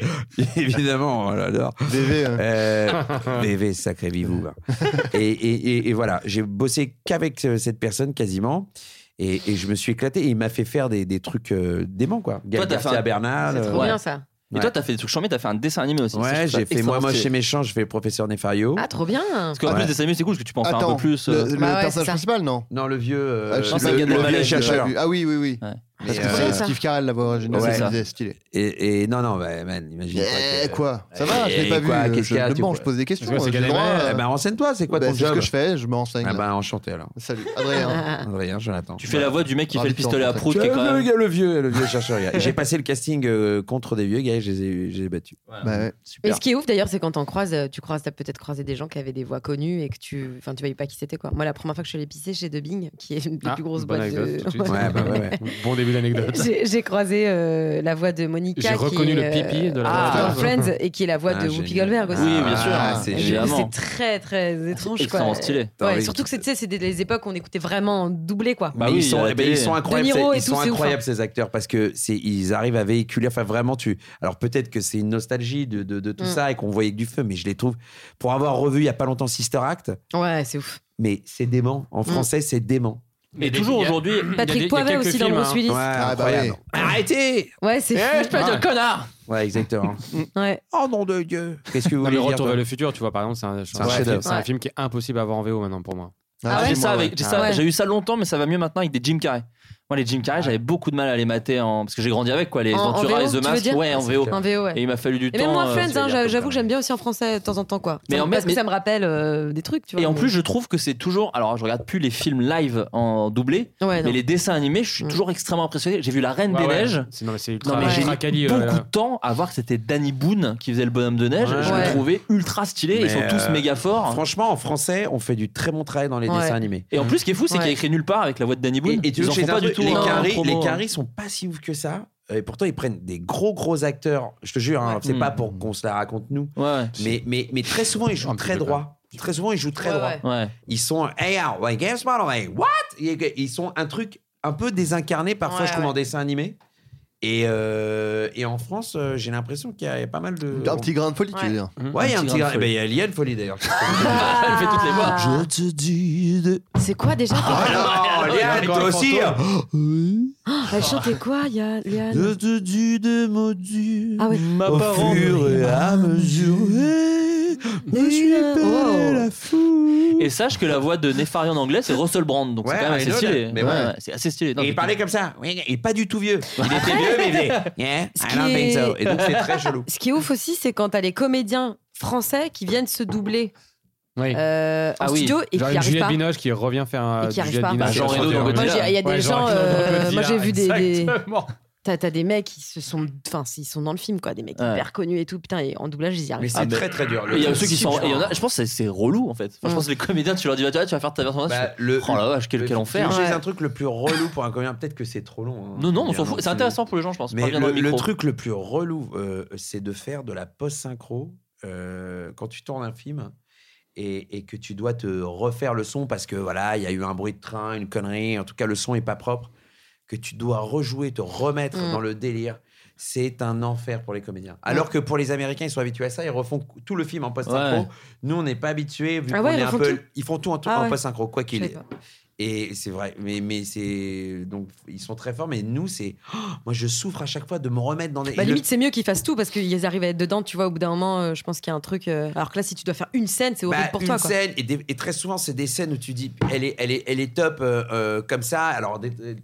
Speaker 3: Évidemment, on l'adore.
Speaker 7: DV, hein.
Speaker 3: Euh, VV, sacré vivou. hein. et, et- et- et voilà, j'ai bossé qu'avec euh, cette personne quasiment. Et, et je me suis éclaté. Et il m'a fait faire des, des trucs euh, déments, quoi. Gaël
Speaker 6: Toi, t'as fait
Speaker 3: Garcia
Speaker 6: un-
Speaker 3: Bernal.
Speaker 2: C'est
Speaker 3: euh,
Speaker 2: trop bien ça.
Speaker 6: Et toi, t'as fait des trucs charmés, t'as fait un dessin animé aussi. Ça, je
Speaker 3: Ouais,
Speaker 6: trouve ça
Speaker 3: j'ai fait Moi, moi,
Speaker 6: extrêmement
Speaker 3: chez
Speaker 6: stylé.
Speaker 3: Méchant, je fais Professeur Nefario.
Speaker 2: Ah, trop bien.
Speaker 6: Parce qu'en plus,
Speaker 3: Ouais.
Speaker 6: des dessins animés, c'est cool, parce que tu peux en faire un peu
Speaker 7: Attends,
Speaker 6: plus.
Speaker 7: le,
Speaker 6: euh,
Speaker 7: le
Speaker 2: Bah ouais, c'est
Speaker 7: personnage
Speaker 2: ça.
Speaker 7: principal, non
Speaker 3: Non, le vieux.
Speaker 7: Ah, je
Speaker 6: non,
Speaker 7: sais
Speaker 6: c'est
Speaker 7: pas,
Speaker 6: Gad
Speaker 7: le
Speaker 6: Elmaleh,
Speaker 7: vieux,
Speaker 6: je l'ai
Speaker 7: j'ai pas
Speaker 3: vu.
Speaker 7: vu. Ah oui, oui, oui.
Speaker 6: Ouais.
Speaker 7: Parce
Speaker 3: Mais,
Speaker 7: que
Speaker 2: euh,
Speaker 7: c'est Steve Carell, la voix originale,
Speaker 3: Ouais.
Speaker 7: c'est ça. stylé.
Speaker 3: Et, et non, non, bah, man, imagine.
Speaker 7: Eh,
Speaker 3: que-
Speaker 7: quoi Ça va, je
Speaker 3: Eh,
Speaker 7: l'ai pas vu.
Speaker 3: quoi,
Speaker 7: euh,
Speaker 3: qu'est-ce
Speaker 7: Je
Speaker 3: qu'il y a,
Speaker 7: me
Speaker 3: tu
Speaker 7: demande,
Speaker 3: vois
Speaker 7: je pose des questions.
Speaker 4: Je vois, c'est
Speaker 7: j'ai le
Speaker 4: Galen
Speaker 7: droit,
Speaker 4: Elmaleh.
Speaker 7: euh,
Speaker 3: Eh ben, renseigne-toi, c'est quoi
Speaker 7: bah,
Speaker 3: ton
Speaker 7: C'est ce
Speaker 3: job
Speaker 7: que je fais, je hein. me renseigne.
Speaker 3: Ah
Speaker 7: là.
Speaker 3: ben, enchanté alors.
Speaker 7: Salut, Adrien.
Speaker 3: Adrien, Jonathan.
Speaker 6: Tu fais la voix du mec qui fait le
Speaker 7: Ravi de
Speaker 6: pistolet à prout,
Speaker 3: Tu
Speaker 6: qui est
Speaker 3: as
Speaker 6: quand
Speaker 3: vu,
Speaker 6: même.
Speaker 3: gars, le vieux, le vieux chercheur. gars. J'ai passé le casting euh, contre des vieux gars, et je les ai, je les ai battus.
Speaker 7: Bah ouais.
Speaker 2: Mais
Speaker 6: Super.
Speaker 2: ce qui est ouf d'ailleurs, c'est quand t'en croises, euh, tu croises, t'as peut-être croisé des gens qui avaient des voix connues et que tu, enfin, tu voyais pas qui c'était quoi. Moi, la première fois que je suis allée pisser chez Dubbing, qui est une des
Speaker 4: Ah,
Speaker 2: plus grosses
Speaker 4: bonne
Speaker 2: boîtes
Speaker 4: anecdote, tout de
Speaker 2: de.
Speaker 4: suite.
Speaker 3: Ouais, bah ouais, ouais.
Speaker 4: Bon début d'anecdote.
Speaker 2: J'ai j'ai croisé euh, la voix de Monica.
Speaker 4: J'ai
Speaker 2: qui
Speaker 4: reconnu
Speaker 2: est,
Speaker 4: le
Speaker 2: euh,
Speaker 4: pipi de la
Speaker 2: dans
Speaker 4: voix de-
Speaker 2: Friends et qui est la voix
Speaker 3: Ah,
Speaker 2: de Whoopi
Speaker 3: génial.
Speaker 2: Goldberg aussi.
Speaker 6: Oui, bien sûr.
Speaker 3: Ah,
Speaker 2: Et
Speaker 3: c'est
Speaker 2: du coup,
Speaker 3: génial.
Speaker 6: évidemment.
Speaker 2: C'est très très étrange quoi.
Speaker 6: extrêmement stylé.
Speaker 3: T'as
Speaker 2: Ouais,
Speaker 3: envie
Speaker 2: surtout que c'est tu sais, c'est des, des époques où on écoutait vraiment en doublé quoi.
Speaker 6: Bah
Speaker 3: Mais
Speaker 6: oui,
Speaker 3: ils sont,
Speaker 4: euh,
Speaker 6: à la
Speaker 3: eh ben,
Speaker 6: télé.
Speaker 3: ils sont incroyables,
Speaker 2: De Niro
Speaker 3: ces-
Speaker 2: et
Speaker 3: ils
Speaker 2: tout,
Speaker 3: sont
Speaker 2: c'est ouf, hein.
Speaker 3: incroyables ces acteurs parce que c'est ils arrivent à véhiculer. Enfin vraiment, tu. Alors peut-être que c'est une nostalgie de, de- de tout
Speaker 2: Mm.
Speaker 3: ça et qu'on voyait que du feu, mais je les trouve pour avoir revu il y a pas longtemps Sister Act,
Speaker 2: Ouais, c'est ouf. Mm.
Speaker 3: mais c'est dément. En français, c'est dément.
Speaker 6: Mais toujours aujourd'hui.
Speaker 4: Il y a des- il y
Speaker 2: Patrick
Speaker 4: a
Speaker 2: Poivet
Speaker 4: quelques
Speaker 2: aussi dans
Speaker 4: films,
Speaker 2: Bruce
Speaker 4: hein.
Speaker 2: Willis.
Speaker 3: Ouais,
Speaker 7: Ah, bah
Speaker 3: incroyable.
Speaker 7: oui.
Speaker 3: Arrêtez.
Speaker 2: Ouais,
Speaker 4: Eh,
Speaker 2: c'est fou. Mm.
Speaker 4: peux dire
Speaker 6: connard
Speaker 3: Ouais, exactement.
Speaker 2: Ouais.
Speaker 3: oh nom de Dieu. Qu'est-ce que vous
Speaker 4: Non, mais
Speaker 3: voulez dire
Speaker 4: Retour vers
Speaker 3: toi
Speaker 4: le futur, tu vois, par exemple, c'est un, c'est un
Speaker 3: un
Speaker 4: film-
Speaker 3: chef-d'œuvre.
Speaker 4: c'est un
Speaker 2: Ouais.
Speaker 4: film qui est impossible à voir en VO maintenant pour moi.
Speaker 7: Ah,
Speaker 6: J'ai
Speaker 7: c'est
Speaker 6: ça
Speaker 7: moi,
Speaker 6: avec- j'ai
Speaker 4: ouais.
Speaker 6: ça-
Speaker 2: Ouais. Ah
Speaker 6: j'ai eu ça longtemps, mais ça va mieux maintenant avec des Jim Carrey. Moi, les Jim Carrey, j'avais beaucoup de mal à les mater en... parce que j'ai grandi avec quoi, les
Speaker 2: En- en VO,
Speaker 6: Ventura et
Speaker 2: tu
Speaker 6: The
Speaker 2: veux
Speaker 6: Mask.
Speaker 2: dire Ah,
Speaker 6: Ouais, en VO.
Speaker 2: En VO, ouais.
Speaker 6: Et il m'a fallu du
Speaker 2: Et
Speaker 6: temps.
Speaker 2: même moi,
Speaker 6: euh,
Speaker 2: Friends, hein,
Speaker 3: dire
Speaker 2: j'a-
Speaker 3: comme
Speaker 2: j'avoue
Speaker 3: ça.
Speaker 2: que j'aime bien aussi en français de temps en temps, quoi.
Speaker 6: Mais
Speaker 2: Ça-
Speaker 6: en-
Speaker 2: parce que
Speaker 6: mais-
Speaker 2: ça me rappelle euh, des trucs, tu vois.
Speaker 6: Et en
Speaker 2: mais-
Speaker 6: plus, je trouve que c'est toujours. Alors, je regarde plus les films live en doublé,
Speaker 2: Ouais, non.
Speaker 6: mais les dessins animés, je suis
Speaker 2: Mm.
Speaker 6: toujours extrêmement impressionné. J'ai vu La Reine
Speaker 4: Ouais,
Speaker 6: des
Speaker 4: ouais.
Speaker 6: Neiges.
Speaker 4: C'est- Non, mais c'est
Speaker 6: Non,
Speaker 4: ultra,
Speaker 6: mais j'ai
Speaker 4: ultra quali,
Speaker 6: mis
Speaker 4: euh,
Speaker 6: beaucoup de temps à voir que c'était Danny Boone qui faisait le bonhomme de neige.
Speaker 3: Ouais.
Speaker 6: Je le
Speaker 2: Ouais.
Speaker 6: trouvais ultra stylé. Ils
Speaker 3: Mais,
Speaker 6: sont tous
Speaker 3: euh,
Speaker 6: méga forts. hein.
Speaker 3: Franchement, en français, on fait du très bon travail dans les
Speaker 2: Ouais.
Speaker 3: dessins animés.
Speaker 6: Et en plus, ce qui est fou, c'est
Speaker 2: Ouais.
Speaker 6: qu'il y a écrit nulle part avec la voix de Danny Boone.
Speaker 3: Et, et tu
Speaker 6: Ils
Speaker 3: veux
Speaker 6: en
Speaker 3: que je
Speaker 6: font
Speaker 3: dise un
Speaker 6: pas du
Speaker 3: truc,
Speaker 6: tout.
Speaker 3: les
Speaker 6: un
Speaker 3: Canaries,
Speaker 6: promo. hein.
Speaker 3: les Canaries sont pas si ouf que ça. Euh, Et pourtant, ils prennent des gros gros acteurs. Je te jure, hein,
Speaker 2: Ouais.
Speaker 3: c'est
Speaker 6: Mm.
Speaker 3: pas pour qu'on se la raconte nous.
Speaker 6: Ouais.
Speaker 3: Mais, mais, mais très souvent, ils jouent
Speaker 4: Un petit
Speaker 3: très
Speaker 4: peu,
Speaker 3: droit. Très souvent, ils jouent très
Speaker 2: Ouais,
Speaker 3: droit.
Speaker 2: ouais.
Speaker 6: Ouais.
Speaker 3: Ils sont hey, oh, like, guess what, like, what Ils ils sont un truc un peu désincarné parfois,
Speaker 2: Ouais,
Speaker 3: je trouve,
Speaker 2: ouais.
Speaker 3: en dessin animé. Et, euh, et en France, euh, j'ai l'impression qu'il y a pas mal de.
Speaker 7: Un petit grain de folie, tu
Speaker 2: Ouais.
Speaker 7: veux dire.
Speaker 3: Ouais, il y a
Speaker 6: un
Speaker 3: un
Speaker 6: petit
Speaker 3: petit.
Speaker 6: grain
Speaker 3: grain-
Speaker 6: de
Speaker 3: Eh ben, Il y a Liane Folie d'ailleurs.
Speaker 6: Elle fait toutes les voix.
Speaker 2: Ah.
Speaker 3: te dis. de-
Speaker 2: C'est quoi déjà Ah,
Speaker 3: Oh non, Liane,
Speaker 4: Encore
Speaker 3: toi
Speaker 4: un
Speaker 3: aussi
Speaker 4: fantôme.
Speaker 3: hein. Oui.
Speaker 2: Elle chantait quoi, Yann
Speaker 3: Je
Speaker 2: Liane
Speaker 3: te dis des mots durs
Speaker 2: Ah oui.
Speaker 3: au
Speaker 6: parole.
Speaker 3: fur et à mesure. Et Je suis appelé
Speaker 2: Oh.
Speaker 3: la foule.
Speaker 6: Et sache que la voix de Nefari en anglais, c'est Russell Brand. Donc
Speaker 3: Ouais,
Speaker 6: c'est quand même
Speaker 3: I
Speaker 6: assez
Speaker 3: know
Speaker 6: stylé.
Speaker 3: that. Mais
Speaker 6: Ouais,
Speaker 3: ouais.
Speaker 6: ouais, c'est assez stylé. Non,
Speaker 3: Et
Speaker 6: mais-
Speaker 3: il parlait comme ça. Oui, il est pas du tout vieux. Il était vieux, mais il faisait, Yeah,
Speaker 2: Ce
Speaker 3: I
Speaker 2: qui
Speaker 3: don't think
Speaker 2: est-
Speaker 3: so. Et donc c'est très chelou.
Speaker 2: Ce qui est ouf aussi, c'est quand t'as les comédiens français qui viennent se doubler
Speaker 4: Oui.
Speaker 2: euh, en
Speaker 6: Ah oui.
Speaker 2: studio et qui
Speaker 4: Genre
Speaker 2: n'y
Speaker 4: une
Speaker 2: arrivent
Speaker 4: Juliette
Speaker 2: pas.
Speaker 4: Binoche qui revient faire
Speaker 2: Et
Speaker 6: Ah,
Speaker 4: un
Speaker 2: qui arrive
Speaker 4: Juliette
Speaker 2: pas.
Speaker 4: Binoche.
Speaker 6: Bah, Jean Reno dans
Speaker 2: euh, Moi,
Speaker 6: Godzilla.
Speaker 2: j'ai- il y a des gens. euh, moi, j'ai vu des. des-
Speaker 4: Exactement.
Speaker 2: T'as t'as des mecs qui se sont. Enfin, ils sont dans le film, quoi. Des mecs
Speaker 6: Ouais.
Speaker 2: hyper connus et tout. Putain, et en doublage, ils y arrivent.
Speaker 6: Ah, Mais
Speaker 2: pas.
Speaker 6: c'est très,
Speaker 3: très dur.
Speaker 6: Et il y a ceux qui
Speaker 2: principe,
Speaker 6: sont. et il y en a,
Speaker 2: genre.
Speaker 6: je pense que c'est- c'est relou en fait.
Speaker 2: Mm.
Speaker 6: Enfin, je pense que les comédiens, tu leur dis, bah, tu vois, tu vas faire ta version.
Speaker 3: Bah,
Speaker 6: le. Oh la vache, quel, quel enfer.
Speaker 3: C'est un truc le plus relou pour un comédien. Peut-être que c'est trop long. hein.
Speaker 6: Non, non, on s'en
Speaker 3: Bien,
Speaker 6: fout. C'est
Speaker 3: c'est-
Speaker 6: intéressant pour les gens, je pense.
Speaker 3: Mais
Speaker 6: Parle bien dans
Speaker 3: le,
Speaker 6: le
Speaker 3: le
Speaker 6: micro.
Speaker 3: truc le plus relou, euh, c'est de faire de la post-synchro euh, quand tu tournes un film et, et que tu dois te refaire le son parce que voilà, il y a eu un bruit de train, une connerie, en tout cas le son est pas propre, que tu dois rejouer, te remettre
Speaker 10: Mm.
Speaker 3: dans le délire. C'est un enfer pour les comédiens.
Speaker 6: Mm.
Speaker 3: Alors que pour les Américains, ils sont habitués à ça, ils refont tout le film en post-synchro.
Speaker 10: Ouais.
Speaker 3: Nous, on n'est pas habitués. Vu
Speaker 10: Ah
Speaker 3: qu'on
Speaker 10: ouais,
Speaker 3: est
Speaker 10: ils
Speaker 3: un
Speaker 10: refont
Speaker 3: peu-
Speaker 10: tout
Speaker 3: ils font tout en,
Speaker 10: Ah
Speaker 3: en
Speaker 10: ouais.
Speaker 3: post-synchro, quoi qu'il
Speaker 10: Je sais
Speaker 3: ait.
Speaker 10: pas.
Speaker 3: Et c'est vrai, mais, mais c'est. Donc, ils sont très forts, mais nous, c'est. oh, moi, je souffre à chaque fois de me remettre dans des.
Speaker 2: Bah,
Speaker 3: et le-
Speaker 2: limite, c'est mieux qu'ils fassent tout parce qu'ils arrivent à être dedans. Tu vois, au bout d'un moment, euh, je pense qu'il y a un truc. euh, Alors que là, si tu dois faire une scène, c'est horrible
Speaker 3: bah,
Speaker 2: pour
Speaker 3: une
Speaker 2: toi. quoi.
Speaker 3: scène, et, des- et très souvent, c'est des scènes où tu dis, elle est, elle est, elle est top euh, euh, comme ça. Alors, des- euh,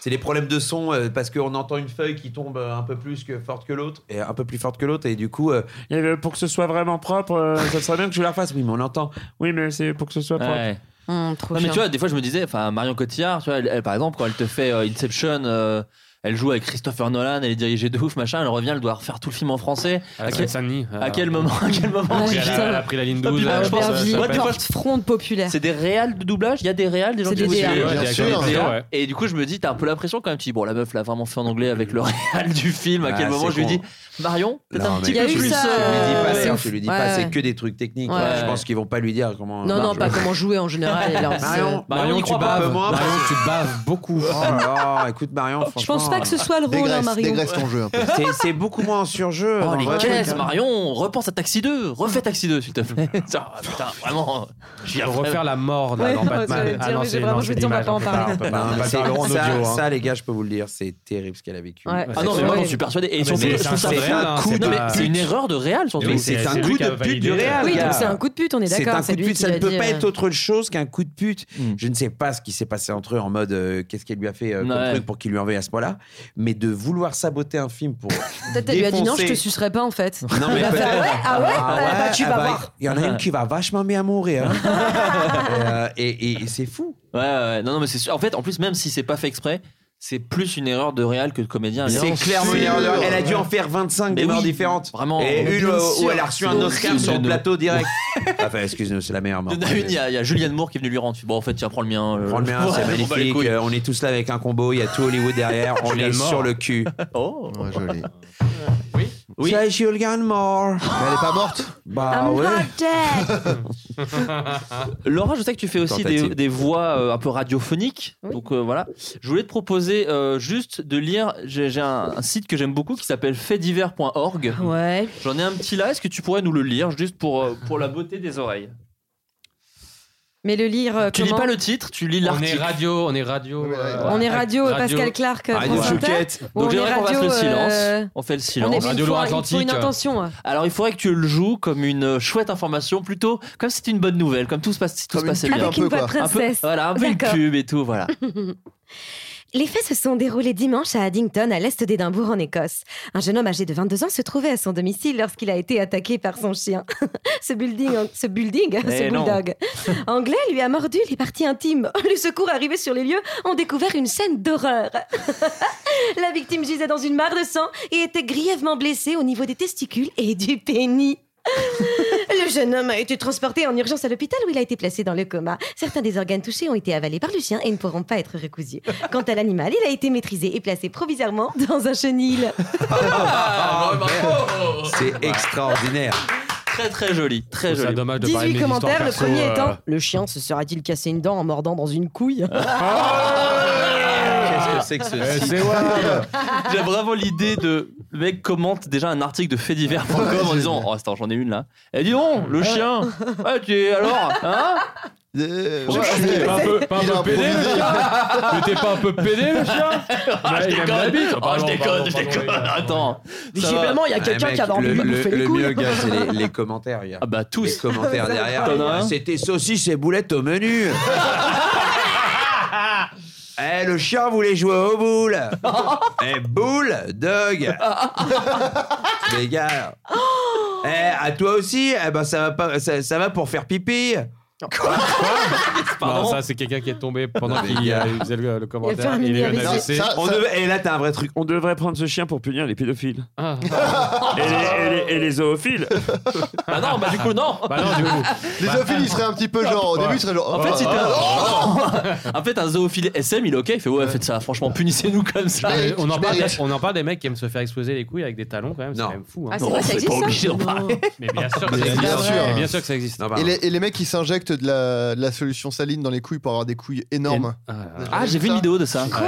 Speaker 3: c'est les problèmes de son euh, parce qu'on entend une feuille qui tombe euh, un peu plus que forte que l'autre, et un peu plus forte que l'autre, et du coup, euh, euh, pour que ce soit vraiment propre, euh, ça serait bien que je la refasse. Oui, mais on entend. Oui, mais c'est pour que ce soit propre.
Speaker 6: Ouais.
Speaker 2: Hum, trop
Speaker 6: Non, mais
Speaker 2: chiant.
Speaker 6: tu vois, des fois, je me disais, enfin, Marion Cotillard, tu vois, elle, elle, par exemple, quand elle te fait euh, Inception, euh, elle joue avec Christopher Nolan, elle est dirigée de ouf, machin, elle revient, elle doit refaire tout le film en français.
Speaker 4: À Seine-Saint-Denis,
Speaker 6: à quel moment À quel moment
Speaker 4: Ouais, elle a- elle a pris la ligne
Speaker 6: Ah,
Speaker 4: 12,
Speaker 6: putain,
Speaker 4: euh,
Speaker 6: je pense,
Speaker 4: Aubervilliers,
Speaker 6: moi, des fois, je-
Speaker 2: Porte-fronde populaire.
Speaker 6: C'est des réals de doublage Il y a des réals, des gens
Speaker 2: C'est
Speaker 6: qui
Speaker 2: des
Speaker 6: bossent
Speaker 2: DA.
Speaker 6: chez eux,
Speaker 2: Bien
Speaker 6: des
Speaker 2: sûr.
Speaker 6: acteurs, des DA.
Speaker 2: Ouais.
Speaker 6: Et du coup, je me dis, t'as un peu la pression quand même. Tu dis, bon, la meuf l'a vraiment fait en anglais avec le réal du film. À
Speaker 3: Ah,
Speaker 6: quel moment
Speaker 3: c'est
Speaker 6: je lui
Speaker 3: con.
Speaker 6: dis, Marion, peut-être
Speaker 3: Non,
Speaker 6: un
Speaker 3: mais
Speaker 6: petit
Speaker 3: tu
Speaker 6: peu
Speaker 3: lui
Speaker 6: plus.
Speaker 3: dis
Speaker 6: euh,
Speaker 3: pas,
Speaker 6: c'est
Speaker 3: d'ailleurs,
Speaker 6: ouf.
Speaker 3: tu lui dis
Speaker 6: Ouais,
Speaker 3: pas,
Speaker 6: ouais.
Speaker 3: c'est que des trucs techniques.
Speaker 6: Ouais.
Speaker 3: Je pense qu'ils vont pas lui dire comment.
Speaker 2: Non, non,
Speaker 3: marche.
Speaker 2: pas comment jouer en général. et leur-
Speaker 3: Bah,
Speaker 2: euh,
Speaker 3: Marion,
Speaker 2: Marion,
Speaker 3: Marion,
Speaker 2: y
Speaker 3: tu
Speaker 2: crois pas.
Speaker 3: baves.
Speaker 2: Marion,
Speaker 3: tu baves beaucoup. écoute, Marion, franchement.
Speaker 2: Je pense pas que ce soit le rôle, hein,
Speaker 3: Dégraisse-
Speaker 2: Marion.
Speaker 3: dégraisse ton jeu un peu. C'est- C'est beaucoup moins en surjeu.
Speaker 6: Oh,
Speaker 3: dans
Speaker 6: les
Speaker 3: le vrai
Speaker 6: caisses,
Speaker 3: truc, hein.
Speaker 6: Marion, repense à Taxi 2. Refais Taxi 2, s'il te plaît. Ah, putain, vraiment. j'y
Speaker 4: Faut
Speaker 6: arriverai.
Speaker 4: refaire la mort là, dans Batman. Ah non, c'est non, c'est l'image, on peut pas- Bah, on peut pas- on peut pas
Speaker 3: C'est-
Speaker 4: faire en audio,
Speaker 3: ça,
Speaker 4: hein.
Speaker 3: ça, les gars, je peux vous le dire, c'est terrible ce qu'elle a vécu.
Speaker 6: Ouais. Ah non, mais moi, j'en suis persuadé. Et surtout, je trouve ça
Speaker 3: c'est
Speaker 6: vrai,
Speaker 3: un
Speaker 6: hein,
Speaker 3: coup
Speaker 6: c'est
Speaker 3: de-
Speaker 6: pas- c'est une
Speaker 3: pute.
Speaker 6: erreur de réal, surtout.
Speaker 3: Mais
Speaker 6: C'est-
Speaker 3: c'est
Speaker 6: c'est
Speaker 3: un
Speaker 6: lui
Speaker 3: coup
Speaker 6: qui a
Speaker 3: de pute
Speaker 6: validé
Speaker 3: du
Speaker 6: le réel.
Speaker 3: réal.
Speaker 2: Oui,
Speaker 3: gars.
Speaker 2: donc c'est un coup de pute, on est
Speaker 3: C'est
Speaker 2: d'accord,
Speaker 3: un
Speaker 2: c'est
Speaker 3: coup de
Speaker 2: lui
Speaker 3: pute,
Speaker 2: qui
Speaker 3: ça ne
Speaker 2: l'a
Speaker 3: peut
Speaker 2: dit,
Speaker 3: pas
Speaker 2: euh.
Speaker 3: être autre chose qu'un coup de pute.
Speaker 6: Mm.
Speaker 3: Je ne sais pas ce qui s'est passé entre eux en mode euh, qu'est-ce qu'elle lui a fait euh, comme
Speaker 6: Ouais.
Speaker 3: truc pour qu'il lui envoie à ce point-là, mais de vouloir saboter un film pour.
Speaker 2: Peut-être elle lui a dit non, je te
Speaker 3: défoncer-
Speaker 2: sucerai pas en fait.
Speaker 3: Non, mais
Speaker 2: Il va faire,
Speaker 3: peut-être.
Speaker 2: ah ouais, ah ouais,
Speaker 3: Ah
Speaker 2: Ah bah,
Speaker 3: ouais,
Speaker 2: tu
Speaker 3: ah
Speaker 2: vas
Speaker 3: bah,
Speaker 2: voir.
Speaker 3: Il y en a une qui va vachement bien mourir. hein. Et, euh, et- et- et c'est fou.
Speaker 6: Ouais, ouais, ouais. Non, non, mais c'est sûr. En fait, en plus, même si c'est pas fait exprès, c'est plus une erreur de réal que de comédien.
Speaker 3: C'est
Speaker 6: Évidemment.
Speaker 3: clairement une erreur. Elle a dû en faire 25 des
Speaker 6: Ah, Mais
Speaker 3: morts
Speaker 6: oui,
Speaker 3: différentes.
Speaker 6: Vraiment.
Speaker 3: Et
Speaker 6: Bien
Speaker 3: une euh,
Speaker 6: sûr,
Speaker 3: où elle a reçu
Speaker 6: c'est
Speaker 3: un Oscar
Speaker 6: horrible.
Speaker 3: sur le
Speaker 6: De-
Speaker 3: plateau direct. enfin, excuse-nous, c'est la meilleure mort.
Speaker 6: Il y en a une, il y, a- il y a Julianne Moore qui est venue lui rendre. Tu fais, Bon, en fait, tiens, prends le mien. euh,
Speaker 3: Prends le mien,
Speaker 6: ouais,
Speaker 3: c'est
Speaker 6: on va les
Speaker 3: magnifique.
Speaker 6: couilles.
Speaker 3: euh, On est tous là avec un combo, il y a tout Hollywood derrière, on
Speaker 6: Julianne
Speaker 3: est
Speaker 6: Moore.
Speaker 3: sur le cul.
Speaker 6: Oh,
Speaker 7: joli.
Speaker 6: Oui.
Speaker 3: C'est Julianne Moore.
Speaker 7: Mais elle est pas morte
Speaker 3: Bah ouais.
Speaker 6: Laura, je sais que tu fais aussi des,
Speaker 3: Tentative.
Speaker 6: des voix euh, un peu radiophoniques. Donc euh, voilà. Je voulais te proposer euh, juste de lire. J'ai j'ai un, un site que j'aime beaucoup qui s'appelle
Speaker 9: Ah
Speaker 6: faitdivers.org.
Speaker 2: Ouais.
Speaker 6: J'en ai un petit là. Est-ce que tu pourrais nous le lire juste pour, euh, pour la beauté des oreilles
Speaker 2: Mais le lire, euh,
Speaker 6: Tu lis
Speaker 2: comment
Speaker 6: pas le titre, tu lis
Speaker 4: On
Speaker 6: l'article.
Speaker 4: est radio, on est radio. euh,
Speaker 2: On est radio,
Speaker 4: radio-
Speaker 2: Pascal Clark,
Speaker 4: Radio
Speaker 2: France Inter.
Speaker 4: Chouquette.
Speaker 2: Ou
Speaker 6: Donc
Speaker 2: on est
Speaker 6: j'aimerais qu'on fasse
Speaker 2: radio,
Speaker 6: le
Speaker 2: euh,
Speaker 6: silence. On fait le silence.
Speaker 2: On est radio Loire-Atlantique. une intention. hein.
Speaker 6: Alors il faudrait que tu le joues comme une chouette information, plutôt comme si c'était une bonne nouvelle, comme tout se passe, si tout se
Speaker 2: une
Speaker 6: passait
Speaker 2: pub
Speaker 6: bien.
Speaker 2: Avec un une peu, voix de quoi.
Speaker 6: Un peu-
Speaker 2: princesse.
Speaker 6: voilà, un peu une
Speaker 11: D'accord.
Speaker 6: pub et tout, voilà.
Speaker 11: Les faits se sont déroulés dimanche à Addington, à l'est d'Édimbourg, en Écosse. Un jeune homme âgé de 22 ans se trouvait à son domicile lorsqu'il a été attaqué par son chien. ce building, hein, ce building,
Speaker 9: Eh
Speaker 11: ce
Speaker 9: non.
Speaker 11: bulldog anglais lui a mordu les parties intimes. Les secours arrivés sur les lieux ont découvert une scène d'horreur. La victime gisait dans une mare de sang et était grièvement blessée au niveau des testicules et du pénis. Le jeune homme a été transporté en urgence à l'hôpital où il a été placé dans le coma. Certains des organes touchés ont été avalés par le chien et ne pourront pas être recousus. Quant à l'animal, il a été maîtrisé et placé provisoirement dans un chenil.
Speaker 3: Ah, C'est extraordinaire.
Speaker 6: Très très joli, très
Speaker 4: C'est
Speaker 6: joli.
Speaker 4: dommage de parler
Speaker 2: 18
Speaker 4: de mes histoires
Speaker 2: commentaires, le
Speaker 4: perso,
Speaker 2: premier
Speaker 4: euh,
Speaker 2: étant Le chien se sera-t-il cassé une dent en mordant dans une couille
Speaker 4: euh.
Speaker 6: Qu'est-ce que c'est que
Speaker 4: Eh,
Speaker 6: ce site J'ai vraiment l'idée de. Le mec commente déjà un article de faitdivers.com en disant Oh, attends, j'en ai une là. Et dis donc, le chien Ouais, tu es alors Hein
Speaker 7: Euh,
Speaker 6: Je
Speaker 7: ouais,
Speaker 6: suis
Speaker 7: il
Speaker 6: pas
Speaker 7: a-
Speaker 6: un peu-
Speaker 4: pas un
Speaker 7: il a
Speaker 4: peu pédé,
Speaker 7: improvisé.
Speaker 4: le gars Mais t'es pas un peu pédé, le chien
Speaker 6: Ah,
Speaker 4: Ouais,
Speaker 6: je
Speaker 4: il aime
Speaker 6: déconne
Speaker 4: la bite.
Speaker 6: Ah, je
Speaker 4: Pardon, pardon,
Speaker 6: déconne, je
Speaker 4: pardon,
Speaker 6: déconne
Speaker 4: les gars.
Speaker 6: Attends Ça va.
Speaker 2: Visiblement, il y a
Speaker 3: Ah,
Speaker 2: quelqu'un
Speaker 3: mec,
Speaker 2: qui avait envie
Speaker 3: le,
Speaker 2: de lui
Speaker 3: le,
Speaker 2: bouffer les
Speaker 3: le
Speaker 2: couilles.
Speaker 3: mieux, gars, c'est les, les commentaires. gars.
Speaker 6: Ah bah tous.
Speaker 3: Les commentaires derrière. Ah,
Speaker 6: T'en as un
Speaker 3: C'était saucisses et boulettes au menu. Eh, le chien voulait jouer aux boules. Eh, boule, dog.
Speaker 11: Ah.
Speaker 3: les gars. Eh, à toi aussi. Eh ben, ça va pas, ça, ça va pour faire pipi.
Speaker 4: Non, ça, c'est quelqu'un qui est tombé pendant
Speaker 10: Des
Speaker 4: qu'il
Speaker 10: gars.
Speaker 6: Ah.
Speaker 4: euh, faisait le, le
Speaker 10: Il a
Speaker 4: commentaire.
Speaker 10: fait un
Speaker 4: Il est
Speaker 10: mini
Speaker 4: un AVC.
Speaker 10: AVC. Ça- On ça- devait- Et là, t'as un vrai truc. On devrait prendre ce chien pour punir les pédophiles.
Speaker 6: Ah.
Speaker 4: Ah.
Speaker 10: Et, les, et les- et les zoophiles.
Speaker 6: Bah non, bah du coup, non.
Speaker 10: Bah non, du coup.
Speaker 7: Les zoophiles, ils seraient un petit peu genre. Au début, ils seraient genre.
Speaker 6: En fait,
Speaker 7: oh,
Speaker 6: si t'es un...
Speaker 7: oh, oh.
Speaker 6: en fait, un zoophile SM, il est ok. Il fait ouais, faites ça. Franchement, punissez-nous comme ça.
Speaker 4: Mais on, en parle des, on en parle des mecs qui aiment se faire exploser les couilles avec des talons quand même, c'est quand même fou. hein.
Speaker 6: Ah, c'est vrai, ça Non, c'est pas existe, ça obligé d'en parler.
Speaker 4: Mais bien sûr que
Speaker 7: Mais
Speaker 4: ça existe.
Speaker 7: bien sûr.
Speaker 4: Mais bien sûr que ça existe.
Speaker 7: Et les, et les mecs qui s'injectent de la, de la solution saline dans les couilles pour avoir des couilles énormes.
Speaker 4: Ah,
Speaker 6: Ah, j'ai vu une vidéo de ça.
Speaker 7: Quoi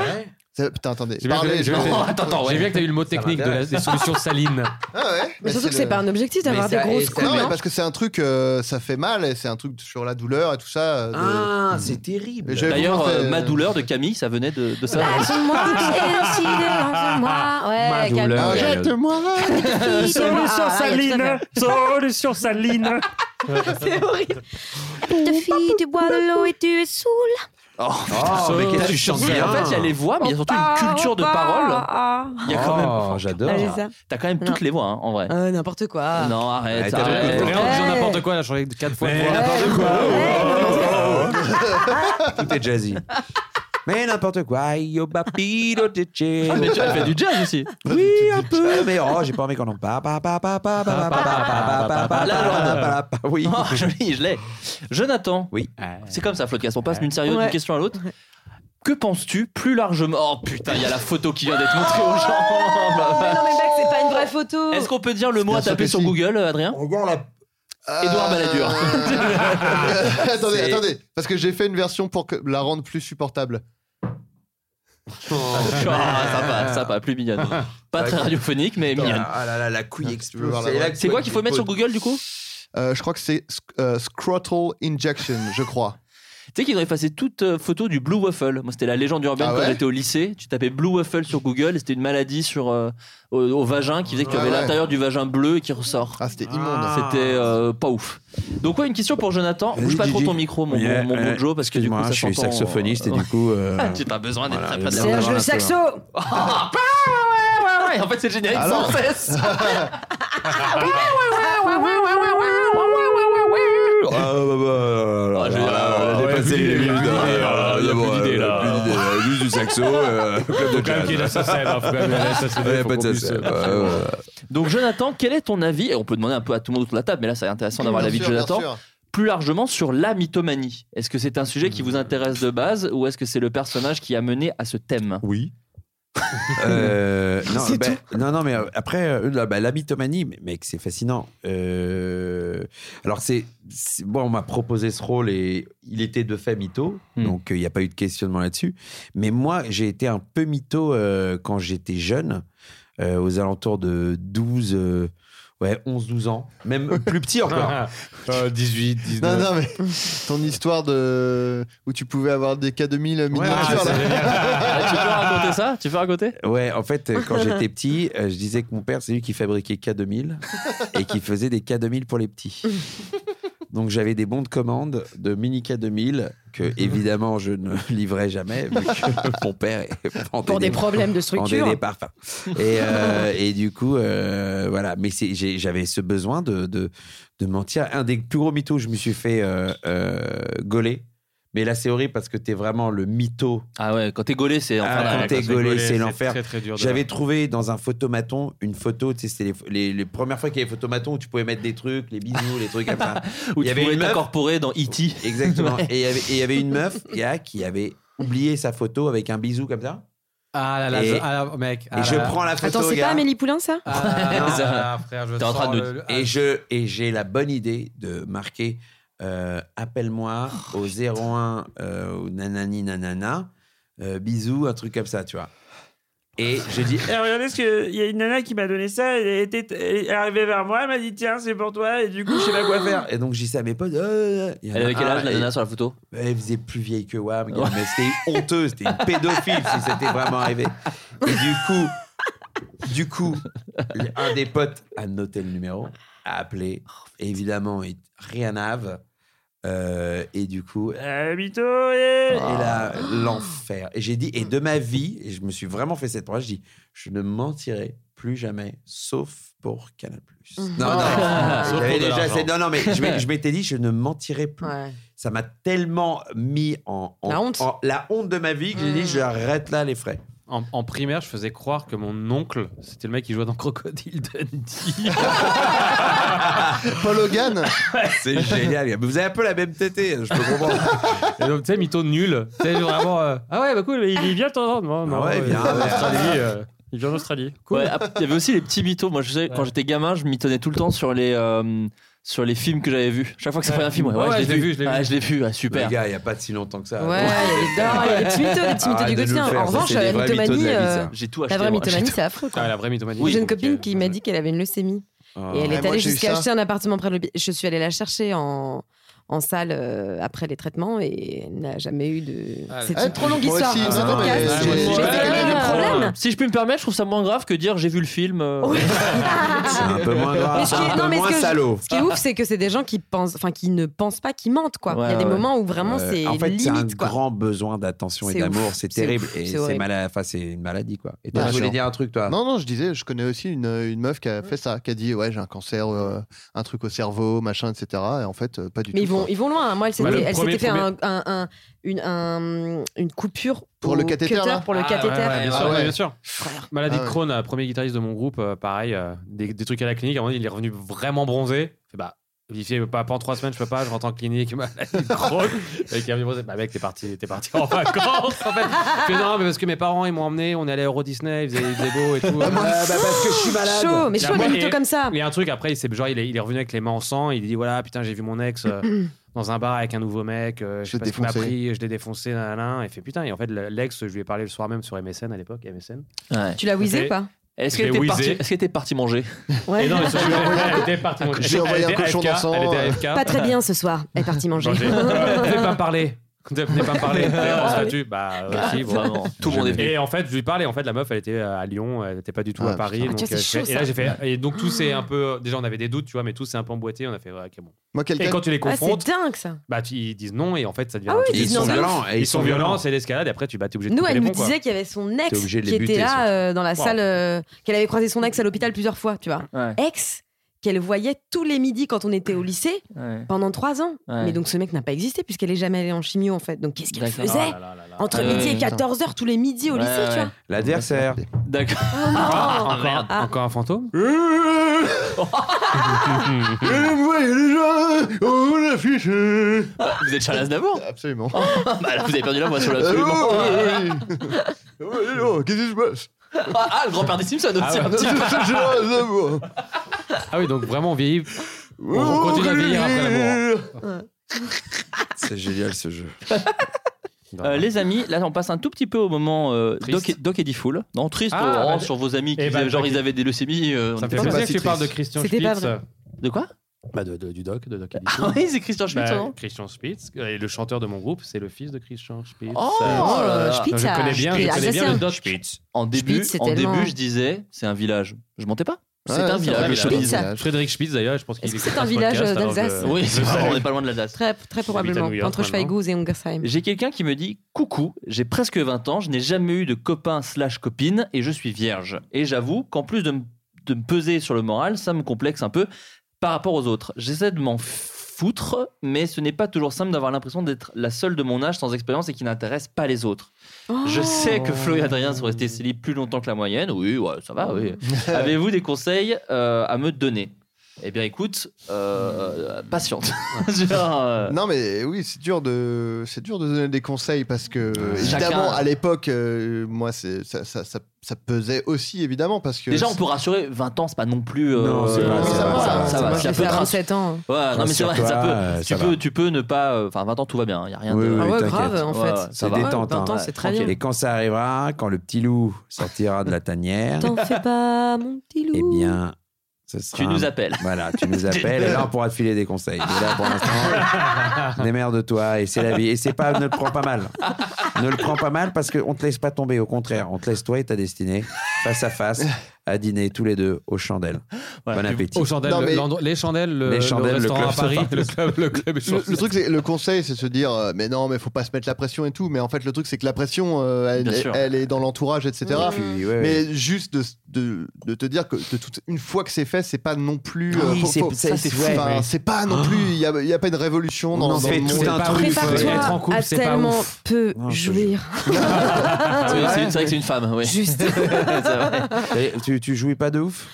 Speaker 7: Ça- Putain, attendez.
Speaker 4: J'ai bien que-
Speaker 7: Parlez,
Speaker 4: j'ai
Speaker 7: je
Speaker 4: bien
Speaker 7: m'en-
Speaker 4: que- j'ai bien que t'as eu le mot technique de la- des solutions salines.
Speaker 2: Mais surtout que c'est
Speaker 7: le-
Speaker 2: pas un objectif d'avoir des grosses couilles.
Speaker 7: Non, mais
Speaker 2: hein.
Speaker 7: parce que c'est un truc, euh, ça fait mal, et c'est un truc sur la douleur et tout ça. euh, de-
Speaker 3: Ah, c'est terrible.
Speaker 7: J'avais
Speaker 6: D'ailleurs,
Speaker 7: vraiment fait-
Speaker 6: euh, ma douleur de Camille, ça venait de, de
Speaker 11: Bah,
Speaker 6: ça.
Speaker 11: Lâche-moi, lâche-moi. Ouais,
Speaker 6: Ma douleur,
Speaker 11: calme-toi.
Speaker 6: elle-
Speaker 11: Jette-moi, petite fille, de moi.
Speaker 5: Solution
Speaker 11: Ah, ouais, tout à
Speaker 5: saline,
Speaker 11: fait.
Speaker 5: solution saline.
Speaker 11: C'est horrible. Petite fille, tu bois de l'eau et tu es saoul.
Speaker 6: Oh,
Speaker 3: Oh, mais qu'est-ce que tu
Speaker 6: tu
Speaker 3: chantes
Speaker 6: chantes En
Speaker 3: bien.
Speaker 6: fait, il y a les voix, mais il y a surtout une culture de
Speaker 7: hein.
Speaker 11: Ah,
Speaker 6: parole. Il y a quand
Speaker 3: Oh,
Speaker 6: même.
Speaker 3: j'adore.
Speaker 11: Bah,
Speaker 3: Ah.
Speaker 2: Ah, c'est ça.
Speaker 6: T'as quand même toutes les voix, hein, en vrai.
Speaker 11: Ah,
Speaker 2: Euh, n'importe quoi.
Speaker 6: Non,
Speaker 4: Ouais,
Speaker 6: arrête.
Speaker 4: t'as
Speaker 6: arrête.
Speaker 4: beaucoup de
Speaker 6: Arrête.
Speaker 4: gens n'importe quoi, elle a changé 4 fois. de voix.
Speaker 3: Tout est jazzy. Mais n'importe quoi, oh, yo papiro de cielo.
Speaker 6: Ah, mais tu as fait du jazz aussi.
Speaker 3: Oui, un peu, mais oh, j'ai pas envie qu'on en parle. Pa, pa, pa, pa, pa, pa, pa, pa, pa, pa, pa,
Speaker 6: Là, alors,
Speaker 3: pa, pa, pa. Ah bah Oui.
Speaker 6: Oh, joli, je l'ai. Jonathan. Euh,
Speaker 3: Oui.
Speaker 6: C'est comme ça, Floodcast. On passe d'une sérieuse
Speaker 2: Ouais.
Speaker 6: d'une question à l'autre. Que penses-tu plus largement Oh putain, il y a la photo qui vient d'être montrée aux
Speaker 2: Mais non,
Speaker 6: gens.
Speaker 2: mais mec, c'est pas une vraie photo.
Speaker 6: Est-ce qu'on peut dire le mot à
Speaker 7: Bien sûr
Speaker 6: taper
Speaker 7: que
Speaker 6: sur
Speaker 7: si.
Speaker 6: Google, euh, Adrien
Speaker 3: Regarde la. Euh,
Speaker 6: Édouard Balladur.
Speaker 7: attendez,
Speaker 6: C'est-
Speaker 7: attendez, parce que j'ai fait une version pour que la rendre plus supportable.
Speaker 3: Oh.
Speaker 6: Ah, sympa, sympa, plus mignonne. Pas très radiophonique, mais mignonne.
Speaker 3: Ah là là, la couille explose.
Speaker 7: voir la
Speaker 3: Et la
Speaker 7: vraie
Speaker 6: C'est quoi qu'il faut mettre sur
Speaker 7: pose.
Speaker 6: Google du coup
Speaker 7: Euh, je crois que c'est sc- euh, scrotal injection, je crois.
Speaker 6: Tu sais qu'ils ont effacé toute euh, photo du Blue Waffle. Moi, c'était la légende urbaine
Speaker 7: Ah
Speaker 6: quand
Speaker 7: ouais
Speaker 6: j'étais au lycée. Tu tapais Blue Waffle sur Google et c'était une maladie sur, euh, au, au vagin qui faisait que tu
Speaker 7: Ah
Speaker 6: avais
Speaker 7: ouais.
Speaker 6: l'intérieur du vagin bleu et qui ressort.
Speaker 7: Ah, c'était immonde.
Speaker 6: C'était euh, pas ouf. Donc, ouais, une question pour Jonathan.
Speaker 3: Vas-y,
Speaker 6: Bouge pas trop
Speaker 3: Gigi.
Speaker 6: ton micro, mon,
Speaker 3: Yeah,
Speaker 6: mon, mon
Speaker 3: ouais.
Speaker 6: Bojo, parce que du coup,
Speaker 3: euh, Excuse-moi, je
Speaker 6: ça
Speaker 3: suis
Speaker 6: s'entend,
Speaker 3: saxophoniste
Speaker 6: euh,
Speaker 3: et du coup. euh,
Speaker 6: tu t'as besoin d'être
Speaker 3: voilà, il y
Speaker 6: très
Speaker 3: a
Speaker 6: près de
Speaker 3: bien
Speaker 6: la-
Speaker 3: d'avoir
Speaker 6: Ouais,
Speaker 3: un peu- hein.
Speaker 4: Ah,
Speaker 6: ouais, ouais. En fait, c'est le générique
Speaker 7: Alors
Speaker 6: sans cesse.
Speaker 3: Ah, bah, bah, là, là, là, là,
Speaker 4: Ah,
Speaker 3: là, j'ai passé les limites, là, là, là,
Speaker 4: Il y a
Speaker 3: d'abord, euh,
Speaker 4: plus d'idées, là.
Speaker 3: plus d'idées, là, Juste du saxo. euh, club de
Speaker 4: Faut quand même
Speaker 3: jazz.
Speaker 4: qu'il y ait de la SACEM, hein, faut quand même la SACEM,
Speaker 3: Ouais,
Speaker 4: faut
Speaker 3: pas de
Speaker 4: qu'on puisse- euh,
Speaker 3: SACEM, ouais, ouais.
Speaker 6: Donc, Jonathan, quel est ton avis Et on peut demander un peu à tout le monde autour de la table, mais là, c'est intéressant d'avoir
Speaker 7: Bien
Speaker 6: l'avis de
Speaker 7: sûr, bien
Speaker 6: Jonathan.
Speaker 7: sûr.
Speaker 6: plus largement sur la mythomanie. Est-ce que c'est un sujet
Speaker 3: Euh.
Speaker 6: qui vous intéresse de base ou est-ce que c'est le personnage qui a mené à ce thème
Speaker 3: Oui. Euh, non,
Speaker 6: C'est
Speaker 3: ben, non, non, mais euh, après, euh, là, bah, la mythomanie, mais- mec, c'est fascinant. Euh, alors, c'est, c'est- moi, on m'a proposé ce rôle et il était de fait mytho,
Speaker 6: Hmm.
Speaker 3: donc euh, il n'y a pas eu de questionnement là-dessus. Mais moi, j'ai été un peu mytho euh, quand j'étais jeune, euh, aux alentours de 12, euh, ouais, 11-12 ans, même plus petit encore.
Speaker 4: Euh, 18, 19.
Speaker 7: Non, non, mais ton histoire de. où tu pouvais avoir des K2000 miniatures là.
Speaker 6: Ah, Tu peux raconter ça Tu peux raconter
Speaker 3: Ouais, en fait, euh, quand j'étais petit, euh, je disais que mon père, c'est lui qui fabriquait K2000 et qui faisait des K2000 pour les petits. Donc j'avais des bons de commande de mini K2000 que évidemment je ne livrais jamais vu que mon père est
Speaker 2: Pour des problèmes
Speaker 3: vendait
Speaker 2: de structure.
Speaker 3: des parfums. Et, euh, et du coup, euh, voilà. Mais c'est- j'ai- j'avais ce besoin de, de, de mentir. Un des plus gros mythos, je me suis fait euh, euh, gauler. Mais là, c'est horrible parce que t'es vraiment le mytho.
Speaker 6: Ah ouais, quand t'es gaulé, c'est enfin,
Speaker 3: Ah,
Speaker 6: là,
Speaker 3: quand
Speaker 6: là,
Speaker 3: t'es
Speaker 6: quoi.
Speaker 3: gaulé,
Speaker 4: c'est
Speaker 3: c'est l'enfer.
Speaker 4: très, très dur de
Speaker 3: J'avais
Speaker 4: voir.
Speaker 3: trouvé dans un photomaton une photo, tu sais, c'était les, les- les premières fois qu'il y avait photomaton où tu pouvais mettre des trucs, les bisous, les trucs comme ça.
Speaker 6: Où
Speaker 3: Il y
Speaker 6: tu
Speaker 3: avait
Speaker 6: pourrais
Speaker 3: une meuf-
Speaker 6: t'incorporer dans E.T.
Speaker 3: Exactement.
Speaker 6: Ouais.
Speaker 3: Et il y avait- et il y avait une meuf gars, qui avait oublié sa photo avec un bisou comme ça.
Speaker 4: Ah là là,
Speaker 3: Et-
Speaker 4: je- ah là, mec. ah
Speaker 3: et je
Speaker 4: là là.
Speaker 3: prends la photo.
Speaker 2: Attends, c'est
Speaker 3: gars.
Speaker 2: pas Amélie Poulain ça
Speaker 4: Ah là là,
Speaker 6: Ça-
Speaker 4: là, frère, je
Speaker 6: T'es en train
Speaker 4: sens
Speaker 6: de-
Speaker 4: le- le-
Speaker 3: Et je et j'ai la bonne idée de marquer euh, appelle-moi
Speaker 6: Oh,
Speaker 3: au 01 euh, au nanani nanana euh, bisous un truc comme ça tu vois. Et je dis
Speaker 5: Eh, regardez ce que. Il y a une nana qui m'a donné ça, elle, était, elle est arrivée vers moi, elle m'a dit tiens, c'est pour toi, et du coup, je sais pas quoi faire.
Speaker 3: et donc je dis ça à mes potes. euh, il y en a
Speaker 6: Elle avait quel
Speaker 3: un,
Speaker 6: âge la
Speaker 3: et-
Speaker 6: nana sur la photo
Speaker 3: Elle faisait plus vieille que WAM, gars,
Speaker 6: Ouais.
Speaker 3: mais c'était honteux, c'était une pédophile si c'était vraiment arrivé. Et du coup, du coup, un des potes a noté le numéro, a appelé, évidemment, il- rien n'ave. Euh, et du coup,
Speaker 5: Euh, mytho, et.
Speaker 3: et là,
Speaker 6: Ah.
Speaker 3: l'enfer. Et j'ai dit, et de ma vie, et je me suis vraiment fait cette promesse, je dis, je ne mentirai plus jamais, sauf pour Canal+. Non,
Speaker 10: Mhm.
Speaker 3: non,
Speaker 10: Ah.
Speaker 3: j'avais
Speaker 10: Sauf pour de
Speaker 3: déjà
Speaker 10: l'argent.
Speaker 3: essayé- non, non, mais je m'ai- je m'étais dit, je ne mentirai plus. Ça m'a tellement mis en, en-
Speaker 4: La honte.
Speaker 3: en- la honte de ma vie que j'ai
Speaker 2: Mmh.
Speaker 3: dit, j'arrête là les frais.
Speaker 4: En, en primaire, je faisais croire que mon oncle, c'était le mec qui jouait dans Crocodile Dundee.
Speaker 7: Paul Hogan
Speaker 3: C'est génial. Mais Vous avez un peu la même tétée, hein, je peux comprendre.
Speaker 4: Et donc, tu sais, mytho nul. Tu sais, vraiment. euh, ah ouais, bah cool, mais il, il vient de temps en temps. Non, non,
Speaker 6: ouais, il
Speaker 4: euh,
Speaker 6: vient, ouais.
Speaker 4: d'Australie, euh, il vient d'Australie. Cool.
Speaker 6: Ouais, ap- il y avait aussi les petits mythos. Moi, je sais, quand j'étais gamin, je m'étonnais tout le temps sur les, euh, sur les films que j'avais vus. Chaque fois que ça
Speaker 3: Ouais.
Speaker 6: prenait un film, ouais,
Speaker 3: Ouais,
Speaker 6: ouais,
Speaker 3: ouais,
Speaker 6: je l'ai vu. Ah, je l'ai vu, ah, super.
Speaker 3: Les gars, il n'y a pas de si longtemps que ça.
Speaker 2: Ouais, il y
Speaker 4: Ah,
Speaker 2: a des- non, il y a des petits mythos, des petits mythos
Speaker 3: Arrête
Speaker 2: du
Speaker 3: de nous le
Speaker 2: quotidien.
Speaker 3: faire,
Speaker 2: En
Speaker 3: ça,
Speaker 2: revanche,
Speaker 3: c'est des
Speaker 2: la
Speaker 3: vrais mythos de
Speaker 2: mythomanie,
Speaker 3: la vie,
Speaker 2: euh,
Speaker 3: ça.
Speaker 6: J'ai tout
Speaker 2: La
Speaker 6: acheté,
Speaker 2: vraie
Speaker 6: moi,
Speaker 2: mythomanie,
Speaker 6: j'ai tout-
Speaker 2: c'est affreux. quoi.
Speaker 4: Ah, la vraie mythomanie.
Speaker 2: J'ai une copine qui m'a dit qu'elle avait une leucémie. Et elle
Speaker 4: Ouais,
Speaker 2: est
Speaker 4: moi,
Speaker 2: allée
Speaker 4: j'ai eu
Speaker 2: jusqu'à
Speaker 4: ça.
Speaker 2: acheter un appartement près de l'hôpital. Je suis allée la chercher en, en salle euh, après les traitements et elle n'a jamais eu de. C'est une trop longue histoire. pour ce podcast. J'ai- j'ai- problème.
Speaker 6: Si je peux me permettre, je trouve ça moins grave que dire j'ai vu le film. euh.
Speaker 3: C'est un peu moins grave,
Speaker 2: Mais ce qui est-
Speaker 3: un peu
Speaker 2: non, mais ce
Speaker 3: moins
Speaker 2: que je-
Speaker 3: salaud.
Speaker 2: Ce qui est ouf, c'est que c'est des gens qui pensent, enfin qui ne pensent pas, qui mentent quoi. Il y a des moments où vraiment
Speaker 3: Euh,
Speaker 2: c'est
Speaker 3: en fait, c'est un
Speaker 2: limite quoi.
Speaker 3: grand besoin d'attention et
Speaker 2: C'est ouf,
Speaker 3: d'amour, c'est
Speaker 2: c'est
Speaker 3: terrible
Speaker 2: ouf,
Speaker 3: et
Speaker 2: c'est
Speaker 3: c'est
Speaker 2: horrible.
Speaker 3: mala- enfin, c'est une maladie quoi. Et
Speaker 7: Bien
Speaker 6: Bah,
Speaker 3: toi, tu voulais
Speaker 7: sûr.
Speaker 3: dire un truc toi
Speaker 7: Non, non, je disais, je connais aussi une, une meuf qui a fait ça, qui a dit Ouais, j'ai un cancer, euh, un truc au cerveau, machin, etc. Et en fait, euh, pas du
Speaker 2: Mais
Speaker 7: tout.
Speaker 2: ils vont,
Speaker 7: quoi.
Speaker 2: ils vont loin. hein. Moi, elle s'était
Speaker 7: Bah, le
Speaker 2: elle
Speaker 7: premier-
Speaker 2: s'était fait un-
Speaker 7: premier-
Speaker 2: un- un- une, un- une coupure
Speaker 7: Pour
Speaker 2: au
Speaker 7: le cathéter,
Speaker 2: cutter,
Speaker 7: là
Speaker 2: Pour le
Speaker 4: Ah,
Speaker 2: cathéter.
Speaker 4: ouais, ouais, bien, sûr,
Speaker 7: Ah ouais.
Speaker 4: bien sûr. Maladie
Speaker 7: Ah ouais.
Speaker 4: Crohn, euh, premier guitariste de mon groupe, euh, pareil, euh, des, des trucs à la clinique. À un moment, il est revenu vraiment bronzé. Il fait, bah, Olivier, pas pendant trois semaines, je peux pas, je rentre en clinique, maladie Crohn. Et qui est revenu bronzé. Bah, mec, t'es parti, t'es parti en vacances, en fait. Je fais, non, mais parce que mes parents, ils m'ont emmené, on est allé à Euro Disney, il faisait, il faisait beau et tout.
Speaker 2: Ah, moi,
Speaker 4: Euh,
Speaker 2: parce que je suis malade. Chaud, mais
Speaker 4: Et
Speaker 2: chaud,
Speaker 4: après-
Speaker 2: mais plutôt
Speaker 4: et-
Speaker 2: comme ça.
Speaker 4: Il y a un truc, après, il s'est- genre, il est, il est revenu avec les mains en sang, il dit, voilà, putain, j'ai vu mon ex. euh, Dans un bar avec un nouveau mec, euh, je sais
Speaker 7: Je
Speaker 4: pas
Speaker 7: l'ai
Speaker 4: ce qu'il m'a
Speaker 7: défoncé.
Speaker 4: pris, je l'ai défoncé, nanana, et fait putain. Et en fait, le- l'ex, je lui ai parlé le soir même sur MSN à l'époque, MSN.
Speaker 6: Ouais.
Speaker 2: Tu l'as whizzé
Speaker 4: Et-
Speaker 2: ou pas
Speaker 6: Est-ce
Speaker 4: Je
Speaker 6: qu'elle était,
Speaker 4: l'ai whizzé.
Speaker 6: partie- est-ce qu'elle était partie manger
Speaker 4: Et non, mais surtout, elle était partie manger.
Speaker 7: J'ai envoyé un
Speaker 4: Elle était
Speaker 7: cochon
Speaker 4: AFK,
Speaker 7: dans sang,
Speaker 4: Elle était
Speaker 7: euh.
Speaker 4: AFK.
Speaker 2: Pas très bien ce soir. Elle est partie manger.
Speaker 4: Manger. Venez pas me parler. Venez pas me parler. D'ailleurs, on se
Speaker 6: Ah oui.
Speaker 4: battu. Bah, euh,
Speaker 6: Grave.
Speaker 4: si, bon.
Speaker 6: Vraiment, tout le monde est venu.
Speaker 4: Et en fait, je lui parle et en fait, la meuf, elle était euh, à Lyon, elle n'était pas du tout
Speaker 6: Ah,
Speaker 4: à Paris.
Speaker 6: putain.
Speaker 4: donc,
Speaker 6: Ah, tu vois,
Speaker 4: euh,
Speaker 6: c'est
Speaker 4: je fais-
Speaker 6: chaud,
Speaker 4: et là,
Speaker 6: ça.
Speaker 4: j'ai fait. Et donc, tout
Speaker 2: Ah.
Speaker 4: c'est un peu. euh, Déjà, on avait des doutes, tu vois, mais tout c'est un peu emboîté. On a fait, ouais, ok, bon.
Speaker 7: Moi, quelqu'un-
Speaker 4: Et quand tu les
Speaker 7: Ah, c'est
Speaker 4: confrontes.
Speaker 2: C'est dingue ça.
Speaker 4: Bah, tu- ils disent non et en fait ça devient.
Speaker 2: Ah oui,
Speaker 4: un truc
Speaker 2: ils
Speaker 4: de
Speaker 2: disent non,
Speaker 4: fou.
Speaker 2: de ouf.
Speaker 4: Ils sont violents, c'est l'escalade. Et après tu bah t'es obligé de.
Speaker 2: Nous,
Speaker 4: couper les
Speaker 2: elle nous
Speaker 4: bons, quoi.
Speaker 2: disait qu'il y avait son
Speaker 4: T'es
Speaker 2: ex
Speaker 4: obligé de
Speaker 2: qui
Speaker 4: les buter,
Speaker 2: était là
Speaker 4: surtout.
Speaker 2: euh, dans la
Speaker 4: Wow.
Speaker 2: salle, euh, qu'elle avait croisé son ex à l'hôpital plusieurs fois, tu vois.
Speaker 6: Ouais.
Speaker 2: Ex qu'elle voyait tous les midis quand on était au lycée
Speaker 6: Ouais.
Speaker 2: pendant trois ans.
Speaker 6: Ouais.
Speaker 2: Mais donc ce mec n'a pas existé puisqu'elle est jamais allée en chimio en fait. Donc qu'est-ce qu'elle
Speaker 6: D'accord.
Speaker 2: faisait
Speaker 6: Oh là là là là.
Speaker 2: entre
Speaker 6: Ah
Speaker 2: midi
Speaker 6: ouais,
Speaker 2: et
Speaker 6: putain.
Speaker 2: 14h tous les midis au
Speaker 6: Ouais,
Speaker 2: lycée, tu
Speaker 6: ouais.
Speaker 2: vois
Speaker 3: L'adversaire.
Speaker 6: D'accord.
Speaker 2: Ah,
Speaker 4: encore, un- encore un fantôme
Speaker 9: Ah.
Speaker 7: on l'affiche
Speaker 6: Vous êtes Charles d'abord
Speaker 7: Absolument. Euh, oh,
Speaker 6: Bah là, vous avez perdu la voix sur l'absolument.
Speaker 7: Qu'est-ce qui se passe
Speaker 6: Ah, ah, le grand-père des Simpsons aussi.
Speaker 4: Ah ouais.
Speaker 6: un petit peu.
Speaker 4: Ah oui, donc vraiment on vieillit. On on continue à vieillir après l'amour.
Speaker 3: C'est génial ce jeu.
Speaker 6: Euh, les amis, là on passe un tout petit peu au moment euh, Doc, et, Doc et Diffoul. Non, triste,
Speaker 4: Ah,
Speaker 6: oh,
Speaker 4: bah,
Speaker 6: sur vos amis qui
Speaker 4: eh bah,
Speaker 6: disaient, genre
Speaker 4: Doc et-
Speaker 6: ils avaient des leucémies. euh, on
Speaker 4: Ça me
Speaker 6: était pas
Speaker 4: fait plaisir que
Speaker 6: si
Speaker 4: tu parles de
Speaker 6: triste.
Speaker 4: Christian
Speaker 6: C'était pas
Speaker 4: Spitz.
Speaker 6: vrai. De quoi
Speaker 4: bah de, de- du doc, de doc et
Speaker 6: Ah oui, c'est Christian Schmitz, non
Speaker 4: Christian Spitz, euh, et le chanteur de mon groupe, c'est le fils de Christian Spitz.
Speaker 6: Oh,
Speaker 4: Euh,
Speaker 6: oh là là.
Speaker 4: Je
Speaker 6: Spitz,
Speaker 4: connais
Speaker 6: ah,
Speaker 4: bien,
Speaker 6: Spitz,
Speaker 4: je connais bien le
Speaker 6: assassin.
Speaker 4: doc.
Speaker 6: En début,
Speaker 4: Spitz, c'est
Speaker 6: en
Speaker 4: tellement-
Speaker 6: début je disais c'est un village. Je mentais pas.
Speaker 4: Ouais,
Speaker 6: c'est un
Speaker 4: c'est
Speaker 6: village,
Speaker 4: vrai,
Speaker 6: le
Speaker 4: il a-
Speaker 6: Chaudise.
Speaker 4: Spitz. Frédéric Spitz d'ailleurs, je pense qu'il
Speaker 2: Est-ce que
Speaker 4: écoute
Speaker 2: c'est un
Speaker 4: ce
Speaker 2: village
Speaker 4: podcast, alors
Speaker 2: d'Alsace
Speaker 4: je-
Speaker 6: Oui,
Speaker 4: je
Speaker 6: c'est
Speaker 4: salue.
Speaker 6: vrai, on n'est pas loin de l'Alsace.
Speaker 2: Très, très probablement.
Speaker 6: York
Speaker 2: Entre
Speaker 6: maintenant.
Speaker 2: Schweigouz et Ungersheim.
Speaker 6: J'ai quelqu'un qui me dit Coucou, j'ai presque 20 ans, je n'ai jamais eu de copain slash copine et je suis vierge. Et j'avoue qu'en plus de, me- de me peser sur le moral, ça me complexe un peu par rapport aux autres. J'essaie de m'en foutre, mais ce n'est pas toujours simple d'avoir l'impression d'être la seule de mon âge sans expérience et qui n'intéresse pas les autres.
Speaker 4: Ah.
Speaker 6: Je sais que Flo et Adrien sont restés célibataires plus longtemps que la moyenne. Oui, ouais, ça va, oui. Avez-vous des conseils euh, à me donner Eh bien, écoute, euh, patiente. Genre, euh,
Speaker 7: Non mais oui, c'est dur de c'est dur de donner des conseils parce que
Speaker 6: Euh, Chacun-
Speaker 7: évidemment à l'époque euh, moi c'est ça, ça, ça, ça pesait aussi évidemment parce que
Speaker 6: Déjà, on peut rassurer, 20 ans, c'est pas non plus. euh,
Speaker 7: Non, c'est pas-
Speaker 6: ça,
Speaker 7: ça
Speaker 6: va,
Speaker 7: va,
Speaker 6: ça,
Speaker 7: ça va.
Speaker 6: va.
Speaker 7: Moi,
Speaker 6: ça
Speaker 7: je
Speaker 6: peut
Speaker 7: l'ai fait à
Speaker 6: te rass-
Speaker 2: 27 ans.
Speaker 6: Ouais, non, mais c'est vrai,
Speaker 3: Rassure-toi,
Speaker 6: ça peut.
Speaker 3: euh,
Speaker 6: tu,
Speaker 3: ça
Speaker 6: peux
Speaker 3: va.
Speaker 6: tu peux ne pas. euh, Enfin, 20 ans, tout va bien, il n'y a rien
Speaker 3: Oui,
Speaker 6: de.
Speaker 3: oui,
Speaker 2: Ah ouais,
Speaker 3: t'inquiète.
Speaker 2: grave, en fait.
Speaker 3: C'est
Speaker 2: Ça va.
Speaker 3: détente.
Speaker 2: Ouais, 20 ans,
Speaker 3: hein.
Speaker 2: c'est très bien.
Speaker 3: Et quand ça arrivera, quand le petit loup sortira de la
Speaker 6: hein.
Speaker 3: tanière,
Speaker 2: T'en fais pas, mon petit loup.
Speaker 3: eh bien, ce sera.
Speaker 6: Tu nous appelles.
Speaker 3: Voilà, tu nous appelles et là on pourra te filer des conseils. Mais là pour l'instant, démerde-toi et c'est la vie. Et c'est pas, ne le prends pas mal. Ne le prends pas mal parce qu'on te laisse pas tomber. Au contraire, on te laisse toi et ta destinée face à face à dîner tous les deux aux chandelles. bon appétit.
Speaker 4: Aux chandelles,
Speaker 7: Non, mais-
Speaker 4: l'endroit- les chandelles, le,
Speaker 3: Les
Speaker 4: le
Speaker 3: chandelles, le
Speaker 4: restaurant
Speaker 3: club
Speaker 4: à Paris,
Speaker 3: Sympa.
Speaker 4: le club, le club. est
Speaker 7: Le,
Speaker 4: chaussé.
Speaker 7: le truc, c'est le conseil, c'est de se dire, euh, mais non, mais faut pas se mettre la pression et tout. Mais en fait, le truc, c'est que la pression, euh, elle,
Speaker 3: Bien sûr.
Speaker 7: elle est dans l'entourage, etc.
Speaker 3: Et puis, ouais,
Speaker 7: mais juste de, de, de te dire que de toute- une fois que c'est fait, c'est pas non plus.
Speaker 3: Ah
Speaker 7: euh,
Speaker 3: Oui, c'est- c'est-
Speaker 7: enfin,
Speaker 3: c'est
Speaker 7: c'est
Speaker 3: fou, oui.
Speaker 7: pas non plus. Il y a, il y a pas une révolution dans,
Speaker 3: On en
Speaker 7: dans
Speaker 3: fait
Speaker 7: le
Speaker 3: tout
Speaker 7: monde.
Speaker 3: un truc.
Speaker 2: Prépare-toi
Speaker 3: Être en couple,
Speaker 2: à
Speaker 3: c'est pas
Speaker 2: tellement
Speaker 3: ouf.
Speaker 2: peu jouir.
Speaker 6: C'est
Speaker 3: Ouais.
Speaker 6: c'est vrai que c'est une femme, oui.
Speaker 2: Juste.
Speaker 3: Et tu, tu jouis pas de ouf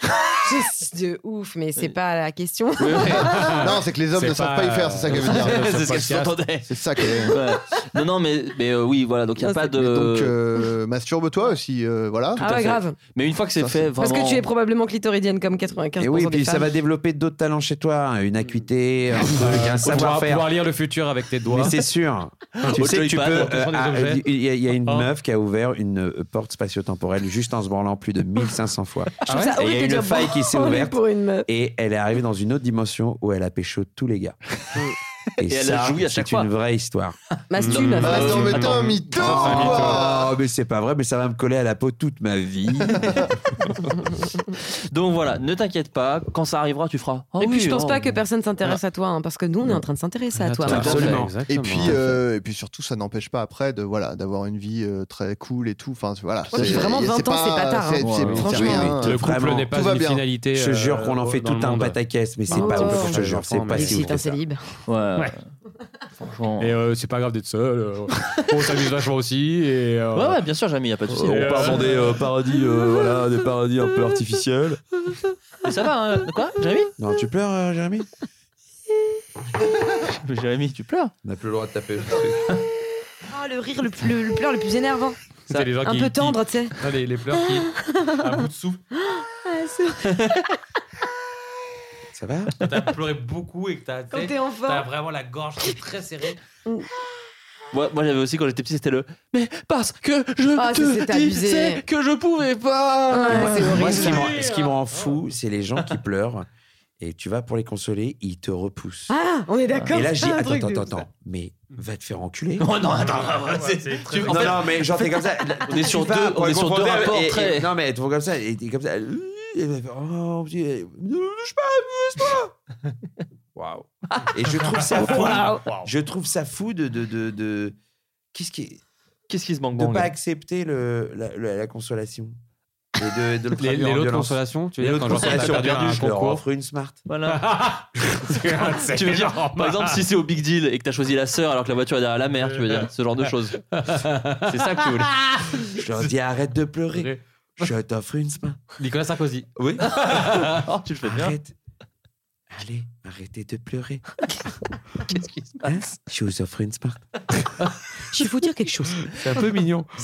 Speaker 2: Juste de ouf, mais c'est pas la question. Ah.
Speaker 7: Non, c'est que les hommes
Speaker 6: C'est
Speaker 7: ne savent pas y
Speaker 6: pas,
Speaker 7: faire, c'est ça que je veux dire.
Speaker 6: c'est ce que je t'entendais.
Speaker 7: C'est ça que.
Speaker 6: Ouais. Non, non, mais, mais euh, oui, voilà, donc il n'y a pas de.
Speaker 7: Donc, euh, masturbe-toi aussi, euh, voilà.
Speaker 2: Ah
Speaker 6: Tout à fait. Mais une fois que c'est fait,
Speaker 2: Parce
Speaker 6: vraiment.
Speaker 2: que tu es probablement clitoridienne comme 95%
Speaker 3: Et oui,
Speaker 2: des
Speaker 3: puis ça
Speaker 2: femmes.
Speaker 3: va développer d'autres talents chez toi, hein, une acuité, un truc, un
Speaker 4: Faut pouvoir, pouvoir
Speaker 3: savoir-faire.
Speaker 4: lire le futur avec tes doigts.
Speaker 3: Mais c'est sûr. tu
Speaker 4: Au
Speaker 3: sais que tu peux.
Speaker 4: joypad, en
Speaker 3: euh,
Speaker 4: fonction des
Speaker 3: ah,
Speaker 4: objets.
Speaker 3: Il y, a- il y a une meuf qui a ouvert une euh, porte spatio-temporelle juste en se branlant plus de 1500 fois. Ah
Speaker 2: Je trouve ça
Speaker 3: Et il y
Speaker 2: horrible
Speaker 3: a
Speaker 2: de
Speaker 3: une
Speaker 2: dire
Speaker 3: faille qui s'est
Speaker 2: branler
Speaker 3: ouverte.
Speaker 2: pour une meuf.
Speaker 3: Et elle est arrivée dans une autre dimension où elle a pécho tous les gars. Et,
Speaker 6: Et elle
Speaker 3: ça,
Speaker 6: a joué à chaque
Speaker 3: c'est une vraie histoire.
Speaker 2: Masturbe,
Speaker 3: Mmh.
Speaker 2: masturbe.
Speaker 7: Attends, mais t'es un mytho, quoi
Speaker 3: Oh, mais c'est pas vrai, mais ça va me coller à la peau toute ma vie.
Speaker 6: Donc voilà, ne t'inquiète pas, quand ça arrivera, tu feras. Oh
Speaker 2: et puis
Speaker 6: oui,
Speaker 2: je pense
Speaker 6: oh.
Speaker 2: pas que personne s'intéresse à toi, hein, parce que nous on est en train de s'intéresser à
Speaker 7: Ah,
Speaker 2: toi. hein.
Speaker 6: Tout à
Speaker 2: maintenant.
Speaker 6: fait.
Speaker 3: Absolument.
Speaker 7: Et puis, euh, et puis surtout, ça n'empêche pas après de voilà d'avoir une vie euh, très cool et tout. Enfin, voilà.
Speaker 2: Ouais, puis
Speaker 7: c'est-
Speaker 2: vraiment,
Speaker 7: c'est
Speaker 2: 20 ans, c'est pas tard, hein.
Speaker 7: c'est- c'est-
Speaker 2: Ouais,
Speaker 7: c'est
Speaker 2: oui,
Speaker 7: rien,
Speaker 2: oui.
Speaker 7: hein.
Speaker 4: Le couple
Speaker 3: Vraiment,
Speaker 4: n'est pas
Speaker 7: tout va
Speaker 4: une
Speaker 7: bien.
Speaker 4: finalité.
Speaker 3: Je te jure qu'on en
Speaker 4: euh,
Speaker 3: fait
Speaker 4: dans
Speaker 3: tout
Speaker 4: le
Speaker 3: un
Speaker 4: monde. Bah,
Speaker 3: pataquès, mais c'est
Speaker 2: Oh.
Speaker 3: pas ouf. Je te
Speaker 4: Ouais,
Speaker 3: jure, c'est
Speaker 4: mais
Speaker 3: pas
Speaker 4: si,
Speaker 3: si
Speaker 2: Ici,
Speaker 3: ouf.
Speaker 2: t'es un célib.
Speaker 6: Ouais.
Speaker 4: Ouais.
Speaker 6: Franchement.
Speaker 4: Et euh, c'est pas grave d'être seul. euh, on s'amuse vachement aussi. Et, euh,
Speaker 6: Ouais, ouais, bien sûr, Jamie, y a pas de
Speaker 3: Oh,
Speaker 6: souci.
Speaker 4: Et, euh,
Speaker 10: des euh, paradis, euh, voilà, des paradis un peu artificiels.
Speaker 6: Mais Ça va, hein, quoi, Jamie
Speaker 3: Non, tu pleures, euh, Jérémy
Speaker 6: Jamie, tu pleures
Speaker 3: On n'a plus le droit de taper.
Speaker 2: Oh, le rire, le, le, le pleur le plus énervant.
Speaker 4: c'est les gens
Speaker 2: Un
Speaker 4: qui-
Speaker 2: peu
Speaker 4: qui-
Speaker 2: tendre, tu sais. Ah,
Speaker 4: Ah, les, les pleurs qui. à bout de souffle.
Speaker 3: Ça va
Speaker 4: Quand T'as pleuré beaucoup et que t'as.
Speaker 2: Quand t'es en
Speaker 4: T'as
Speaker 2: forme.
Speaker 4: vraiment la gorge qui est très serrée.
Speaker 6: Moi, moi j'avais aussi quand j'étais petit, c'était le. Mais parce que je
Speaker 2: Ah, ça, c'est
Speaker 6: te
Speaker 2: abusé.
Speaker 6: disais que je pouvais pas.
Speaker 2: Ouais, c'est horrible.
Speaker 3: Moi, ce qui m'en- ce qui me rend fou, c'est les gens qui pleurent et tu vas pour les consoler, ils te repoussent.
Speaker 2: Ah, on est d'accord.
Speaker 3: et là, je dis
Speaker 2: Ah, un
Speaker 3: attends,
Speaker 2: truc de
Speaker 3: attends,
Speaker 2: ouf, ça.
Speaker 3: attends, mais va te faire enculer.
Speaker 6: Oh non, attends, c'est- tu- en
Speaker 3: non,
Speaker 6: fait,
Speaker 3: non, mais genre, t'es comme ça.
Speaker 6: On est sur
Speaker 3: Tu vas
Speaker 6: deux-
Speaker 3: pour
Speaker 6: on
Speaker 3: les
Speaker 6: est sur deux
Speaker 3: confronter,
Speaker 6: rapports
Speaker 3: et- et-
Speaker 6: très-
Speaker 3: Non, mais t'es comme ça, et t'es comme ça. euh, et elle fait, Oh, je ne bouge pas, bouge-toi. Waouh. Et je trouve ça fou. Je trouve ça fou de. de, de, de- Qu'est-ce qui. est-
Speaker 6: Qu'est-ce qui se manque
Speaker 3: De pas accepter le, la, la- la consolation. Et de, de le
Speaker 4: Les,
Speaker 3: traduire en
Speaker 4: les lots de
Speaker 3: violence.
Speaker 4: consolation, tu
Speaker 3: Les
Speaker 4: veux dire
Speaker 3: lots de
Speaker 4: quand genre t'as
Speaker 3: consolation,
Speaker 4: perdu un
Speaker 3: je leur
Speaker 4: concours.
Speaker 3: offre une smart.
Speaker 6: Voilà. tu
Speaker 4: tu
Speaker 6: veux dire, par exemple, si c'est au Big Deal et que t'as choisi la sœur alors que la voiture est derrière la mère, tu veux dire, ce genre de choses. C'est ça que tu voulais.
Speaker 3: Je leur dis arrête de pleurer. Je t'offre une smart.
Speaker 4: Nicolas Sarkozy.
Speaker 3: Oui.
Speaker 6: Oh, tu le fais bien.
Speaker 3: Arrête. Allez, arrêtez de pleurer. Qu'est-ce qui se passe Je vous offre une smart.
Speaker 2: Je vais vous dire quelque chose.
Speaker 4: C'est un peu mignon.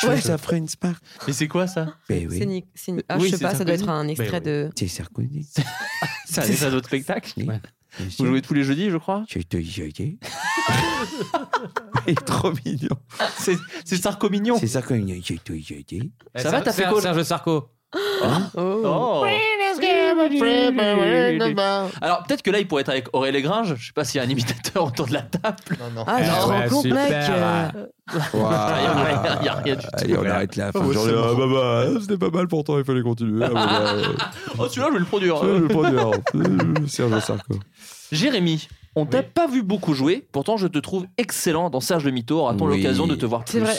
Speaker 3: Je vous offre une smart.
Speaker 6: Mais c'est quoi ça
Speaker 9: eh
Speaker 3: Ben
Speaker 2: C'est
Speaker 3: oui.
Speaker 2: Nick. c'est Nick. Ah,
Speaker 6: Oui,
Speaker 2: je sais
Speaker 6: c'est
Speaker 2: pas, ça doit
Speaker 6: Sarkozy.
Speaker 2: être un extrait
Speaker 7: Ben
Speaker 4: oui.
Speaker 2: de.
Speaker 3: C'est Sarkozy.
Speaker 6: C'est un message de votre spectacle.
Speaker 3: Oui,
Speaker 4: Ouais.
Speaker 3: bien
Speaker 6: Vous
Speaker 3: sûr.
Speaker 6: jouez tous les jeudis, je crois.
Speaker 3: Je te jure. Il est trop mignon.
Speaker 6: C'est c'est Sarko Mignon.
Speaker 3: C'est Sarkozy. Je te jure.
Speaker 6: Eh, Ça va, t'as fait
Speaker 4: Serge-
Speaker 6: quoi
Speaker 4: Serge Sarko.
Speaker 6: Oh.
Speaker 9: Ah,
Speaker 7: ben,
Speaker 9: bah,
Speaker 6: Alors peut-être que là, il pourrait être avec Auré Légringe. Je sais pas s'il y a un imitateur autour de la table.
Speaker 7: Non, non.
Speaker 2: Ah, je
Speaker 4: Eh
Speaker 2: te
Speaker 4: ouais,
Speaker 2: rends compte, mec.
Speaker 4: super.
Speaker 2: euh,
Speaker 6: Il y a rien- il y a rien du tout.
Speaker 9: Ah,
Speaker 3: Allez, on arrête
Speaker 9: Oh,
Speaker 3: là. Fin de journée.
Speaker 10: ah, bah, bah, hein, c'était pas mal pourtant, il fallait continuer. Ah, bah,
Speaker 9: euh,
Speaker 10: bah,
Speaker 6: Oh, celui-là, je vais le produire.
Speaker 10: euh, le produire, euh, Serge Sarko.
Speaker 6: Jérémy, on t'a pas vu beaucoup jouer. Pourtant, je te trouve excellent dans Serge le Mytho. Aura-t-on
Speaker 3: Oui.
Speaker 6: l'occasion de te voir
Speaker 2: C'est
Speaker 6: plus
Speaker 2: vrai.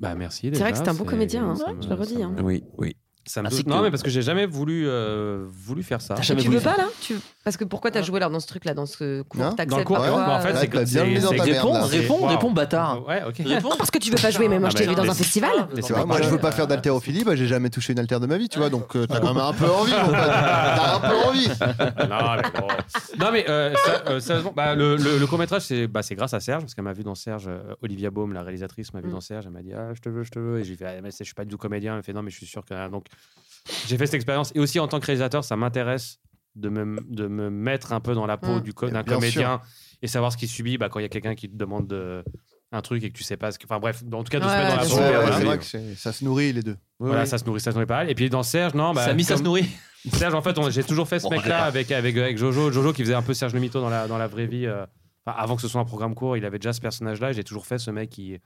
Speaker 4: Bah merci.
Speaker 2: C'est
Speaker 4: déjà,
Speaker 2: vrai que c'est un bon
Speaker 4: c'est-
Speaker 2: comédien, hein.
Speaker 4: ça me-
Speaker 2: Je le redis,
Speaker 4: ça
Speaker 2: hein.
Speaker 4: me-
Speaker 3: Oui, oui.
Speaker 4: Ça me
Speaker 6: Ainsi
Speaker 4: touche.
Speaker 6: que-
Speaker 4: Non, mais parce que j'ai jamais voulu, euh, voulu faire ça.
Speaker 6: T'as
Speaker 2: Mais
Speaker 6: jamais
Speaker 2: tu
Speaker 6: voulu
Speaker 2: veux pas là Tu- Parce que pourquoi t'as joué alors dans ce truc là, dans ce
Speaker 7: Hein
Speaker 2: cours
Speaker 4: Dans le
Speaker 2: T'acceptes
Speaker 4: cours,
Speaker 2: pas euh,
Speaker 7: ouais,
Speaker 2: quoi
Speaker 4: mais en fait,
Speaker 7: là,
Speaker 4: c'est
Speaker 7: t'as bien
Speaker 4: c'est-
Speaker 7: mis dans
Speaker 4: c'est-
Speaker 7: ta
Speaker 4: c'est-
Speaker 6: Réponds,
Speaker 7: merde, là.
Speaker 6: réponds,
Speaker 4: Waouh.
Speaker 6: réponds, bâtard.
Speaker 4: Ouais, ok.
Speaker 6: Réponds.
Speaker 2: Ah, Parce que tu veux pas jouer, mais moi je t'ai
Speaker 4: Ah,
Speaker 2: vu
Speaker 4: mais-
Speaker 2: dans un festival.
Speaker 4: Mais
Speaker 7: Tu vois, moi, je veux pas faire d'haltérophilie, bah, j'ai jamais touché une haltère de ma vie, tu vois, donc euh, t'as quand même un peu envie, mon pote. T'as un peu envie.
Speaker 4: non, mais bon. Non, mais euh, ça- euh, sérieusement, bah, le, court métrage, c'est bah, c'est grâce à Serge, parce qu'elle m'a vu dans Serge. euh, Olivia Baum, la réalisatrice, m'a vu
Speaker 2: Mm.
Speaker 4: dans Serge. Elle m'a dit Ah, je te veux, je te veux. Et j'ai fait ah, mais c'est- Je suis pas du tout comédien. Elle m'a fait Non, mais je suis sûr que. ah, Donc, j'ai fait cette expérience. Et aussi, en tant que réalisateur, ça m'intéresse de me, de me mettre un peu dans la peau
Speaker 2: Mm.
Speaker 4: du co-
Speaker 7: Et
Speaker 4: d'un
Speaker 7: bien
Speaker 4: comédien et savoir ce qu'il subit bah, quand il y a quelqu'un qui te demande de- un truc et que tu sais pas ce que. Enfin, bref, en tout cas, de se
Speaker 2: Ouais,
Speaker 4: mettre dans la
Speaker 2: ouais,
Speaker 4: peau.
Speaker 7: Ouais,
Speaker 4: et
Speaker 7: ouais,
Speaker 4: voilà.
Speaker 7: c'est vrai que c'est- ça se nourrit, les deux.
Speaker 4: Voilà, ça se nourrit, ça se nourrit pas mal. Et puis dans Serge, non, bah,
Speaker 6: Samy, ça se
Speaker 4: comme-
Speaker 6: nourrit.
Speaker 4: Serge, en fait, on- j'ai toujours fait ce
Speaker 6: Bon,
Speaker 4: mec-là avec, avec, euh, avec Jojo. Jojo qui faisait un peu Serge le Mito dans la, dans la vraie vie. euh, enfin, avant que ce soit un programme court, il avait déjà ce personnage-là. et J'ai toujours fait ce mec qui,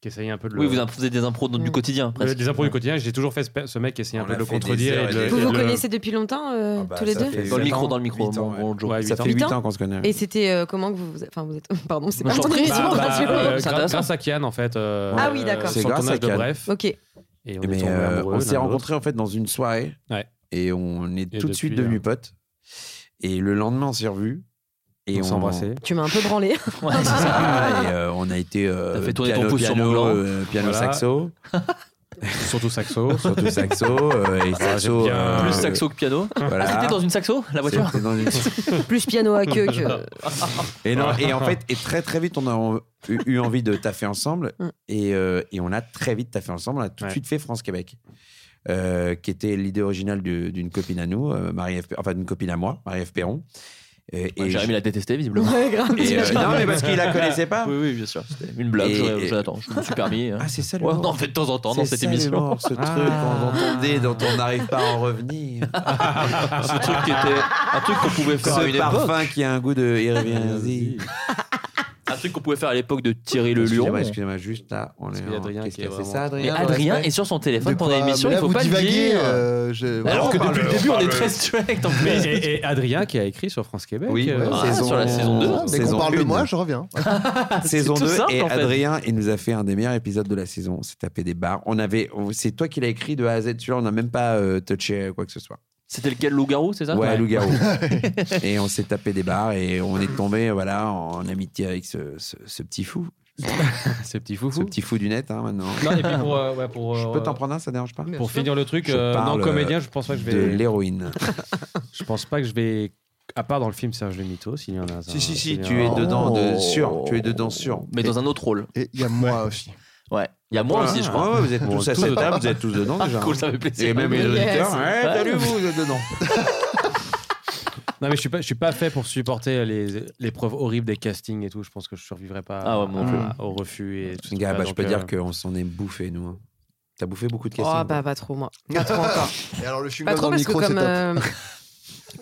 Speaker 4: qui essayait un peu de le.
Speaker 6: Oui, vous imp- vous êtes des impros du quotidien,
Speaker 4: Le-
Speaker 6: hein, presque.
Speaker 4: des impros du quotidien, j'ai toujours fait ce, pe- ce mec qui essayait un peu de le
Speaker 6: fait des
Speaker 4: contredire.
Speaker 6: heures
Speaker 4: et
Speaker 6: et
Speaker 4: de le-
Speaker 6: des-
Speaker 4: et
Speaker 2: Vous
Speaker 4: de
Speaker 2: vous
Speaker 4: le-
Speaker 2: connaissez depuis longtemps, euh,
Speaker 4: bah,
Speaker 2: tous les deux
Speaker 6: Dans le micro, dans le micro. bon, bon, Joe.
Speaker 4: Ouais,
Speaker 6: Ça
Speaker 4: huit
Speaker 6: fait
Speaker 4: ans.
Speaker 6: huit
Speaker 4: Huit ans
Speaker 6: qu'on
Speaker 4: se connaît.
Speaker 2: Et c'était euh, comment que vous. vous- Enfin, vous êtes. Enfin, vous êtes. Pardon,
Speaker 4: Bah, bah,
Speaker 2: c'est pas
Speaker 4: bah,
Speaker 2: grâce à vous.
Speaker 4: euh,
Speaker 2: C'est
Speaker 4: gra-
Speaker 2: intéressant.
Speaker 4: Grâce à Kian, en fait. euh,
Speaker 2: Ah oui, d'accord.
Speaker 4: sur
Speaker 3: C'est
Speaker 4: le
Speaker 3: grâce
Speaker 4: tournage
Speaker 3: à
Speaker 4: de
Speaker 3: Kian.
Speaker 4: Bref.
Speaker 2: Ok.
Speaker 4: Et on
Speaker 3: Mais,
Speaker 4: est tombés
Speaker 3: euh,
Speaker 4: amoureux.
Speaker 3: on
Speaker 4: l'un
Speaker 3: s'est
Speaker 4: de
Speaker 3: rencontrés en fait dans une soirée et on est tout de suite
Speaker 4: depuis, euh,
Speaker 3: devenus potes. Et le lendemain, on s'est revus. Et
Speaker 4: On s'est embrassés.
Speaker 2: Tu m'as un peu branlé.
Speaker 6: Ouais, c'est
Speaker 3: ça. Et euh, on a été euh,
Speaker 6: T'as fait tourner
Speaker 3: piano,
Speaker 6: ton pouce sur
Speaker 3: piano,
Speaker 6: Mont Blanc.
Speaker 3: euh, piano
Speaker 4: Voilà.
Speaker 3: saxo.
Speaker 4: l'autre. Surtout saxo.
Speaker 3: Surtout saxo. euh, et
Speaker 4: Ah,
Speaker 3: saxo.
Speaker 4: j'aime bien.
Speaker 3: euh,
Speaker 6: Plus saxo que piano.
Speaker 3: Voilà.
Speaker 6: Ah, c'était dans une saxo, la voiture
Speaker 3: C'était dans une-
Speaker 2: Plus piano à queue que.
Speaker 3: Et, non, et en fait, et très très vite, on a eu- eu envie de taffer ensemble. Et, euh, et on a très vite taffé ensemble. On a tout de suite fait France-Québec, euh, qui était l'idée originale du- d'une copine à nous, euh, Marie-Ève Pe- enfin d'une copine à moi, Marie-Ève Perron. Et, et
Speaker 6: Jérémy
Speaker 3: je-
Speaker 6: l'a détesté, visiblement.
Speaker 3: Ouais, grave, Et, euh, j'imagine. non, mais parce qu'il la connaissait pas.
Speaker 6: Oui, oui, bien sûr. C'était une blague,
Speaker 3: Et-
Speaker 6: je-
Speaker 3: et-
Speaker 6: Jonathan. Je me suis permis.
Speaker 3: Ah, c'est ça le
Speaker 6: Ouais,
Speaker 3: mort.
Speaker 6: Non, en fait, de temps en temps, dans
Speaker 3: C'est
Speaker 6: cette
Speaker 3: ça, le
Speaker 6: émission. Ah.
Speaker 3: mort, ce truc qu'on entendait, dont on n'arrive pas à en revenir.
Speaker 6: Ce truc qui était. Un truc qu'on pouvait faire à
Speaker 3: Ce
Speaker 6: une
Speaker 3: parfum
Speaker 6: époque.
Speaker 3: qui a un goût de. Il revient.
Speaker 6: Un truc qu'on pouvait faire à l'époque de Thierry Le Lion.
Speaker 3: Excusez-moi, excusez-moi, juste là, on est.
Speaker 4: qu'il y a Adrien
Speaker 3: Qu'est-ce
Speaker 4: qui
Speaker 3: qu'il y a
Speaker 4: est
Speaker 3: C'est
Speaker 4: vraiment-
Speaker 3: ça, Adrien
Speaker 6: Mais
Speaker 3: le
Speaker 6: Adrien
Speaker 3: respect
Speaker 6: est sur son téléphone
Speaker 3: De
Speaker 6: pendant
Speaker 3: quoi
Speaker 6: l'émission,
Speaker 3: Mais
Speaker 6: il
Speaker 3: là,
Speaker 6: faut
Speaker 3: vous
Speaker 6: pas le
Speaker 3: divaguez,
Speaker 6: dire.
Speaker 3: euh, je-
Speaker 6: Alors
Speaker 3: On
Speaker 6: que
Speaker 3: parle-
Speaker 6: depuis le début,
Speaker 3: on
Speaker 6: on est
Speaker 3: parle-
Speaker 6: très strict en
Speaker 4: Ah, Mais-
Speaker 6: plus.
Speaker 4: et, et Adrien qui a écrit sur France Québec.
Speaker 3: Oui,
Speaker 4: euh,
Speaker 3: ouais, saison- Ah,
Speaker 6: sur la saison deux.
Speaker 7: Dès qu'on
Speaker 3: saison
Speaker 7: parle de
Speaker 3: une.
Speaker 7: moi, je reviens.
Speaker 3: saison
Speaker 6: tout
Speaker 3: 2
Speaker 6: simple,
Speaker 3: et
Speaker 6: en fait.
Speaker 3: Adrien il nous a fait un des meilleurs épisodes de la saison on s'est tapé des barres on avait on- c'est toi qui l'as écrit de A à Z tu vois on n'a même pas euh, touché quoi que ce soit
Speaker 6: C'était lequel Loup-Garou, c'est ça
Speaker 3: ouais Loup-Garou et on s'est tapé des barres et on est tombé voilà en amitié avec ce, ce, ce petit fou
Speaker 4: ce petit fou
Speaker 3: ce petit fou du net hein, maintenant
Speaker 4: Non, et puis pour, euh, ouais, pour,
Speaker 3: je
Speaker 4: euh,
Speaker 3: peux t'en prendre un ça dérange pas
Speaker 4: Pour finir le truc,
Speaker 3: Je
Speaker 4: euh, non
Speaker 3: parle,
Speaker 4: comédien, je pense pas que je vais.
Speaker 3: de l'héroïne
Speaker 4: Je pense pas que je vais. À part dans le film Serge Le Mito, s'il y en a.
Speaker 3: si si si tu es dedans de sûr tu es dedans sûr
Speaker 6: Mais dans un autre rôle.
Speaker 7: Et il y a moi aussi.
Speaker 6: Ouais. Il y a moi
Speaker 3: Ouais,
Speaker 6: aussi, je
Speaker 3: ouais,
Speaker 6: crois.
Speaker 3: ouais, vous êtes tous à cette table, vous êtes tous dedans
Speaker 6: Ah,
Speaker 3: déjà. hein.
Speaker 6: Cool, ça fait plaisir.
Speaker 3: et même les auditeurs
Speaker 9: hein,
Speaker 3: ouais,
Speaker 6: Ouais.
Speaker 3: salut vous vous êtes dedans
Speaker 4: Non, mais je suis pas, je suis pas fait pour supporter les, les preuves horribles des castings et tout. Je pense que je survivrai pas
Speaker 6: Ah ouais, moi non plus.
Speaker 4: à- au refus et tout. ce
Speaker 3: Gars,
Speaker 4: truc-là,
Speaker 3: bah, je
Speaker 4: donc,
Speaker 3: peux
Speaker 4: euh,
Speaker 3: dire qu'on s'en est bouffé, nous. hein. T'as bouffé beaucoup de questions.
Speaker 2: Oh, bah, pas trop, moi. Pas trop encore.
Speaker 7: Et alors, le chewing-gum
Speaker 2: Pas trop
Speaker 7: dans le
Speaker 2: parce que
Speaker 7: micro, c'est
Speaker 2: comme.
Speaker 7: top.
Speaker 2: euh,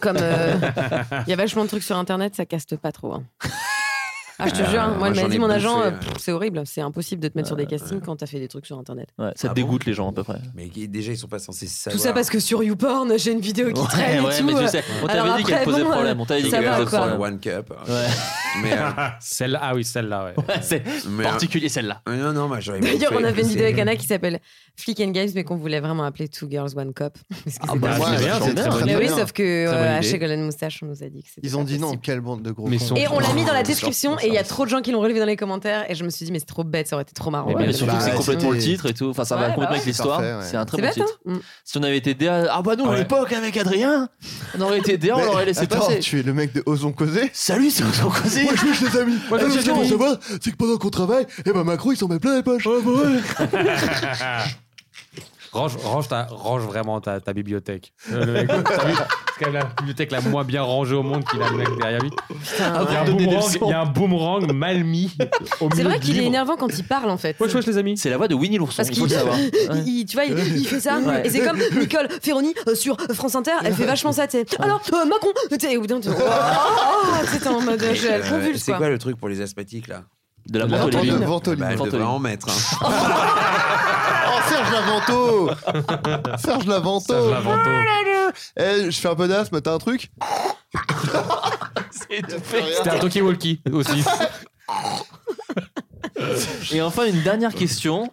Speaker 2: Comme euh, il y a vachement de trucs sur internet, ça caste pas trop. hein. Ah, je te
Speaker 6: Euh,
Speaker 2: jure,
Speaker 6: moi,
Speaker 2: moi, il
Speaker 6: j'en
Speaker 2: m'a
Speaker 6: ai
Speaker 2: dit mon agent,
Speaker 6: bouffé,
Speaker 2: euh,
Speaker 6: ouais.
Speaker 2: pff, c'est horrible, c'est impossible de te mettre sur des castings quand t'as fait des trucs sur internet.
Speaker 6: Ouais, ça
Speaker 3: Ah
Speaker 6: dégoûte les gens à peu près.
Speaker 3: Mais qui- déjà, ils sont pas censés
Speaker 2: bah, Tout
Speaker 3: savoir.
Speaker 2: ça parce que sur YouPorn, j'ai une vidéo qui
Speaker 6: Ouais,
Speaker 2: traîne
Speaker 6: ouais,
Speaker 2: et tout.
Speaker 6: mais je
Speaker 2: euh,
Speaker 6: sais. On t'avait
Speaker 2: alors
Speaker 6: dit qu'elle
Speaker 2: après,
Speaker 6: posait
Speaker 2: bon,
Speaker 6: problème,
Speaker 2: euh,
Speaker 6: on t'avait dit
Speaker 2: ça
Speaker 6: qu'elle
Speaker 2: va,
Speaker 6: posait
Speaker 2: quoi.
Speaker 3: le One Cup. Mais, euh,
Speaker 4: Celle-là, ah oui, celle-là, ouais.
Speaker 6: Ouais, c'est
Speaker 3: mais, euh,
Speaker 6: particulier celle-là.
Speaker 3: non, non, moi, j'aurais
Speaker 2: D'ailleurs,
Speaker 3: bouffé,
Speaker 2: on avait une
Speaker 3: c'est-
Speaker 2: vidéo avec Anna qui s'appelle Flick and Games, mais qu'on voulait vraiment appeler Two Girls One Cop. Parce que
Speaker 7: Ah
Speaker 2: c'était
Speaker 7: bah,
Speaker 2: un
Speaker 7: c'est
Speaker 2: film.
Speaker 7: bien, c'est une très bonne
Speaker 2: Mais oui,
Speaker 7: idée.
Speaker 2: sauf que
Speaker 7: Très bonne
Speaker 2: euh, à
Speaker 7: idée.
Speaker 2: Shagolan Moustache, on nous a dit que c'était.
Speaker 7: Ils ont dit non, quelle bande de gros
Speaker 4: Mais
Speaker 7: cons.
Speaker 4: sont-
Speaker 2: Et on l'a mis dans la description
Speaker 7: Ils
Speaker 2: et il y a trop de gens qui l'ont relevé dans les commentaires et je me suis dit mais c'est trop bête, ça aurait été trop marrant.
Speaker 6: Mais, mais
Speaker 7: Ouais,
Speaker 6: surtout,
Speaker 7: bah,
Speaker 6: c'est complètement le
Speaker 7: c'était-
Speaker 6: titre et tout. Enfin, ça
Speaker 2: Ouais,
Speaker 6: va
Speaker 2: bah
Speaker 6: complètement
Speaker 2: ouais.
Speaker 6: avec l'histoire.
Speaker 7: Parfait, ouais.
Speaker 6: C'est un très
Speaker 2: C'est
Speaker 6: bon
Speaker 2: bête,
Speaker 6: titre.
Speaker 2: hein
Speaker 6: Si on avait été DA. Ah bah non, à
Speaker 4: Ouais.
Speaker 6: l'époque, avec Adrien, on aurait été DA, on
Speaker 7: Mais-
Speaker 6: l'aurait laissé
Speaker 7: Attends,
Speaker 6: passer.
Speaker 7: tu es le mec de Ozon Causé
Speaker 6: Salut, c'est Ozon Causé.
Speaker 7: Moi, je suis Ah, les amis.
Speaker 4: Moi, je
Speaker 7: Alors,
Speaker 4: suis
Speaker 7: ce qu'il
Speaker 4: les
Speaker 7: faut
Speaker 4: amis.
Speaker 7: savoir, c'est que pendant qu'on travaille, eh ben Macron, il s'en met plein les poches.
Speaker 6: Ah, bah
Speaker 4: range, range, ta- range vraiment ta, ta bibliothèque. Euh, le mec, t'as vu C'est quand même la bibliothèque la moins bien rangée au monde qu'il a le mec derrière lui.
Speaker 6: Ah,
Speaker 4: Il y a un
Speaker 6: vous me donnez des
Speaker 4: boomerang,
Speaker 6: leçons.
Speaker 4: il y a un boomerang mal mis au milieu
Speaker 2: C'est vrai
Speaker 4: de
Speaker 2: qu'il est
Speaker 4: livres.
Speaker 2: énervant quand il parle en fait.
Speaker 4: Wesh, wesh, les amis.
Speaker 6: C'est la voix de Winnie l'ourson,
Speaker 2: Parce
Speaker 6: il faut
Speaker 2: qu'il,
Speaker 6: le savoir. Ouais.
Speaker 2: il- il- tu vois, il, il fait ça
Speaker 6: Ouais.
Speaker 2: et c'est comme Nicole Ferroni euh, sur France Inter, elle fait vachement ça. tu sais. Alors euh, Macron, tu sais, au bout d'un moment, tu- oh, tu sais, t'es en mode euh, je
Speaker 3: Euh,
Speaker 2: convulse
Speaker 3: C'est
Speaker 2: quoi.
Speaker 3: quoi le truc pour les asthmatiques, là
Speaker 6: De la
Speaker 4: La
Speaker 6: Bantoline.
Speaker 7: Ventoline.
Speaker 3: Bah, elle
Speaker 6: Ventoline.
Speaker 3: devrait en mettre. hein.
Speaker 7: Oh, Serge Lavanto Serge Lavanto
Speaker 4: Serge Lavanto.
Speaker 7: Eh, je fais un peu d'asthme, t'as un truc
Speaker 6: C'est tout fait.
Speaker 4: C'était un Toki Walkie aussi.
Speaker 6: Et enfin, une dernière question.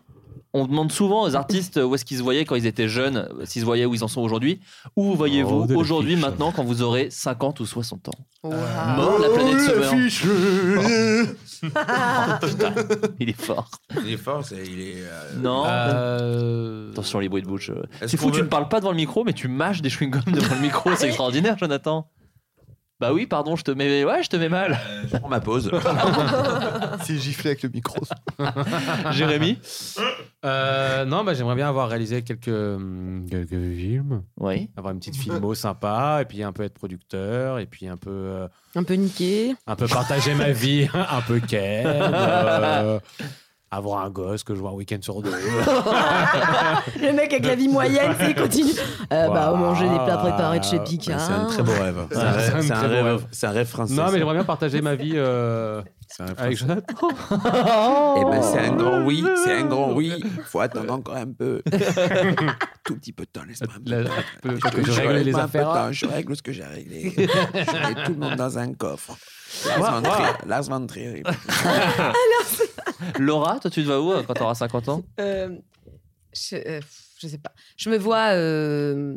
Speaker 6: On demande souvent aux artistes où est-ce qu'ils se voyaient quand ils étaient jeunes, s'ils se voyaient où ils en sont aujourd'hui. Où voyez-vous
Speaker 4: de la
Speaker 6: aujourd'hui,
Speaker 4: fiche.
Speaker 6: maintenant, quand vous aurez 50 ou 60 ans
Speaker 3: Ah.
Speaker 2: Waouh.
Speaker 6: Mort, Oh, la planète se meurt.
Speaker 7: fiche euh,
Speaker 2: Oh,
Speaker 6: Il est fort.
Speaker 3: Il est fort, c'est- il est. euh,
Speaker 6: Non
Speaker 4: Euh,
Speaker 6: Attention les bruits de bouche. euh.
Speaker 3: Est-ce
Speaker 6: C'est fou,
Speaker 3: qu'on
Speaker 6: tu
Speaker 3: veut-
Speaker 6: ne parles pas devant le micro, mais tu mâches des chewing-gums devant le micro. C'est extraordinaire, Jonathan. Bah oui, pardon, je te mets, ouais, je te mets mal.
Speaker 3: Euh, Je prends ma pause.
Speaker 7: C'est giflé avec le micro.
Speaker 6: Jérémy
Speaker 4: euh, non, bah, j'aimerais bien avoir réalisé quelques, hum, quelques films,
Speaker 6: Oui.
Speaker 4: avoir une petite filmo sympa, et puis un peu être producteur, et puis un peu, euh,
Speaker 2: Un peu niqué.
Speaker 4: un peu partager ma vie, un peu Ken. euh, avoir un gosse que je vois un week-end sur deux.
Speaker 11: Le mec avec la vie moyenne, c'est il continue. Euh, bah,
Speaker 4: Waouh.
Speaker 11: manger des plats préparés de chez Picard.
Speaker 4: C'est un très
Speaker 3: beau rêve. C'est un rêve- c'est un
Speaker 4: très beau
Speaker 3: rêve- c'est un rêve français,
Speaker 4: Non,
Speaker 3: ça.
Speaker 4: mais j'aimerais bien partager ma vie euh, avec Jonathan.
Speaker 3: Eh ben,
Speaker 7: Oh.
Speaker 3: c'est un grand oui, c'est un grand oui. Faut attendre encore un peu. Tout petit peu de temps, laisse-moi un peu. de temps.
Speaker 4: faut que je
Speaker 3: laisse-moi
Speaker 4: règle
Speaker 3: un
Speaker 4: les
Speaker 3: peu de
Speaker 4: affaires.
Speaker 3: temps, Je règle ce que j'ai réglé. Je mets tout le monde dans un coffre. Lars von Trier- Lars von Trier.
Speaker 6: Oh, Laura, toi, tu te vas où euh, quand t'auras 50 ans
Speaker 2: Euh, je, euh, je sais pas. Je me vois. euh,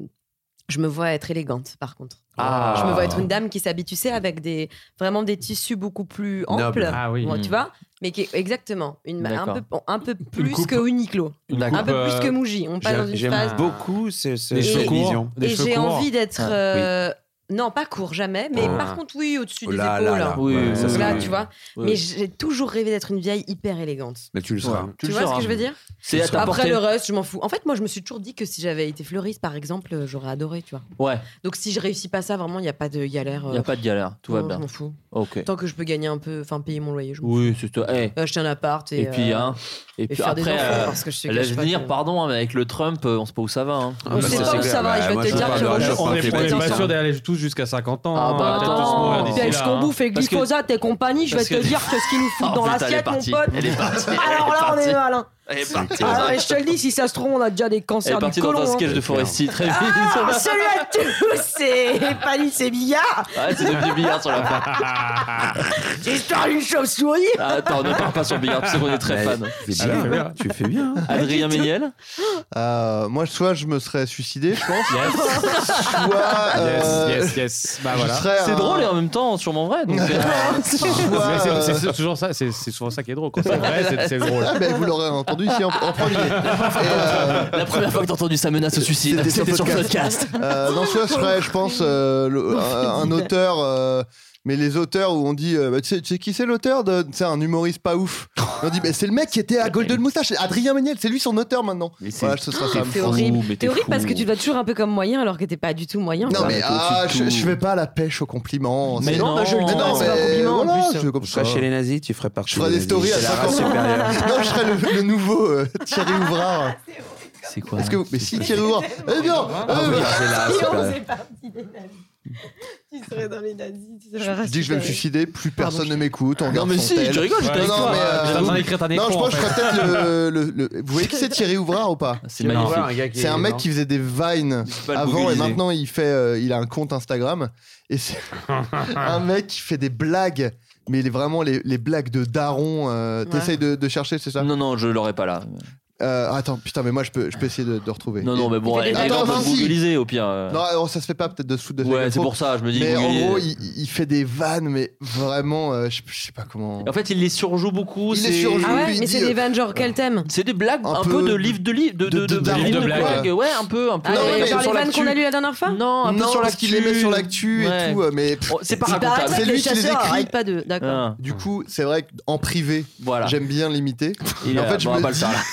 Speaker 2: je me vois être élégante, par contre.
Speaker 6: Ah.
Speaker 2: Je me vois être une dame qui s'habitue, tu sais, avec des vraiment des tissus beaucoup plus amples,
Speaker 6: Noble. Ah oui.
Speaker 2: Bon, tu
Speaker 6: Mm.
Speaker 2: vois, mais qui est exactement une un
Speaker 3: D'accord.
Speaker 2: peu bon, un peu plus que Uniqlo,
Speaker 3: Une
Speaker 2: un
Speaker 3: coupe,
Speaker 2: peu
Speaker 3: euh,
Speaker 2: plus que Muji. On passe dans
Speaker 3: J'aime
Speaker 2: une
Speaker 3: j'aime
Speaker 2: phase.
Speaker 3: beaucoup ce, ce,
Speaker 2: Et-
Speaker 3: cette vision.
Speaker 2: Et j'ai envie d'être.
Speaker 3: Ah, oui.
Speaker 2: euh, Non, pas court, jamais, mais
Speaker 3: Ah.
Speaker 2: par contre, oui, au-dessus
Speaker 3: Oh
Speaker 2: des
Speaker 3: là,
Speaker 2: épaules.
Speaker 3: là, là.
Speaker 2: hein.
Speaker 3: Oui,
Speaker 2: Donc
Speaker 3: oui, oui,
Speaker 2: là,
Speaker 3: oui.
Speaker 2: tu vois.
Speaker 3: Oui.
Speaker 2: Mais j'ai toujours rêvé d'être une vieille hyper élégante.
Speaker 3: Mais tu le seras.
Speaker 2: Tu, vois ce que je veux dire
Speaker 6: C'est à ta
Speaker 2: Après
Speaker 6: portée.
Speaker 2: le reste, je m'en fous. En fait, moi, je me suis toujours dit que si j'avais été fleuriste, par exemple, euh, j'aurais adoré, tu vois.
Speaker 6: Ouais,
Speaker 2: Donc, si je réussis pas ça, vraiment, il n'y a pas de galère.
Speaker 6: il n'y a pas de galère, tout va
Speaker 2: Euh, non,
Speaker 6: bien.
Speaker 2: je m'en fous.
Speaker 6: Ok.
Speaker 2: Tant que je peux gagner un peu, enfin, payer mon loyer, je Euh, m'en
Speaker 6: Oui, c'est toi. Eh.
Speaker 2: fous. Acheter un appart et.
Speaker 6: Et puis,
Speaker 2: euh,
Speaker 6: hein, et puis
Speaker 2: faire des
Speaker 6: après,
Speaker 2: enfants,
Speaker 6: euh,
Speaker 2: parce que je sais que je sais pas
Speaker 6: l'avenir,
Speaker 2: que-
Speaker 6: pardon, hein, mais avec le Trump, euh, on sait pas où ça va. Hein.
Speaker 2: On sait pas où ça va, et je vais te dire que.
Speaker 4: On n'est
Speaker 6: pas
Speaker 4: pas
Speaker 6: sûr.
Speaker 4: sûr d'aller tous jusqu'à 50 ans.
Speaker 2: Ah bah
Speaker 4: hein, on va peut-être tous mourir
Speaker 2: attends,
Speaker 4: d'ici
Speaker 2: tel
Speaker 4: là,
Speaker 2: ce qu'on
Speaker 4: hein.
Speaker 2: bouffe et
Speaker 4: Parce que-
Speaker 2: glyphosate et compagnie, je vais
Speaker 4: parce
Speaker 2: te
Speaker 4: que-
Speaker 2: dire que ce qu'ils nous foutent
Speaker 4: Oh,
Speaker 2: dans
Speaker 4: putain,
Speaker 6: Ah, elle est
Speaker 2: l'assiette, mon
Speaker 6: partie.
Speaker 2: pote.
Speaker 6: Elle est partie.
Speaker 2: Alors là, on
Speaker 6: Elle est
Speaker 2: est
Speaker 6: partie.
Speaker 2: malin.
Speaker 6: Elle est partie.
Speaker 2: Alors, Ah, et je te le dis, si ça se trouve, on a déjà des
Speaker 6: Elle est
Speaker 2: cancers du
Speaker 6: partie dans
Speaker 2: côlon.
Speaker 6: un sketch
Speaker 2: hein.
Speaker 6: de Foresti très vite.
Speaker 2: Ah, celui-là tous, c'est Pani, c'est Billard.
Speaker 6: Ouais, c'est devenu billard sur la
Speaker 3: Ah.
Speaker 6: fin.
Speaker 2: C'est l'histoire d'une chauve-souris.
Speaker 6: Ah, attends, ne parle pas sur billard, tu sais qu'on est très
Speaker 7: Mais
Speaker 6: fan.
Speaker 7: Bah, c'est bien,
Speaker 6: Alors,
Speaker 7: bien, tu fais bien. hein.
Speaker 6: Adrien Méniel
Speaker 7: Euh, moi, soit je me serais suicidé, je pense. Soit. euh,
Speaker 4: Yes, yes, yes. Bah
Speaker 7: je
Speaker 4: voilà.
Speaker 7: serais
Speaker 6: C'est
Speaker 7: un-
Speaker 6: drôle et en même temps sûrement vrai. Donc, euh,
Speaker 11: euh,
Speaker 7: Mais
Speaker 4: Mais c'est- C'est toujours ça, c'est c'est souvent ça qui est drôle. quand C'est vrai, c'est- c'est drôle.
Speaker 7: Ah, ben, vous l'aurez entendu ici en, en premier. euh,
Speaker 6: La première fois que t'as entendu sa
Speaker 2: Ah,
Speaker 6: menace au suicide, c'était sur podcast.
Speaker 7: Euh, non, soit je serais, je pense, euh, le- un, un auteur. euh, mais les auteurs où on dit, euh, bah, tu, sais, tu sais qui c'est l'auteur de, c'est un humoriste pas ouf. Et on dit, bah, c'est le mec qui était à Golden Moustache, Adrien Méniel, c'est lui son auteur maintenant. Voilà, ce sera ça.
Speaker 2: C'est horrible. T'es horrible parce que tu te vas toujours un peu comme moyen alors que t'es pas du tout moyen.
Speaker 7: Non
Speaker 2: quoi.
Speaker 7: mais ah, je, je fais pas la pêche aux compliments.
Speaker 2: Mais
Speaker 7: C'est-
Speaker 2: non, bah, je le dis
Speaker 7: Mais
Speaker 2: pas,
Speaker 7: non,
Speaker 2: c'est pas un
Speaker 7: mais
Speaker 2: compliment, en
Speaker 7: voilà,
Speaker 2: plus.
Speaker 7: c'est comme
Speaker 3: Tu seras
Speaker 7: ça.
Speaker 3: chez les nazis, tu ferais partie.
Speaker 7: Je ferai des stories à
Speaker 3: C'est la race
Speaker 7: 50 ans.
Speaker 3: supérieure.
Speaker 7: Non, je serai le, le nouveau euh, Thierry Ouvrard.
Speaker 6: C'est quoi
Speaker 7: Est-ce que vous... Mais si Thierry Ouvrard. Eh bien euh,
Speaker 3: Ah oui, c'est la- c'est la-
Speaker 2: partie des nazis. Tu serais dans les nazis. Tu serais
Speaker 7: Je dis que je vais me suicider, plus personne ne m'écoute. on
Speaker 6: Non,
Speaker 7: garde
Speaker 6: mais
Speaker 7: son
Speaker 6: si,
Speaker 7: tel.
Speaker 6: je rigole, j'étais avec
Speaker 7: Non,
Speaker 6: toi.
Speaker 7: mais, euh,
Speaker 6: J'étais en train d'écrire ta
Speaker 7: Non, je
Speaker 6: nécro,
Speaker 7: pense
Speaker 6: en
Speaker 7: que je
Speaker 6: fait.
Speaker 7: serais peut-être le, le- le- Vous voyez qui c'est Thierry Ouvrard ou pas
Speaker 6: C'est Thierry magnifique. Ouvrard, un gars qui
Speaker 7: C'est un
Speaker 6: est-
Speaker 7: mec
Speaker 6: non
Speaker 7: qui faisait des vines
Speaker 6: pas le
Speaker 7: avant et
Speaker 6: googliser.
Speaker 7: maintenant il fait, euh, il a un compte Instagram et c'est un mec qui fait des blagues. Mais il est vraiment les, les blagues de Daron. euh,
Speaker 6: Ouais.
Speaker 7: T'essayes de, de chercher, c'est ça
Speaker 6: Non, non, je l'aurais pas là.
Speaker 7: Euh, attends, putain, mais moi je peux, je peux essayer de, de retrouver.
Speaker 6: Non, non, mais bon,
Speaker 7: Et-
Speaker 6: elle est
Speaker 7: Attends,
Speaker 6: on peut
Speaker 7: non,
Speaker 6: le
Speaker 7: si.
Speaker 6: googliser au pire. euh.
Speaker 7: hein. Non, alors, ça se fait pas peut-être de se foutre de sa
Speaker 6: Ouais,
Speaker 7: gueule.
Speaker 6: c'est pour ça, je me dis
Speaker 7: Mais en
Speaker 6: googliser.
Speaker 7: gros, il, il fait des vannes, mais vraiment, euh, je, je sais pas comment.
Speaker 6: En fait, il les surjoue beaucoup.
Speaker 7: Il les
Speaker 6: c'est-
Speaker 7: surjoue,
Speaker 2: Ah ouais,
Speaker 7: il
Speaker 2: mais
Speaker 7: dit,
Speaker 2: c'est des vannes genre quel thème
Speaker 6: C'est des blagues un, peu, de livre de livre de de de,
Speaker 7: daron
Speaker 6: livre
Speaker 7: de
Speaker 6: de
Speaker 7: blagues.
Speaker 6: blagues. Ouais, un peu un peu.
Speaker 2: Ah,
Speaker 7: Non, mais
Speaker 2: genre
Speaker 7: sur
Speaker 2: les vannes
Speaker 7: l'actu.
Speaker 2: qu'on a lues la dernière fois
Speaker 6: Non, un peu
Speaker 7: non,
Speaker 6: sur
Speaker 7: parce
Speaker 6: l'actu.
Speaker 7: qu'il les met sur l'actu
Speaker 6: Ouais.
Speaker 7: et tout, euh, mais pff,
Speaker 6: Oh, C'est pas
Speaker 2: Il paraît
Speaker 6: racontable.
Speaker 2: que
Speaker 7: C'est
Speaker 2: les
Speaker 7: lui qui les
Speaker 2: chasseurs
Speaker 7: écrit.
Speaker 2: arrêtent pas de. D'accord.
Speaker 6: Ah.
Speaker 7: du coup, c'est vrai qu'en privé,
Speaker 6: Voilà.
Speaker 7: j'aime bien l'imiter.
Speaker 6: Il
Speaker 7: Et en
Speaker 6: est-
Speaker 7: fait, je
Speaker 6: bon, on va
Speaker 7: me
Speaker 6: pas euh, bah, le
Speaker 7: dis,
Speaker 6: faire là.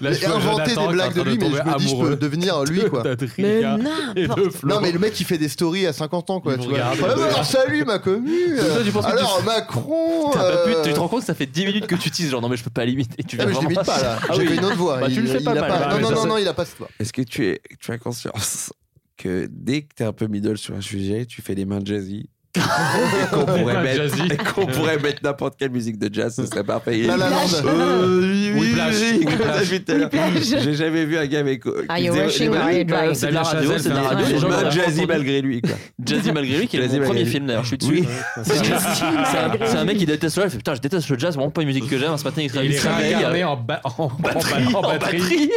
Speaker 4: Là, je
Speaker 7: j'ai
Speaker 4: vois
Speaker 7: inventé
Speaker 4: Jonathan
Speaker 7: des
Speaker 4: qui est en
Speaker 7: blagues de
Speaker 4: train
Speaker 7: lui, mais
Speaker 4: tomber
Speaker 7: je me dis, je
Speaker 4: amoureux
Speaker 7: peux devenir lui, quoi.
Speaker 4: d'Adrien et de Flo.
Speaker 7: Non, mais le mec, il fait des stories à 50 ans, quoi.
Speaker 4: Ils
Speaker 7: Tu
Speaker 4: vont
Speaker 7: vois.
Speaker 4: regarder.
Speaker 7: Ouais, ouais, alors, salut, ma commu.
Speaker 6: Donc, toi, tu penses que
Speaker 7: Alors,
Speaker 6: tu-
Speaker 7: Macron.
Speaker 6: Putain, bah, putain,
Speaker 7: euh,
Speaker 6: tu te rends compte, ça fait 10 minutes que tu utilises. Genre, non, mais je peux pas limiter. Tu
Speaker 7: Ah,
Speaker 6: viens
Speaker 7: mais je
Speaker 6: vraiment
Speaker 7: l'imite pas là, j'ai fait une autre voix.
Speaker 6: Bah, tu le
Speaker 7: Il-
Speaker 6: fais
Speaker 7: il
Speaker 6: pas
Speaker 7: a
Speaker 6: mal. Bah,
Speaker 7: Ah, Non,
Speaker 6: mais
Speaker 7: non,
Speaker 6: ça,
Speaker 7: non,
Speaker 6: c'est-
Speaker 7: non, il a pas cette voix.
Speaker 3: Est-ce que tu, es, tu as conscience que dès que t'es un peu middle sur un sujet, tu fais les mains de jazzy et qu'on pourrait,
Speaker 4: mains de
Speaker 3: mettre-
Speaker 4: jazzy.
Speaker 3: et qu'on pourrait mettre n'importe quelle musique de jazz, ce serait parfait.
Speaker 7: La La Land.
Speaker 3: Euh, oui, oui,
Speaker 4: Whiplash.
Speaker 3: oui, comme
Speaker 4: Whiplash.
Speaker 3: t'as vu tout à l'heure.
Speaker 2: Whiplash.
Speaker 3: J'ai jamais vu un gars avec. euh,
Speaker 2: Are you rushing or are you driving
Speaker 6: C'est de la radio, c'est de la radio. les gens l'ont
Speaker 3: mains de jazzy
Speaker 6: entendu.
Speaker 3: malgré lui. Quoi.
Speaker 6: Jazzy malgré lui, qui est
Speaker 3: Jazzy
Speaker 6: le premier
Speaker 3: malgré lui.
Speaker 6: film d'ailleurs, je suis dessus.
Speaker 3: Oui.
Speaker 6: C'est c'est un, c'est un mec qui déteste le jazz. Il fait, Putain, je déteste le jazz, c'est vraiment pas une musique que j'aime. Ce matin, il se
Speaker 4: Il
Speaker 6: réveille.
Speaker 4: est réincarné en, ba- en, en
Speaker 6: batterie,
Speaker 4: en
Speaker 6: en batterie.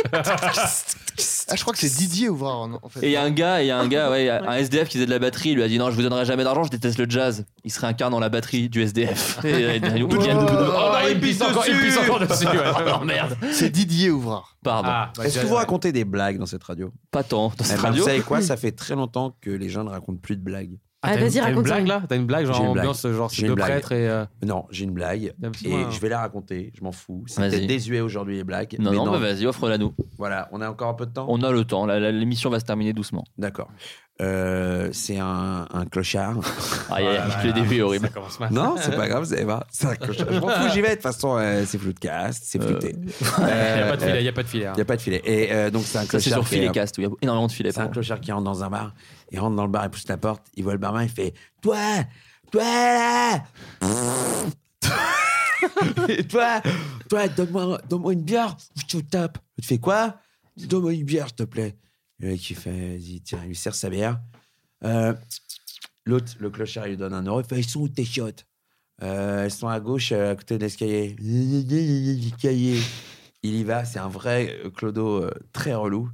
Speaker 7: Ah, je crois que c'est Didier Ouvrard en en fait.
Speaker 6: Et il y a un gars, il y a un gars, ouais, un SDF qui faisait de la batterie. Il lui a dit non, je vous donnerai jamais d'argent, je déteste le jazz. Il se réincarne dans la batterie du SDF. Et, euh, il dit, Oh,
Speaker 4: bah,
Speaker 6: il pisse encore- il pisse encore
Speaker 4: dessus, ouais.
Speaker 6: Oh merde.
Speaker 7: C'est Didier Ouvrard.
Speaker 6: Pardon.
Speaker 4: Ah, bah,
Speaker 3: Est-ce que
Speaker 4: déjà-
Speaker 3: vous racontez des blagues dans cette radio
Speaker 6: Pas tant dans
Speaker 3: Eh
Speaker 6: cette
Speaker 3: ben,
Speaker 6: radio.
Speaker 3: Vous savez quoi Ça fait très longtemps que les gens ne racontent plus de blagues.
Speaker 2: Ah,
Speaker 4: Ah, t'as une-
Speaker 2: vas-y,
Speaker 4: t'as une
Speaker 2: raconte-en.
Speaker 4: blague là T'as une blague genre
Speaker 3: J'ai une blague.
Speaker 4: ambiance genre c'est
Speaker 3: J'ai une
Speaker 4: deux
Speaker 3: blague.
Speaker 4: prêtres et euh,
Speaker 3: Non, j'ai une blague
Speaker 4: D'un petit
Speaker 3: et
Speaker 4: moment.
Speaker 3: je vais la raconter, je m'en fous. C'est
Speaker 6: Vas-y.
Speaker 3: peut-être désuet aujourd'hui les blagues.
Speaker 6: Non,
Speaker 3: mais
Speaker 6: non, bah, vas-y, offre-la nous.
Speaker 3: Voilà, on a encore un peu de temps
Speaker 6: On a le temps. la- la- L'émission va se terminer doucement.
Speaker 3: D'accord. Euh, c'est un, un clochard.
Speaker 6: Ah, il y a- Oh là le là, début est horrible. ça commence mal.
Speaker 3: Non, c'est pas grave, vous allez voir. C'est un clochard. Je m'en fous, j'y vais. De toute façon, euh, c'est Floodcast, c'est
Speaker 6: Euh,
Speaker 3: flouté. Euh,
Speaker 4: Il y a pas de filet, il y a pas de filet, hein.
Speaker 3: Il y a pas de filet. Et euh, donc, c'est un
Speaker 6: Ça,
Speaker 3: clochard.
Speaker 6: c'est sur
Speaker 3: qui est-
Speaker 6: Filetcast, où il y a énormément de filets.
Speaker 3: C'est un
Speaker 6: pardon.
Speaker 3: clochard qui rentre dans un bar. Il rentre dans le bar, il pousse la porte, il voit le barman, il fait Toi Toi là Et toi, toi donne-moi donne une bière, je te tape. Tu fais quoi Donne-moi une bière, s'il te plaît. Le mec, il fait, vas-y, tiens, il lui sert sa bière. Euh, L'autre, le clochard, il lui donne un euro. Il fait, ils sont où tes chiottes Euh, Elles sont à gauche, euh, à côté de l'escalier. L'escalier. Il y va, c'est un vrai euh, clodo euh, très relou.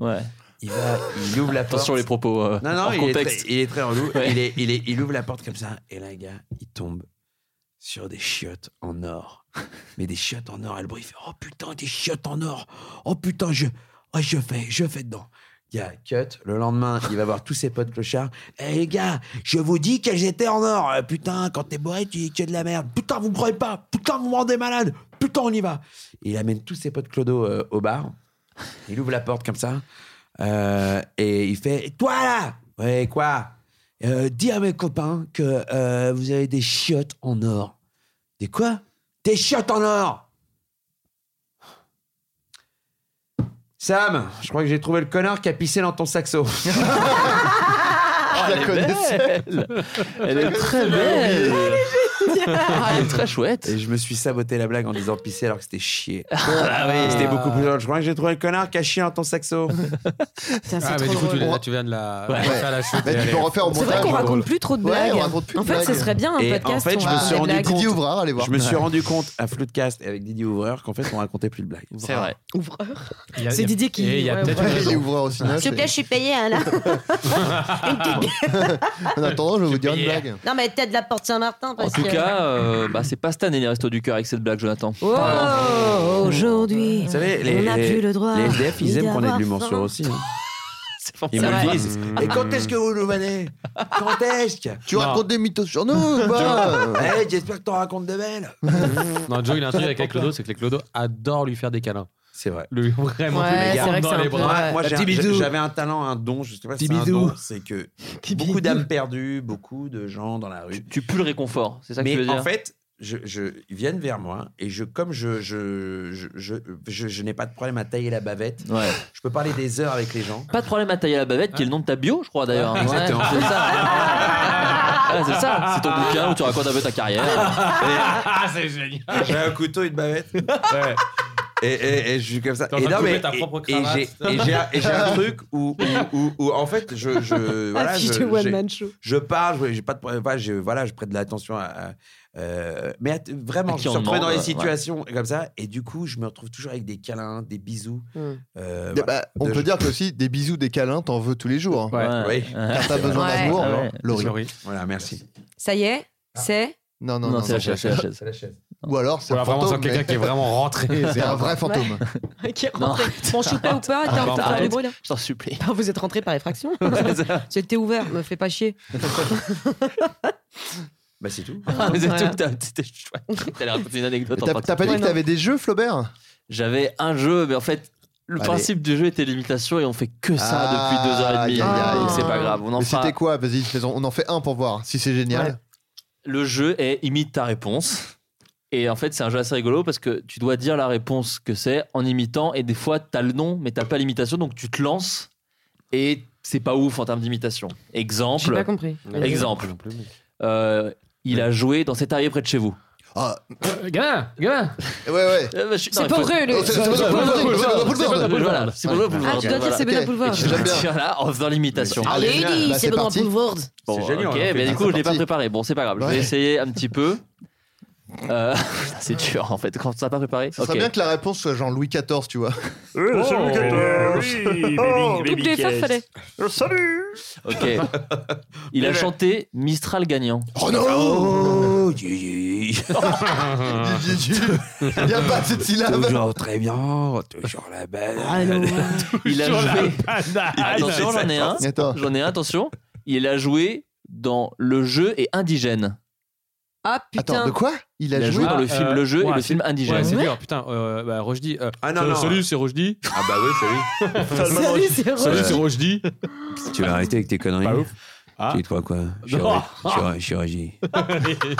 Speaker 3: Il va, il ouvre la porte.
Speaker 6: Attention les propos euh,
Speaker 3: Non, non,
Speaker 6: hors
Speaker 3: il,
Speaker 6: contexte.
Speaker 3: Est très, il est très relou.
Speaker 6: Ouais.
Speaker 3: Il, est, il, est- il ouvre la porte comme ça, et là, le gars, il tombe sur des chiottes en or. Mais des chiottes en or, Albrecht, il fait Oh putain, des chiottes en or Oh putain, je, oh, je fais, je fais dedans. Il y a Cut, le lendemain, il va voir tous ses potes clochards. Eh les gars, je vous dis qu'elles étaient en or. Euh, Putain, quand t'es bourré, tu dis que de la merde. Putain, vous me croyez pas. Putain, vous me rendez malade. Putain, on y va. Et il amène tous ses potes clodo euh, au bar. Il ouvre la porte comme ça. Euh, et il fait Toi là Ouais, quoi Euh, Dis à mes copains que euh, vous avez des chiottes en or. Des quoi Des chiottes en or Sam, je crois que j'ai trouvé le connard qui a pissé dans ton saxo.
Speaker 6: Ah, elle est Oh, belle. Elle est très belle. Ah, elle est très chouette.
Speaker 3: Et je me suis saboté la blague en disant pisser alors que c'était chier.
Speaker 6: Ah oui.
Speaker 3: C'était beaucoup plus drôle. Je crois que j'ai trouvé le connard qui a chié dans ton saxo.
Speaker 4: Ah, mais du coup, tu, là, tu viens de la.
Speaker 3: Ah Ouais.
Speaker 4: faire la chute
Speaker 7: Bah,
Speaker 3: Mais
Speaker 4: et
Speaker 3: tu
Speaker 4: aller-
Speaker 3: peux refaire au hein,
Speaker 2: C'est vrai qu'on raconte plus trop de
Speaker 7: hein, Ouais,
Speaker 2: blagues.
Speaker 7: on raconte plus de
Speaker 2: en fait, ce
Speaker 7: blagues.
Speaker 2: serait bien un
Speaker 3: Et
Speaker 2: podcast.
Speaker 3: en fait,
Speaker 2: où
Speaker 3: je
Speaker 2: on
Speaker 3: me
Speaker 2: raconte
Speaker 3: suis
Speaker 2: des
Speaker 3: rendu
Speaker 2: blagues.
Speaker 3: compte.
Speaker 7: Didier Ouvrard, allez voir.
Speaker 3: Je me suis
Speaker 7: Ouais.
Speaker 3: rendu compte à Floodcast et avec Didier Ouvreur qu'en fait, on racontait plus de blagues.
Speaker 6: C'est vrai.
Speaker 4: Il y a-
Speaker 2: C'est Didier qui-
Speaker 4: Et il y a
Speaker 2: ouais,
Speaker 4: peut-être
Speaker 2: ouais.
Speaker 4: une
Speaker 7: Didier
Speaker 4: raison.
Speaker 7: Ouvreur aussi.
Speaker 6: Ah.
Speaker 7: neuf,
Speaker 11: S'il te plaît,
Speaker 7: et-
Speaker 11: je suis payé, hein, là.
Speaker 7: En attendant, je vais vous dire une blague.
Speaker 11: Non, mais t'as de la porte Saint-Martin.
Speaker 6: En
Speaker 11: parce
Speaker 6: tout
Speaker 11: que-
Speaker 6: cas, euh, bah, c'est pas cette année les restos du cœur avec cette blague, Jonathan.
Speaker 11: Oh, aujourd'hui,
Speaker 3: Vous savez, les,
Speaker 11: on n'a
Speaker 3: les-
Speaker 11: plus le droit.
Speaker 3: les SDF, ils
Speaker 11: ni
Speaker 3: aiment qu'on ait de
Speaker 11: d'avoir
Speaker 3: l'humour
Speaker 11: faim.
Speaker 3: sur aussi. hein. Ils
Speaker 6: C'est
Speaker 3: me
Speaker 6: vrai.
Speaker 3: le disent. Et quand est-ce que vous nous venez Quand est-ce que
Speaker 7: Tu
Speaker 6: Ah,
Speaker 7: racontes des mythos sur nous ou pas
Speaker 3: Eh, J'espère que t'en racontes de belles.
Speaker 4: Non, Joe, il a un truc avec les clodos, c'est que les clodos adorent lui faire des câlins.
Speaker 3: C'est vrai.
Speaker 4: Lui, vraiment,
Speaker 2: Ouais,
Speaker 4: lui, les
Speaker 2: c'est
Speaker 4: garde
Speaker 2: vrai que
Speaker 4: dans
Speaker 2: c'est un
Speaker 4: les
Speaker 2: peu-
Speaker 4: bras.
Speaker 2: ouais.
Speaker 3: Moi, j'ai un-
Speaker 4: Tibidou.
Speaker 3: j'avais un talent, un don, je sais pas si c'est un
Speaker 4: Tibidou.
Speaker 3: don, c'est que beaucoup d'âmes perdues, beaucoup de gens dans la rue
Speaker 6: Tu pues le réconfort, c'est ça que
Speaker 3: mais
Speaker 6: tu veux dire
Speaker 3: en fait, je, je- ils viennent vers moi et je, comme je, je, je, je, je- je n'ai pas de problème à tailler la bavette,
Speaker 6: Ouais.
Speaker 3: je peux parler des heures avec les gens.
Speaker 6: Pas de problème à tailler la bavette, qui est le nom de ta bio, je crois d'ailleurs.
Speaker 3: Ouais, exactement.
Speaker 6: Ouais, c'est ça. Ouais, c'est ça. C'est ton bouquin où tu racontes un peu ta carrière.
Speaker 4: Ah, c'est génial.
Speaker 3: J'ai un couteau et une bavette.
Speaker 4: Ouais.
Speaker 3: Et, et- et je suis comme ça.
Speaker 4: T'es en
Speaker 3: Et
Speaker 4: train de
Speaker 3: non,
Speaker 4: couper
Speaker 3: mais-
Speaker 4: ta propre
Speaker 3: et- et
Speaker 4: cravate.
Speaker 3: j'ai- et j'ai un- et j'ai un truc où, où- où- où, en fait, je, je, voilà,
Speaker 2: Affiche
Speaker 3: je-
Speaker 2: de One
Speaker 3: j'ai-
Speaker 2: Man Show.
Speaker 3: je parle, je- j'ai pas de problème, enfin, je, voilà, je prête de l'attention à, à- euh, mais att- vraiment,
Speaker 6: À qui
Speaker 3: je me
Speaker 6: on
Speaker 3: suis retrouvé dans
Speaker 6: demande, euh,
Speaker 3: les
Speaker 6: ouais.
Speaker 3: situations comme ça, et du coup, je me retrouve toujours avec des câlins, des bisous.
Speaker 2: Hmm.
Speaker 3: euh,
Speaker 7: Eh
Speaker 3: voilà.
Speaker 7: bah, on
Speaker 3: De-
Speaker 7: peut dire que aussi des bisous, des câlins, t'en veux tous les jours. hein.
Speaker 3: Oui.
Speaker 4: Ouais.
Speaker 7: Quand t'as besoin
Speaker 2: Ouais.
Speaker 7: d'amour,
Speaker 6: Ah ouais.
Speaker 7: Laurie.
Speaker 4: Laurie.
Speaker 3: Voilà, merci.
Speaker 2: Ça y est, c'est.
Speaker 7: Non, non,
Speaker 6: Non,
Speaker 7: non.
Speaker 6: c'est la chaise, c'est la chaise.
Speaker 3: C'est la chaise.
Speaker 7: Ou alors c'est
Speaker 4: Voilà,
Speaker 7: un
Speaker 4: vraiment,
Speaker 7: fantôme.
Speaker 4: sans quelqu'un
Speaker 7: mais-
Speaker 4: qui est vraiment rentré.
Speaker 7: C'est un vrai fantôme.
Speaker 2: Qui est
Speaker 6: Non,
Speaker 2: rentré. Bon, je suis pas ou Ah,
Speaker 9: Ah,
Speaker 2: pas T'es
Speaker 4: Arrête,
Speaker 2: en train de faire
Speaker 6: arrête.
Speaker 2: le bruit là
Speaker 6: Je t'en supplie.
Speaker 2: Bah, Vous êtes rentré par effraction. C'était ouvert, me fais pas chier.
Speaker 3: Bah, c'est tout.
Speaker 6: Ah, mais c'est
Speaker 2: Voilà.
Speaker 6: tout, t'as- C'était chouette. T'allais raconter une anecdote en
Speaker 7: T'as
Speaker 6: pratique.
Speaker 7: t'as pas dit
Speaker 2: Ouais,
Speaker 7: que
Speaker 2: non.
Speaker 7: t'avais des jeux, Flaubert
Speaker 6: J'avais un jeu, mais en fait, le
Speaker 7: Allez.
Speaker 6: principe du jeu était l'imitation et on fait que ça
Speaker 7: Ah,
Speaker 6: depuis deux heures et demie.
Speaker 7: aïe,
Speaker 2: aïe, aïe.
Speaker 6: Donc c'est pas grave. On en
Speaker 7: Mais
Speaker 6: fera-
Speaker 7: c'était quoi Vas-y, faisons- on en fait un pour voir si c'est génial.
Speaker 6: Le jeu est imite ta réponse. Et en fait, c'est un jeu assez rigolo parce que tu dois dire la réponse que c'est en imitant. Et des fois, t'as le nom, mais t'as pas l'imitation. Donc tu te lances et c'est pas ouf en termes d'imitation.
Speaker 2: J'ai pas
Speaker 6: Exemple.
Speaker 2: compris.
Speaker 6: Exemple. euh, il a joué dans cet arrière près de chez vous.
Speaker 7: Ah,
Speaker 4: Euh, Gamin, gamin.
Speaker 7: ouais, ouais.
Speaker 6: Euh, bah, je suis- non,
Speaker 2: C'est
Speaker 6: il
Speaker 2: pas
Speaker 6: faut-
Speaker 2: vrai,
Speaker 7: Oh,
Speaker 2: le.
Speaker 7: c'est- c'est Benoît Boulevard, c'est Benoît Boulevard.
Speaker 6: Voilà, c'est pour
Speaker 7: Ouais.
Speaker 6: le boulevard.
Speaker 2: Ah, tu dois dire
Speaker 6: Voilà.
Speaker 2: c'est Benoît Boulevard.
Speaker 7: J'aime bien.
Speaker 6: Tiens, là, en faisant l'imitation.
Speaker 7: Ah,
Speaker 11: Allez,
Speaker 7: génial.
Speaker 11: dis,
Speaker 7: Bah,
Speaker 11: c'est Benoît
Speaker 7: parti.
Speaker 11: Boulevard.
Speaker 6: Bon,
Speaker 3: C'est génial, on
Speaker 6: ok,
Speaker 3: a fait
Speaker 6: mais
Speaker 3: ça,
Speaker 6: du coup,
Speaker 7: c'est
Speaker 6: je l'ai pas
Speaker 7: parti.
Speaker 6: préparé. Bon, c'est pas grave, je
Speaker 7: Ouais.
Speaker 6: vais essayer un petit peu. Euh, putain, c'est dur en fait, quand t'as pas préparé.
Speaker 7: Ça serait
Speaker 6: Ok.
Speaker 7: bien que la réponse soit genre Louis XIV, tu vois. Oh,
Speaker 2: Double FF, fallait.
Speaker 6: ok.
Speaker 7: Eh
Speaker 6: Il
Speaker 7: ben.
Speaker 6: a chanté Mistral gagnant.
Speaker 7: Oh non
Speaker 3: Oh, Gigi.
Speaker 7: Oh.
Speaker 4: Ah,
Speaker 7: Il y a pas cette syllabe.
Speaker 3: toujours très bien, toujours la belle.
Speaker 2: Ah, hein.
Speaker 6: Il a joué. Attention, j'en ai un.
Speaker 7: Attends.
Speaker 6: J'en ai un, attention. Il a joué dans le jeu et indigène.
Speaker 2: Ah putain.
Speaker 7: Attends, de quoi
Speaker 4: Il
Speaker 7: a joué
Speaker 4: dans
Speaker 7: dans
Speaker 4: le
Speaker 7: le
Speaker 4: film
Speaker 7: film Le Jeu et le film
Speaker 4: euh, Ouais,
Speaker 7: Indigène.
Speaker 4: c'est
Speaker 7: Ouais.
Speaker 4: dur, putain. Euh, bah, Rojdi. euh,
Speaker 10: Ah non,
Speaker 4: salut,
Speaker 10: non.
Speaker 4: Salut, c'est Rojdi.
Speaker 10: Ah bah oui,
Speaker 4: Salut,
Speaker 10: salut.
Speaker 4: c'est Rojdi.
Speaker 10: Euh,
Speaker 4: Salut, c'est Rojdi.
Speaker 10: Tu vas arrêter avec tes conneries.
Speaker 4: Pas ouf. Ah.
Speaker 10: Tu te crois quoi Je suis
Speaker 4: Non.
Speaker 10: Ro- je suis Ro- je suis Rogi.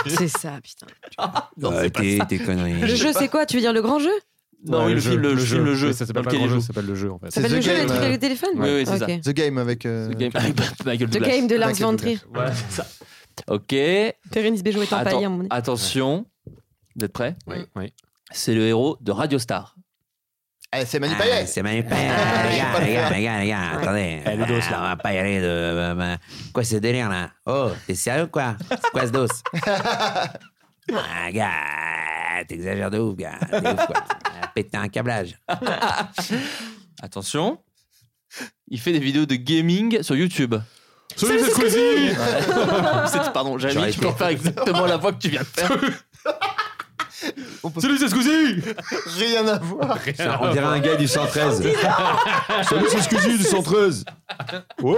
Speaker 2: C'est ça, putain.
Speaker 10: Ouais, Tes tes conneries.
Speaker 2: Le jeu, c'est quoi Tu veux dire le grand jeu
Speaker 10: Non,
Speaker 7: Oh,
Speaker 10: oui, le film, le- le film, le jeu.
Speaker 4: mais Ça s'appelle
Speaker 10: Dans
Speaker 4: pas
Speaker 10: lequel
Speaker 4: le
Speaker 10: il
Speaker 4: jeu,
Speaker 10: joue.
Speaker 4: ça s'appelle le jeu en fait.
Speaker 7: C'est
Speaker 2: s'appelle
Speaker 7: The
Speaker 2: le jeu avec
Speaker 7: Game,
Speaker 2: le truc
Speaker 7: euh,
Speaker 2: avec le téléphone
Speaker 6: Oui, oui, c'est ça.
Speaker 2: Ok.
Speaker 7: The Game avec. euh,
Speaker 6: The Game avec Michael
Speaker 2: The
Speaker 6: Douglas.
Speaker 2: Game de Lars
Speaker 7: Michael
Speaker 2: von Trier.
Speaker 7: Douglas.
Speaker 6: Voilà, c'est ça. Ok.
Speaker 2: Terence Béjot est en
Speaker 6: Atten-
Speaker 2: paille à mon nez.
Speaker 6: attention, vous êtes prêts
Speaker 3: Oui.
Speaker 4: Oui.
Speaker 6: C'est le héros de Radio Star.
Speaker 7: Ah, c'est Manu
Speaker 10: Ah,
Speaker 7: Payet.
Speaker 10: C'est Manu Payet.
Speaker 2: Ah,
Speaker 10: les gars, les gars, les gars, les gars, attendez. Ah, on va pas y aller de. euh, bah, Quoi ce délire là Oh, t'es sérieux quoi C'est quoi ce dos Ah, gars, t'exagères de ouf, gars. T'es ouf quoi. Ah, Péter un câblage.
Speaker 6: Ah, Attention, il fait des vidéos de gaming sur YouTube.
Speaker 4: Salut, c'est Squeezie
Speaker 6: C'est- Pardon,
Speaker 10: J'aurais
Speaker 6: Jérémy, tu peux
Speaker 10: été-
Speaker 6: faire exactement la voix que tu viens de faire.
Speaker 4: Salut, c'est Squeezie
Speaker 7: Rien à voir.
Speaker 10: Ça, On dirait un gars du 113. Salut, c'est Scusi du 113. Oh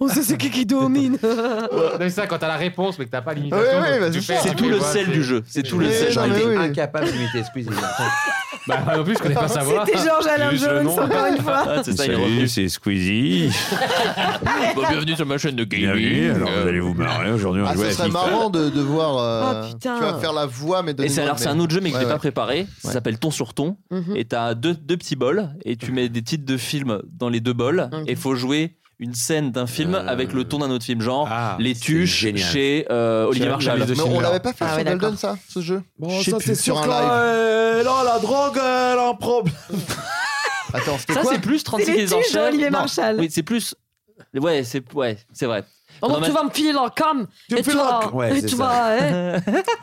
Speaker 2: On sait c'est qui qui domine.
Speaker 4: Non, mais C'est ça, quand t'as la réponse, mais que t'as pas l'imitation.
Speaker 7: Ouais, ouais,
Speaker 4: donc
Speaker 7: bah,
Speaker 4: tu
Speaker 7: c'est
Speaker 4: fais
Speaker 7: ça.
Speaker 4: un
Speaker 6: C'est
Speaker 4: truc
Speaker 6: tout
Speaker 4: et
Speaker 6: le
Speaker 4: voilà,
Speaker 6: sel
Speaker 4: c'est-
Speaker 6: du jeu. C'est tout le
Speaker 7: Mais
Speaker 6: sel.
Speaker 7: non,
Speaker 6: J'aurais
Speaker 7: mais
Speaker 6: été-
Speaker 7: oui.
Speaker 3: Incapable d'imiter Squeezie.
Speaker 4: Bah, moi non plus, je connais pas sa voix.
Speaker 2: C'était Georges Alain
Speaker 4: Juste le
Speaker 2: Jones,
Speaker 4: nom.
Speaker 2: encore une fois.
Speaker 6: Ah, C'est ça, il est revenu.
Speaker 10: c'est Squeezie.
Speaker 6: Bon, bienvenue sur ma chaîne de gaming. Euh,
Speaker 10: vous marrer aujourd'hui.
Speaker 7: Ah, ce serait marrant de, de voir. euh,
Speaker 2: Ah, putain.
Speaker 7: Tu vas faire la voix, mais de.
Speaker 6: Et c'est alors c'est un autre jeu mais que
Speaker 7: Ouais,
Speaker 6: je n'ai
Speaker 7: ouais.
Speaker 6: pas préparé. Ça
Speaker 7: Ouais.
Speaker 6: s'appelle Ton sur Ton.
Speaker 2: Mhm.
Speaker 6: Et t'as deux, deux petits bols et tu mets des titres de films dans les deux bols
Speaker 2: Ok.
Speaker 6: et faut jouer une scène d'un film
Speaker 10: Euh.
Speaker 6: avec le ton d'un autre film genre
Speaker 4: Ah,
Speaker 6: les
Speaker 10: c'est
Speaker 6: tuches
Speaker 10: génial.
Speaker 6: chez euh, Olivier
Speaker 4: J'ai la
Speaker 6: Marchal.
Speaker 4: liste de
Speaker 7: Mais on
Speaker 4: Schindler.
Speaker 7: l'avait pas fait
Speaker 2: Ah
Speaker 7: sur
Speaker 2: ouais,
Speaker 7: Golden,
Speaker 2: d'accord.
Speaker 7: ça, ce jeu
Speaker 10: Bon,
Speaker 7: Je sais
Speaker 10: ça,
Speaker 7: plus,
Speaker 10: c'est
Speaker 7: sur
Speaker 10: sûr
Speaker 7: un
Speaker 10: que là,
Speaker 7: live.
Speaker 10: euh, là, la drogue, euh, elle a un problème.
Speaker 7: Attends, c'était
Speaker 6: Ça
Speaker 7: quoi
Speaker 6: c'est plus 36
Speaker 2: C'est les
Speaker 6: des
Speaker 2: tuches
Speaker 6: enchères.
Speaker 2: d'Olivier
Speaker 6: Non.
Speaker 2: Marchal.
Speaker 6: Oui, c'est plus ouais, c'est ouais, c'est vrai.
Speaker 2: Oh,
Speaker 6: Dans
Speaker 2: bon,
Speaker 6: ma-
Speaker 2: tu vas me filer la cam
Speaker 10: Tu
Speaker 2: et
Speaker 10: me
Speaker 2: tu
Speaker 10: files la
Speaker 2: vas,
Speaker 10: cam. Ouais,
Speaker 2: et
Speaker 10: c'est
Speaker 2: tu
Speaker 10: ça.
Speaker 2: vas, hein.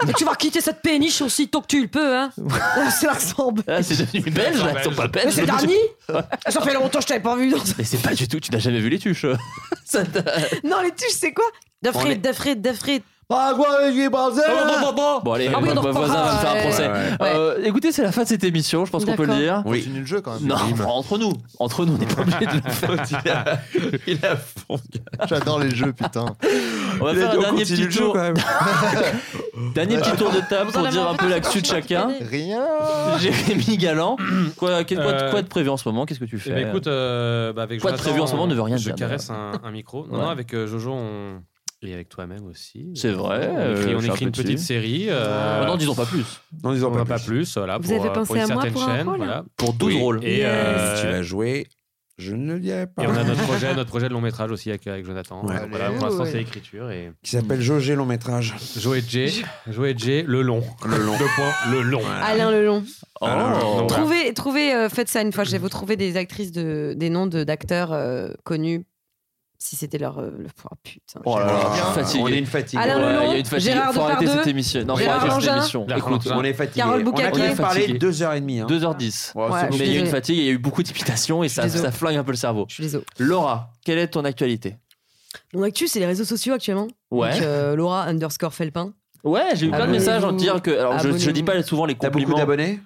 Speaker 2: Et tu vas quitter cette péniche aussi tôt que tu le peux, hein. Ça ressemble.
Speaker 6: Ah, c'est devenu belge, là, ils sont pas belges.
Speaker 2: Mais c'est Darny Ça fait longtemps que je t'avais pas vu. dans-
Speaker 6: Mais c'est pas du tout, tu n'as jamais vu les tuches. Ça t'a-
Speaker 2: Non, les tuches, c'est quoi De frites, de frites, de frites.
Speaker 10: Bah, quoi, il est
Speaker 6: Oh,
Speaker 10: bordel.
Speaker 6: Bon allez,
Speaker 4: Ah
Speaker 6: mon
Speaker 4: oui,
Speaker 2: Oh. on en
Speaker 6: voisin va me faire un
Speaker 2: reparlera,
Speaker 6: procès.
Speaker 10: ouais.
Speaker 2: Ouais.
Speaker 6: Euh, écoutez, c'est la fin de cette émission, je pense qu'on peut le dire.
Speaker 7: Oui. Continue le jeu quand même.
Speaker 6: Non, enfin, entre nous, entre nous, on n'est pas obligé de le faire. Il a- Il a fond.
Speaker 7: J'adore les jeux, putain.
Speaker 6: On va
Speaker 10: Il a
Speaker 6: faire
Speaker 10: dit,
Speaker 6: un
Speaker 10: on
Speaker 6: dernier
Speaker 10: continue
Speaker 6: petit
Speaker 10: le jeu,
Speaker 6: tour,
Speaker 10: quand même.
Speaker 6: dernier petit tour de
Speaker 2: Vous
Speaker 6: table
Speaker 2: en
Speaker 6: pour
Speaker 2: avez
Speaker 6: dire un
Speaker 2: envie
Speaker 6: peu l'actu de chacun.
Speaker 9: Euh,
Speaker 7: Rien.
Speaker 6: Jérémy Galant, quoi, quel- quoi,
Speaker 4: Euh,
Speaker 6: quoi de prévu en ce moment Qu'est-ce que tu
Speaker 4: Eh
Speaker 6: fais
Speaker 4: ben, écoute, euh, bah, avec
Speaker 6: Quoi de
Speaker 4: Jonathan,
Speaker 6: prévu en ce moment ne veut rien
Speaker 4: Je
Speaker 6: dire,
Speaker 4: caresse un, un micro. Non,
Speaker 6: Ouais.
Speaker 4: non, avec euh, Jojo, on... et avec toi-même aussi.
Speaker 6: C'est vrai,
Speaker 4: On écrit,
Speaker 6: euh,
Speaker 4: on
Speaker 6: je suis
Speaker 4: écrit
Speaker 6: un
Speaker 4: une
Speaker 6: peu
Speaker 4: petite
Speaker 6: dessus.
Speaker 4: série.
Speaker 6: Euh,
Speaker 4: euh,
Speaker 6: Non, disons pas plus.
Speaker 10: Non, ils
Speaker 4: on
Speaker 10: ont
Speaker 4: va
Speaker 10: pas,
Speaker 4: pas
Speaker 10: plus.
Speaker 4: plus. Voilà,
Speaker 2: Vous
Speaker 4: pour,
Speaker 2: avez
Speaker 4: euh,
Speaker 2: pensé
Speaker 4: pour une
Speaker 2: à moi
Speaker 4: certaine
Speaker 2: pour un
Speaker 4: chaîne.
Speaker 2: rôle
Speaker 4: voilà.
Speaker 6: Pour 12
Speaker 10: Oui.
Speaker 6: rôles.
Speaker 4: Et, euh,
Speaker 10: Tu vas jouer, je ne le dirai pas.
Speaker 4: et on a notre projet, notre projet de long métrage aussi avec, avec Jonathan.
Speaker 10: Ouais.
Speaker 4: Donc voilà, pour
Speaker 2: Allez.
Speaker 4: l'instant,
Speaker 2: Ouais.
Speaker 4: c'est l'écriture. Et...
Speaker 10: Qui s'appelle Jaugé long métrage.
Speaker 4: Joe et Jay, Joe et Jay, le long.
Speaker 10: Le long.
Speaker 4: Deux points, le long.
Speaker 2: Alain Lelon.
Speaker 6: Euh, Oh.
Speaker 10: Alors,
Speaker 4: Voilà.
Speaker 2: Trouvez, trouvez euh, faites ça une fois. Je vais vous trouver des actrices, de, des noms de- d'acteurs euh, connus. Si c'était leur. euh, le... oh, putain.
Speaker 6: Oh là là,
Speaker 10: Ah,
Speaker 6: je suis
Speaker 10: On est
Speaker 6: fatigué.
Speaker 10: une fatigue.
Speaker 6: Ouais,
Speaker 2: Alain
Speaker 6: Il
Speaker 2: Lelon,
Speaker 6: y a une fatigue.
Speaker 2: Gérard
Speaker 6: faut arrêter
Speaker 2: Depardieu,
Speaker 6: cette émission. Non, faut
Speaker 2: Gérard
Speaker 6: arrêter cette
Speaker 2: Langin.
Speaker 6: émission.
Speaker 4: Gérard
Speaker 6: Écoute,
Speaker 4: Langin.
Speaker 10: On est fatigué.
Speaker 2: Carole
Speaker 10: on a quand
Speaker 2: Boucacquet.
Speaker 10: même parlé
Speaker 4: Fatigué.
Speaker 10: de 2h30. Hein.
Speaker 6: 2h10
Speaker 10: Ouais,
Speaker 2: Ouais,
Speaker 10: c'est
Speaker 2: je
Speaker 6: Mais
Speaker 2: suis
Speaker 6: il y a une
Speaker 2: désolée.
Speaker 6: fatigue, il y a eu beaucoup d'imitation et ça,
Speaker 2: Je suis
Speaker 6: ça flingue un peu le cerveau.
Speaker 2: Je suis désolée.
Speaker 6: Laura, quelle est ton actualité
Speaker 2: Mon actu, c'est les réseaux sociaux actuellement.
Speaker 6: Ouais.
Speaker 2: Donc, euh, Laura underscore Felpin.
Speaker 6: Ouais, j'ai eu plein de
Speaker 2: Abonnez-vous.
Speaker 6: messages en dire que. Alors, je, je dis pas souvent les
Speaker 10: T'as beaucoup
Speaker 6: compliments.
Speaker 10: d'abonnés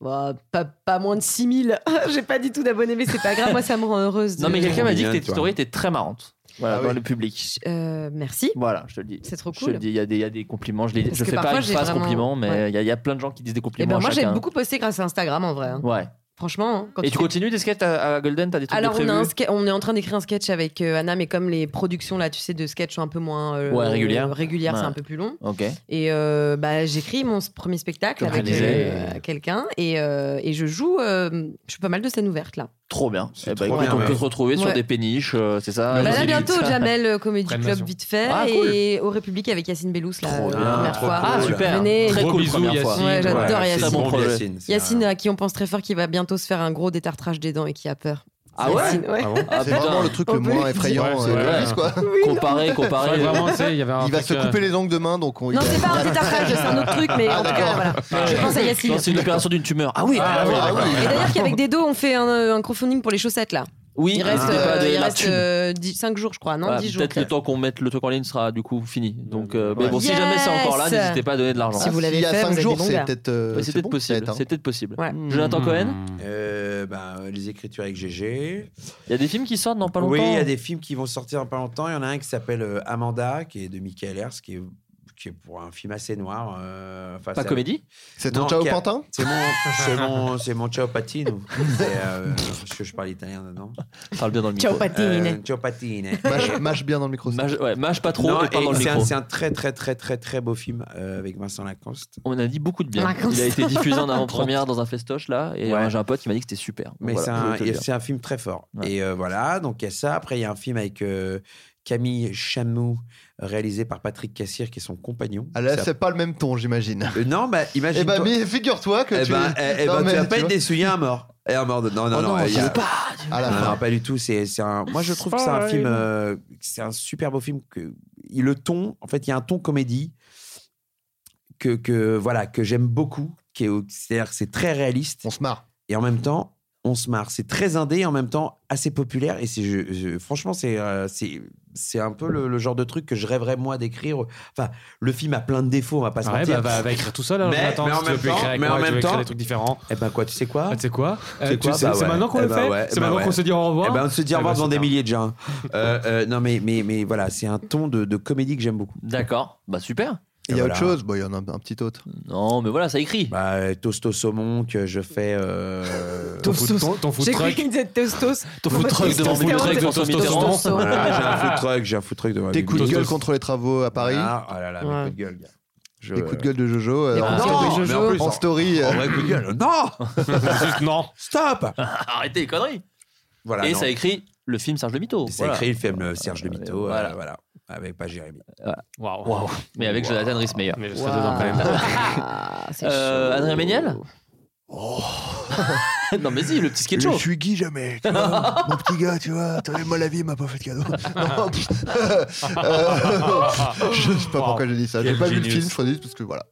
Speaker 2: Bah, pas, pas moins de 6000. J'ai pas du tout d'abonnés, mais c'est pas grave. Moi, ça me rend heureuse. de-
Speaker 6: Non, mais quelqu'un m'a dit que tes
Speaker 10: Combien, toi
Speaker 6: stories étaient très marrantes. Voilà,
Speaker 7: Ah
Speaker 6: dans
Speaker 7: oui.
Speaker 6: le public.
Speaker 2: Euh, merci.
Speaker 6: Voilà, je te le dis.
Speaker 2: C'est trop
Speaker 6: Je te le
Speaker 2: cool.
Speaker 6: dis, il y, a des- il y a des compliments. Je, les,
Speaker 2: Parce
Speaker 6: je
Speaker 2: que
Speaker 6: fais pas
Speaker 2: parfois,
Speaker 6: une
Speaker 2: j'ai
Speaker 6: phrase
Speaker 2: vraiment-
Speaker 6: compliment, mais il
Speaker 2: ouais.
Speaker 6: y, a- il y a plein de gens qui disent des compliments.
Speaker 2: Et ben moi,
Speaker 6: à
Speaker 2: j'ai
Speaker 6: chacun.
Speaker 2: beaucoup posté grâce à Instagram en vrai. hein.
Speaker 6: Ouais.
Speaker 2: Franchement, hein, quand
Speaker 6: Et
Speaker 2: tu
Speaker 6: tu continues tes sketchs à, à Golden T'as des trucs
Speaker 2: Alors,
Speaker 6: de
Speaker 2: on, a
Speaker 6: prévus
Speaker 2: un ske- on est en train d'écrire un sketch avec euh, Anna, mais comme les productions, là, tu sais, de sketch sont un peu moins euh,
Speaker 6: Ouais, régulières.
Speaker 2: régulières, c'est
Speaker 6: Ouais.
Speaker 2: un peu plus long.
Speaker 6: Ok.
Speaker 2: Et euh, bah, j'écris mon s- premier spectacle
Speaker 6: Comme
Speaker 2: avec
Speaker 6: je disais,
Speaker 2: euh,
Speaker 6: euh,
Speaker 2: quelqu'un et, euh, et je joue. euh, je suis pas mal de scènes ouvertes là.
Speaker 6: Trop bien. Eh ben,
Speaker 10: trop
Speaker 6: écoute,
Speaker 10: bien,
Speaker 6: on
Speaker 10: ouais.
Speaker 6: peut se retrouver sur
Speaker 2: Ouais.
Speaker 6: des péniches, euh, c'est ça
Speaker 2: Bah, là,
Speaker 6: Vas-y,
Speaker 2: bientôt,
Speaker 6: vite.
Speaker 2: au Jamel euh, Comédie
Speaker 4: Prenne
Speaker 2: Club,
Speaker 4: notion.
Speaker 2: vite fait,
Speaker 6: Ah, cool.
Speaker 2: et au République avec Yacine Bellous la
Speaker 6: Trop
Speaker 2: la
Speaker 6: bien.
Speaker 2: première
Speaker 10: Trop
Speaker 2: fois.
Speaker 10: cool.
Speaker 6: Ah, super.
Speaker 2: Venez.
Speaker 6: Très
Speaker 4: Gros
Speaker 6: cool,
Speaker 4: bisous,
Speaker 6: première fois.
Speaker 4: Yacine.
Speaker 2: Ouais, j'adore
Speaker 10: Ouais,
Speaker 2: Yacine.
Speaker 10: c'est
Speaker 6: Très bon
Speaker 10: bon,
Speaker 6: projet.
Speaker 10: Yacine, c'est
Speaker 2: Yacine,
Speaker 10: un-
Speaker 2: à qui on pense très fort, qui va bientôt se faire un gros détartrage des dents et qui a peur.
Speaker 6: Ah ouais
Speaker 2: Yacine,
Speaker 4: Ah bon
Speaker 6: Ah
Speaker 7: C'est vraiment le
Speaker 6: putain,
Speaker 7: truc
Speaker 2: On
Speaker 7: le
Speaker 2: peut le
Speaker 7: moins
Speaker 2: dire.
Speaker 7: effrayant
Speaker 4: Ouais,
Speaker 7: euh,
Speaker 4: c'est
Speaker 7: de
Speaker 4: vrai.
Speaker 7: tous, quoi.
Speaker 6: comparé,
Speaker 4: Ouais,
Speaker 6: comparé.
Speaker 4: vraiment, tu sais, il y avait un
Speaker 7: Il va
Speaker 4: truc,
Speaker 7: se
Speaker 4: euh,
Speaker 7: couper les Ah, ongles demain, donc on.
Speaker 2: Non, c'est pas un
Speaker 7: Ah,
Speaker 2: détartrage, c'est un autre truc, mais en tout cas, voilà. Je pense à Yacine.
Speaker 6: Non, C'est une opération d'une tumeur. Ah oui,
Speaker 7: ah,
Speaker 6: ah,
Speaker 7: oui,
Speaker 6: oui.
Speaker 7: ah, oui.
Speaker 2: Et d'ailleurs, qu'avec des dos, on fait un, euh, un crowdfunding pour les chaussettes là.
Speaker 6: Oui,
Speaker 2: Il reste,
Speaker 6: n'hésitez pas à
Speaker 2: euh,
Speaker 6: donner
Speaker 2: il
Speaker 6: la
Speaker 2: reste
Speaker 6: thune.
Speaker 2: 5 jours, je crois, non
Speaker 6: Voilà,
Speaker 2: 10 jours.
Speaker 6: Bah, Peut-être le temps qu'on mette le truc en ligne sera du coup fini. Donc, euh, mais
Speaker 4: Ouais.
Speaker 6: bon, si jamais c'est encore là,
Speaker 2: Yes
Speaker 6: n'hésitez pas à donner de l'argent.
Speaker 2: Si vous l'avez
Speaker 7: il Ah, y a
Speaker 2: fait, vous
Speaker 7: 5
Speaker 2: êtes
Speaker 7: jours,
Speaker 2: des bons
Speaker 7: c'est
Speaker 2: gars.
Speaker 7: peut-être. euh,
Speaker 6: Ouais, c'est peut-être
Speaker 7: bon,
Speaker 6: possible.
Speaker 7: peut-être, hein. Hmm.
Speaker 6: C'est peut-être possible. Mmh.
Speaker 2: Ouais.
Speaker 6: Jonathan Cohen,
Speaker 10: Euh, bah,
Speaker 3: ben,
Speaker 10: euh, les écritures avec GG.
Speaker 6: il y a des films qui sortent dans pas longtemps.
Speaker 10: Oui, il y a des films qui vont sortir dans pas longtemps. Il y en a un qui s'appelle euh, Amanda, qui est de Michael Hers, qui est
Speaker 3: qui est pour un film assez noir. euh, enfin,
Speaker 6: Pas
Speaker 3: ça-
Speaker 6: comédie
Speaker 7: C'est ton
Speaker 3: Non,
Speaker 7: Ciao
Speaker 3: qui a-
Speaker 7: Pantin
Speaker 3: C'est mon, c'est mon, c'est mon Ciao Patino. C'est, euh, parce que je parle italien dedans.
Speaker 6: Parle bien dans le
Speaker 3: Ciao
Speaker 6: micro.
Speaker 3: Patine. Euh, ciao Patine.
Speaker 7: Mâche, mâche bien dans le micro.
Speaker 6: Mâche, ouais, mâche pas trop
Speaker 3: Non,
Speaker 6: et parle
Speaker 3: et
Speaker 6: dans le
Speaker 3: c'est un,
Speaker 6: micro.
Speaker 3: c'est un très très très très très beau film euh, avec Vincent Lacoste.
Speaker 6: On a dit beaucoup de bien.
Speaker 3: Vacances.
Speaker 6: Il a été diffusé en avant-première dans un festoche là, et
Speaker 3: Ouais.
Speaker 6: euh, j'ai un pote qui m'a dit que c'était super. Donc
Speaker 3: Mais
Speaker 6: voilà,
Speaker 3: c'est
Speaker 6: je
Speaker 3: un-
Speaker 6: voulais te le dire.
Speaker 3: c'est un, film très fort. Et euh, voilà, donc il y a ça. Après, il y a un film avec euh, Camille Chamou, réalisé par Patrick Cassir, qui est son compagnon.
Speaker 7: Ah là,
Speaker 3: Ça-
Speaker 7: c'est pas le même ton, j'imagine.
Speaker 3: Euh, non, bah imagine.
Speaker 7: Eh ben, mais figure-toi que
Speaker 3: Eh
Speaker 7: tu.
Speaker 3: ben, eh, eh
Speaker 7: Non,
Speaker 3: ben,
Speaker 7: mais
Speaker 3: tu vas pas
Speaker 7: tu
Speaker 3: être
Speaker 7: vois.
Speaker 3: déçu, il y a un mort. Et un mort de... Non, non,
Speaker 7: Oh
Speaker 3: non.
Speaker 7: non,
Speaker 3: il y
Speaker 7: je
Speaker 3: a-
Speaker 7: veux pas. À la
Speaker 3: non,
Speaker 7: fin.
Speaker 3: non, pas du tout. C'est, c'est un... Moi, je trouve que c'est un
Speaker 7: Spoil.
Speaker 3: film. euh, c'est un super beau film. Que... il- Le ton, en fait, il y a un ton comédie que, que, voilà, que j'aime beaucoup. Qui est... au- C'est-à-dire que c'est très réaliste.
Speaker 7: On se marre.
Speaker 3: Et en même temps, on se marre. C'est très indé et en même temps assez populaire. Et c'est, je- je- franchement, c'est, euh, c'est, c'est un peu le, le genre de truc que je rêverais, moi, d'écrire. Enfin, le film a plein de défauts, on va pas se
Speaker 4: Ouais,
Speaker 3: mentir.
Speaker 4: bah, va, va écrire tout seul. alors,
Speaker 3: Mais-
Speaker 4: Jonathan,
Speaker 3: mais en
Speaker 4: si tu veux
Speaker 3: même
Speaker 4: plus
Speaker 3: temps-
Speaker 4: écrire avec
Speaker 3: mais en
Speaker 4: moi, tu
Speaker 3: même
Speaker 4: veux écrire
Speaker 3: temps-
Speaker 4: des trucs différents.
Speaker 3: Eh ben quoi, tu sais quoi
Speaker 4: Tu sais quoi
Speaker 3: Tu
Speaker 4: Euh,
Speaker 3: sais
Speaker 4: tu
Speaker 3: quoi
Speaker 4: sais-
Speaker 3: Bah
Speaker 4: C'est
Speaker 3: ouais.
Speaker 4: maintenant qu'on
Speaker 3: Eh
Speaker 4: le
Speaker 3: ben
Speaker 4: fait
Speaker 3: ouais, eh
Speaker 4: C'est
Speaker 3: ben
Speaker 4: maintenant
Speaker 3: ouais.
Speaker 4: qu'on se dit au revoir
Speaker 3: Eh ben on se dit au
Speaker 4: Eh
Speaker 3: revoir
Speaker 4: ben,
Speaker 3: devant
Speaker 4: c'est
Speaker 3: des
Speaker 4: bien.
Speaker 3: milliers de gens. Euh, euh, non, mais, mais, mais voilà, c'est un ton de, de comédie que j'aime beaucoup.
Speaker 6: D'accord, bah super.
Speaker 7: Il y a
Speaker 3: Voilà.
Speaker 7: autre chose, bon, il y en a un, un petit autre.
Speaker 6: Non, mais voilà, ça écrit.
Speaker 3: Bah, euh, toast au saumon que je fais. euh,
Speaker 4: Ton food- ton- ton food
Speaker 2: J'ai
Speaker 4: truck.
Speaker 2: cru qu'il disait tostos.
Speaker 6: Ton food truck devant
Speaker 2: Tostos.
Speaker 6: Mitterrand,
Speaker 2: Tostos.
Speaker 6: devant
Speaker 2: Tostos.
Speaker 6: Mitterrand.
Speaker 2: Tostos.
Speaker 3: Voilà, j'ai un food truck, j'ai un food truck devant
Speaker 7: Des coups de
Speaker 3: Bibi.
Speaker 7: gueule contre les travaux à Paris.
Speaker 3: Ah, oh là là, mes
Speaker 2: Ouais.
Speaker 3: coups de gueule, gars. Je-
Speaker 7: Des coups de gueule de Jojo. euh,
Speaker 2: Des
Speaker 7: en-
Speaker 2: coups de gueule de
Speaker 3: mais
Speaker 2: Jojo.
Speaker 3: en plus,
Speaker 7: en story.
Speaker 3: En
Speaker 7: euh,
Speaker 3: vrai coup de gueule. Non
Speaker 4: Juste non.
Speaker 3: Stop
Speaker 6: Arrêtez les conneries.
Speaker 3: Voilà,
Speaker 6: et
Speaker 3: non.
Speaker 6: ça écrit le film Serge Le Mito.
Speaker 3: C'est
Speaker 6: Voilà.
Speaker 3: écrit le film euh, Serge Le Mito. euh,
Speaker 6: Voilà. Euh,
Speaker 3: Voilà. Avec pas Jérémy.
Speaker 4: Waouh.
Speaker 6: Waouh. Mais avec Jonathan Rhys-Meyer.
Speaker 4: Mais je serais dedans quand même.
Speaker 2: Ah, c'est
Speaker 6: Euh,
Speaker 2: chaud.
Speaker 6: Adrien Méniel Non, mais si, le petit sketch
Speaker 9: Je
Speaker 6: show.
Speaker 9: suis Guy jamais, tu vois, mon petit gars, tu vois. T'as moi la vie, il m'a pas fait de cadeau.
Speaker 7: non, pff, euh, je sais pas pourquoi j'ai dit ça. J'ai
Speaker 4: Quel
Speaker 7: pas vu le
Speaker 4: genius.
Speaker 7: film, je crois juste parce que voilà.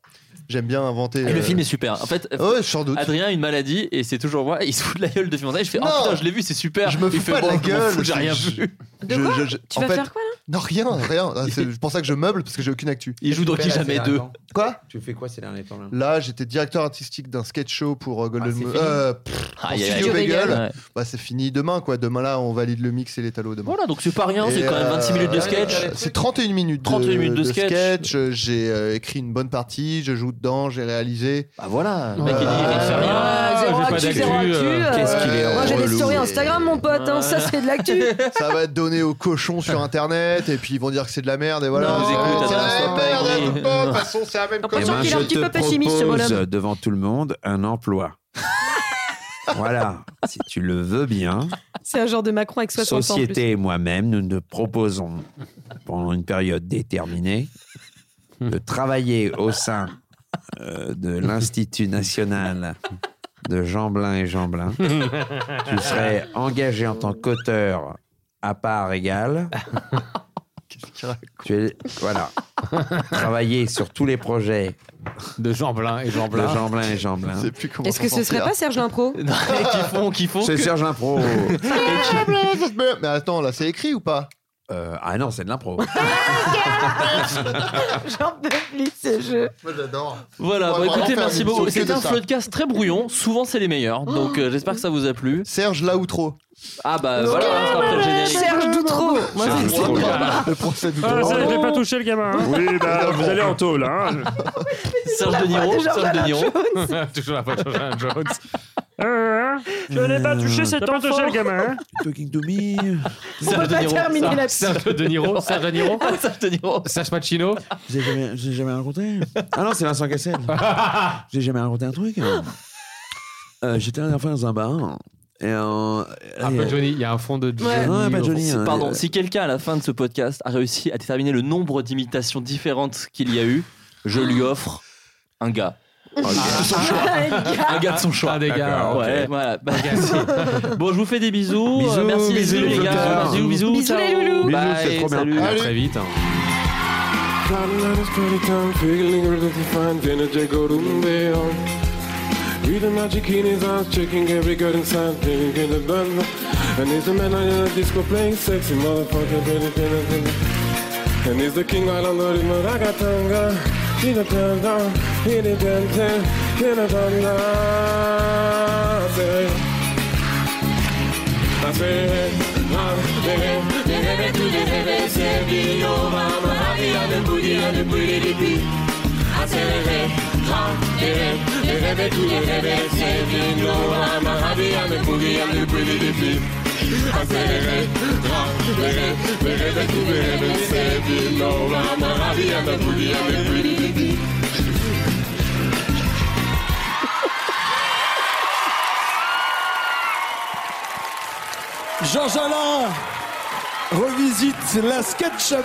Speaker 7: J'aime bien inventer.
Speaker 6: Et Le
Speaker 7: euh,
Speaker 6: film est super. En fait,
Speaker 7: Ouais, sans doute.
Speaker 6: Adrien a une maladie et c'est toujours moi. Il se fout de la gueule de Fiançailles. Je fais
Speaker 7: Non.
Speaker 6: Oh putain, je l'ai vu, c'est super.
Speaker 7: Je me
Speaker 6: Il
Speaker 7: fous
Speaker 6: fait,
Speaker 7: pas de
Speaker 6: bon,
Speaker 7: la
Speaker 6: je m'en
Speaker 7: gueule.
Speaker 6: fous, J'ai
Speaker 7: je-
Speaker 6: rien
Speaker 7: je-
Speaker 6: vu.
Speaker 7: je- je- je-
Speaker 2: Tu
Speaker 7: en
Speaker 2: vas
Speaker 7: fait-
Speaker 2: faire quoi là
Speaker 7: Non, rien, rien. Ah, C'est pour ça que je meuble parce que j'ai aucune actu.
Speaker 6: Il joue dans qui
Speaker 3: Là,
Speaker 6: jamais
Speaker 3: c'est
Speaker 6: deux.
Speaker 3: là,
Speaker 7: Quoi
Speaker 3: Tu fais quoi ces derniers temps là
Speaker 7: Là, j'étais directeur artistique d'un sketch show pour euh, Golden
Speaker 3: Ah, c'est
Speaker 7: Mo-
Speaker 3: fini
Speaker 7: euh, pff, pour
Speaker 6: Aïe, aïe,
Speaker 7: Studio
Speaker 2: aïe.
Speaker 7: Bagel.
Speaker 6: Ouais.
Speaker 7: Bah, c'est fini demain, quoi. Demain, là, on valide le mix et les talos demain.
Speaker 6: Voilà, donc c'est pas rien,
Speaker 7: Et,
Speaker 6: c'est quand même 26
Speaker 7: euh,
Speaker 6: minutes de
Speaker 7: ouais,
Speaker 6: sketch.
Speaker 7: C'est 31 minutes,
Speaker 6: 31
Speaker 7: de,
Speaker 6: minutes de
Speaker 7: de
Speaker 6: sketch.
Speaker 7: Euh, J'ai euh, écrit une bonne partie, je joue dedans, j'ai réalisé.
Speaker 6: Bah voilà, le mec
Speaker 7: Ouais.
Speaker 6: il dit il fait rien.
Speaker 4: Ah,
Speaker 2: zéro
Speaker 4: j'ai pas
Speaker 2: actu,
Speaker 4: d'actu,
Speaker 2: zéro actu.
Speaker 4: euh,
Speaker 2: euh,
Speaker 3: Qu'est-ce qu'il est
Speaker 2: Moi j'ai des
Speaker 3: relou.
Speaker 2: stories Instagram, mon pote, hein, ça se fait de l'actu.
Speaker 7: Euh. Ça va être donné aux cochons sur internet et puis ils vont dire que c'est de la merde et voilà.
Speaker 6: Non,
Speaker 7: Ouais,
Speaker 9: Euh,
Speaker 6: écoute,
Speaker 7: ouais,
Speaker 6: Adrien, sois pas
Speaker 7: merde,
Speaker 6: aigri.
Speaker 7: elle peut pas, de toute façon, c'est la même
Speaker 2: Après,
Speaker 3: Eh
Speaker 7: connerie.
Speaker 3: ben,
Speaker 2: sûr qu'il est un petit peu pessimiste, ce bonhomme.
Speaker 3: devant tout le monde un emploi. voilà, si tu le veux bien,
Speaker 2: C'est un genre de Macron avec 60 ans. en plus.
Speaker 3: société et moi-même, nous nous proposons, pendant une période déterminée, de travailler au sein euh, de l'Institut national de Jean Blin et Jean Blin. tu serais engagé en tant qu'auteur à part égale. Tu es- voilà. Travailler sur tous les projets
Speaker 4: De Jean Blin et Jean
Speaker 3: de
Speaker 4: Blin.
Speaker 3: Jean Blin et Jean Blin.
Speaker 7: Je sais plus comment
Speaker 2: Est-ce que
Speaker 7: s'en
Speaker 2: ce serait pas
Speaker 7: sortir.
Speaker 2: Serge Limpro
Speaker 6: Non, et qui font, qui font.
Speaker 3: C'est
Speaker 6: que-
Speaker 3: Serge Impro.
Speaker 7: Mais attends, là, c'est écrit ou pas
Speaker 3: Euh, ah non, c'est de l'impro.
Speaker 2: J'en peux plus de ce jeu.
Speaker 7: Moi, j'adore. Ouais,
Speaker 6: Voilà, bah,
Speaker 7: vraiment
Speaker 6: écoutez,
Speaker 7: faire
Speaker 6: merci
Speaker 7: une
Speaker 6: beaucoup.
Speaker 7: émission que
Speaker 6: C'était
Speaker 7: de
Speaker 6: un
Speaker 7: ça.
Speaker 6: podcast très brouillon, souvent c'est les meilleurs, donc euh, j'espère que ça vous a plu.
Speaker 7: Serge là ou trop
Speaker 6: Ah bah voilà, on sera après le générique.
Speaker 2: Serge Doutreau. Moi,
Speaker 3: Serge
Speaker 2: c'est-
Speaker 3: Doutreau.
Speaker 7: Le procès du
Speaker 5: Ah, ça, je l'ai
Speaker 7: Bon,
Speaker 5: pas touché le gamin. hein.
Speaker 9: Oui, bah, vous allez en taule,
Speaker 3: Ah,
Speaker 9: hein.
Speaker 6: Serge De Niro, Serge De Niro.
Speaker 4: Toujours la fois de Jean Jones.
Speaker 9: Euh,
Speaker 5: Hein, hein. Je l'ai pas touché
Speaker 3: Hmm.
Speaker 5: cet enfant. touché le gamin. hein.
Speaker 3: Talking to me.
Speaker 2: On peut
Speaker 6: Serge De
Speaker 2: pas
Speaker 6: Niro.
Speaker 2: terminer
Speaker 6: Serge-
Speaker 2: là-dessus.
Speaker 4: Serge De Niro. Serge De Niro.
Speaker 6: Serge De Niro.
Speaker 4: Serge Pacino.
Speaker 3: J'ai jamais, j'ai jamais raconté. Ah non, c'est Vincent Cassel. J'ai jamais raconté un truc. Euh, J'étais la dernière fois dans un bar. Et euh,
Speaker 4: Un peu Johnny. Il y a un fond de Johnny.
Speaker 3: Ouais, pas
Speaker 4: au-
Speaker 3: Johnny.
Speaker 6: Si-
Speaker 3: hein.
Speaker 6: pardon, si quelqu'un à la fin de ce podcast a réussi à déterminer le nombre d'imitations différentes qu'il y a eu, je lui offre un gars. Un gars de son choix.
Speaker 4: Un des gars.
Speaker 6: Ouais,
Speaker 4: ouais.
Speaker 6: voilà. bon, je vous fais des bisous.
Speaker 3: Bisous,
Speaker 6: Euh, merci les
Speaker 3: bisous,
Speaker 6: amis, les gars.
Speaker 3: flotteurs.
Speaker 6: Bisous, bisous.
Speaker 2: Bisous,
Speaker 6: ciao.
Speaker 2: les loulous. Bisous,
Speaker 6: Bye,
Speaker 3: c'est trop bien.
Speaker 6: salut.
Speaker 4: À très vite. hein.
Speaker 9: Reading my chiquini's eyes, checking every girl inside, thinking get the buzz. And he's the man out in the disco playing sexy motherfucker, baby, baby, baby. And he's the king out on the mud, I got tanga. He the tanga, he the tanga, he the tanga. I say, I say, I Les rêves, tous les rêves, c'est bio, maman, Maria, le bouilli, le bouilli, les pi. Accéléré, rêves, les rêves, tous les rêves, c'est bio, maman, Maria, le bouilli, le bouilli, les pi. Accéléré, rêves, les rêves, tous les rêves, c'est bio, maman, Maria, le bouilli, le bouilli, les pi.
Speaker 12: Georges Alain revisite la SketchUp.